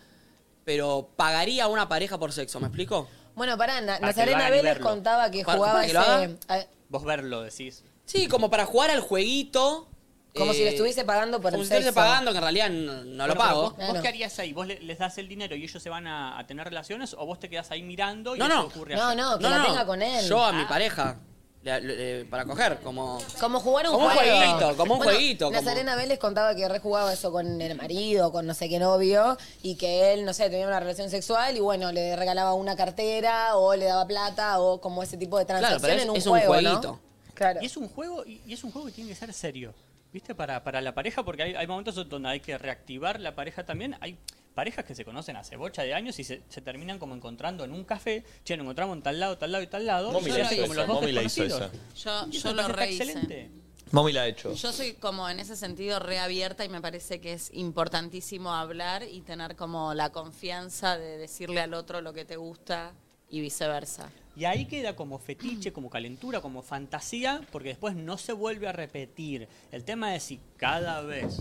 Speaker 2: pero pagaría a una pareja por sexo, ¿me explico?
Speaker 4: Bueno, pará, Na-
Speaker 9: que lo
Speaker 4: Nazarena
Speaker 9: hagan y
Speaker 4: Vélez
Speaker 9: verlo.
Speaker 4: contaba que
Speaker 2: Para-
Speaker 4: jugaba
Speaker 2: para que lo
Speaker 4: ese.
Speaker 2: hagan.
Speaker 4: a-
Speaker 9: Vos verlo decís.
Speaker 2: Sí, como para jugar al jueguito.
Speaker 4: Como
Speaker 2: eh,
Speaker 4: si lo estuviese pagando por
Speaker 2: Como
Speaker 4: el
Speaker 2: si estuviese
Speaker 4: sexo.
Speaker 2: pagando, que en realidad no, no lo
Speaker 9: Bueno, pero
Speaker 2: pago.
Speaker 9: Vos, vos qué harías ahí? ¿Vos le- les das el dinero y ellos se van a, a tener relaciones o vos te quedás ahí mirando y
Speaker 2: No,
Speaker 9: eso
Speaker 2: no.
Speaker 9: ocurre
Speaker 4: No,
Speaker 9: allá?
Speaker 4: no, que la tenga con él.
Speaker 2: Yo a mi
Speaker 4: Ah.
Speaker 2: pareja. le- le- para coger, como.
Speaker 4: Como jugar un
Speaker 2: Como un
Speaker 4: juego.
Speaker 2: jueguito, como un jueguito, como-
Speaker 4: Nazarena Vélez contaba que rejugaba eso con el marido, con no sé qué novio, y que él, no sé, tenía una relación sexual y bueno, le regalaba una cartera o le daba plata o como ese tipo de transacción en un juego, ¿no? Claro.
Speaker 9: Y es un juego, y, y es un juego que tiene que ser serio. ¿Viste? Para, para la pareja, porque hay, hay momentos donde hay que reactivar la pareja también. Hay parejas que se conocen hace bocha de años y se, se terminan como encontrando en un café. Che, nos encontramos en tal lado, tal lado y tal lado.
Speaker 1: Momi
Speaker 9: y se
Speaker 1: la
Speaker 9: hacen
Speaker 1: hizo
Speaker 9: como
Speaker 1: esa,
Speaker 9: los dos
Speaker 1: Momi la hizo
Speaker 9: desconocidos.
Speaker 3: Yo,
Speaker 9: Y eso
Speaker 3: yo
Speaker 9: me
Speaker 3: lo
Speaker 9: parece
Speaker 3: rehice.
Speaker 9: excelente.
Speaker 1: Mami la ha hecho.
Speaker 3: Yo soy como en ese sentido reabierta y me parece que es importantísimo hablar y tener como la confianza de decirle al otro lo que te gusta y viceversa.
Speaker 9: Y ahí queda como fetiche, como calentura, como fantasía, porque después no se vuelve a repetir. El tema es si cada vez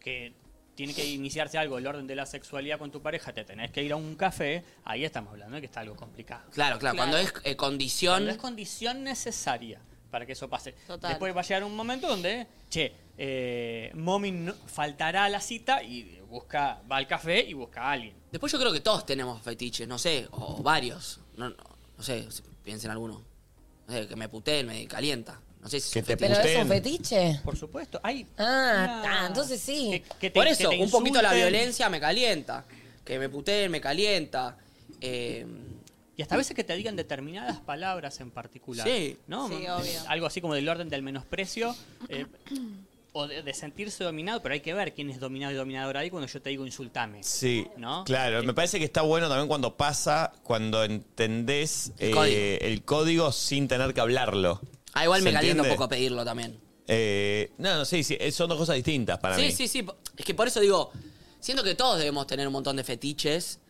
Speaker 9: que tiene que iniciarse algo, el orden de la sexualidad con tu pareja, te tenés que ir a un café, ahí estamos hablando de que está algo complicado.
Speaker 2: Claro, claro, cuando es eh, condición.
Speaker 9: Cuando es condición necesaria para que eso pase.
Speaker 2: Total.
Speaker 9: Después va a llegar un momento donde, che, eh, mommy no- faltará a la cita y busca, va al café y busca a alguien.
Speaker 2: Después yo creo que todos tenemos fetiches, no sé, o varios. No, no, no sé, si piensen alguno. No sé, que me puteen, me calienta. No sé si
Speaker 1: Que te
Speaker 4: ¿Pero es un fetiche?
Speaker 9: Por supuesto, hay...
Speaker 4: Ah, ah, entonces sí.
Speaker 2: Por eso, un poquito la violencia me calienta. Que me puteen, me calienta. Eh,
Speaker 9: Y hasta a veces que te digan determinadas palabras en particular.
Speaker 2: Sí.
Speaker 9: ¿no?
Speaker 2: Sí,
Speaker 9: Algo así como del orden del menosprecio. eh, o de, de sentirse dominado, pero hay que ver quién es dominado y dominadora ahí cuando yo te digo insultame.
Speaker 1: Sí,
Speaker 9: ¿No?
Speaker 1: claro. Me parece que está bueno también cuando pasa, cuando entendés eh, el, código. sin tener que hablarlo.
Speaker 2: Ah, igual me
Speaker 1: ¿Se
Speaker 2: calienta un
Speaker 1: entiende?
Speaker 2: poco pedirlo también.
Speaker 1: Eh, no, no, sí, sí, eh, son dos cosas distintas para
Speaker 2: sí,
Speaker 1: mí.
Speaker 2: sí, sí. po- Es que por eso digo, siento que todos debemos tener un montón de fetiches,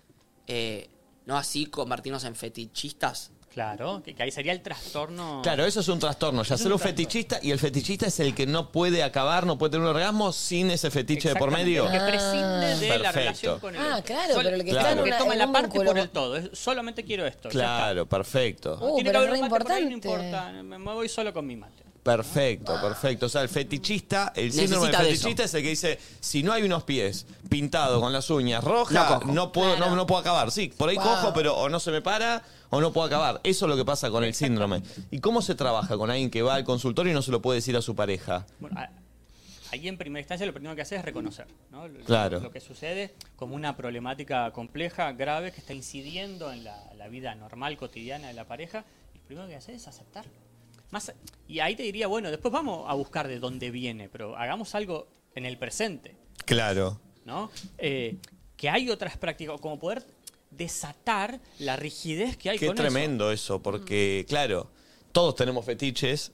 Speaker 2: eh, no así convertirnos en fetichistas.
Speaker 9: Claro, que, que ahí sería el trastorno.
Speaker 1: Claro, eso es un trastorno. Ya
Speaker 9: Es
Speaker 1: ser un
Speaker 9: un trastorno.
Speaker 1: fetichista y el fetichista es el que no puede acabar, no puede tener un orgasmo sin ese fetiche de por
Speaker 9: Exactamente,
Speaker 1: medio.
Speaker 9: el que prescinde de la relación con el
Speaker 4: Ah, claro,
Speaker 9: Sol-
Speaker 4: pero el que
Speaker 1: Claro.
Speaker 4: está en
Speaker 1: Porque
Speaker 4: una-
Speaker 9: toma
Speaker 4: en
Speaker 9: la
Speaker 4: un
Speaker 9: parte
Speaker 4: vínculo-
Speaker 9: por el todo. es- solamente quiero esto. ya
Speaker 1: Claro, perfecto.
Speaker 9: está.
Speaker 4: Uh,
Speaker 9: Tiene que
Speaker 4: pero
Speaker 9: haber
Speaker 4: es
Speaker 9: un
Speaker 4: re
Speaker 9: mate por ahí, no
Speaker 4: importante.
Speaker 9: importa. Me me voy solo con mi mate.
Speaker 1: Perfecto, perfecto. O sea, el fetichista, el síndrome del
Speaker 9: Necesita de eso.
Speaker 1: fetichista es el que dice, si no hay unos pies pintados con las uñas rojas, no, puedo, no, no puedo acabar. Sí, por ahí
Speaker 9: Wow.
Speaker 1: cojo, pero o no se me para o no puedo acabar. Eso es lo que pasa con el síndrome. ¿Y cómo se trabaja con alguien que va al consultorio y no se lo puede decir a su pareja?
Speaker 9: Bueno, a- ahí en primera instancia lo primero que hace es reconocer ¿no? Lo-
Speaker 1: Claro.
Speaker 9: lo que sucede como una problemática compleja, grave, que está incidiendo en la, la vida normal, cotidiana de la pareja. Y lo primero que hace es aceptarlo. Más, y ahí te diría, bueno, después vamos a buscar de dónde viene, pero hagamos algo en el presente.
Speaker 1: Claro.
Speaker 9: ¿no? Eh, que hay otras prácticas, como poder desatar la rigidez que hay
Speaker 1: Qué
Speaker 9: con
Speaker 1: tremendo eso, porque, claro, todos tenemos fetiches,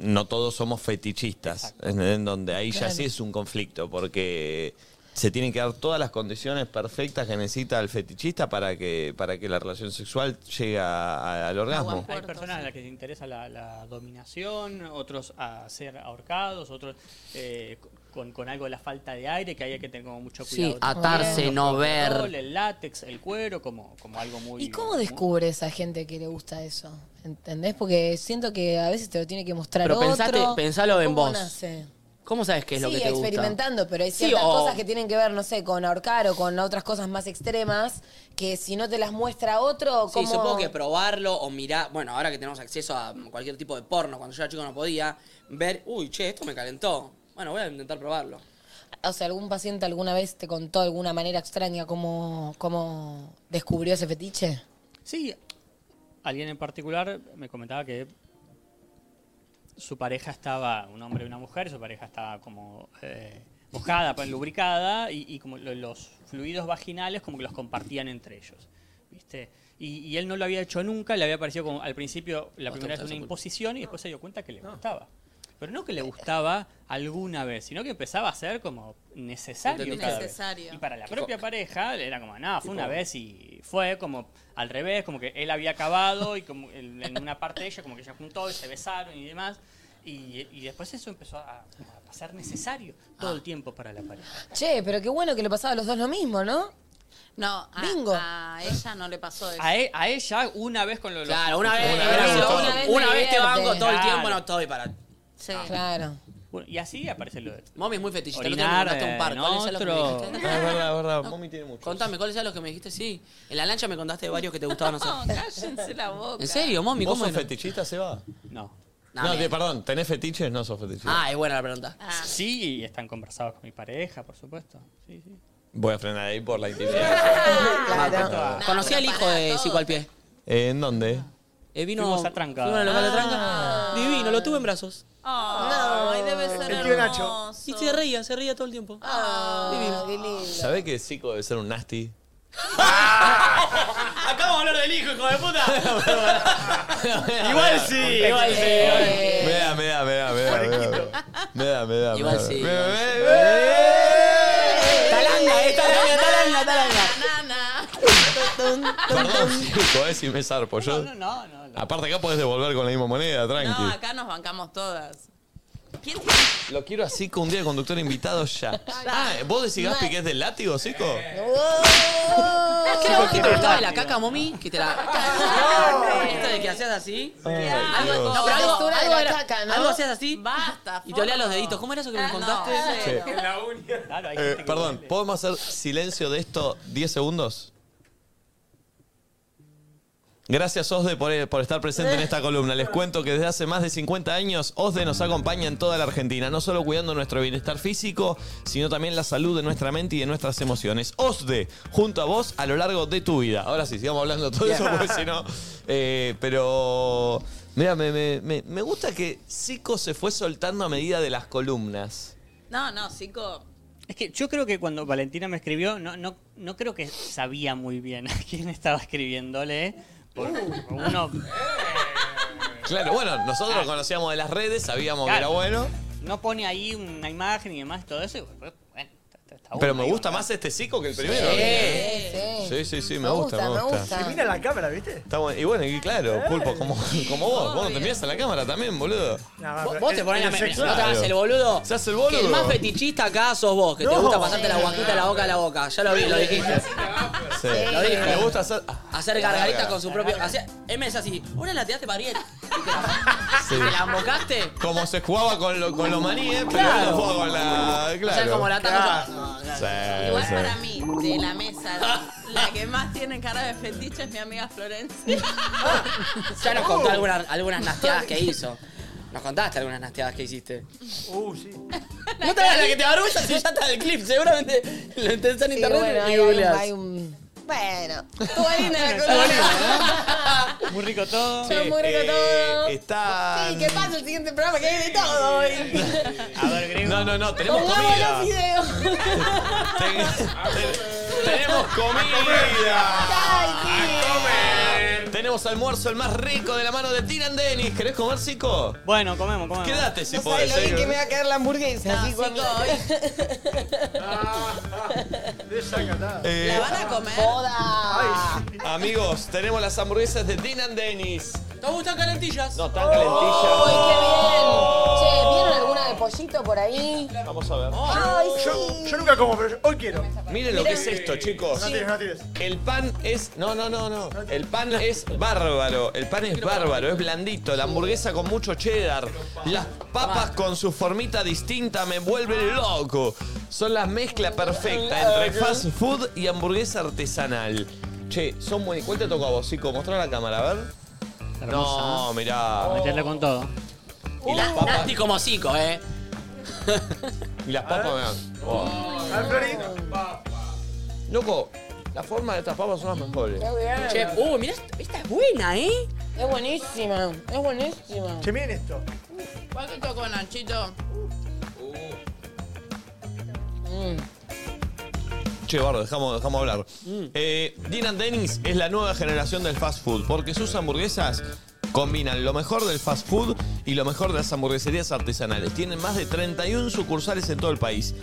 Speaker 1: no todos somos fetichistas. ¿entendés? donde ahí ya
Speaker 9: Claro.
Speaker 1: sí es un conflicto, porque se tienen que dar todas las condiciones perfectas que necesita el fetichista para que, para que la relación sexual llegue a- a- al
Speaker 9: eso.
Speaker 1: orgasmo.
Speaker 9: Hay personas a las que les interesa la, la dominación, otros a ser ahorcados, otros eh, con, con algo de la falta de aire, que ahí hay que tener como mucho
Speaker 2: Sí,
Speaker 9: cuidado.
Speaker 2: atarse,
Speaker 9: Los
Speaker 2: no ver.
Speaker 9: cordones, El látex, el cuero, como, como algo muy...
Speaker 4: ¿Y cómo descubre esa gente que le gusta eso? ¿Entendés? Porque siento que a veces te lo tiene que mostrar
Speaker 2: Pero
Speaker 4: otro.
Speaker 2: pensate- pensalo en
Speaker 4: ¿Cómo
Speaker 2: vos.
Speaker 4: nace?
Speaker 2: ¿Cómo sabes qué es lo
Speaker 4: sí,
Speaker 2: que te gusta?
Speaker 4: experimentando, pero hay
Speaker 2: Sí,
Speaker 4: ciertas
Speaker 2: o-
Speaker 4: cosas que tienen que ver, no sé, con ahorcar o con otras cosas más extremas, que si no te las muestra otro,
Speaker 2: Sí,
Speaker 4: como...
Speaker 2: supongo que probarlo o mirar. Bueno, ahora que tenemos acceso a cualquier tipo de porno, cuando yo era chico no podía, ver, uy, che, esto me calentó. Bueno, voy a intentar probarlo.
Speaker 4: O sea, algún paciente alguna vez te contó de alguna manera extraña cómo, cómo descubrió ese fetiche.
Speaker 9: Sí, alguien en particular me comentaba que su pareja estaba, un hombre y una mujer, su pareja estaba como eh, mojada, pues, lubricada, y, y como lo- los fluidos vaginales como que los compartían entre ellos. ¿Viste? Y, y él no lo había hecho nunca, le había parecido como al principio la
Speaker 17: Bastante
Speaker 9: primera vez una
Speaker 17: esa culpa.
Speaker 9: imposición y después se dio cuenta que le gustaba. Pero no que le gustaba alguna vez, sino que empezaba a ser como necesario. cada vez.
Speaker 3: Necesario.
Speaker 9: Y para la propia pareja era como, nada, Ah, fue una vez y fue como al revés, como que él había acabado y como en en una parte ella como que se juntó y se besaron y demás. Y, y después eso empezó a, a ser necesario todo el tiempo para la pareja.
Speaker 4: Che, pero qué bueno que le pasaba a los dos lo mismo, ¿no?
Speaker 3: No, a,
Speaker 4: Bingo.
Speaker 3: a ella no le pasó
Speaker 2: Pues
Speaker 3: eso.
Speaker 9: A, e- a ella una vez con lo
Speaker 2: Claro, una vez, Una vez, una vez me divierte. Claro. estoy para...
Speaker 4: Claro.
Speaker 9: Ah. Bueno, y así aparece lo de...
Speaker 2: Mommy es muy fetichista. El otro día
Speaker 9: Orinar,
Speaker 2: me mandaste un par.
Speaker 9: eh,
Speaker 2: ¿Cuáles eran los que me
Speaker 9: otro.
Speaker 2: dijiste?
Speaker 9: Ah, es verdad, es verdad.
Speaker 2: No.
Speaker 9: Mommy tiene muchos.
Speaker 2: Contame, ¿cuáles eran los que me dijiste? Sí. En la lancha me contaste de varios que te gustaban hacer.
Speaker 3: No, cállense la boca.
Speaker 2: ¿En serio, mommy?
Speaker 1: ¿Vos
Speaker 2: ¿Cómo
Speaker 1: sos
Speaker 2: era?
Speaker 1: fetichista, Seba?
Speaker 9: No.
Speaker 1: No,
Speaker 9: Dame.
Speaker 1: te- perdón, ¿tenés fetiches? No sos fetichista.
Speaker 2: Ah, es buena la pregunta.
Speaker 9: Sí, y están conversados con mi pareja, por supuesto. Sí, sí.
Speaker 1: Voy a frenar ahí por la intimidad.
Speaker 2: Ah, Conocí al hijo de Cico al pie.
Speaker 1: Eh, ¿En dónde?
Speaker 2: Eh, vino,
Speaker 9: Fuimos a Tranca.
Speaker 2: fuimos al
Speaker 4: Ah.
Speaker 2: local de Tranca. Divino, lo tuve en brazos.
Speaker 9: Ah.
Speaker 3: Ay, debe ser
Speaker 2: El tío Nacho.
Speaker 3: hermoso.
Speaker 2: Y se reía, se reía todo el tiempo.
Speaker 4: Ah, qué lindo.
Speaker 1: ¿Sabés que Zico debe ser un nasty?
Speaker 2: Acabamos de hablar del hijo, hijo de puta.
Speaker 1: Igual sí, igual sí. Me da, me da, me da, me da. Me da, me da, me da. Igual sí.
Speaker 2: Talanga, eh, talanga, talanga, talanga.
Speaker 1: Perdón, Zico, eh, si me zarpo. Yo,
Speaker 9: No, no.
Speaker 1: Aparte acá podés devolver con la misma moneda, tranqui.
Speaker 3: No, acá nos bancamos todas.
Speaker 1: Lo quiero a Zico un día de conductor invitado ya. Ah, ¿vos decís Gaspi que es del látigo, Zico?
Speaker 2: ¿Qué era vos que te gustaba de la caca, mami? Que te la. Esto de que hacías así. Algo-
Speaker 1: Dios.
Speaker 2: No, pero
Speaker 4: La
Speaker 2: algo,
Speaker 4: textura de
Speaker 2: algo
Speaker 4: la
Speaker 2: era-
Speaker 4: caca, ¿no? Ah,
Speaker 2: algo hacías así.
Speaker 3: Basta.
Speaker 2: Y te olía los deditos. ¿Cómo era eso que me contaste?
Speaker 1: Che.
Speaker 2: la uña.
Speaker 9: Claro,
Speaker 1: Eh, perdón, ¿podemos hacer silencio de esto 10 segundos? Gracias, Osde, por, eh, por estar presente en esta columna. Les cuento que desde hace más de 50 años, Osde nos acompaña en toda la Argentina, no solo cuidando nuestro bienestar físico, sino también la salud de nuestra mente y de nuestras emociones. Osde, junto a vos a lo largo de tu vida. Ahora sí, sigamos hablando de todo eso, porque si no. eh, pero Mira, me, me- me- me gusta que Zico se fue soltando a medida de las columnas.
Speaker 3: No, no, Zico.
Speaker 9: Es que yo creo que cuando Valentina me escribió, no, no, no creo que sabía muy bien a quién estaba escribiéndole. Porque uno
Speaker 1: Claro, bueno, nosotros
Speaker 2: Ah.
Speaker 1: lo conocíamos de las redes, sabíamos que era
Speaker 9: Claro.
Speaker 1: bueno.
Speaker 9: no pone ahí una imagen y demás, todo eso. y después, bueno,
Speaker 1: Pero me gusta más este Zico que el primero.
Speaker 9: Sí,
Speaker 1: Sí, sí, sí, me, gusta, me gusta.
Speaker 5: Se mira la cámara, ¿viste?
Speaker 1: Está bueno. Y bueno, y claro, Pulpo, como, como vos, vos no te mirás a la cámara también, boludo.
Speaker 2: Vos, vos te pones la
Speaker 1: Claro.
Speaker 2: me- no te hagas el boludo.
Speaker 1: Se hace el boludo.
Speaker 2: Que el más fetichista acá sos vos, que te
Speaker 1: No.
Speaker 2: gusta pasarte la guanquita de la boca a la boca. Ah, Ya lo vi, lo dijiste.
Speaker 1: Sí.
Speaker 2: Lo dijo.
Speaker 1: Me gusta hacer.
Speaker 2: Hacer gargaritas con su propio. hacer- M es así. Una la tiraste para Ariel.
Speaker 1: Sí.
Speaker 2: ¿Te la embocaste?
Speaker 1: Como se jugaba con, lo- con los maníes, pero
Speaker 2: Claro.
Speaker 1: ahora jugaba con la. Claro.
Speaker 2: O sea, como la taco.
Speaker 1: Sí,
Speaker 3: Igual
Speaker 1: sí.
Speaker 3: para mí, de la mesa, la que más tiene cara de fetiche es mi amiga Florencia.
Speaker 2: Ya nos
Speaker 1: Uh.
Speaker 2: contó algunas, algunas nasteadas que hizo. Nos contaste algunas nasteadas que hiciste.
Speaker 5: Uh, sí.
Speaker 2: No te hagas la que te barullas si ya está el clip. Seguramente lo entendés en
Speaker 4: Sí,
Speaker 2: internet
Speaker 4: bueno,
Speaker 2: y
Speaker 4: hay, un-
Speaker 2: googleás.
Speaker 4: hay un. Bueno, estuvo linda la
Speaker 2: Está
Speaker 4: columna.
Speaker 9: Muy rico todo.
Speaker 4: Estuvo muy
Speaker 2: eh,
Speaker 4: rico todo.
Speaker 1: Está.
Speaker 4: Sí, que pasa el siguiente programa que hay de todo hoy.
Speaker 1: No, no, no, tenemos
Speaker 4: Pongamos
Speaker 1: comida.
Speaker 4: los videos.
Speaker 1: Tenemos comida. Tenemos almuerzo el más rico de la mano de Tiran Denis. ¿Querés comer, Zico?
Speaker 9: Bueno, comemos, comemos.
Speaker 1: Quédate si
Speaker 4: No
Speaker 1: podés.
Speaker 4: sabés lo bien
Speaker 1: eh.
Speaker 4: que me va a quedar la hamburguesa. así cuando-
Speaker 1: Eh,
Speaker 3: a comer?
Speaker 4: Joda.
Speaker 1: Amigos, tenemos las hamburguesas de Tinan Denis.
Speaker 2: ¿Te gustan calentillas?
Speaker 1: No, tan calentillas.
Speaker 4: ¡Uy, qué bien! Che, ¿vieron alguna de pollito por ahí?
Speaker 1: Vamos a ver.
Speaker 4: Ay,
Speaker 5: Yo, yo nunca como, pero yo- hoy quiero.
Speaker 1: Miren lo que es esto, chicos.
Speaker 5: No tires, no tires.
Speaker 1: El pan es. No, no, no, no. El pan es bárbaro. El pan es bárbaro, es blandito. La hamburguesa con mucho cheddar. Las papas con su formita distinta me vuelven loco. Son la mezcla perfecta entre fast food y hamburguesa artesanal. Che, son buenísimas. ¿Cuál te toca a vos, Zico? Mostrá a la cámara, a ver. No, mirá.
Speaker 9: Meterle con todo.
Speaker 1: Y las papas.
Speaker 2: Nati como cinco, eh.
Speaker 1: Y las papas, vean. Oh. Loco, la forma de estas papas son las mejores.
Speaker 4: Qué bien.
Speaker 2: Che, uh, mirá, esta- esta es buena, eh.
Speaker 4: Es buenísima, es ¿eh? buenísima.
Speaker 5: Che, miren esto.
Speaker 3: ¿Cuál te tocó, Nachito? Eh,
Speaker 9: Mm.
Speaker 1: Che, Bardo, dejamos, dejamos hablar. Eh, Dean and Dennis es la nueva generación del fast food, porque sus hamburguesas combinan lo mejor del fast food y lo mejor de las hamburgueserías artesanales. Tienen más de 31 sucursales en todo el país.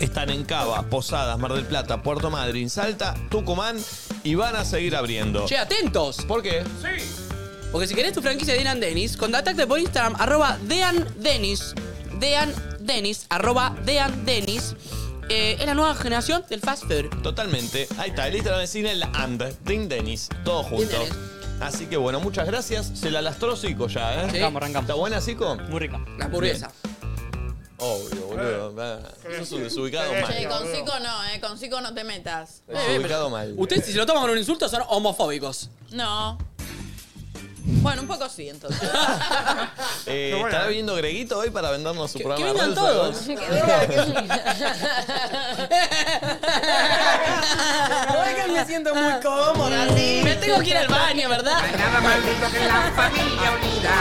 Speaker 1: Están en Cava, Posadas, Mar del Plata, Puerto Madryn, Salta, Tucumán y van a seguir abriendo.
Speaker 2: Che, atentos.
Speaker 1: ¿Por qué?
Speaker 2: Sí. Porque si querés tu franquicia de Dean and Dennis, contactate por Instagram, arroba Dean Dennis. Dean Dennis, arroba Dean Dennis. Eh, es la nueva generación del fast food.
Speaker 1: Totalmente. Ahí está, el Instagram de cine, el and, Dean Dennis, todo junto.
Speaker 2: Dean Dennis.
Speaker 1: Así que bueno, muchas gracias. Se la lastró Zico ya, ¿eh?
Speaker 9: Arrancamos, arrancamos.
Speaker 1: ¿Está buena, Zico?
Speaker 9: Muy rica.
Speaker 2: La hamburguesa.
Speaker 1: Obvio, boludo.
Speaker 23: Eh.
Speaker 1: Ah, Sos un desubicado
Speaker 3: Che,
Speaker 1: mal.
Speaker 3: con Zico no, eh, con Zico no te metas.
Speaker 1: Desubicado mal.
Speaker 2: Ustedes si se lo toman con un insulto son homofóbicos.
Speaker 3: No. Bueno, un poco sí, entonces.
Speaker 1: Eh,
Speaker 3: Qué buena,
Speaker 1: ¿Estará
Speaker 3: eh.
Speaker 1: viendo Greguito hoy para vendernos su programa? de
Speaker 3: que vengan
Speaker 1: radio,
Speaker 3: todos.
Speaker 1: sabes?
Speaker 3: Que vengan,
Speaker 13: Hoy que me siento muy cómoda, sí.
Speaker 2: Me tengo que ir al baño, ¿verdad?
Speaker 13: Nada más lindo que la familia unida.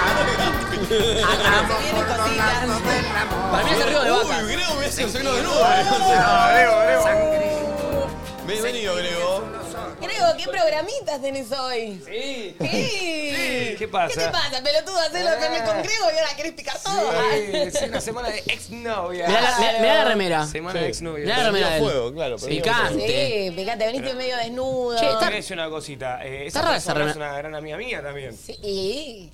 Speaker 13: Hagamos juntos lazos del amor.
Speaker 2: Para mí es el río de vaca.
Speaker 1: Uy, Grego me hace un signo de nudo. Bienvenido, Grego.
Speaker 4: Creo, ¿qué programitas tenés hoy? Sí. Sí.
Speaker 23: ¿Qué pasa?
Speaker 4: ¿Qué te pasa, pelotudo? Hacés lo que me con Grego y ahora querés picar todo.
Speaker 23: Sí, sí, una semana de exnovia.
Speaker 2: Mirá la- mirá- mirá la remera.
Speaker 23: Semana
Speaker 2: Sí.
Speaker 23: de exnovia.
Speaker 2: Mirá la remera de él. Prendió fuego, claro, prendió Picante. fuego.
Speaker 4: Sí, picante, veniste medio desnudo.
Speaker 23: Che, te voy a decir una cosita. eh, esa
Speaker 4: Está rara esa
Speaker 23: persona es
Speaker 4: remera.
Speaker 23: una gran amiga mía también.
Speaker 4: Y.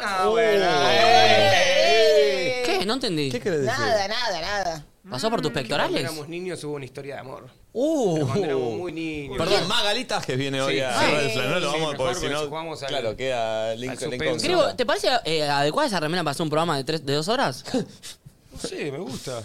Speaker 23: Ah, bueno.
Speaker 2: Uh. ¿Qué? No entendí. ¿Qué
Speaker 1: querés
Speaker 4: Nada, nada, nada.
Speaker 2: ¿Pasó por tus
Speaker 23: Mm. Cuando
Speaker 2: pectorales?
Speaker 23: éramos niños hubo una historia de amor.
Speaker 2: Uh.
Speaker 23: Cuando éramos muy niños.
Speaker 1: Perdón, Magali que viene hoy
Speaker 23: Sí,
Speaker 1: a
Speaker 23: sí.
Speaker 1: Radio Flan, No lo
Speaker 23: Sí,
Speaker 1: vamos a
Speaker 23: mejor
Speaker 1: poner, si
Speaker 23: porque si
Speaker 1: no.
Speaker 23: jugamos al-
Speaker 1: Claro, queda Lincoln en contra.
Speaker 2: Creo, ¿te parece eh, adecuada esa remera para hacer un programa de, tres, de dos horas?
Speaker 23: Sí, me gusta.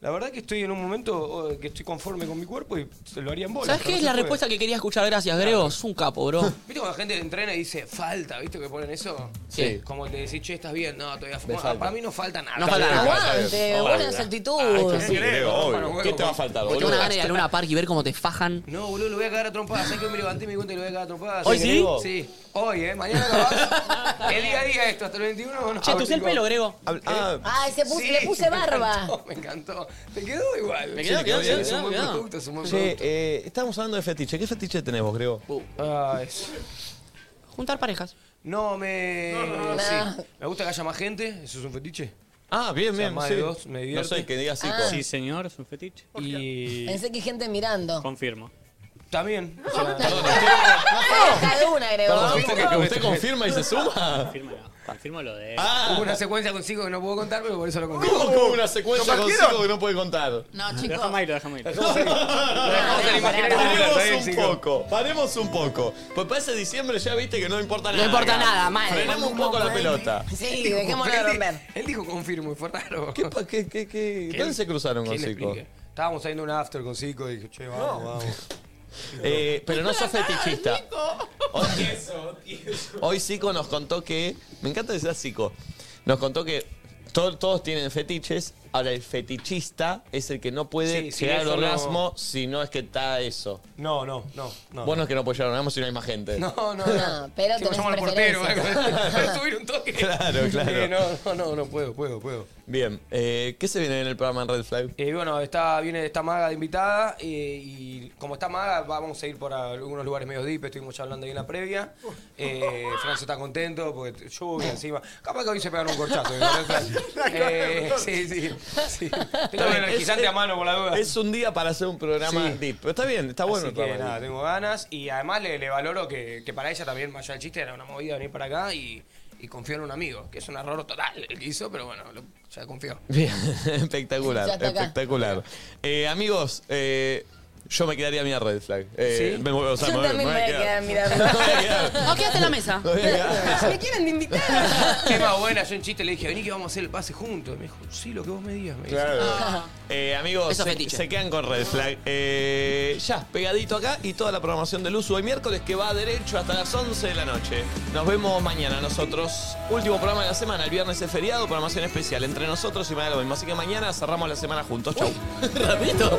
Speaker 23: La verdad que estoy en un momento oh, que estoy conforme con mi cuerpo y se lo haría en bola.
Speaker 2: ¿Sabes qué es la respuesta que quería escuchar? Gracias, Grego. Es un capo, bro.
Speaker 23: ¿Viste cuando la gente entrena y dice falta? ¿Viste que ponen eso?
Speaker 2: Sí.
Speaker 23: Como te decís, che, estás bien. No, todavía
Speaker 1: Me
Speaker 23: falta.
Speaker 1: falta.
Speaker 23: Ah, para mí no falta nada.
Speaker 2: No falta Ah, nada.
Speaker 4: Aguante,
Speaker 2: Ojalá.
Speaker 4: buena
Speaker 23: Ay,
Speaker 4: actitud.
Speaker 23: qué Sí, Grego, obvio.
Speaker 1: ¿Qué te va a faltar,
Speaker 2: Porque
Speaker 1: boludo?
Speaker 2: una gana de ir a Luna Park y ver cómo te fajan.
Speaker 23: No, boludo, lo voy a cagar a trompadas. ¿Sabes que hoy me levanté y me di cuenta que lo voy a cagar a trompadas?
Speaker 2: ¿Hoy sí?
Speaker 23: Sí. Hoy, ¿eh? Mañana capaz. el día a día esto, hasta el 21. No,
Speaker 2: Che, te usé el pelo, Grego.
Speaker 4: Ay, se puso- le puse barba.
Speaker 23: Me encantó. Te quedó igual.
Speaker 1: Eh, Me quedó,
Speaker 23: Sí,
Speaker 1: quedó,
Speaker 23: bien,
Speaker 1: quedó,
Speaker 23: Es un
Speaker 1: quedó,
Speaker 23: buen
Speaker 1: quedó.
Speaker 23: producto, es un buen
Speaker 1: Che,
Speaker 23: producto.
Speaker 1: eh, estamos hablando de fetiche. ¿Qué fetiche tenés vos, Grego?
Speaker 4: Uh.
Speaker 23: Ah, es-
Speaker 2: Juntar parejas.
Speaker 23: No, me.
Speaker 2: No.
Speaker 23: Sí. Me gusta que haya más gente. Eso es un fetiche.
Speaker 1: Ah, bien,
Speaker 23: O sea,
Speaker 1: bien,
Speaker 23: más
Speaker 1: sí.
Speaker 23: de dos, me
Speaker 1: No
Speaker 23: divierte.
Speaker 1: sé, que digas sí, Ah.
Speaker 4: con-
Speaker 9: Sí, señor, es un fetiche.
Speaker 23: Y.
Speaker 4: Pensé que hay gente mirando.
Speaker 9: Confirmo.
Speaker 23: También.
Speaker 4: Cada una, Grego.
Speaker 1: ¿Usted confirma y se suma?
Speaker 9: Confirmo, no. Confirmo lo de.
Speaker 23: Hubo una secuencia con cinco que no puedo contar, pero por eso lo conté.
Speaker 1: ¿Cómo que hubo una secuencia
Speaker 23: ¿No
Speaker 1: con
Speaker 23: partieron?
Speaker 1: cinco que no puede contar?
Speaker 3: No,
Speaker 9: Lo
Speaker 3: chicos.
Speaker 9: dejamos ir, lo dejamos ir.
Speaker 1: Paremos un poco, paremos un poco. Pues para ese diciembre ya viste que no importa
Speaker 2: No
Speaker 1: nada.
Speaker 2: importa
Speaker 1: acá.
Speaker 2: nada, mal.
Speaker 1: Frenemos un poco la pelota.
Speaker 4: Sí, dejémoslo de romper.
Speaker 23: Él dijo confirmo y fue raro.
Speaker 1: ¿Qué, pa- qué, qué, qué? ¿Dónde se cruzaron con
Speaker 23: ¿Quién
Speaker 1: Zico?
Speaker 23: explique? Estábamos saliendo un after con Zico y dije, che, vamos, vamos.
Speaker 1: Eh, pero no sos fetichista.
Speaker 19: Eso, tieso.
Speaker 1: Hoy Zico nos contó que. Me encanta decir a Zico. Nos contó que to- todos tienen fetiches. Ahora, el fetichista es el que no puede
Speaker 23: Sí, sin
Speaker 1: llegar al
Speaker 23: eso no-
Speaker 1: orgasmo si no es que está eso.
Speaker 23: No, no, no, no.
Speaker 1: Vos no es que no podés llegar al orgasmo si no hay más gente.
Speaker 23: No, no, no.
Speaker 4: No, pero
Speaker 23: Chicos,
Speaker 4: tenés
Speaker 23: somos el portero, ¿eh?
Speaker 4: preferencia.
Speaker 23: subir un toque.
Speaker 1: Claro, claro.
Speaker 23: Eh, no, no, no, no puedo, puedo, puedo.
Speaker 1: Bien, eh, ¿qué se viene en el programa en Red Flag?
Speaker 23: Eh, bueno, está, viene esta maga de invitada eh, y como está maga vamos a ir por algunos lugares medio deep, estuvimos ya hablando ahí en la previa. Eh, Franzo está contento porque t- lluvia encima. Capaz que hoy se pegan un corchazo. eh, sí, sí, sí. Tengo el energizante a mano por la duda.
Speaker 1: Es un día para hacer un programa
Speaker 23: Sí.
Speaker 1: deep. Pero está bien, está bueno el
Speaker 23: Así que
Speaker 1: programa.
Speaker 23: nada,
Speaker 1: deep.
Speaker 23: tengo ganas y además le, le valoro que, que para ella también, más allá del chiste, era una movida venir para acá y, y confió en un amigo, que es un error total el que hizo, pero bueno, lo- ya confió.
Speaker 1: Bien,
Speaker 23: Ya
Speaker 1: espectacular,
Speaker 23: está acá.
Speaker 1: espectacular. Eh, amigos, eh, yo me quedaría a mirar Red Flag. Eh,
Speaker 23: ¿Sí?
Speaker 1: me, voy- o sea, me voy- me voy a quedar.
Speaker 2: No, quédate en la mesa.
Speaker 4: Me quieren invitar.
Speaker 23: Qué más buena, yo en chiste le dije, vení que vamos a hacer el pase juntos. Y me dijo, sí, lo que vos me digas. Me dice.
Speaker 1: Claro. Eh, amigos,
Speaker 23: Ah. Eso es
Speaker 1: se,
Speaker 23: fetiche.
Speaker 1: se quedan con Red Flag. Eh, ya, pegadito acá y toda la programación del uso hoy miércoles que va derecho hasta las 11 de la noche. Nos vemos mañana nosotros. Último programa de la semana, el viernes es feriado, programación especial entre nosotros y mañana lo mismo. Así que mañana cerramos la semana juntos. Chau. Rapidito.